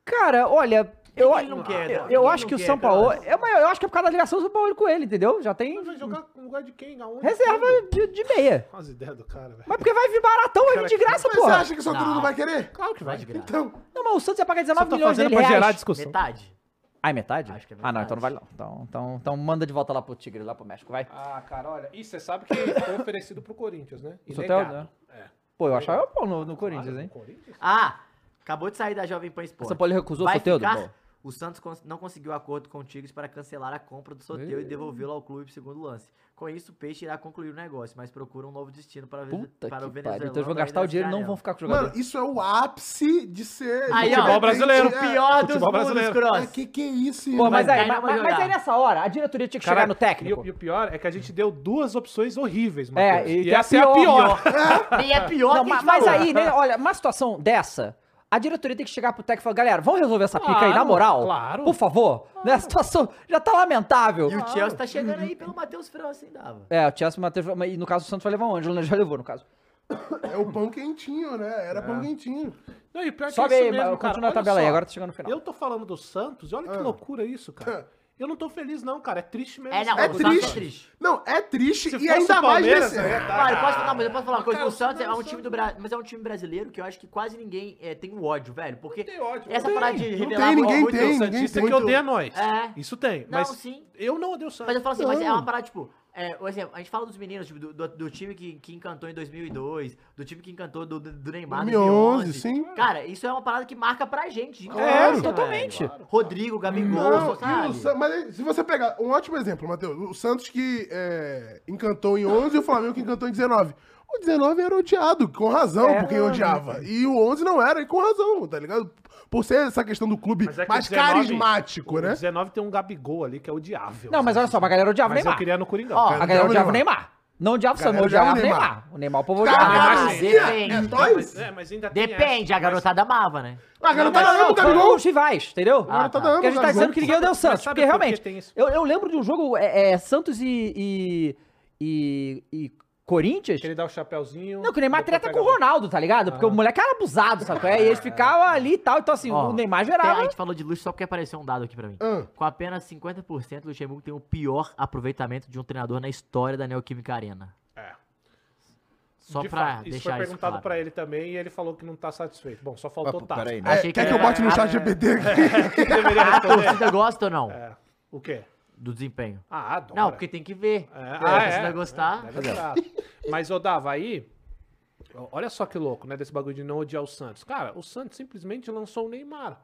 A: Cara, olha, eu,
D: ele não quer,
A: eu,
D: Dan?
A: eu
D: Ele
A: acho
D: não
A: que o
D: quer,
A: São Paulo.
D: Dan?
A: é, mas Eu acho que é por causa da ligação do São Paulo com ele, entendeu? Já tem
B: Mas vai jogar no lugar de quem? Aonde?
A: reserva
B: Quando?
A: de, de meia.
B: Olha As ideias do cara, velho.
A: Mas porque vai vir baratão, vai vir de graça,
C: Mas você
A: porra.
C: acha que o Soteldo
D: Não.
C: não vai querer?
B: Claro que
D: vai
B: vai.
D: de graça.
C: Então,
A: Não, mas o Santos ia pagar
B: Só
A: 19
B: tá
A: milhões
B: fazendo
A: dele
B: pra
A: reais.
B: gerar
D: você.
B: discussão.
D: Metade.
A: Ah, é metade?
D: Acho que é
A: Ah, não, então não vale
D: metade.
A: não. Então, então, então manda de volta lá pro Tigre, lá pro México, vai.
B: Ah, cara, olha. E você sabe que foi oferecido pro Corinthians, né? E
A: O Soteldo,
B: negado. É.
A: Pô, eu achava pau no, no
B: Claro,
A: Corinthians, hein?
B: o Corinthians?
D: Ah, acabou de sair da Jovem Pan Esporte.
A: São Paulo recusou o
D: Vai
A: sorteio,
D: ficar-
A: Dudu?
D: O Santos cons- não conseguiu acordo com o Tigres para cancelar a compra do sorteio e devolvê-lo ao clube segundo lance. Com isso, o Peixe irá concluir o negócio, mas procura um novo destino para, vez-
A: Puta
D: para o
A: que
D: venezuelano.
A: pariu. Então eles vão gastar o dinheiro e não vão ficar com o jogador.
C: mano, isso é o ápice de ser.
D: Aí, ó,
C: de repente,
D: futebol
B: brasileiro.
D: O
C: é-
D: pior dos
B: Futebol
D: mundos,
B: brasileiro.
C: Ah,
D: Cross.
C: que que é isso,
A: Pô,
C: irmão?
A: mas aí,
D: vai
A: ma-
D: lá pra
A: ma- mas
D: jogar.
A: aí nessa hora, a diretoria tinha que chegar no técnico.
B: E, o- e o pior é que a gente deu duas opções horríveis,
A: É,
B: Matheus.
A: e, que
B: essa é a pior.
D: E é pior
A: Não,
D: que
A: ma-
D: a gente
A: mas
D: falou.
A: aí, né, olha, uma situação dessa, a diretoria tem que chegar pro técnico e falar, galera, vamos resolver essa pica aí, na
B: Claro,
A: moral?
B: claro.
A: Por favor. Né, a situação já tá lamentável.
D: E o Chelsea tá chegando aí pelo Matheus França, hein, Dava?
A: É, o Chelsea Matheus, e no caso o Santos vai levar o Ângelo, né? Já levou, no caso.
C: É o pão quentinho, né? Era pão quentinho.
B: Não, e pior é que
A: Sobe
B: isso
A: aí,
B: mesmo,
A: ma-
B: cara.
A: continua a
B: Olha
A: tabela aí,
B: só,
A: agora tá chegando no final. Ah.
B: Eu tô falando do Santos e olha que loucura isso, cara. Eu não tô feliz não, cara. É triste mesmo.
D: É, não,
B: cara.
C: É
D: o
B: Eu-
D: Santos
C: triste.
D: é triste.
C: Não, é triste
B: Se
C: e
B: fosse
C: ainda
B: o
C: mais
B: Palmeiras,
C: nesse.
B: é, tá.
D: Cara, eu posso falar, mas eu posso falar uma coisa.
B: Cara,
D: o Santos é
B: não,
D: um time do Brasil, mas é um time brasileiro que eu acho que quase ninguém eh, tem o ódio, velho. Porque
B: tem ódio,
D: essa
B: não
D: parada
B: tem,
D: de
C: não
D: revelar
C: tem,
D: muito-
C: ninguém
D: muito
C: tem,
B: O
C: ninguém
B: Santista
C: tem,
B: que
C: muito-
B: odeia nós.
D: É.
B: Isso tem,
D: Não,
B: mas
D: sim.
B: eu não odeio o Santos.
D: Mas eu falo assim, mas é uma parada, tipo, é, por exemplo, a gente fala dos meninos, tipo, do, do, do time que, que encantou em 2002, do time que encantou do, do- do Neymar em
C: 2011,
D: 2011.
C: sim.
D: Cara, isso é uma parada que marca pra gente. de
A: Claro,
D: infância,
A: totalmente.
D: velho. Rodrigo, Gabigol,
C: Não, e o
D: sabe?
C: Sa- mas aí, se você pegar um ótimo exemplo, Matheus, o Santos que é, encantou em 11 e o Flamengo que encantou em 19. O 19 era odiado, com razão,
A: É.
C: por quem odiava. E o 11 não era, e com razão, tá ligado? Por ser essa questão do clube
B: Mas é que
C: mais
B: o 19
C: carismático,
B: O
C: né?
B: 19 tem um Gabigol ali que é odiável.
A: Não, mas olha só, mas a galera odiava o é
B: Mas eu
A: Neymar.
B: queria no Coringão.
A: Ó,
B: cara.
A: a galera
C: Odiava o
A: odiava o Neymar. Não odiava o Samuel,
C: Galera odiava
A: odiava
C: o
A: o Neymar. O Neymar o povo
C: Tá,
A: odiava.
D: Ah,
C: mas sim,
D: depende.
C: É
B: Não, mas,
C: nós?
B: é, mas ainda tem
D: Depende,
B: essa,
D: a
B: mas-
D: garotada amava, né?
C: Mas tá a
A: Não,
C: garotada
A: não,
C: ama o
A: não, foram
C: Gabigol.
A: os rivais, entendeu?
D: Ah,
C: Agora tá
D: tá.
C: dando
A: Porque a gente tá
C: Gabigol.
A: dizendo que ninguém deu o Santos,
B: Mas sabe
A: porque
B: por que
A: realmente.
B: tem isso?
A: Eu, eu lembro de um jogo é, é, Santos e, e, e- e Corinthians.
B: Que ele dá o chapéuzinho.
A: Não, que o Neymar
B: depois
A: treta
B: pega
A: com o
B: a bola.
A: Ronaldo, tá ligado?
B: Ah.
A: Porque o moleque era abusado, sabe? E eles ficavam ali e tal. Então, assim,
D: Ó,
A: o Neymar
D: Tem-
A: gerava.
D: a gente falou de luxo só porque apareceu um dado aqui pra mim.
C: Ah.
D: Com apenas 50%, o Luxemburgo tem o pior aproveitamento de um treinador na história da Neoquímica Arena.
B: É.
D: Só
B: De
D: pra
B: fato, isso foi
D: deixar isso
B: perguntado
D: claro.
B: pra ele também e ele falou que não tá satisfeito. Bom, só faltou tá.
E: Peraí, né?
C: É,
D: Achei
C: quer
D: que
C: que eu bote no
D: era-
C: chat GPT aqui?
B: Quem deveria
D: A
B: responder?
D: torcida gosta ou não
B: É. O quê?
D: do desempenho?
B: Ah, adora.
D: Não, porque tem que ver.
B: É,
D: Se
B: ah,
D: você
B: é.
D: vai gostar.
B: É, deve gostar. Mas, ô Dava, aí... ó, Olha só que louco, né? Desse bagulho de não odiar o Santos. Cara, o Santos simplesmente lançou o Neymar.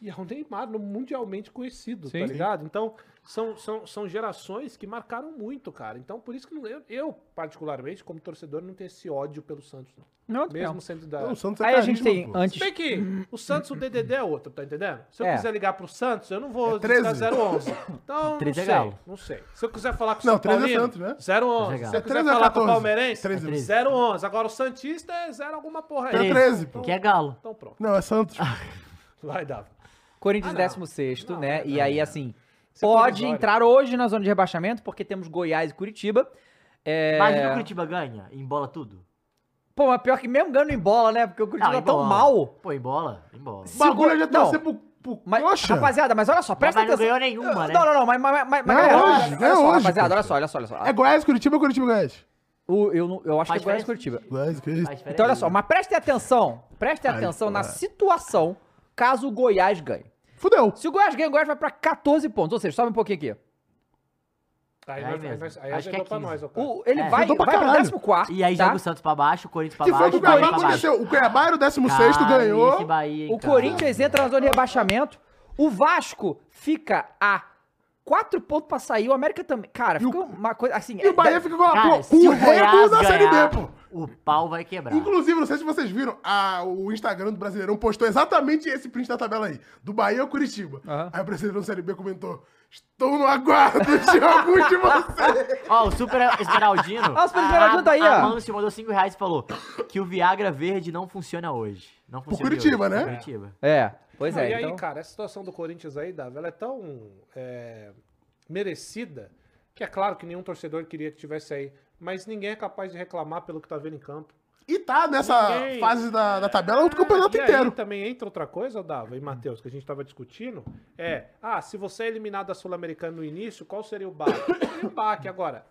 B: E é o Neymar no mundialmente conhecido, tá ligado? Então, são, são, são gerações que marcaram muito, cara. Então, por isso que não- eu, eu, particularmente, como torcedor, não tenho esse ódio pelo Santos. não.
A: Não, não.
B: Mesmo sendo da...
C: O Santos é
A: um Aí a gente
C: carisma,
A: tem
C: pô.
A: antes.
B: Bem que o Santos, o DDD é outro, tá entendendo? Se eu
A: É.
B: quiser ligar pro Santos, eu não vou
C: É 13.
B: discar 011. Então, não
D: 13 é
B: sei,
D: galo.
B: não sei. Se eu quiser falar com o
C: Não,
B: São
C: 13 é
B: Paulino,
C: Santos, né?
B: 011.
D: É
B: Se eu
D: galo.
B: quiser
C: 13 é
B: falar com o
C: 14.
B: Palmeirense,
C: 13.
B: 011. Agora o Santista é 0 alguma porra aí.
C: É 13, pô.
D: Que é galo.
B: Então pronto,
C: Não, é Santos.
A: Ah,
B: vai dar.
A: Corinthians
B: Ah, não.
A: 16,
B: Não,
A: né?
B: não,
A: e
B: não,
A: aí,
B: não.
A: assim,
B: Isso é
A: pode
B: provisório.
A: entrar hoje na zona de rebaixamento, porque temos Goiás e Curitiba. É...
D: Imagina o Curitiba ganha, embola tudo.
A: Pô, mas pior que mesmo ganhando em bola, né? Porque o Curitiba
D: Não,
A: tá tão
D: embola.
A: mal.
D: Pô, embola, embola.
C: O bagulho
A: Segura-
C: já
A: não.
C: torcer pro pro
A: Mas,
C: coxa.
A: Rapaziada, mas olha só, presta
D: mas não
A: atenção.
D: ganhou nenhuma, né?
A: Não, não, não, mas, mas, mas, mas
C: Não, é
A: galera,
C: hoje,
A: olha,
C: não
A: olha só,
C: hoje,
A: rapaziada,
C: poxa.
A: olha só, olha só, olha só.
C: É Goiás, Curitiba ou Curitiba, e Goiás?
A: O- eu, não- eu acho
D: Faz
A: que é Goiás e
D: diferença?
A: Curitiba.
C: Goiás, Curitiba.
D: Faz diferença.
A: Então, olha só, mas prestem atenção, prestem
C: Ai,
A: atenção na
C: cara.
A: situação caso o Goiás ganhe.
C: Fudeu.
A: Se o Goiás ganha, o Goiás vai pra 14 pontos, ou seja, sobe um pouquinho aqui.
B: Aí,
D: É
B: vai-
D: mesmo.
B: aí, vai- aí
D: Acho que é
B: ajeitou pra
D: 15.
B: nós, ô cara.
A: O, ele
D: É.
A: vai,
C: Ajudou pra
A: vai pro
C: caralho.
A: 14,
D: E aí
A: tá?
D: joga o Santos pra baixo, o Corinthians pra
C: Que foi o
D: baixo,
C: que
D: o
C: o
D: Bahia
C: Cuiabá
D: pra baixo.
C: aconteceu. O Cuiabá era o 16
D: Cara,
C: ganhou.
D: esse Bahia, hein,
A: O
D: cara.
A: Corinthians entra na zona de rebaixamento. O Vasco fica a 4 pontos pra sair. O América também. Cara,
C: E o-
A: fica uma coisa assim.
C: E o Bahia fica com, a-
D: Cara,
C: com
D: se
C: o
D: o
C: recorde
D: Goiás
C: da Série B,
D: ganhar,
C: pô.
D: o pau vai quebrar.
C: Inclusive, não sei se vocês viram, a- o Instagram do Brasileirão postou exatamente esse print da tabela aí. Do Bahia ao Curitiba.
A: Aham.
C: Aí o Brasileirão Série B comentou, estou no aguardo de algum de vocês.
D: Ó, o Super Esmeraldino.
A: Ah, o Super Esmeraldino tá aí, ó.
D: A Mancio mandou 5 reais e falou que o Viagra Verde não funciona hoje. Não funciona
C: Curitiba,
D: hoje,
C: né?
D: pro Curitiba.
A: É, pois
B: Não,
A: é.
B: e aí,
A: então-
B: cara, essa situação do Corinthians aí, Davi, ela é tão é, merecida que é claro que nenhum torcedor queria que tivesse aí. Mas ninguém é capaz de reclamar pelo que tá vendo em campo.
C: E tá nessa
B: Ninguém.
C: fase da, da tabela o campeonato
B: e
C: inteiro.
B: Aí também entra outra coisa, Dava e Matheus, que a gente tava discutindo. É, ah, se você é eliminado da Sul-Americana no início, qual seria o baque? Seria o baque agora.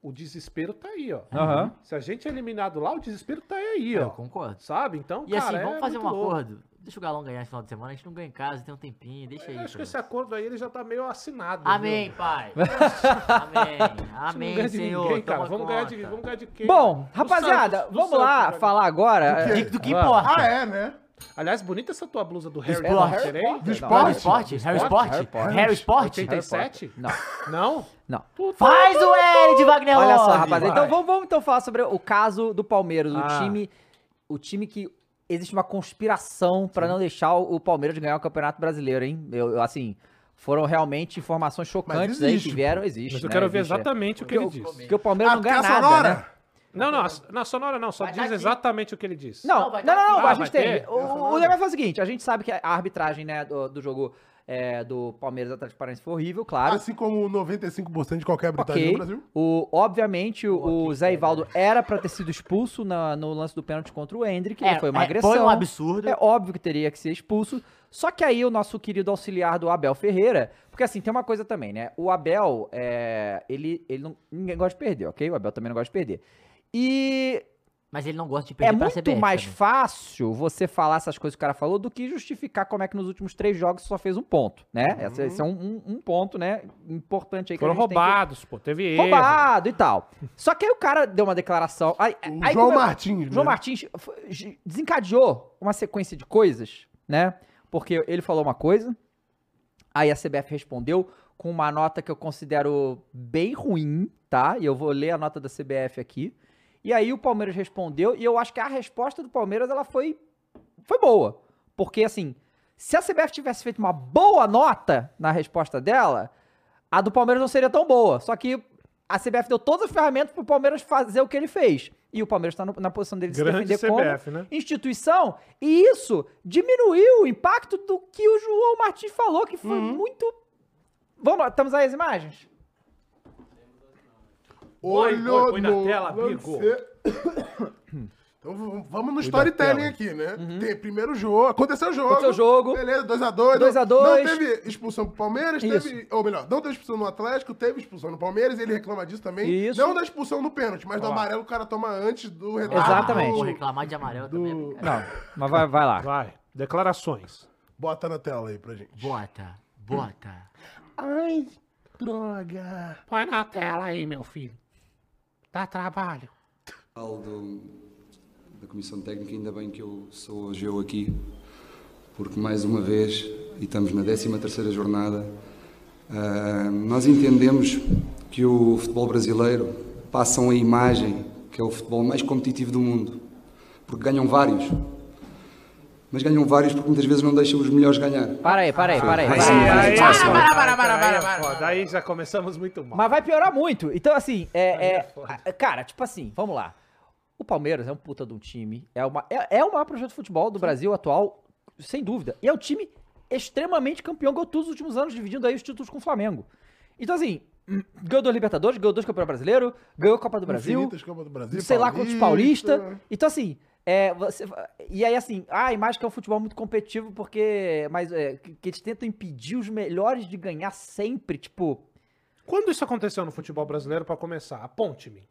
B: O desespero tá aí, ó.
A: Aham.
B: Se a gente é eliminado lá, o desespero tá aí,
D: Eu
B: ó.
D: concordo.
B: Sabe? Então,
D: E
B: cara,
D: assim,
B: é
D: vamos fazer um
B: muito louco.
D: acordo. Deixa o Galão ganhar esse final de semana, a gente não ganha em casa, tem um tempinho, deixa aí.
B: Eu acho que
D: cara.
B: esse acordo aí ele já tá meio assinado. viu?
D: Amém, pai.
B: A gente não
D: Amém. Amém,
B: ganha de
D: Senhor.
B: ninguém, cara.
D: toma
B: Vamos ganhar,
D: conta.
B: de, vamos ganhar de quem?
A: Bom,
B: Do
A: rapaziada,
B: Santos, do
A: vamos
B: Santos,
A: lá
B: vai ganhar.
A: falar agora.
C: Do
A: é,
D: De- Do que
A: Vamos.
D: importa?
C: Ah, é, né?
B: Aliás, bonita essa tua blusa do Harry
A: é, não,
D: Potter,
B: Potter, hein?
A: Não,
D: Harry
C: Esporte?
D: Sport? Harry Sport?
A: Harry Potter.
D: Harry Sport?
B: 87?
A: Não,
B: Não?
A: não.
D: Faz o L de Wagner
A: Olha só,
D: Love.
A: rapaziada. Então
D: Vai.
A: vamos, vamos então falar sobre o caso do Palmeiras, o
B: Ah.
A: time, o time que existe uma conspiração pra não deixar o o Palmeiras ganhar o Campeonato Brasileiro, hein? Eu, eu, assim, foram realmente informações chocantes aí
C: existe,
A: que
C: pô.
A: vieram, existe.
B: Mas eu
A: né?
B: quero ver
A: Existe, é.
B: exatamente o que ele
A: Porque o-
B: disse.
A: Porque o Palmeiras
C: Ah,
A: não
C: porque
A: ganha
C: a
A: nada,
C: Sonora?
A: né?
B: Não, não, a- na Sonora não, só
D: Vai
B: diz
D: dar aqui.
B: exatamente o que ele disse.
A: Não,
D: Não,
A: não,
D: vai
A: não,
D: dar-
A: não,
B: Ah,
A: a
B: vai
A: gente tem.
B: ter?
A: O, o negócio é o seguinte, a gente sabe que a arbitragem, né, do, do jogo é, do Palmeiras Atlético Paranaense foi horrível, claro.
C: Assim como 95% de qualquer britânica
A: Ok.
C: no Brasil.
A: O, obviamente, o,
D: Pô,
A: o
D: que
A: Zé
D: pena.
A: Ivaldo era pra ter sido expulso na- no lance do pênalti contra o Hendrick.
D: É,
A: né, foi uma
D: é,
A: agressão.
D: Foi um absurdo.
A: É óbvio que teria que ser expulso. Só que aí o nosso querido auxiliar do Abel Ferreira. Porque assim, tem uma coisa também, né? O Abel, é, ele, ele não. Ninguém gosta de perder, ok? O Abel também não gosta de perder. E
D: Mas ele não gosta de
A: é
D: perder pra
A: muito
D: CBF
A: mais
D: também.
A: fácil você falar essas coisas que o cara falou do que justificar como é que nos últimos três jogos só fez um ponto, né? Esse, esse é um,
C: Uhum.
A: um- um ponto, né? Importante aí que
B: Foram
A: a gente tem que-
B: roubados, pô. Teve erro.
A: roubado e tal. Só que aí o cara deu uma declaração. Aí,
C: O
A: aí
C: João
A: come-
C: Martins.
A: João
C: né?
A: Martins foi- ge- desencadeou uma sequência de coisas, né? Porque ele falou uma coisa, aí a CBF respondeu com uma nota que eu considero bem ruim, tá? E eu vou ler a nota da CBF aqui. E aí o Palmeiras respondeu, e eu acho que a resposta do Palmeiras ela foi foi boa. Porque assim, se a CBF tivesse feito uma boa nota na resposta dela, a do Palmeiras não seria tão boa. Só que a CBF deu todas as ferramentas pro Palmeiras fazer o que ele fez. E o Palmeiras tá no- na posição dele de
B: Grande
A: se defender como
B: CBF, né?
A: instituição, e isso diminuiu o impacto do que o João Martins falou, que foi muito. Vamos lá, estamos aí as imagens?
B: Põe, põe, põe na
C: no
B: tela, amigo.
C: lance. Então v- vamos no storytelling
B: tela.
C: aqui, né?
B: Uhum.
C: Tem primeiro jogo, aconteceu o jogo.
A: Aconteceu o jogo.
C: Beleza, 2x2.
A: 2x2.
C: Não teve expulsão pro Palmeiras,
A: Isso.
C: teve. Ou melhor, não teve expulsão no Atlético, teve expulsão no Palmeiras, ele reclama disso também.
A: Isso.
C: Não da expulsão no pênalti, mas do
B: Ó.
C: amarelo o cara toma antes do
D: Ah,
C: retrato.
A: Exatamente.
D: Pô, reclamar de amarelo também é brincadeira.
A: Não, mas vai, vai lá.
B: Vai. Declarações.
C: Bota na tela aí pra gente.
D: Bota, bota.
C: Ai, droga.
B: Põe na tela aí, meu filho. Dá trabalho.
G: Ao do- da Comissão Técnica, ainda bem que eu sou hoje eu aqui, porque mais uma vez, e estamos na 13ª jornada, ah, nós entendemos que o futebol brasileiro passa a imagem que é o futebol mais competitivo do mundo, porque ganham vários, mas ganham vários porque muitas vezes não deixam os melhores ganhar.
A: Para aí, para aí, para aí.
G: Vai
A: para
G: sim,
A: aí.
G: vai sim.
B: para, para, para, para. Daí já começamos muito mal.
A: Mas vai piorar muito. Então, assim,
B: Aí
A: é.
B: é
A: é-
B: foda.
A: a- cara, tipo assim, vamos lá. O Palmeiras é um puta de um time. É, uma, é, é o maior projeto de futebol do Brasil atual, sem dúvida. E é um time extremamente campeão, ganhou todos os últimos anos, dividindo aí os títulos com o Flamengo. Então, assim, hum, ganhou dois Libertadores, ganhou dois Campeonato Brasileiro, ganhou a Copa do Brasil.
C: Infinitas Copa do Brasil.
A: sei lá quantos paulista. Então, assim, É, você, e aí, assim, a imagem que é um futebol muito competitivo, porque. Mas é, que, que eles tentam impedir os melhores de ganhar sempre. Tipo,
B: Quando isso aconteceu no futebol brasileiro, pra começar? Aponte-me.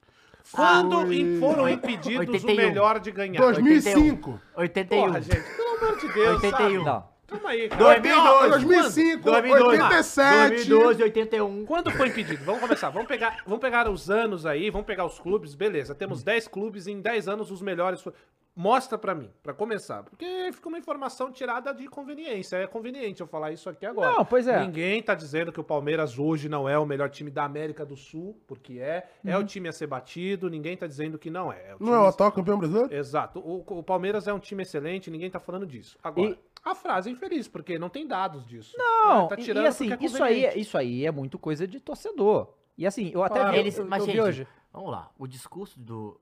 B: Quando
C: Foi-
B: im- foram
D: Oi-
B: impedidos
D: 81.
B: o melhor de ganhar?
C: 2005.
D: 81.
B: Porra, gente, pelo amor de Deus,
D: 81.
B: sabe?
A: não.
B: Calma aí, cara.
C: 2002,
B: 2012.
C: 2005, 87.
D: 2012, 81.
B: Quando foi impedido? Vamos começar. Vamos pegar, vamos pegar os anos aí, vamos pegar os clubes. Beleza, temos 10 clubes em 10 anos os melhores. fo- Mostra pra mim, pra começar. Porque fica uma informação tirada de conveniência. É conveniente eu falar isso aqui agora.
A: Não, pois é.
B: Ninguém tá dizendo que o Palmeiras hoje não é o melhor time da América do Sul, porque é. É o time a ser batido, ninguém tá dizendo que não é. é o time
C: Não é o atual campeão brasileiro?
B: Exato. O, o Palmeiras é um time excelente, ninguém tá falando disso. Agora,
A: E-
B: a frase é infeliz, porque não tem dados disso.
A: Não,
B: Né? Tá
A: e-
B: tirando
A: e assim,
B: porque é
A: isso aí,
B: conveniente.
A: isso aí é muito coisa de torcedor. E assim, eu até
B: Claro.
A: vi,
D: Eles-
A: eu,
D: mas,
A: eu vi
D: gente,
A: hoje.
D: Vamos lá. O discurso do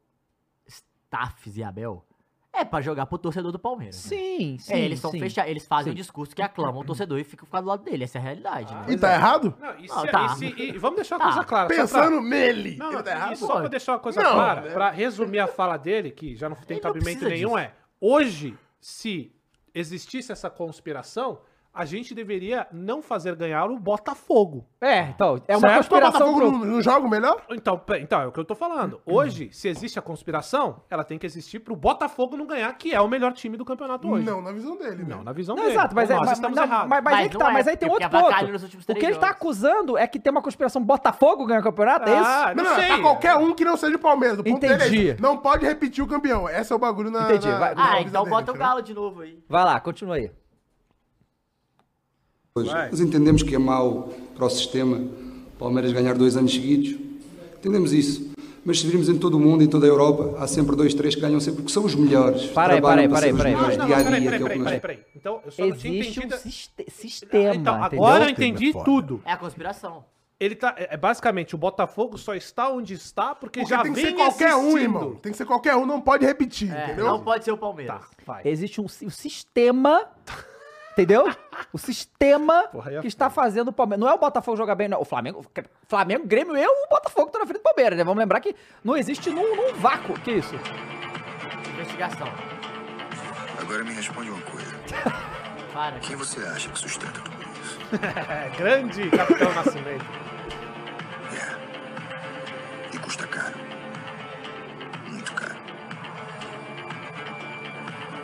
D: Staffs e Abel é pra jogar pro torcedor do Palmeiras. né?
A: Sim, sim.
D: É, eles são
A: sim.
D: fechados, eles fazem
A: Sim.
D: o discurso que aclamam o torcedor e ficam ficando do lado dele. Essa é a realidade,
B: Ah,
D: né?
C: E tá errado?
B: Não, e se-
D: Ah, tá.
B: e se- e vamos deixar uma
D: Tá.
B: coisa clara. só pra-
C: Pensando nele.
B: Não,
C: ele tá
B: não,
C: errado?
B: e só pra deixar uma coisa
C: Não,
B: clara,
C: né?
B: pra resumir a fala dele, que já não tem
D: Ele não
B: cabimento
D: precisa
B: nenhum,
D: disso.
B: é. Hoje, se existisse essa conspiração, a gente deveria não fazer ganhar o Botafogo.
A: É, então, é uma
B: Certo,
A: conspiração
C: Botafogo
A: pro...
C: não, não joga o melhor?
B: Então, pe- então, é o que eu tô falando. Hoje, se existe a conspiração, ela tem que existir pro Botafogo não ganhar, que é o melhor time do campeonato hoje.
C: Não, na visão dele.
B: Não,
C: né?
B: na visão
A: Não,
B: dele.
A: exato, mas,
B: Então,
A: é,
B: nós
A: mas,
B: estamos
A: mas-
B: errados.
A: mas- mas aí
D: Mas
A: que
D: não
A: tá,
D: é,
A: mas aí tem
D: porque
A: outro
D: avacalha nos
A: ponto.
D: últimos
A: O
D: três
A: que ele tá
D: jogos.
A: acusando é que tem uma conspiração Botafogo ganha o campeonato, é isso?
B: Ah,
C: Mas não, tá ququalquer um que não seja o Palmeiras. O ponto dele é
A: Entendi.
C: esse. não pode repetir o campeão. Esse é o bagulho na.
A: Entendi,
C: na-
A: vai.
C: na visão
D: Ah, então
C: dele,
B: né,
D: bota o
C: entendeu?
D: galo de novo aí.
A: Vai lá, continua aí.
G: Pois, nós entendemos que é mau para o sistema o Palmeiras ganhar dois anos seguidos. Entendemos isso. Mas se virmos em todo o mundo, em toda a Europa, há sempre dois, três que ganham sempre, porque são os melhores.
A: Para aí,
G: Trabalham
A: para aí,
G: ser
A: para aí,
G: os
A: para aí,
G: melhores
B: Não, não,
G: dia a
B: peraí,
G: dia,
B: peraí,
G: que é o que
B: peraí,
G: nós-
B: peraí, peraí. Então, eu só não tinha
A: Existe
B: entendido...
A: um siste- sistema,
B: Então,
A: entendeu?
B: agora eu
C: Sistema é
B: entendi
C: foda.
B: tudo.
D: É a conspiração.
B: Ele tá. É, é basicamente, o Botafogo só está onde está porque,
C: Porque
B: já
C: tem que
B: vem
C: ser qualquer um,
B: existindo.
C: irmão. Tem que ser qualquer um, não pode repetir,
D: É,
C: entendeu?
D: não pode ser o Palmeiras.
B: Ah, Vai.
A: Existe um, si- o sistema, entendeu? O sistema
B: Porra, aí é
A: que está fazendo o Palmeiras. Não é o Botafogo jogar bem, não. O Flamengo, Flamengo, Grêmio, eu, o Botafogo tá na frente do Palmeiras, né? Vamos lembrar que não existe num, num vácuo. Que isso?
D: Investigação.
H: Agora me responde uma coisa.
D: Para.
H: Quem você acha que sustenta tudo isso?
B: É, grande Capitão Nascimento.
H: É. E custa caro. Muito caro.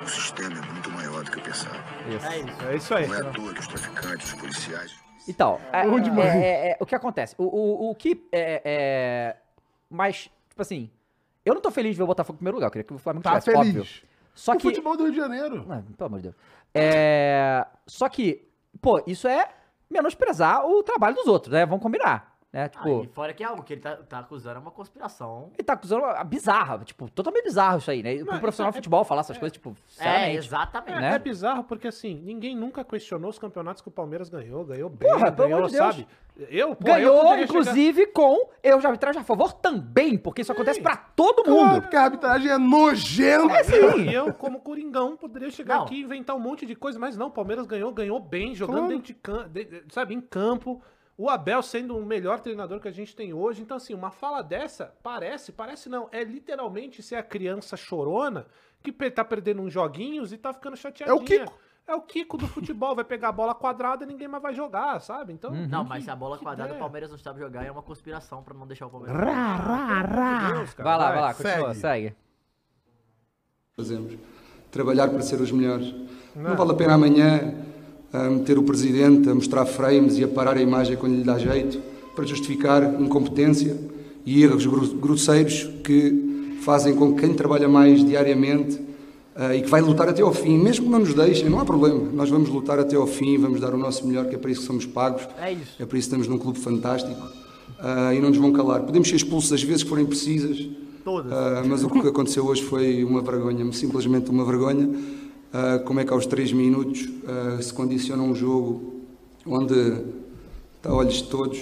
H: O sistema é muito maior do que eu pensava.
D: É isso.
B: É isso aí.
H: Não é à toa que os traficantes, os policiais.
A: Então, é,
C: Bom
A: é-
C: demais.
A: é- é- o que acontece? O, o, o que é, é- Mas, tipo assim, eu não tô feliz de ver o Botafogo em primeiro lugar. Eu queria que o Flamengo
C: Tá
B: É,
A: tivesse,
C: feliz.
A: óbvio. Só
C: O
A: que.
C: futebol do Rio de Janeiro.
A: Ah, pelo amor de Deus. É, Só que, pô, isso é menosprezar o trabalho dos outros, né? Vamos combinar. Né? Tipo,
D: Aí, fora que é algo que ele tá, tá acusando é uma conspiração.
A: ele tá acusando a bizarra, tipo, totalmente bizarro isso aí, né? E pro
B: Mas
A: profissional
B: isso
A: de
B: é-
A: futebol falar essas coisas, tipo,
D: É,
A: sinceramente.
B: É,
D: exatamente.
A: né?
B: é bizarro porque, assim, ninguém nunca questionou os campeonatos que o Palmeiras ganhou. Ganhou bem,
A: Porra, pelo
B: ganhou,
A: amor de Deus.
B: sabe? Eu, pô, eu
A: Ganhou,
B: poderia
A: inclusive, com eu já arbitragem a favor também, porque isso acontece pra todo
C: Claro,
A: mundo.
C: porque a arbitragem é nojenta.
A: É
B: Chegar... E
A: sim.
B: eu, como Coringão, poderia chegar
D: Não.
B: aqui e inventar um monte de coisa, mas não, o Palmeiras ganhou, ganhou bem, jogando
C: Claro.
B: dentro de campo, sabe, em campo. O Abel sendo o melhor treinador que a gente tem hoje. Então, assim, uma fala dessa parece, parece não, é literalmente ser a criança chorona que pe- tá perdendo uns joguinhos e tá ficando chateadinha.
C: Kiko.
B: É o Kiko do futebol, vai pegar a bola quadrada e ninguém mais vai jogar, sabe? Então.
A: Uhum.
D: Não,
B: que-
D: mas se a bola
B: que
D: quadrada o
B: ideia.
D: Palmeiras não sabe jogar é uma conspiração pra não deixar o Palmeiras.
B: Deus, cara,
A: Vai lá, vai lá, continua,
C: Segue.
A: segue.
G: fazemos. Trabalhar para ser os melhores. Não, vale a pena amanhã hum, ter o presidente a mostrar frames e a parar a imagem quando lhe dá jeito para justificar incompetência e erros gru- grosseiros que fazem com que quem trabalha mais diariamente ah, e que vai lutar até ao fim, mesmo que não nos deixem, não há problema. Nós vamos lutar até ao fim, vamos dar o nosso melhor, que é para isso que somos pagos.
D: É isso.
G: É por isso que estamos num clube fantástico ah, e não nos vão calar. Podemos ser expulsos às vezes que forem precisas.
D: Todas.
G: Ah, mas o que aconteceu hoje foi uma vergonha, simplesmente uma vergonha. Ah, como é que aos três minutos ah, se condiciona um jogo onde está a olhos de todos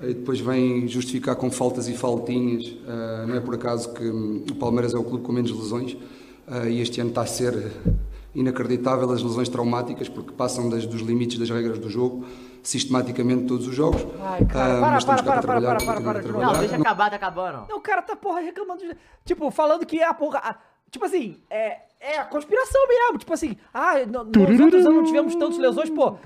G: e depois vem justificar com faltas e faltinhas. Ah, não é por acaso que hum, o Palmeiras é o clube com menos lesões ah, e este ano está a ser inacreditável as lesões traumáticas, porque passam das- dos limites das regras do jogo, sistematicamente todos os jogos.
A: Ai, cara,
G: Ah,
A: para,
G: mas estamos
A: para,
G: cá
A: para, para, para, para,
G: trabalhar, continuar a
A: para,
D: Não,
G: trabalhar.
D: deixa acabar, tá acabando.
A: Não, o cara tá, porra, reclamando. de- Tipo, falando que a porra. a- Tipo assim, é, é a conspiração mesmo. Tipo assim, ah, no- nos outros anos não tivemos tantas lesões, pô.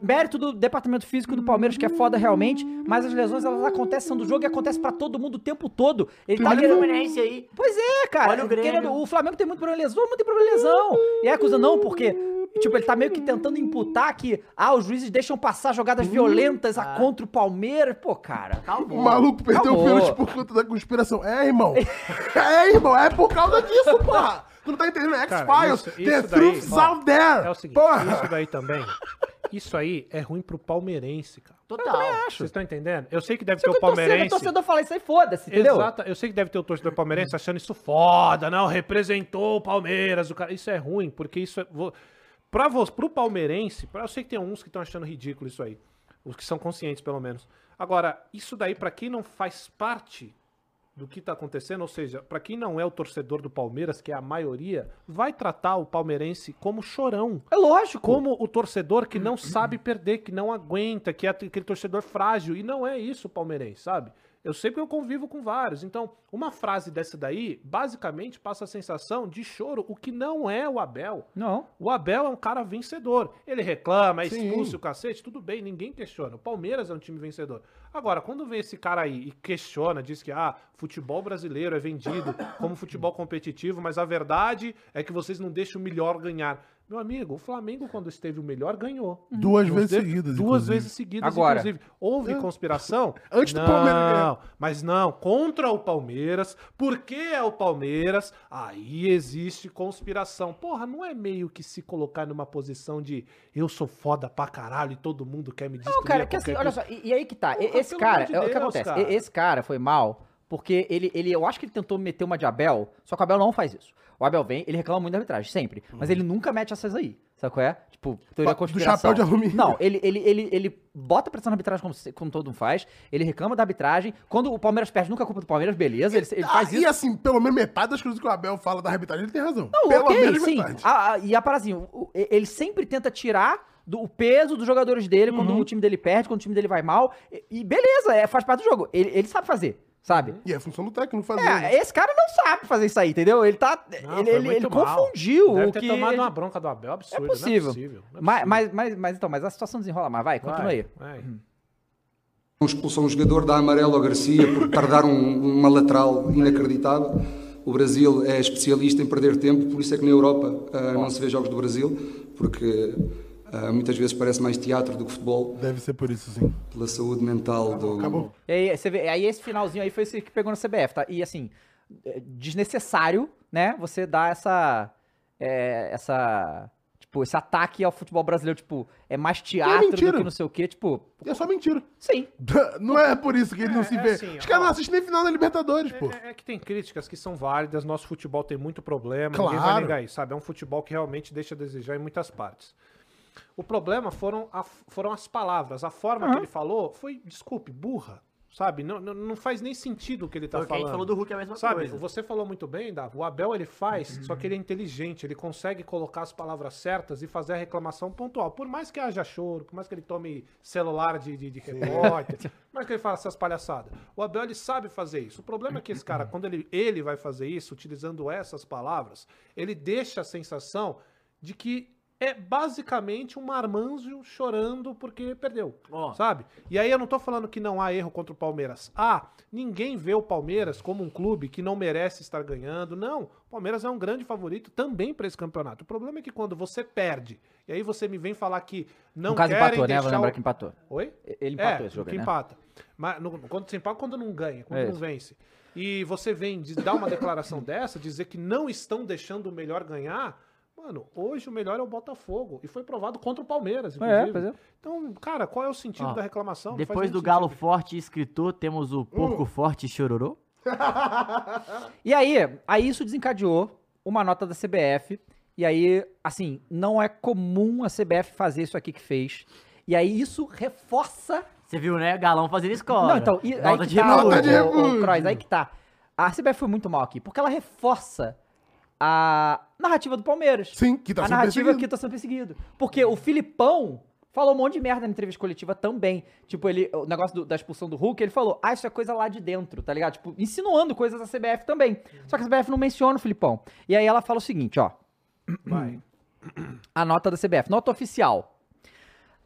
A: Mérito do departamento físico do Palmeiras, que é foda realmente, mas as lesões elas acontecem são do jogo e acontece pra todo mundo o tempo todo. Ele tá
D: Olha o
A: querendo.
D: Fluminense aí.
A: Pois é, cara.
D: Olha o
A: ele
D: Grêmio.
A: querendo- o Flamengo tem muito problema de lesão, todo mundo tem problema de lesão. E aí acusa, não, porque, tipo, ele tá meio que tentando imputar que, ah, os juízes deixam passar jogadas violentas a contra o Palmeiras. Pô, cara.
D: Calma.
C: O maluco perdeu
A: Acabou.
C: o pênalti por conta da conspiração. É, irmão. é, irmão. É por causa disso, porra. Tu não tá entendendo? É
B: Cara,
C: X-Files.
B: isso-
C: The
B: isso daí,
C: truth's
B: ó,
C: out there.
B: É o seguinte,
C: porra.
B: isso daí também. Isso aí é ruim pro palmeirense, cara.
D: Total.
B: Vocês estão entendendo? Eu sei que deve
A: Isso
B: ter
A: é o
B: o
A: que torcedor-
B: palmeirense.
A: torcedor fala isso aí, foda-se, entendeu?
B: Exato, eu sei que deve ter o torcedor palmeirense achando isso foda, não, representou o Palmeiras, o cara, isso é ruim, porque isso é vo- pra vo- pro palmeirense, pra, eu sei que tem uns que estão achando ridículo isso aí, os que são conscientes pelo menos. Agora, isso daí pra quem não faz parte do que tá acontecendo, ou seja, pra quem não é o torcedor do Palmeiras, que é a maioria, vai tratar o palmeirense como chorão.
A: É lógico.
B: Como o torcedor que não sabe perder, que não aguenta, que é aquele torcedor frágil. E não é isso o palmeirense, sabe? Eu sei porque eu convivo com vários. Então, uma frase dessa daí, basicamente, passa a sensação de choro, o que não é o Abel.
A: Não.
B: O Abel é um cara vencedor. Ele reclama, é
C: Sim.
B: expulso o cacete, tudo bem, ninguém questiona. O Palmeiras é um time vencedor. Agora, quando vem esse cara aí e questiona, diz que ah, futebol brasileiro é vendido como futebol competitivo, mas a verdade é que vocês não deixam o melhor ganhar. Meu amigo, o Flamengo, quando esteve o melhor, ganhou.
C: Duas
B: Não
C: vezes
B: teve-
C: seguidas,
B: Duas
C: inclusive. É.
B: vezes seguidas,
A: Agora.
B: inclusive. Houve conspiração?
C: Antes do
B: não,
C: Palmeiras ganhar.
B: mas não, contra o Palmeiras, porque é o Palmeiras, aí existe conspiração. Porra, não é meio que se colocar numa posição de eu sou foda pra caralho e todo mundo quer me destruir.
A: Não, cara,
B: a
A: que assim,
B: qualquer
A: olha
B: custo.
A: só, e, e aí que tá. e-
B: Porra,
A: esse
B: pelo
A: cara,
B: amor de
A: é o que
B: Deus,
A: acontece. e-
B: cara.
A: Esse cara foi mal, porque ele, ele, eu acho que ele tentou meter uma de Abel, só que o Abel não faz isso. O Abel vem, ele reclama muito da arbitragem, sempre. Mas ele nunca mete essas aí. Sabe qual é? Tipo, teoria da
C: Do
A: conspiração.
C: chapéu de alumínio.
A: Não, ele, ele, ele, ele bota pressão na arbitragem como, se- como todo mundo faz. Ele reclama da arbitragem. Quando o Palmeiras perde, nunca é culpa do Palmeiras, beleza. Ele, ele
C: Ah,
A: faz isso.
C: E assim, pelo menos metade das coisas que o Abel fala da arbitragem, ele tem razão.
A: Não,
C: pelo
A: ok,
B: é
C: menos
A: sim.
C: metade.
A: A- a- e a parazinha, ele sempre tenta tirar do, o peso dos jogadores dele
B: Uhum.
A: quando o time dele perde, quando o time dele vai mal. E, e beleza, é, faz parte do jogo. Ele, ele sabe fazer, sabe?
C: E é função do técnico fazer. né?
A: É, esse cara não sabe fazer isso aí, entendeu? Ele tá.
B: Não,
A: ele
B: foi
A: ele,
B: muito
A: ele
B: mal.
A: confundiu
B: Deve
A: o
B: ter
A: que.
B: tomado uma bronca do Abel,
A: É
B: absurdo.
A: possível.
B: Não é possível. não é
A: Mas,
B: possível.
A: mas, mas, mas então, mas a situação desenrola mais. Vai,
B: Vai,
A: continua aí. Uhum.
B: vai.
G: Não expulsou um jogador da amarelo ao Garcia porque tardaram um- uma lateral inacreditável. O Brasil é especialista em perder tempo, por isso é que na Europa ah, não se vê jogos do Brasil, porque ah, muitas vezes parece mais teatro do que futebol,
C: Deve ser por isso, sim.
G: pela saúde mental do.
C: Acabou.
A: E aí, você vê, aí esse finalzinho aí foi esse que pegou no CBF, tá? E assim, é desnecessário, né? Você dar essa. é, essa. Tipo, esse ataque ao futebol brasileiro, tipo, é mais teatro do
C: mentira.
A: que não sei o quê, tipo.
C: E é só mentira.
A: Sim.
C: Não é por isso que ele não se
B: é
C: vê.
B: assim,
C: Os caras
B: ó.
C: não assistem nem final da Libertadores, pô.
B: É, é que tem críticas que são válidas, nosso futebol tem muito problema, ninguém vai
C: Claro.
B: negar isso, sabe? É um futebol que realmente deixa a desejar em muitas partes. O problema foram, a- foram as palavras, a forma que ele falou foi, desculpe, burra, sabe? Não, não, não faz nem sentido o que ele tá
D: Foi o que a
B: falando.
D: gente falou do Hulk, é a mesma
B: Sabe,
D: coisa.
B: você falou muito bem, Davi. O Abel ele faz, só que ele é inteligente, ele consegue colocar as palavras certas e fazer a reclamação pontual. Por mais que haja choro, por mais que ele tome celular de, de, de repórter, por mais que ele faça essas palhaçadas. O Abel ele sabe fazer isso. O problema é que esse cara, quando ele, ele vai fazer isso, utilizando essas palavras, ele deixa a sensação de que é basicamente um marmanjo chorando porque perdeu.
D: Ó.
B: Sabe? E aí eu não tô falando que não há erro contra o Palmeiras. Ah, ninguém vê o Palmeiras como um clube que não merece estar ganhando. Não, o Palmeiras é um grande favorito também pra esse campeonato. O problema é que quando você perde, e aí você me vem falar que não
A: no caso
B: querem
A: empatou, né? Vou
B: deixar
A: lembrar
B: o-
A: que empatou.
B: Oi?
A: Ele empatou
B: é,
A: esse jogo
B: que
A: aí, né?
B: empata. Mas no- quando você empata, quando não ganha, quando
A: É
B: não
A: isso.
B: vence. E você vem de dar uma declaração dessa, dizer que não estão deixando o melhor ganhar. Mano, hoje o melhor é o Botafogo. E foi provado contra o Palmeiras, inclusive.
A: pois é.
B: Então, cara, qual é o sentido
D: Ó,
B: da reclamação? Não faz
D: Depois
B: nenhum
D: do Galo
B: sentido. Hum.
D: Forte e Escritor, temos o Porco Forte e Chororô.
A: E aí, aí isso desencadeou uma nota da CBF. E aí, assim, não é comum a CBF fazer isso aqui que fez. E aí isso reforça
D: Você viu, né? Galão fazendo escola.
A: Não, então, e, aí
D: Nota
A: que
D: de
A: tá,
D: repúdio.
A: o,
C: Nota de
A: o- o
C: repúdio.
A: Kroos, aí que tá. A CBF foi muito mal aqui, porque ela reforça a narrativa do Palmeiras.
C: Sim, que tá
A: a
C: sendo
A: narrativa
C: perseguido.
A: que tá sendo perseguido. Porque o Filipão Falou um monte de merda na entrevista coletiva também. Tipo, ele, o negócio do- da expulsão do Hulk, ele falou, ah, isso é coisa lá de dentro, tá ligado? Tipo, insinuando coisas da CBF também. Só que a CBF não menciona o Filipão. E aí ela fala o seguinte, ó. A nota da CBF, nota oficial.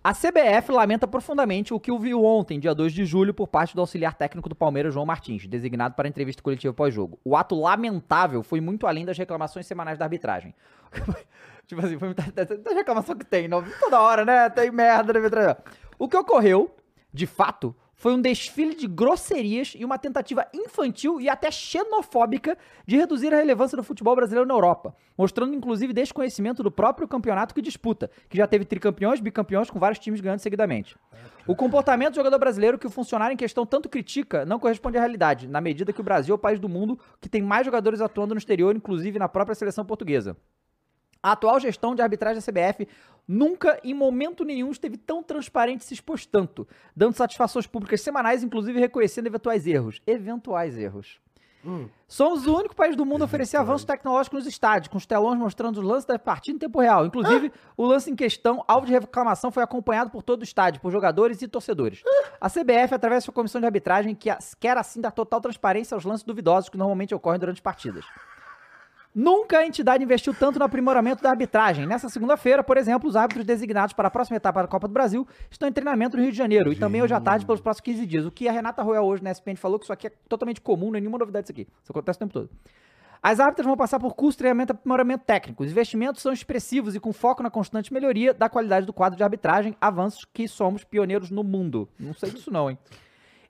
A: A CBF lamenta profundamente o que ouviu ontem, dia 2 de julho, por parte do auxiliar técnico do Palmeiras, João Martins, designado para entrevista coletiva pós-jogo. O ato lamentável foi muito além das reclamações semanais da arbitragem. tipo assim, foi muita da reclamação que tem, não, toda hora, né? Tem merda na arbitragem. O que ocorreu, de fato, foi um desfile de grosserias e uma tentativa infantil e até xenofóbica de reduzir a relevância do futebol brasileiro na Europa, mostrando inclusive desconhecimento do próprio campeonato que disputa, que já teve tricampeões, bicampeões com vários times ganhando seguidamente. O comportamento do jogador brasileiro que o funcionário em questão tanto critica não corresponde à realidade, na medida que o Brasil é o país do mundo que tem mais jogadores atuando no exterior, inclusive na própria seleção portuguesa. A atual gestão de arbitragem da CBF nunca, em momento nenhum, esteve tão transparente e se expôs tanto, dando satisfações públicas semanais, inclusive reconhecendo eventuais erros. Eventuais erros. Somos o único país do mundo a oferecer avanços tecnológicos nos estádios, com os telões mostrando os lances da partida em tempo real. Inclusive, o lance em questão, alvo de reclamação, foi acompanhado por todo o estádio, por jogadores e torcedores. A CBF, através de sua comissão de arbitragem, que as- quer assim dar total transparência aos lances duvidosos que normalmente ocorrem durante as partidas. Nunca a entidade investiu tanto no aprimoramento da arbitragem. Nessa segunda-feira, por exemplo, os árbitros designados para a próxima etapa da Copa do Brasil estão em treinamento no Rio de Janeiro e também hoje à tarde pelos próximos 15 dias. O que a Renata Royal hoje na SPN falou que isso aqui é totalmente comum, não é nenhuma novidade isso aqui. Isso acontece o tempo todo. As árbitras vão passar por curso, treinamento e aprimoramento técnico. Os investimentos são expressivos e com foco na constante melhoria da qualidade do quadro de arbitragem, avanços que somos pioneiros no mundo. Não sei disso não, hein?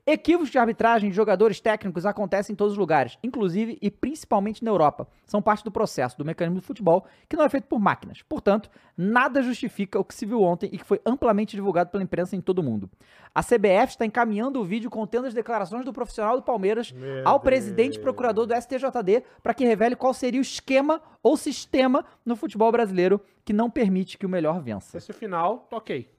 A: Equívocos de arbitragem de jogadores técnicos acontecem em todos os lugares, inclusive e principalmente na Europa. São parte do processo do mecanismo do futebol, que não é feito por máquinas. Portanto, nada justifica o que se viu ontem e que foi amplamente divulgado pela imprensa em todo o mundo. A CBF está encaminhando o vídeo contendo as declarações do profissional do Palmeiras
B: Meu
A: ao presidente e procurador do STJD para que revele qual seria o esquema ou sistema no futebol brasileiro que não permite que o melhor vença.
B: Esse final, ok.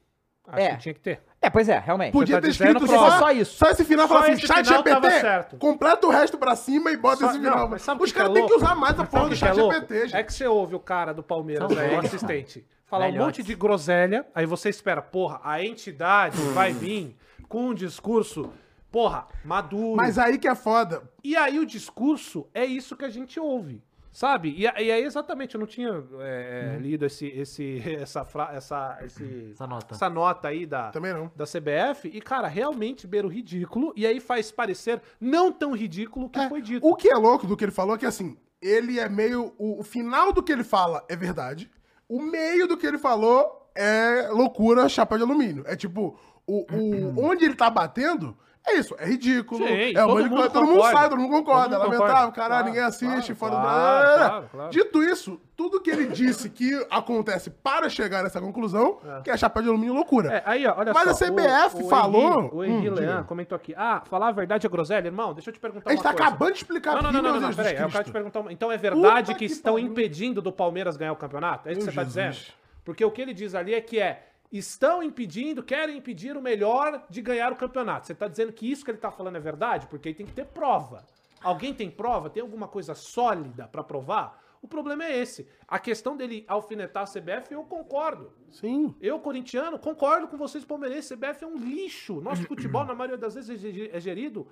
B: Acho
A: É.
B: que tinha que ter.
A: É, pois é, realmente.
C: Podia
B: tá
C: ter
B: dizendo
C: escrito
B: pra-
C: só,
A: só isso.
C: Só esse final,
B: Só
C: falar assim,
B: esse
C: chat
B: final tava
C: GPT,
B: certo.
C: completa o resto pra cima e bota
B: Só-
C: esse
B: não,
C: final.
B: mas sabe o
C: Os
B: que que é
C: caras têm que
B: louco?
C: usar mais a
B: Mas
C: porra
B: sabe
C: do
B: o que é
C: chat
B: louco?
C: GPT,
B: É
C: gente.
B: que você ouve o cara do Palmeiras,
D: São
B: aí, o
D: velhos,
B: assistente, falar um
D: Velhotes.
B: monte de groselha, aí você espera, porra, a entidade vai
D: Hum.
B: vir com um discurso, porra, maduro.
C: Mas aí que é foda.
B: E aí o discurso é isso que a gente ouve. Sabe? E, a- e aí, exatamente, eu não tinha é, é, lido esse, esse, essa, fra, essa, esse,
D: Uhum. Essa nota.
B: essa nota aí da,
C: Também não.
B: da CBF. E, cara, realmente beira o ridículo. E aí faz parecer não tão ridículo o que
C: É,
B: foi dito.
C: O que é louco do que ele falou é que, assim, ele é meio... O, o final do que ele fala é verdade. O meio do que ele falou é loucura, chapa de alumínio. É tipo, o, o- onde ele tá batendo... É isso, é ridículo.
B: Sim,
C: é
B: todo
C: uma-
B: mundo
C: todo mundo
B: concorda.
C: sai, todo mundo concorda.
B: Todo mundo concorda.
C: é lamentável, caralho,
B: Claro,
C: ninguém assiste,
B: claro,
C: fora
B: claro,
C: do.
B: claro, claro.
C: Dito isso, tudo que ele disse que acontece para chegar nessa conclusão, que é chapa de alumínio loucura.
B: É, aí, ó, olha
C: Mas
B: só.
C: a CBF
B: o- o
C: falou-
B: Henri- o Henri
C: Hum,
B: Leão comentou aqui. Ah, falar a verdade é groselha, irmão? Deixa eu te perguntar
C: a gente
B: uma
C: tá
B: coisa.
C: acabando de explicar
B: Não, não, não, não, não, não,
C: Jesus
B: peraí. Eu quero te
C: Cristo.
B: perguntar uma- Então é verdade
C: Puta
B: que,
C: que
B: estão
C: pariu.
B: impedindo do Palmeiras ganhar o campeonato? É isso que
C: Meu
B: você tá
C: Jesus.
B: dizendo? Porque o que ele diz ali é que é. Estão impedindo, querem impedir o melhor de ganhar o campeonato. Você tá dizendo que isso que ele tá falando é verdade? Porque aí tem que ter prova. Alguém tem prova? Tem alguma coisa sólida pra provar? O problema é esse. A questão dele alfinetar a CBF, eu concordo.
C: Sim.
B: Eu, corintiano, concordo com vocês, palmeirenses. CBF é um lixo. Nosso futebol, na maioria das vezes, é ge- é gerido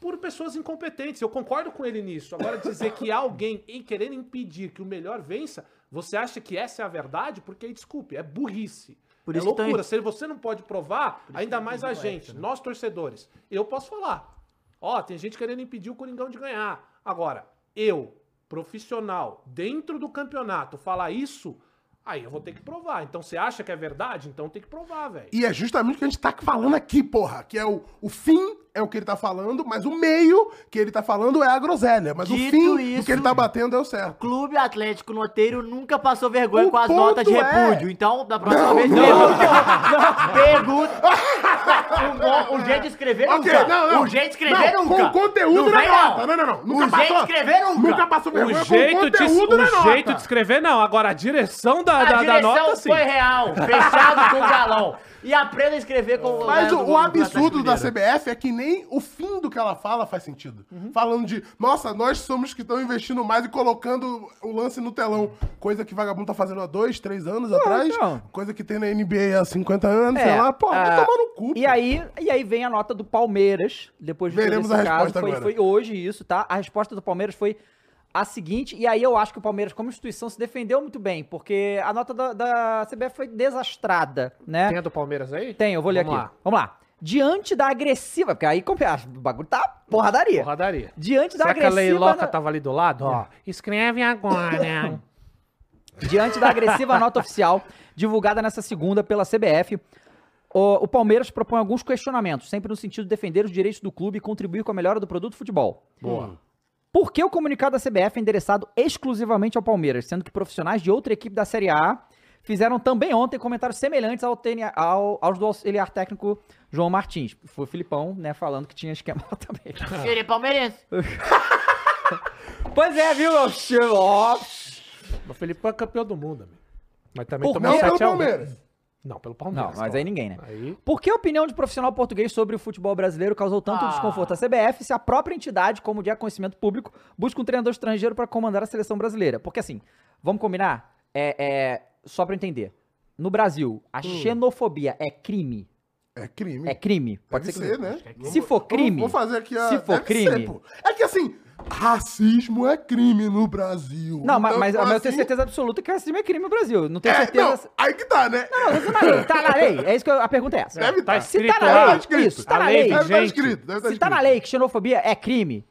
B: por pessoas incompetentes. Eu concordo com ele nisso. Agora, dizer que alguém em querendo impedir que o melhor vença, você acha que essa é a verdade? Porque, desculpe, é burrice.
D: Por
B: é
D: isso que tá
B: loucura.
D: em-
B: Se você não pode provar, ainda mais a gente, nós torcedores. Eu posso falar. Ó, tem gente querendo impedir o Coringão de ganhar. Agora, eu, profissional, dentro do campeonato, falar isso, aí eu vou ter que provar. Então você acha que é verdade? Então tem que provar, velho.
C: E é justamente o que a gente tá falando aqui, porra. Que é o, o fim, é o que ele tá falando, mas o meio que ele tá falando é a groselha. Mas o
D: Dito
C: fim do
D: isso,
C: que ele tá batendo é o certo.
D: Clube Atlético Noteiro nunca passou vergonha
C: O
D: com as
C: ponto
D: notas de
C: é-
D: repúdio. Então, da próxima vez, pergunta. Pergunta. O, o jeito de escrever
C: Ok,
D: nunca.
C: não, não.
D: O jeito de escrever
C: Não,
D: nunca.
C: Com conteúdo na
D: vem,
C: nota. Não, não, não. Nunca
D: o jeito de escrever nunca.
C: Nunca passou vergonha com conteúdo na nota.
B: escrever, não. Agora, a direção da,
D: A direção foi real, fechado com o galão. E aprenda a escrever com
C: Mas o,
D: com-
C: o
D: com
C: absurdo da
D: Atlético
C: CBF é que nem o fim do que ela fala faz sentido.
A: Uhum.
C: Falando de, nossa, nós somos que estão investindo mais e colocando o lance no telão. Coisa que vagabundo tá fazendo há dois, três anos atrás.
A: então.
C: Coisa que tem na NBA há 50 anos, sei
A: É,
C: lá. Pô, vai
A: ah,
C: tomar no cu.
A: E
C: pô.
A: aí, e aí vem a nota do Palmeiras, depois de
C: Veremos
A: todo
C: a
A: esse caso.
C: resposta
A: Foi,
C: agora.
A: foi hoje isso, tá? A resposta do Palmeiras foi a seguinte, e aí eu acho que o Palmeiras, como instituição, se defendeu muito bem, porque a nota da, da CBF foi desastrada, né?
B: Tem a do Palmeiras aí?
A: Tem, eu vou ler
B: Vamos
A: aqui. Vamos lá. Diante da agressiva, porque aí compre- ah, o bagulho tá porradaria.
B: Porradaria.
A: Diante da
B: Será que a
A: agressiva. né?
B: Leiloca
A: na-
B: tava ali do lado? Ó, escreve agora.
A: Diante da agressiva nota oficial divulgada nessa segunda pela CBF, o, o Palmeiras propõe alguns questionamentos, sempre no sentido de defender os direitos do clube e contribuir com a melhora do produto futebol.
B: Boa.
A: Por que o comunicado da CBF é endereçado exclusivamente ao Palmeiras, sendo que profissionais de outra equipe da Série A fizeram também ontem comentários semelhantes ao TNA ao- aos do auxiliar técnico João Martins? Foi o Filipão, né, falando que tinha esquema lá também.
D: Mineiro. Seria palmeirense.
A: pois é, viu? meu chefe? Ó,
B: O Felipão é campeão do mundo, amigo. Mas também
A: Por-
B: tomou
C: Não pelo
B: 7 a 1.
C: Palmeiras.
B: Não, pelo
A: Não,
B: Palmeiras.
A: mas aí ninguém, né?
B: Aí.
A: Por que a opinião de profissional português sobre o futebol brasileiro causou tanto
D: Ah.
A: desconforto à CBF se a própria entidade, como de conhecimento público, busca um treinador estrangeiro para comandar a seleção brasileira? Porque assim, vamos combinar? É, é, só para entender. No Brasil, a
B: Hum.
A: xenofobia é crime?
C: É crime.
A: É crime? Pode
C: Deve
A: ser, que
C: ser,
A: não.
C: né?
A: Se for crime,
C: Vou fazer aqui a...
A: se for
C: deve
A: crime-
C: pô. É que assim, racismo é crime no Brasil.
A: Não, mas,
C: Então,
A: mas- mas eu tenho
C: assim,
A: certeza absoluta que racismo é crime no Brasil. Não tenho
C: É,
A: certeza.
C: não, aí que tá, né?
A: Não, mas na lei, tá na lei. É isso que eu- a pergunta é essa.
C: Deve
B: Tá
C: tá.
B: escrito.
A: Se tá
B: lá,
A: na
C: escrito.
A: lei, isso, tá
B: A
A: na
B: lei
A: lei.
C: Deve estar
B: Gente,
C: escrito. Deve tá
A: Se tá na
C: escrito.
A: lei que xenofobia é crime,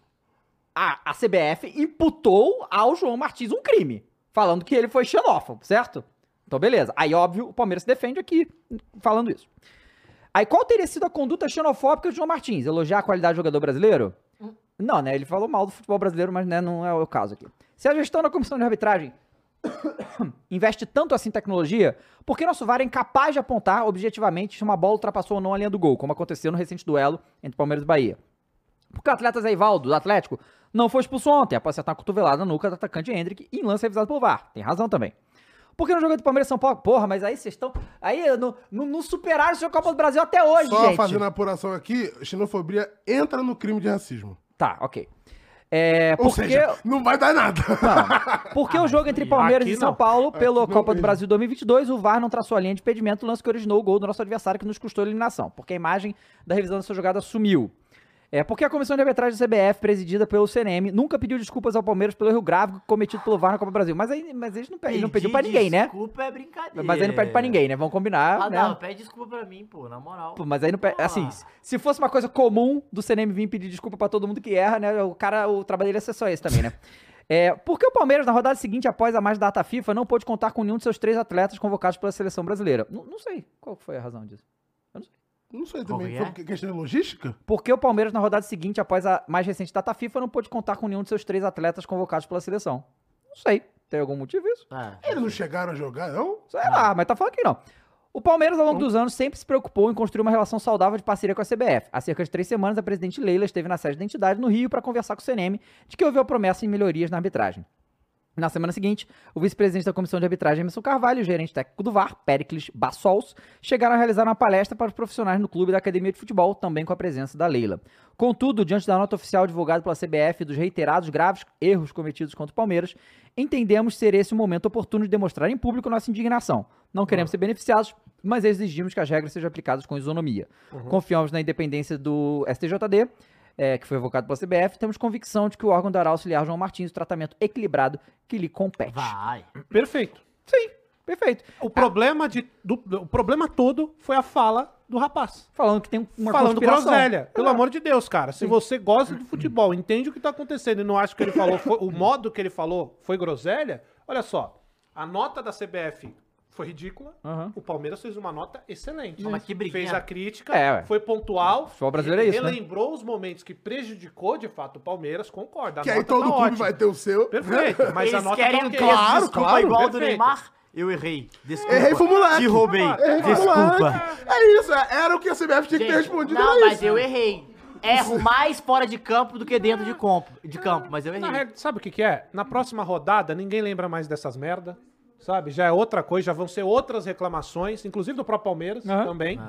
A: a, a CBF imputou ao João Martins um crime, falando que ele foi xenófobo, certo? Então, beleza. Aí, óbvio, o Palmeiras se defende aqui, falando isso. Aí, qual teria sido a conduta xenofóbica de João Martins? Elogiar a qualidade do jogador brasileiro? Não, né? Ele falou mal do futebol brasileiro, mas né, não é o caso aqui. Se a gestão da comissão de arbitragem investe tanto assim em tecnologia, por que nosso VAR é incapaz de apontar objetivamente se uma bola ultrapassou ou não a linha do gol, como aconteceu no recente duelo entre Palmeiras e Bahia? Porque o atleta Zé Ivaldo, do Atlético, não foi expulso ontem após acertar uma cotovelada na nuca do atacante Hendrick em lance revisado pelo VAR. Tem razão também. Por que no jogo do Palmeiras e São Paulo? Porra, mas aí vocês estão. Aí não, não, não superaram o seu Copa do Brasil até hoje,
C: Só
A: gente.
C: fazendo a apuração aqui, xenofobia entra no crime de racismo.
A: Tá, ok. É,
C: Ou
A: porque.
C: seja, não vai dar nada.
A: Porque o jogo entre Palmeiras
B: aqui
A: e São
B: não.
A: Paulo, pela
C: não
A: Copa do
C: mesmo.
A: Brasil 2022, o VAR não traçou a linha de impedimento, o lance que originou o gol do nosso adversário, que nos custou a eliminação, porque a imagem da revisão dessa jogada sumiu. É porque a comissão de arbitragem da CBF, presidida pelo CNM, nunca pediu desculpas ao Palmeiras pelo erro gráfico cometido pelo VAR na Copa do Brasil. Mas, aí, mas eles não, pe- ele não pediu pra ninguém, né?
D: Desculpa é brincadeira.
A: Mas aí não pede pra ninguém, né? Vamos combinar.
D: Ah,
A: né?
D: não, pede desculpa pra mim, pô, na moral.
A: Pô, Mas aí não pede. Assim,
D: Ah.
A: se fosse uma coisa comum do CNM vir pedir desculpa pra todo mundo que erra, né? O cara, o trabalho dele é ser só esse também, né? É, por que o Palmeiras, na rodada seguinte, após a mais data FIFA, não pôde contar com nenhum de seus três atletas convocados pela seleção brasileira? N- não sei qual foi a razão disso.
C: Não sei
D: Qual
C: também.
D: que é?
C: Foi questão de logística?
A: Por que o Palmeiras, na rodada seguinte, após a mais recente data FIFA, não pôde contar com nenhum de seus três atletas convocados pela seleção? Não sei. Tem algum motivo isso?
D: Ah,
C: Eles não chegaram a jogar, não?
A: Sei lá, mas tá falando que não. O Palmeiras, ao longo dos anos, sempre se preocupou em construir uma relação saudável de parceria com a CBF. Há cerca de três semanas, a presidente Leila esteve na sede da entidade, no Rio, para conversar com o CNM de que houve a promessa em melhorias na arbitragem. Na semana seguinte, o vice-presidente da comissão de arbitragem, Emerson Carvalho, e o gerente técnico do VAR, Pericles Bassols, chegaram a realizar uma palestra para os profissionais no clube da Academia de Futebol, também com a presença da Leila. Contudo, diante da nota oficial divulgada pela CBF e dos reiterados graves erros cometidos contra o Palmeiras, entendemos ser esse o momento oportuno de demonstrar em público nossa indignação. Não queremos ser beneficiados, mas exigimos que as regras sejam aplicadas com isonomia. Confiamos na independência do STJD é, que foi evocado pela CBF, temos convicção de que o órgão dará ao auxiliar João Martins o tratamento equilibrado que lhe compete.
D: vai.
B: Perfeito.
A: Sim, perfeito.
B: O problema, de, do, o problema todo foi a fala do rapaz.
A: Falando que tem uma
B: Falando
A: conspiração.
B: groselha. Pelo
A: Exato.
B: amor de Deus, cara. Se você gosta de futebol, entende o que tá acontecendo e não acha que ele falou, foi- o modo que ele falou foi groselha, olha só. A nota da CBF foi ridícula.
A: Aham.
B: O Palmeiras fez uma nota excelente.
D: Não, mas que briguinha.
B: fez a crítica,
A: É, ué.
B: foi pontual.
A: futebol brasileiro é isso, né?
B: Relembrou os momentos que prejudicou, de fato, o Palmeiras, concorda. a
C: que aí
B: nota
C: todo
B: tá
C: clube
B: ótima.
C: vai ter o seu.
B: Perfeito, mas a
D: Eles
B: nota
D: querem
B: tá ok.
D: que eu
C: é. Claro,
D: desculpa
C: claro,
D: igual do
B: perfeito.
D: Neymar? Eu errei. Desculpa.
C: Errei foi moleque.
D: Te roubei.
C: É,
D: Desculpa.
C: moleque. É isso, é- era o que a CBF tinha que ter
D: Gente,
C: respondido.
D: não,
C: era
D: mas
C: isso.
D: eu errei. Erro mais fora de campo do que dentro de campo, de campo mas eu
B: Na
D: errei.
B: regra, sabe o que que é? Na próxima rodada, ninguém lembra mais dessas merda. Sabe? Já é outra coisa, já vão ser outras reclamações, inclusive do próprio Palmeiras
A: Aham.
B: também.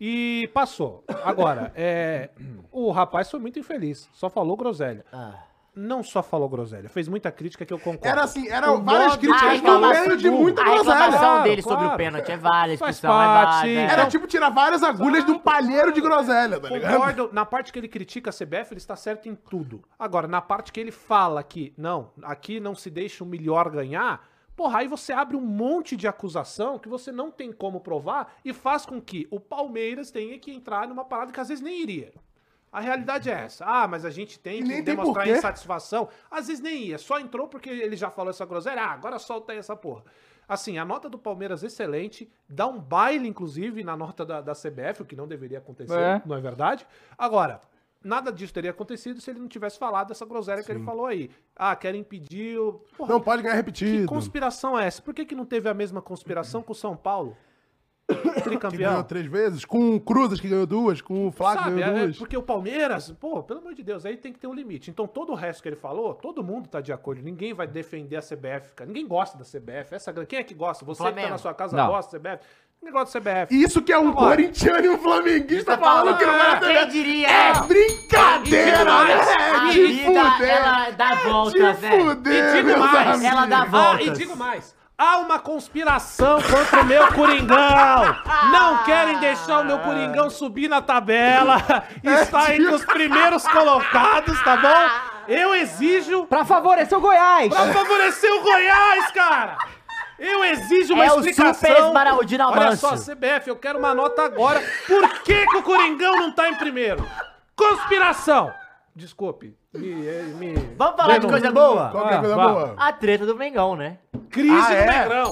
B: E passou. Agora, é, o rapaz foi muito infeliz. Só falou groselha.
D: Ah.
B: Não só falfalou groselha, fez muita crítica que eu concordo.
C: Era assim,
B: O
C: eram várias
B: modo-
D: A
C: críticas no
D: reclamação-
C: meio de muita
D: a reclamação
C: groselha.
B: Claro,
D: dele sobre
B: claro.
D: o pênalti é válida, a
B: Faz
D: discussão é
B: parte.
D: válida.
B: Então-
C: Era tipo tirar várias agulhas de um palheiro de groselha, tá ligado?
B: Concordo, na parte que ele critica a CBF, ele está certo em tudo. Agora, na parte que ele fala que, não, aqui não se deixa o melhor ganhar, porra, aí você abre um monte de acusação que você não tem como provar e faz com que o Palmeiras tenha que entrar numa parada que às vezes nem iria. A realidade é essa. Ah, mas a gente tem
C: E
B: que
C: nem tem
B: demonstrar
C: porquê.
B: insatisfação. Às vezes nem ia, só entrou porque ele já falou essa groselha. Ah, agora solta aí essa porra. Assim, a nota do Palmeiras excelente, dá um baile, inclusive, na nota da, da CBF, o que não deveria acontecer,
A: É.
B: não é verdade? Agora, nada disso teria acontecido se ele não tivesse falado dessa groselha que ele falou aí. Ah, querem impedir o. Porra,
C: Não pode ganhar
B: que
C: repetido.
B: conspiração é essa? Por que, que não teve a mesma conspiração com o São Paulo?
C: Que ganhou
B: Tricampeão.
C: três vezes, com o Cruzas que ganhou duas, com o Flávio que
B: Sabe,
C: ganhou
B: é- é
C: duas.
B: porque o Palmeiras, pô, pelo amor de Deus, aí tem que ter um limite. Então todo o resto que ele falou, todo mundo tá de acordo. Ninguém vai defender a CBF, cara. Ninguém gosta da CBF. Essa, grande- quem é que gosta? Você que tá
D: Flamengo.
B: na sua casa
A: Não.
B: gosta da CBF? Ninguém gosta da CBF.
C: Isso que é um
B: Agora.
C: corintiano e um
B: Tá
C: flamenguista falando que não vai na
D: Quem
C: TV.
D: diria?
C: É brincadeira, né?
B: demais.
C: É
D: a
C: de
D: vida,
C: fuder.
D: ela dá
C: de
D: voltas, velho.
C: fuder, meus amigos.
D: Ela dá
B: Ah,
D: voltas.
B: e digo mais. Há uma conspiração contra o meu Coringão. Não querem deixar o meu Coringão subir na tabela.
D: É
B: Está
D: tipo-
B: entre os primeiros colocados, tá bom? Eu exijo
A: Pra favorecer o Goiás.
D: É.
B: pra favorecer o Goiás, cara. Eu exijo uma
D: É o
B: explicação.
D: super Esmeraldino
B: Olha só,
D: Amâncio.
B: CBF, eu quero uma nota agora. Por que, que o Coringão não tá em primeiro? Conspiração. Desculpe. Me, eh, me...
D: Vamos falar de coisa boa?
C: Qual que é a coisa
B: Vá, Ah, vá.
C: boa?
D: A treta do Mengão, né?
B: Crise
C: Ah,
B: no
C: é?
B: Mengrão.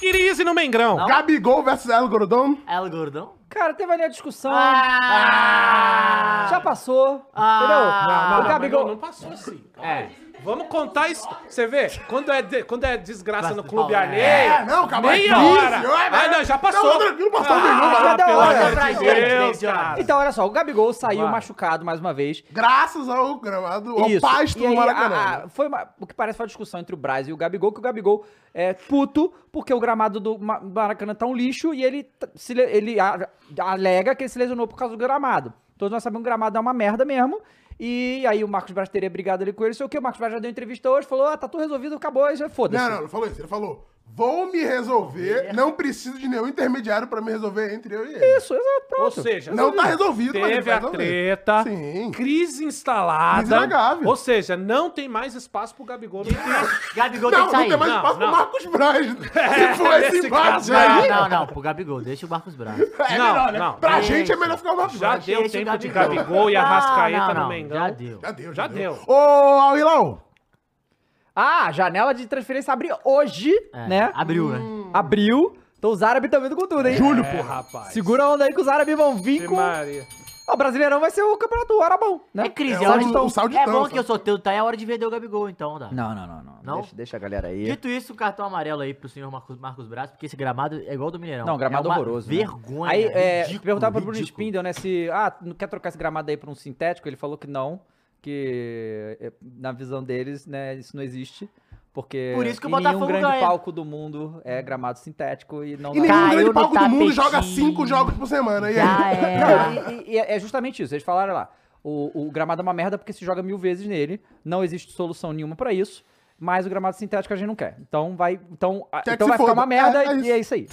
B: Crise no Mengrão.
C: Gabigol versus Elo Gordon.
D: Ela gordão?
A: Cara, teve ali a discussão.
D: Ah!
A: Já passou.
D: Ah.
A: entendeu?
D: Não, não,
A: o Gabigol.
B: Não, passou assim. É. Vamos contar isso. Você vê, quando é, de- quando é desgraça no
D: Mas,
B: clube
D: Paulo,
B: alheio.
C: é, não, acabou a
B: Meia
C: crise,
B: hora.
C: ué,
B: ah,
C: mas-
B: não, já
C: é Não,
B: passou.
C: tranquilo, passou o Mengão,
B: Ah,
A: vai dar
B: pelo
A: hora
B: amor
D: pra
B: de
D: gente,
B: Deus,
D: gente, olha.
B: cara.
A: Então, olha só, o Gabigol saiu
B: Vai.
A: machucado mais uma vez.
C: Graças ao gramado, ao
A: Isso.
C: pasto
A: E
C: do
A: aí,
C: Maracanã.
A: a- a- foi uma- o que parece foi uma discussão entre o Braz e o Gabigol, que o Gabigol é puto porque o gramado do Ma- Maracanã tá um lixo e ele, t- se le- ele a- alega que ele se lesionou por causa do gramado. Todos nós sabemos que o gramado é uma merda mesmo. E aí o Marcos Braz teria brigado ali com ele, sei o que. O Marcos Braz já deu entrevista hoje, falou, ah, tá tudo resolvido, acabou, e já foda-se.
D: assim.
C: Não, não, não falou isso. Ele falou: vou me
D: É.
C: resolver, não preciso de nenhum intermediário pra me resolver entre eu e ele.
A: Isso, exato, ah, pronto.
B: Ou seja,
C: Não tá resolvido, mas ele
B: teve
C: vai
B: a
C: resolver.
B: treta,
C: Sim.
B: crise instalada.
C: Crise inegável. É
B: ou seja, não tem mais espaço pro Gabigol no time.
D: Gabigol tem
C: Não,
D: que
C: não
D: sair.
C: tem mais
B: Não,
C: espaço pro
B: não. É,
C: Marcos Braz. Se for esse
B: Nesse
C: empate
B: caso,
C: aí.
D: Não, não, não, pro Gabigol, deixa o Marcos Braz.
C: É
B: Não,
C: melhor, né?
B: não.
C: pra
D: Gente,
C: gente é melhor ficar o Marcos
B: Já
C: Braz.
B: deu
D: Deixa o
B: tempo de
D: Gabigol.
B: Gabigol e
D: Não,
B: Arrascaeta
D: não,
B: no
D: não,
B: Mengão.
D: Já deu.
C: Já deu,
B: Já deu.
C: Ô, Alilão!
A: Ah, a janela de transferência abre hoje,
D: É,
A: né?
D: Abriu, né?
A: Abriu. Então os árabes estão vindo com tudo, hein?
C: Júlio,
B: É,
C: porra.
B: rapaz.
A: Segura a onda aí que os árabes vão vir
B: Ave
A: com...
B: Maria.
A: Ó, O Brasileirão vai ser o campeonato do Arabão, né?
D: É crise,
C: É
D: é hora
C: um-
D: de...
C: um saldo de
D: É
C: tanto.
D: bom que eu sou teu, tá? É hora de vender o Gabigol, então, dá.
A: Não, é- não, não, não.
D: Não?
A: Deixa, deixa a galera aí.
D: Dito isso, um cartão amarelo aí pro senhor Marcos, Marcos Braz, porque esse gramado é igual ao do Mineirão.
A: Não, gramado
D: é uma
A: horroroso. né?
D: Vergonha.
A: Aí, é,
D: ridículo,
A: perguntava pro Bruno
D: ridículo.
A: Spindel, né, se. Ah, não quer trocar esse gramado aí pra um sintético? Ele falou que não. Que é, na visão deles, né, isso não existe. Porque
D: Por isso que o
A: em nenhum
D: Botafogo
A: grande
D: ganha.
A: palco do mundo é gramado sintético e não
C: E nenhum
D: Caiu
C: grande
D: no
C: palco do mundo
D: tapetinho.
C: joga cinco jogos por semana. E
D: Já
C: aí?
D: era.
A: Não, e, e- e é justamente isso. Eles falaram lá, o, o gramado é uma merda porque se joga mil vezes nele, não existe solução nenhuma pra isso, mas o gramado sintético a gente não quer. Então vai, então, a-
C: Quer que
A: então
C: se
A: vai ficar
C: foda.
A: uma merda
C: É, é
A: e é isso aí.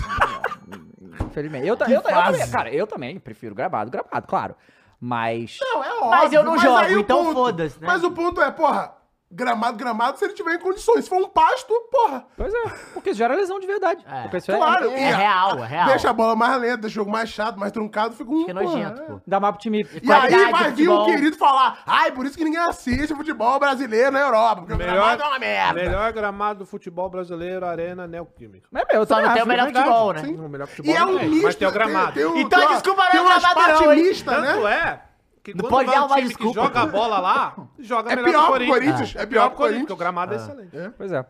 A: Infelizmente. Eu, ta- eu, ta- eu também, cara, eu também prefiro gramado, gramado, claro. Mas
C: Não, é óbvio.
D: Mas eu não jogo,
C: aí o
D: então
C: ponto-
D: foda-se, né?
C: Mas o ponto é, porra, gramado, gramado, se ele tiver em condições. Se for um pasto, porra,
A: Pois é, porque isso gera lesão de verdade.
D: É,
A: O pessoal
C: claro.
D: É real, é real.
C: deixa a bola mais lenta, deixa o jogo mais chato, mais truncado, fica um.
D: Que é
C: porra,
D: nojento,
C: é.
D: pô.
A: dá mapa pro time.
C: E aí
D: Qualidade
C: vai
D: do
C: vir um
D: futebol.
C: querido falar, ai, por isso que ninguém assiste futebol brasileiro na Europa, porque o
B: Melhor,
C: gramado é uma merda.
B: melhor gramado do futebol brasileiro, Arena Neoquímica.
A: Mas, meu, eu
D: Só
A: também
D: não tem
A: acho,
D: o melhor
A: é verdade.
D: futebol, né?
B: Sim, o melhor futebol
C: E é
B: não
C: um
B: tem,
C: misto.
B: Mas tem o
C: tem-
B: gramado.
C: tem um-
D: Então,
C: tem uma-
D: desculpa, não é
C: Tem umas
D: gramado
C: partes
D: não, hein?
C: mistas, né?
B: Tanto é que quando
D: pode
B: vai
D: dar
B: um
D: uma
B: time que
D: desculpa.
B: joga a bola lá, joga
C: É
B: melhor
C: pior
B: que o
C: pro Corinthians, é pior pro
B: porque o
C: Corinthians.
B: gramado é excelente.
A: Pois é.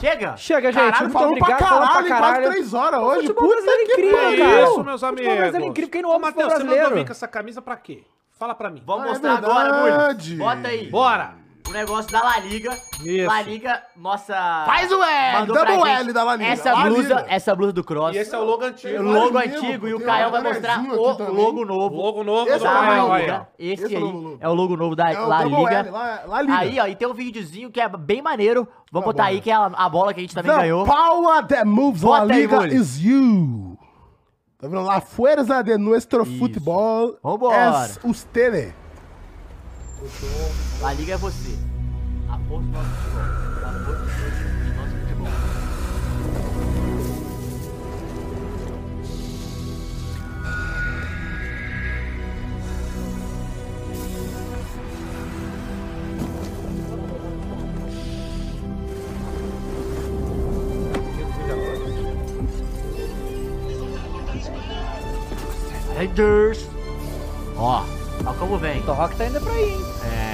D: Chega!
A: Chega, gente.
B: é.
C: Caralho,
A: muito
C: falamos pra
A: obrigado. falamos
C: caralho, em quase três horas hoje.
A: Futebol
C: Puta
A: brasileiro é
C: que
A: incrível,
C: pariu.
A: cara.
B: isso,
A: Futebol
B: meus amigos.
A: brasileiro é incrível, quem não ama
B: Ô, Matheus,
A: futebol
B: você mandou
A: brasileiro?
B: vir com essa camisa pra quê? Fala pra mim.
D: Vamos
C: Ah, é
D: mostrar agora, Bruno.
C: verdade.
D: Bota aí.
B: Bora!
D: O negócio da La Liga.
B: Isso.
D: La Liga, nossa.
C: Faz o L,
D: mandou pra
C: double
D: gente
C: L da La Liga,
D: Essa
C: La
D: blusa,
C: Liga.
D: essa blusa do Cross.
B: E esse é o logo antigo.
C: Eu
D: o logo
C: Olha mesmo,
D: antigo e o
C: tem
D: Caio
C: um
D: vai mostrar
C: bonezinho
D: o
C: aqui também.
D: logo novo.
B: Logo novo
C: Esse
B: do
C: é o
D: da
B: Rael,
C: logo,
B: aí, ó.
D: Liga. Esse,
C: Esse é o
D: aí
C: logo novo.
D: é o logo novo da
C: É o
D: La
C: double
D: Liga.
C: L, La- La Liga.
D: Aí, ó, e tem um videozinho que é bem maneiro. Vamos
C: Tá
D: botar
C: bom.
D: aí que é a, a bola que a gente também
C: The
D: ganhou.
C: power that moves La
D: Bota aí,
C: Liga
D: Mule.
C: is you. Tá vendo? La fuerza de nuestro futebol
D: Vambora.
C: es usted.
D: La Liga é você. A força do nosso futebol. A força do nosso futebol. Rangers! Ó, ó como vem.
A: O Rock tá indo pra aí, hein?
D: É.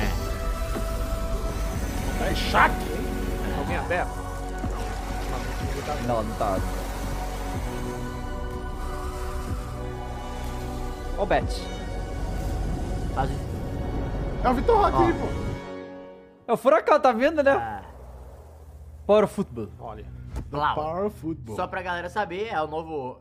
B: Alguém aberto?
A: Não, não tá. Ó o Bet.
D: Faz um o
C: É o Vitor Roque aí, pô.
A: É o Furacão, tá vendo, né?
C: Ah.
A: Power Football.
B: Olha.
D: Blau.
C: Power Football.
D: Só pra galera saber, é o novo.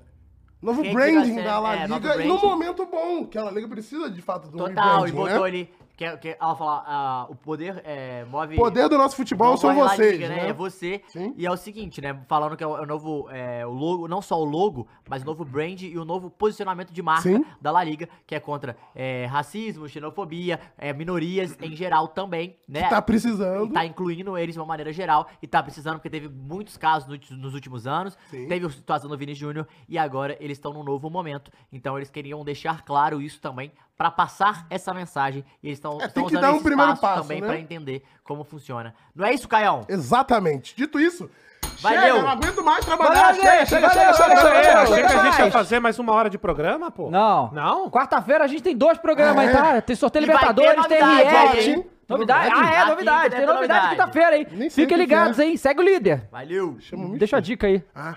C: Novo
D: Quem que vai
C: branding
D: ser?
C: da La
D: É, novo
C: Liga e no
D: branding.
C: momento bom, que a La Liga precisa de fato do
D: Total,
C: rebranding,
D: e botou
C: né?
D: ali. Que, que, ela fala, ah, o poder é, move.
C: O poder do nosso futebol são
D: move La
C: vocês,
D: Liga,
C: né?
D: É você.
C: Sim.
D: E é o seguinte, né? Falando que é o, é o novo é, o logo, não só o logo, mas o novo brand e o novo posicionamento de marca
C: Sim.
D: da La Liga, que é contra é, racismo, xenofobia, é, minorias em geral também, né?
C: Que tá
D: E
C: precisando.
D: tá incluindo eles de uma maneira geral. E tá precisando, porque teve muitos casos no- nos últimos anos.
C: Sim.
D: Teve a situação do Vini Júnior. E agora eles estão num novo momento. Então eles queriam deixar claro isso também. pra passar essa mensagem. E eles estão
C: É,
D: estão
C: tem que dar um primeiro
D: espaço
C: passo,
D: também
C: né?
D: pra entender como funciona. Não é isso, Caião?
C: Exatamente. Dito isso,
D: Valeu.
C: chega, eu não aguento mais trabalhar.
A: Valeu,
C: Chega,
A: gente,
C: chega, chega,
A: valeu, valeu,
C: chega, chega, chega,
A: valeu,
B: Chega,
C: chega,
B: a gente vai
A: mais.
B: fazer mais uma hora de programa, pô?
A: Não.
B: Não?
A: Quarta-feira a gente tem dois programas,
C: É.
A: tá? Tem sorteio
D: E vai ter
A: Libertadores, tem
D: novidade,
A: RL.
C: hein?
A: hein? Novidade?
C: Novidade?
A: Ah,
D: Na
A: é, novidade. Tem
D: quinta tem
A: novidade
D: novidade.
A: quinta-feira, hein?
C: Nem sei o
A: Fiquem
C: que que
A: ligados,
C: é.
A: hein? Segue o líder.
D: Valeu!
C: Chama o Michel.
A: Deixa a dica aí.
C: Ah.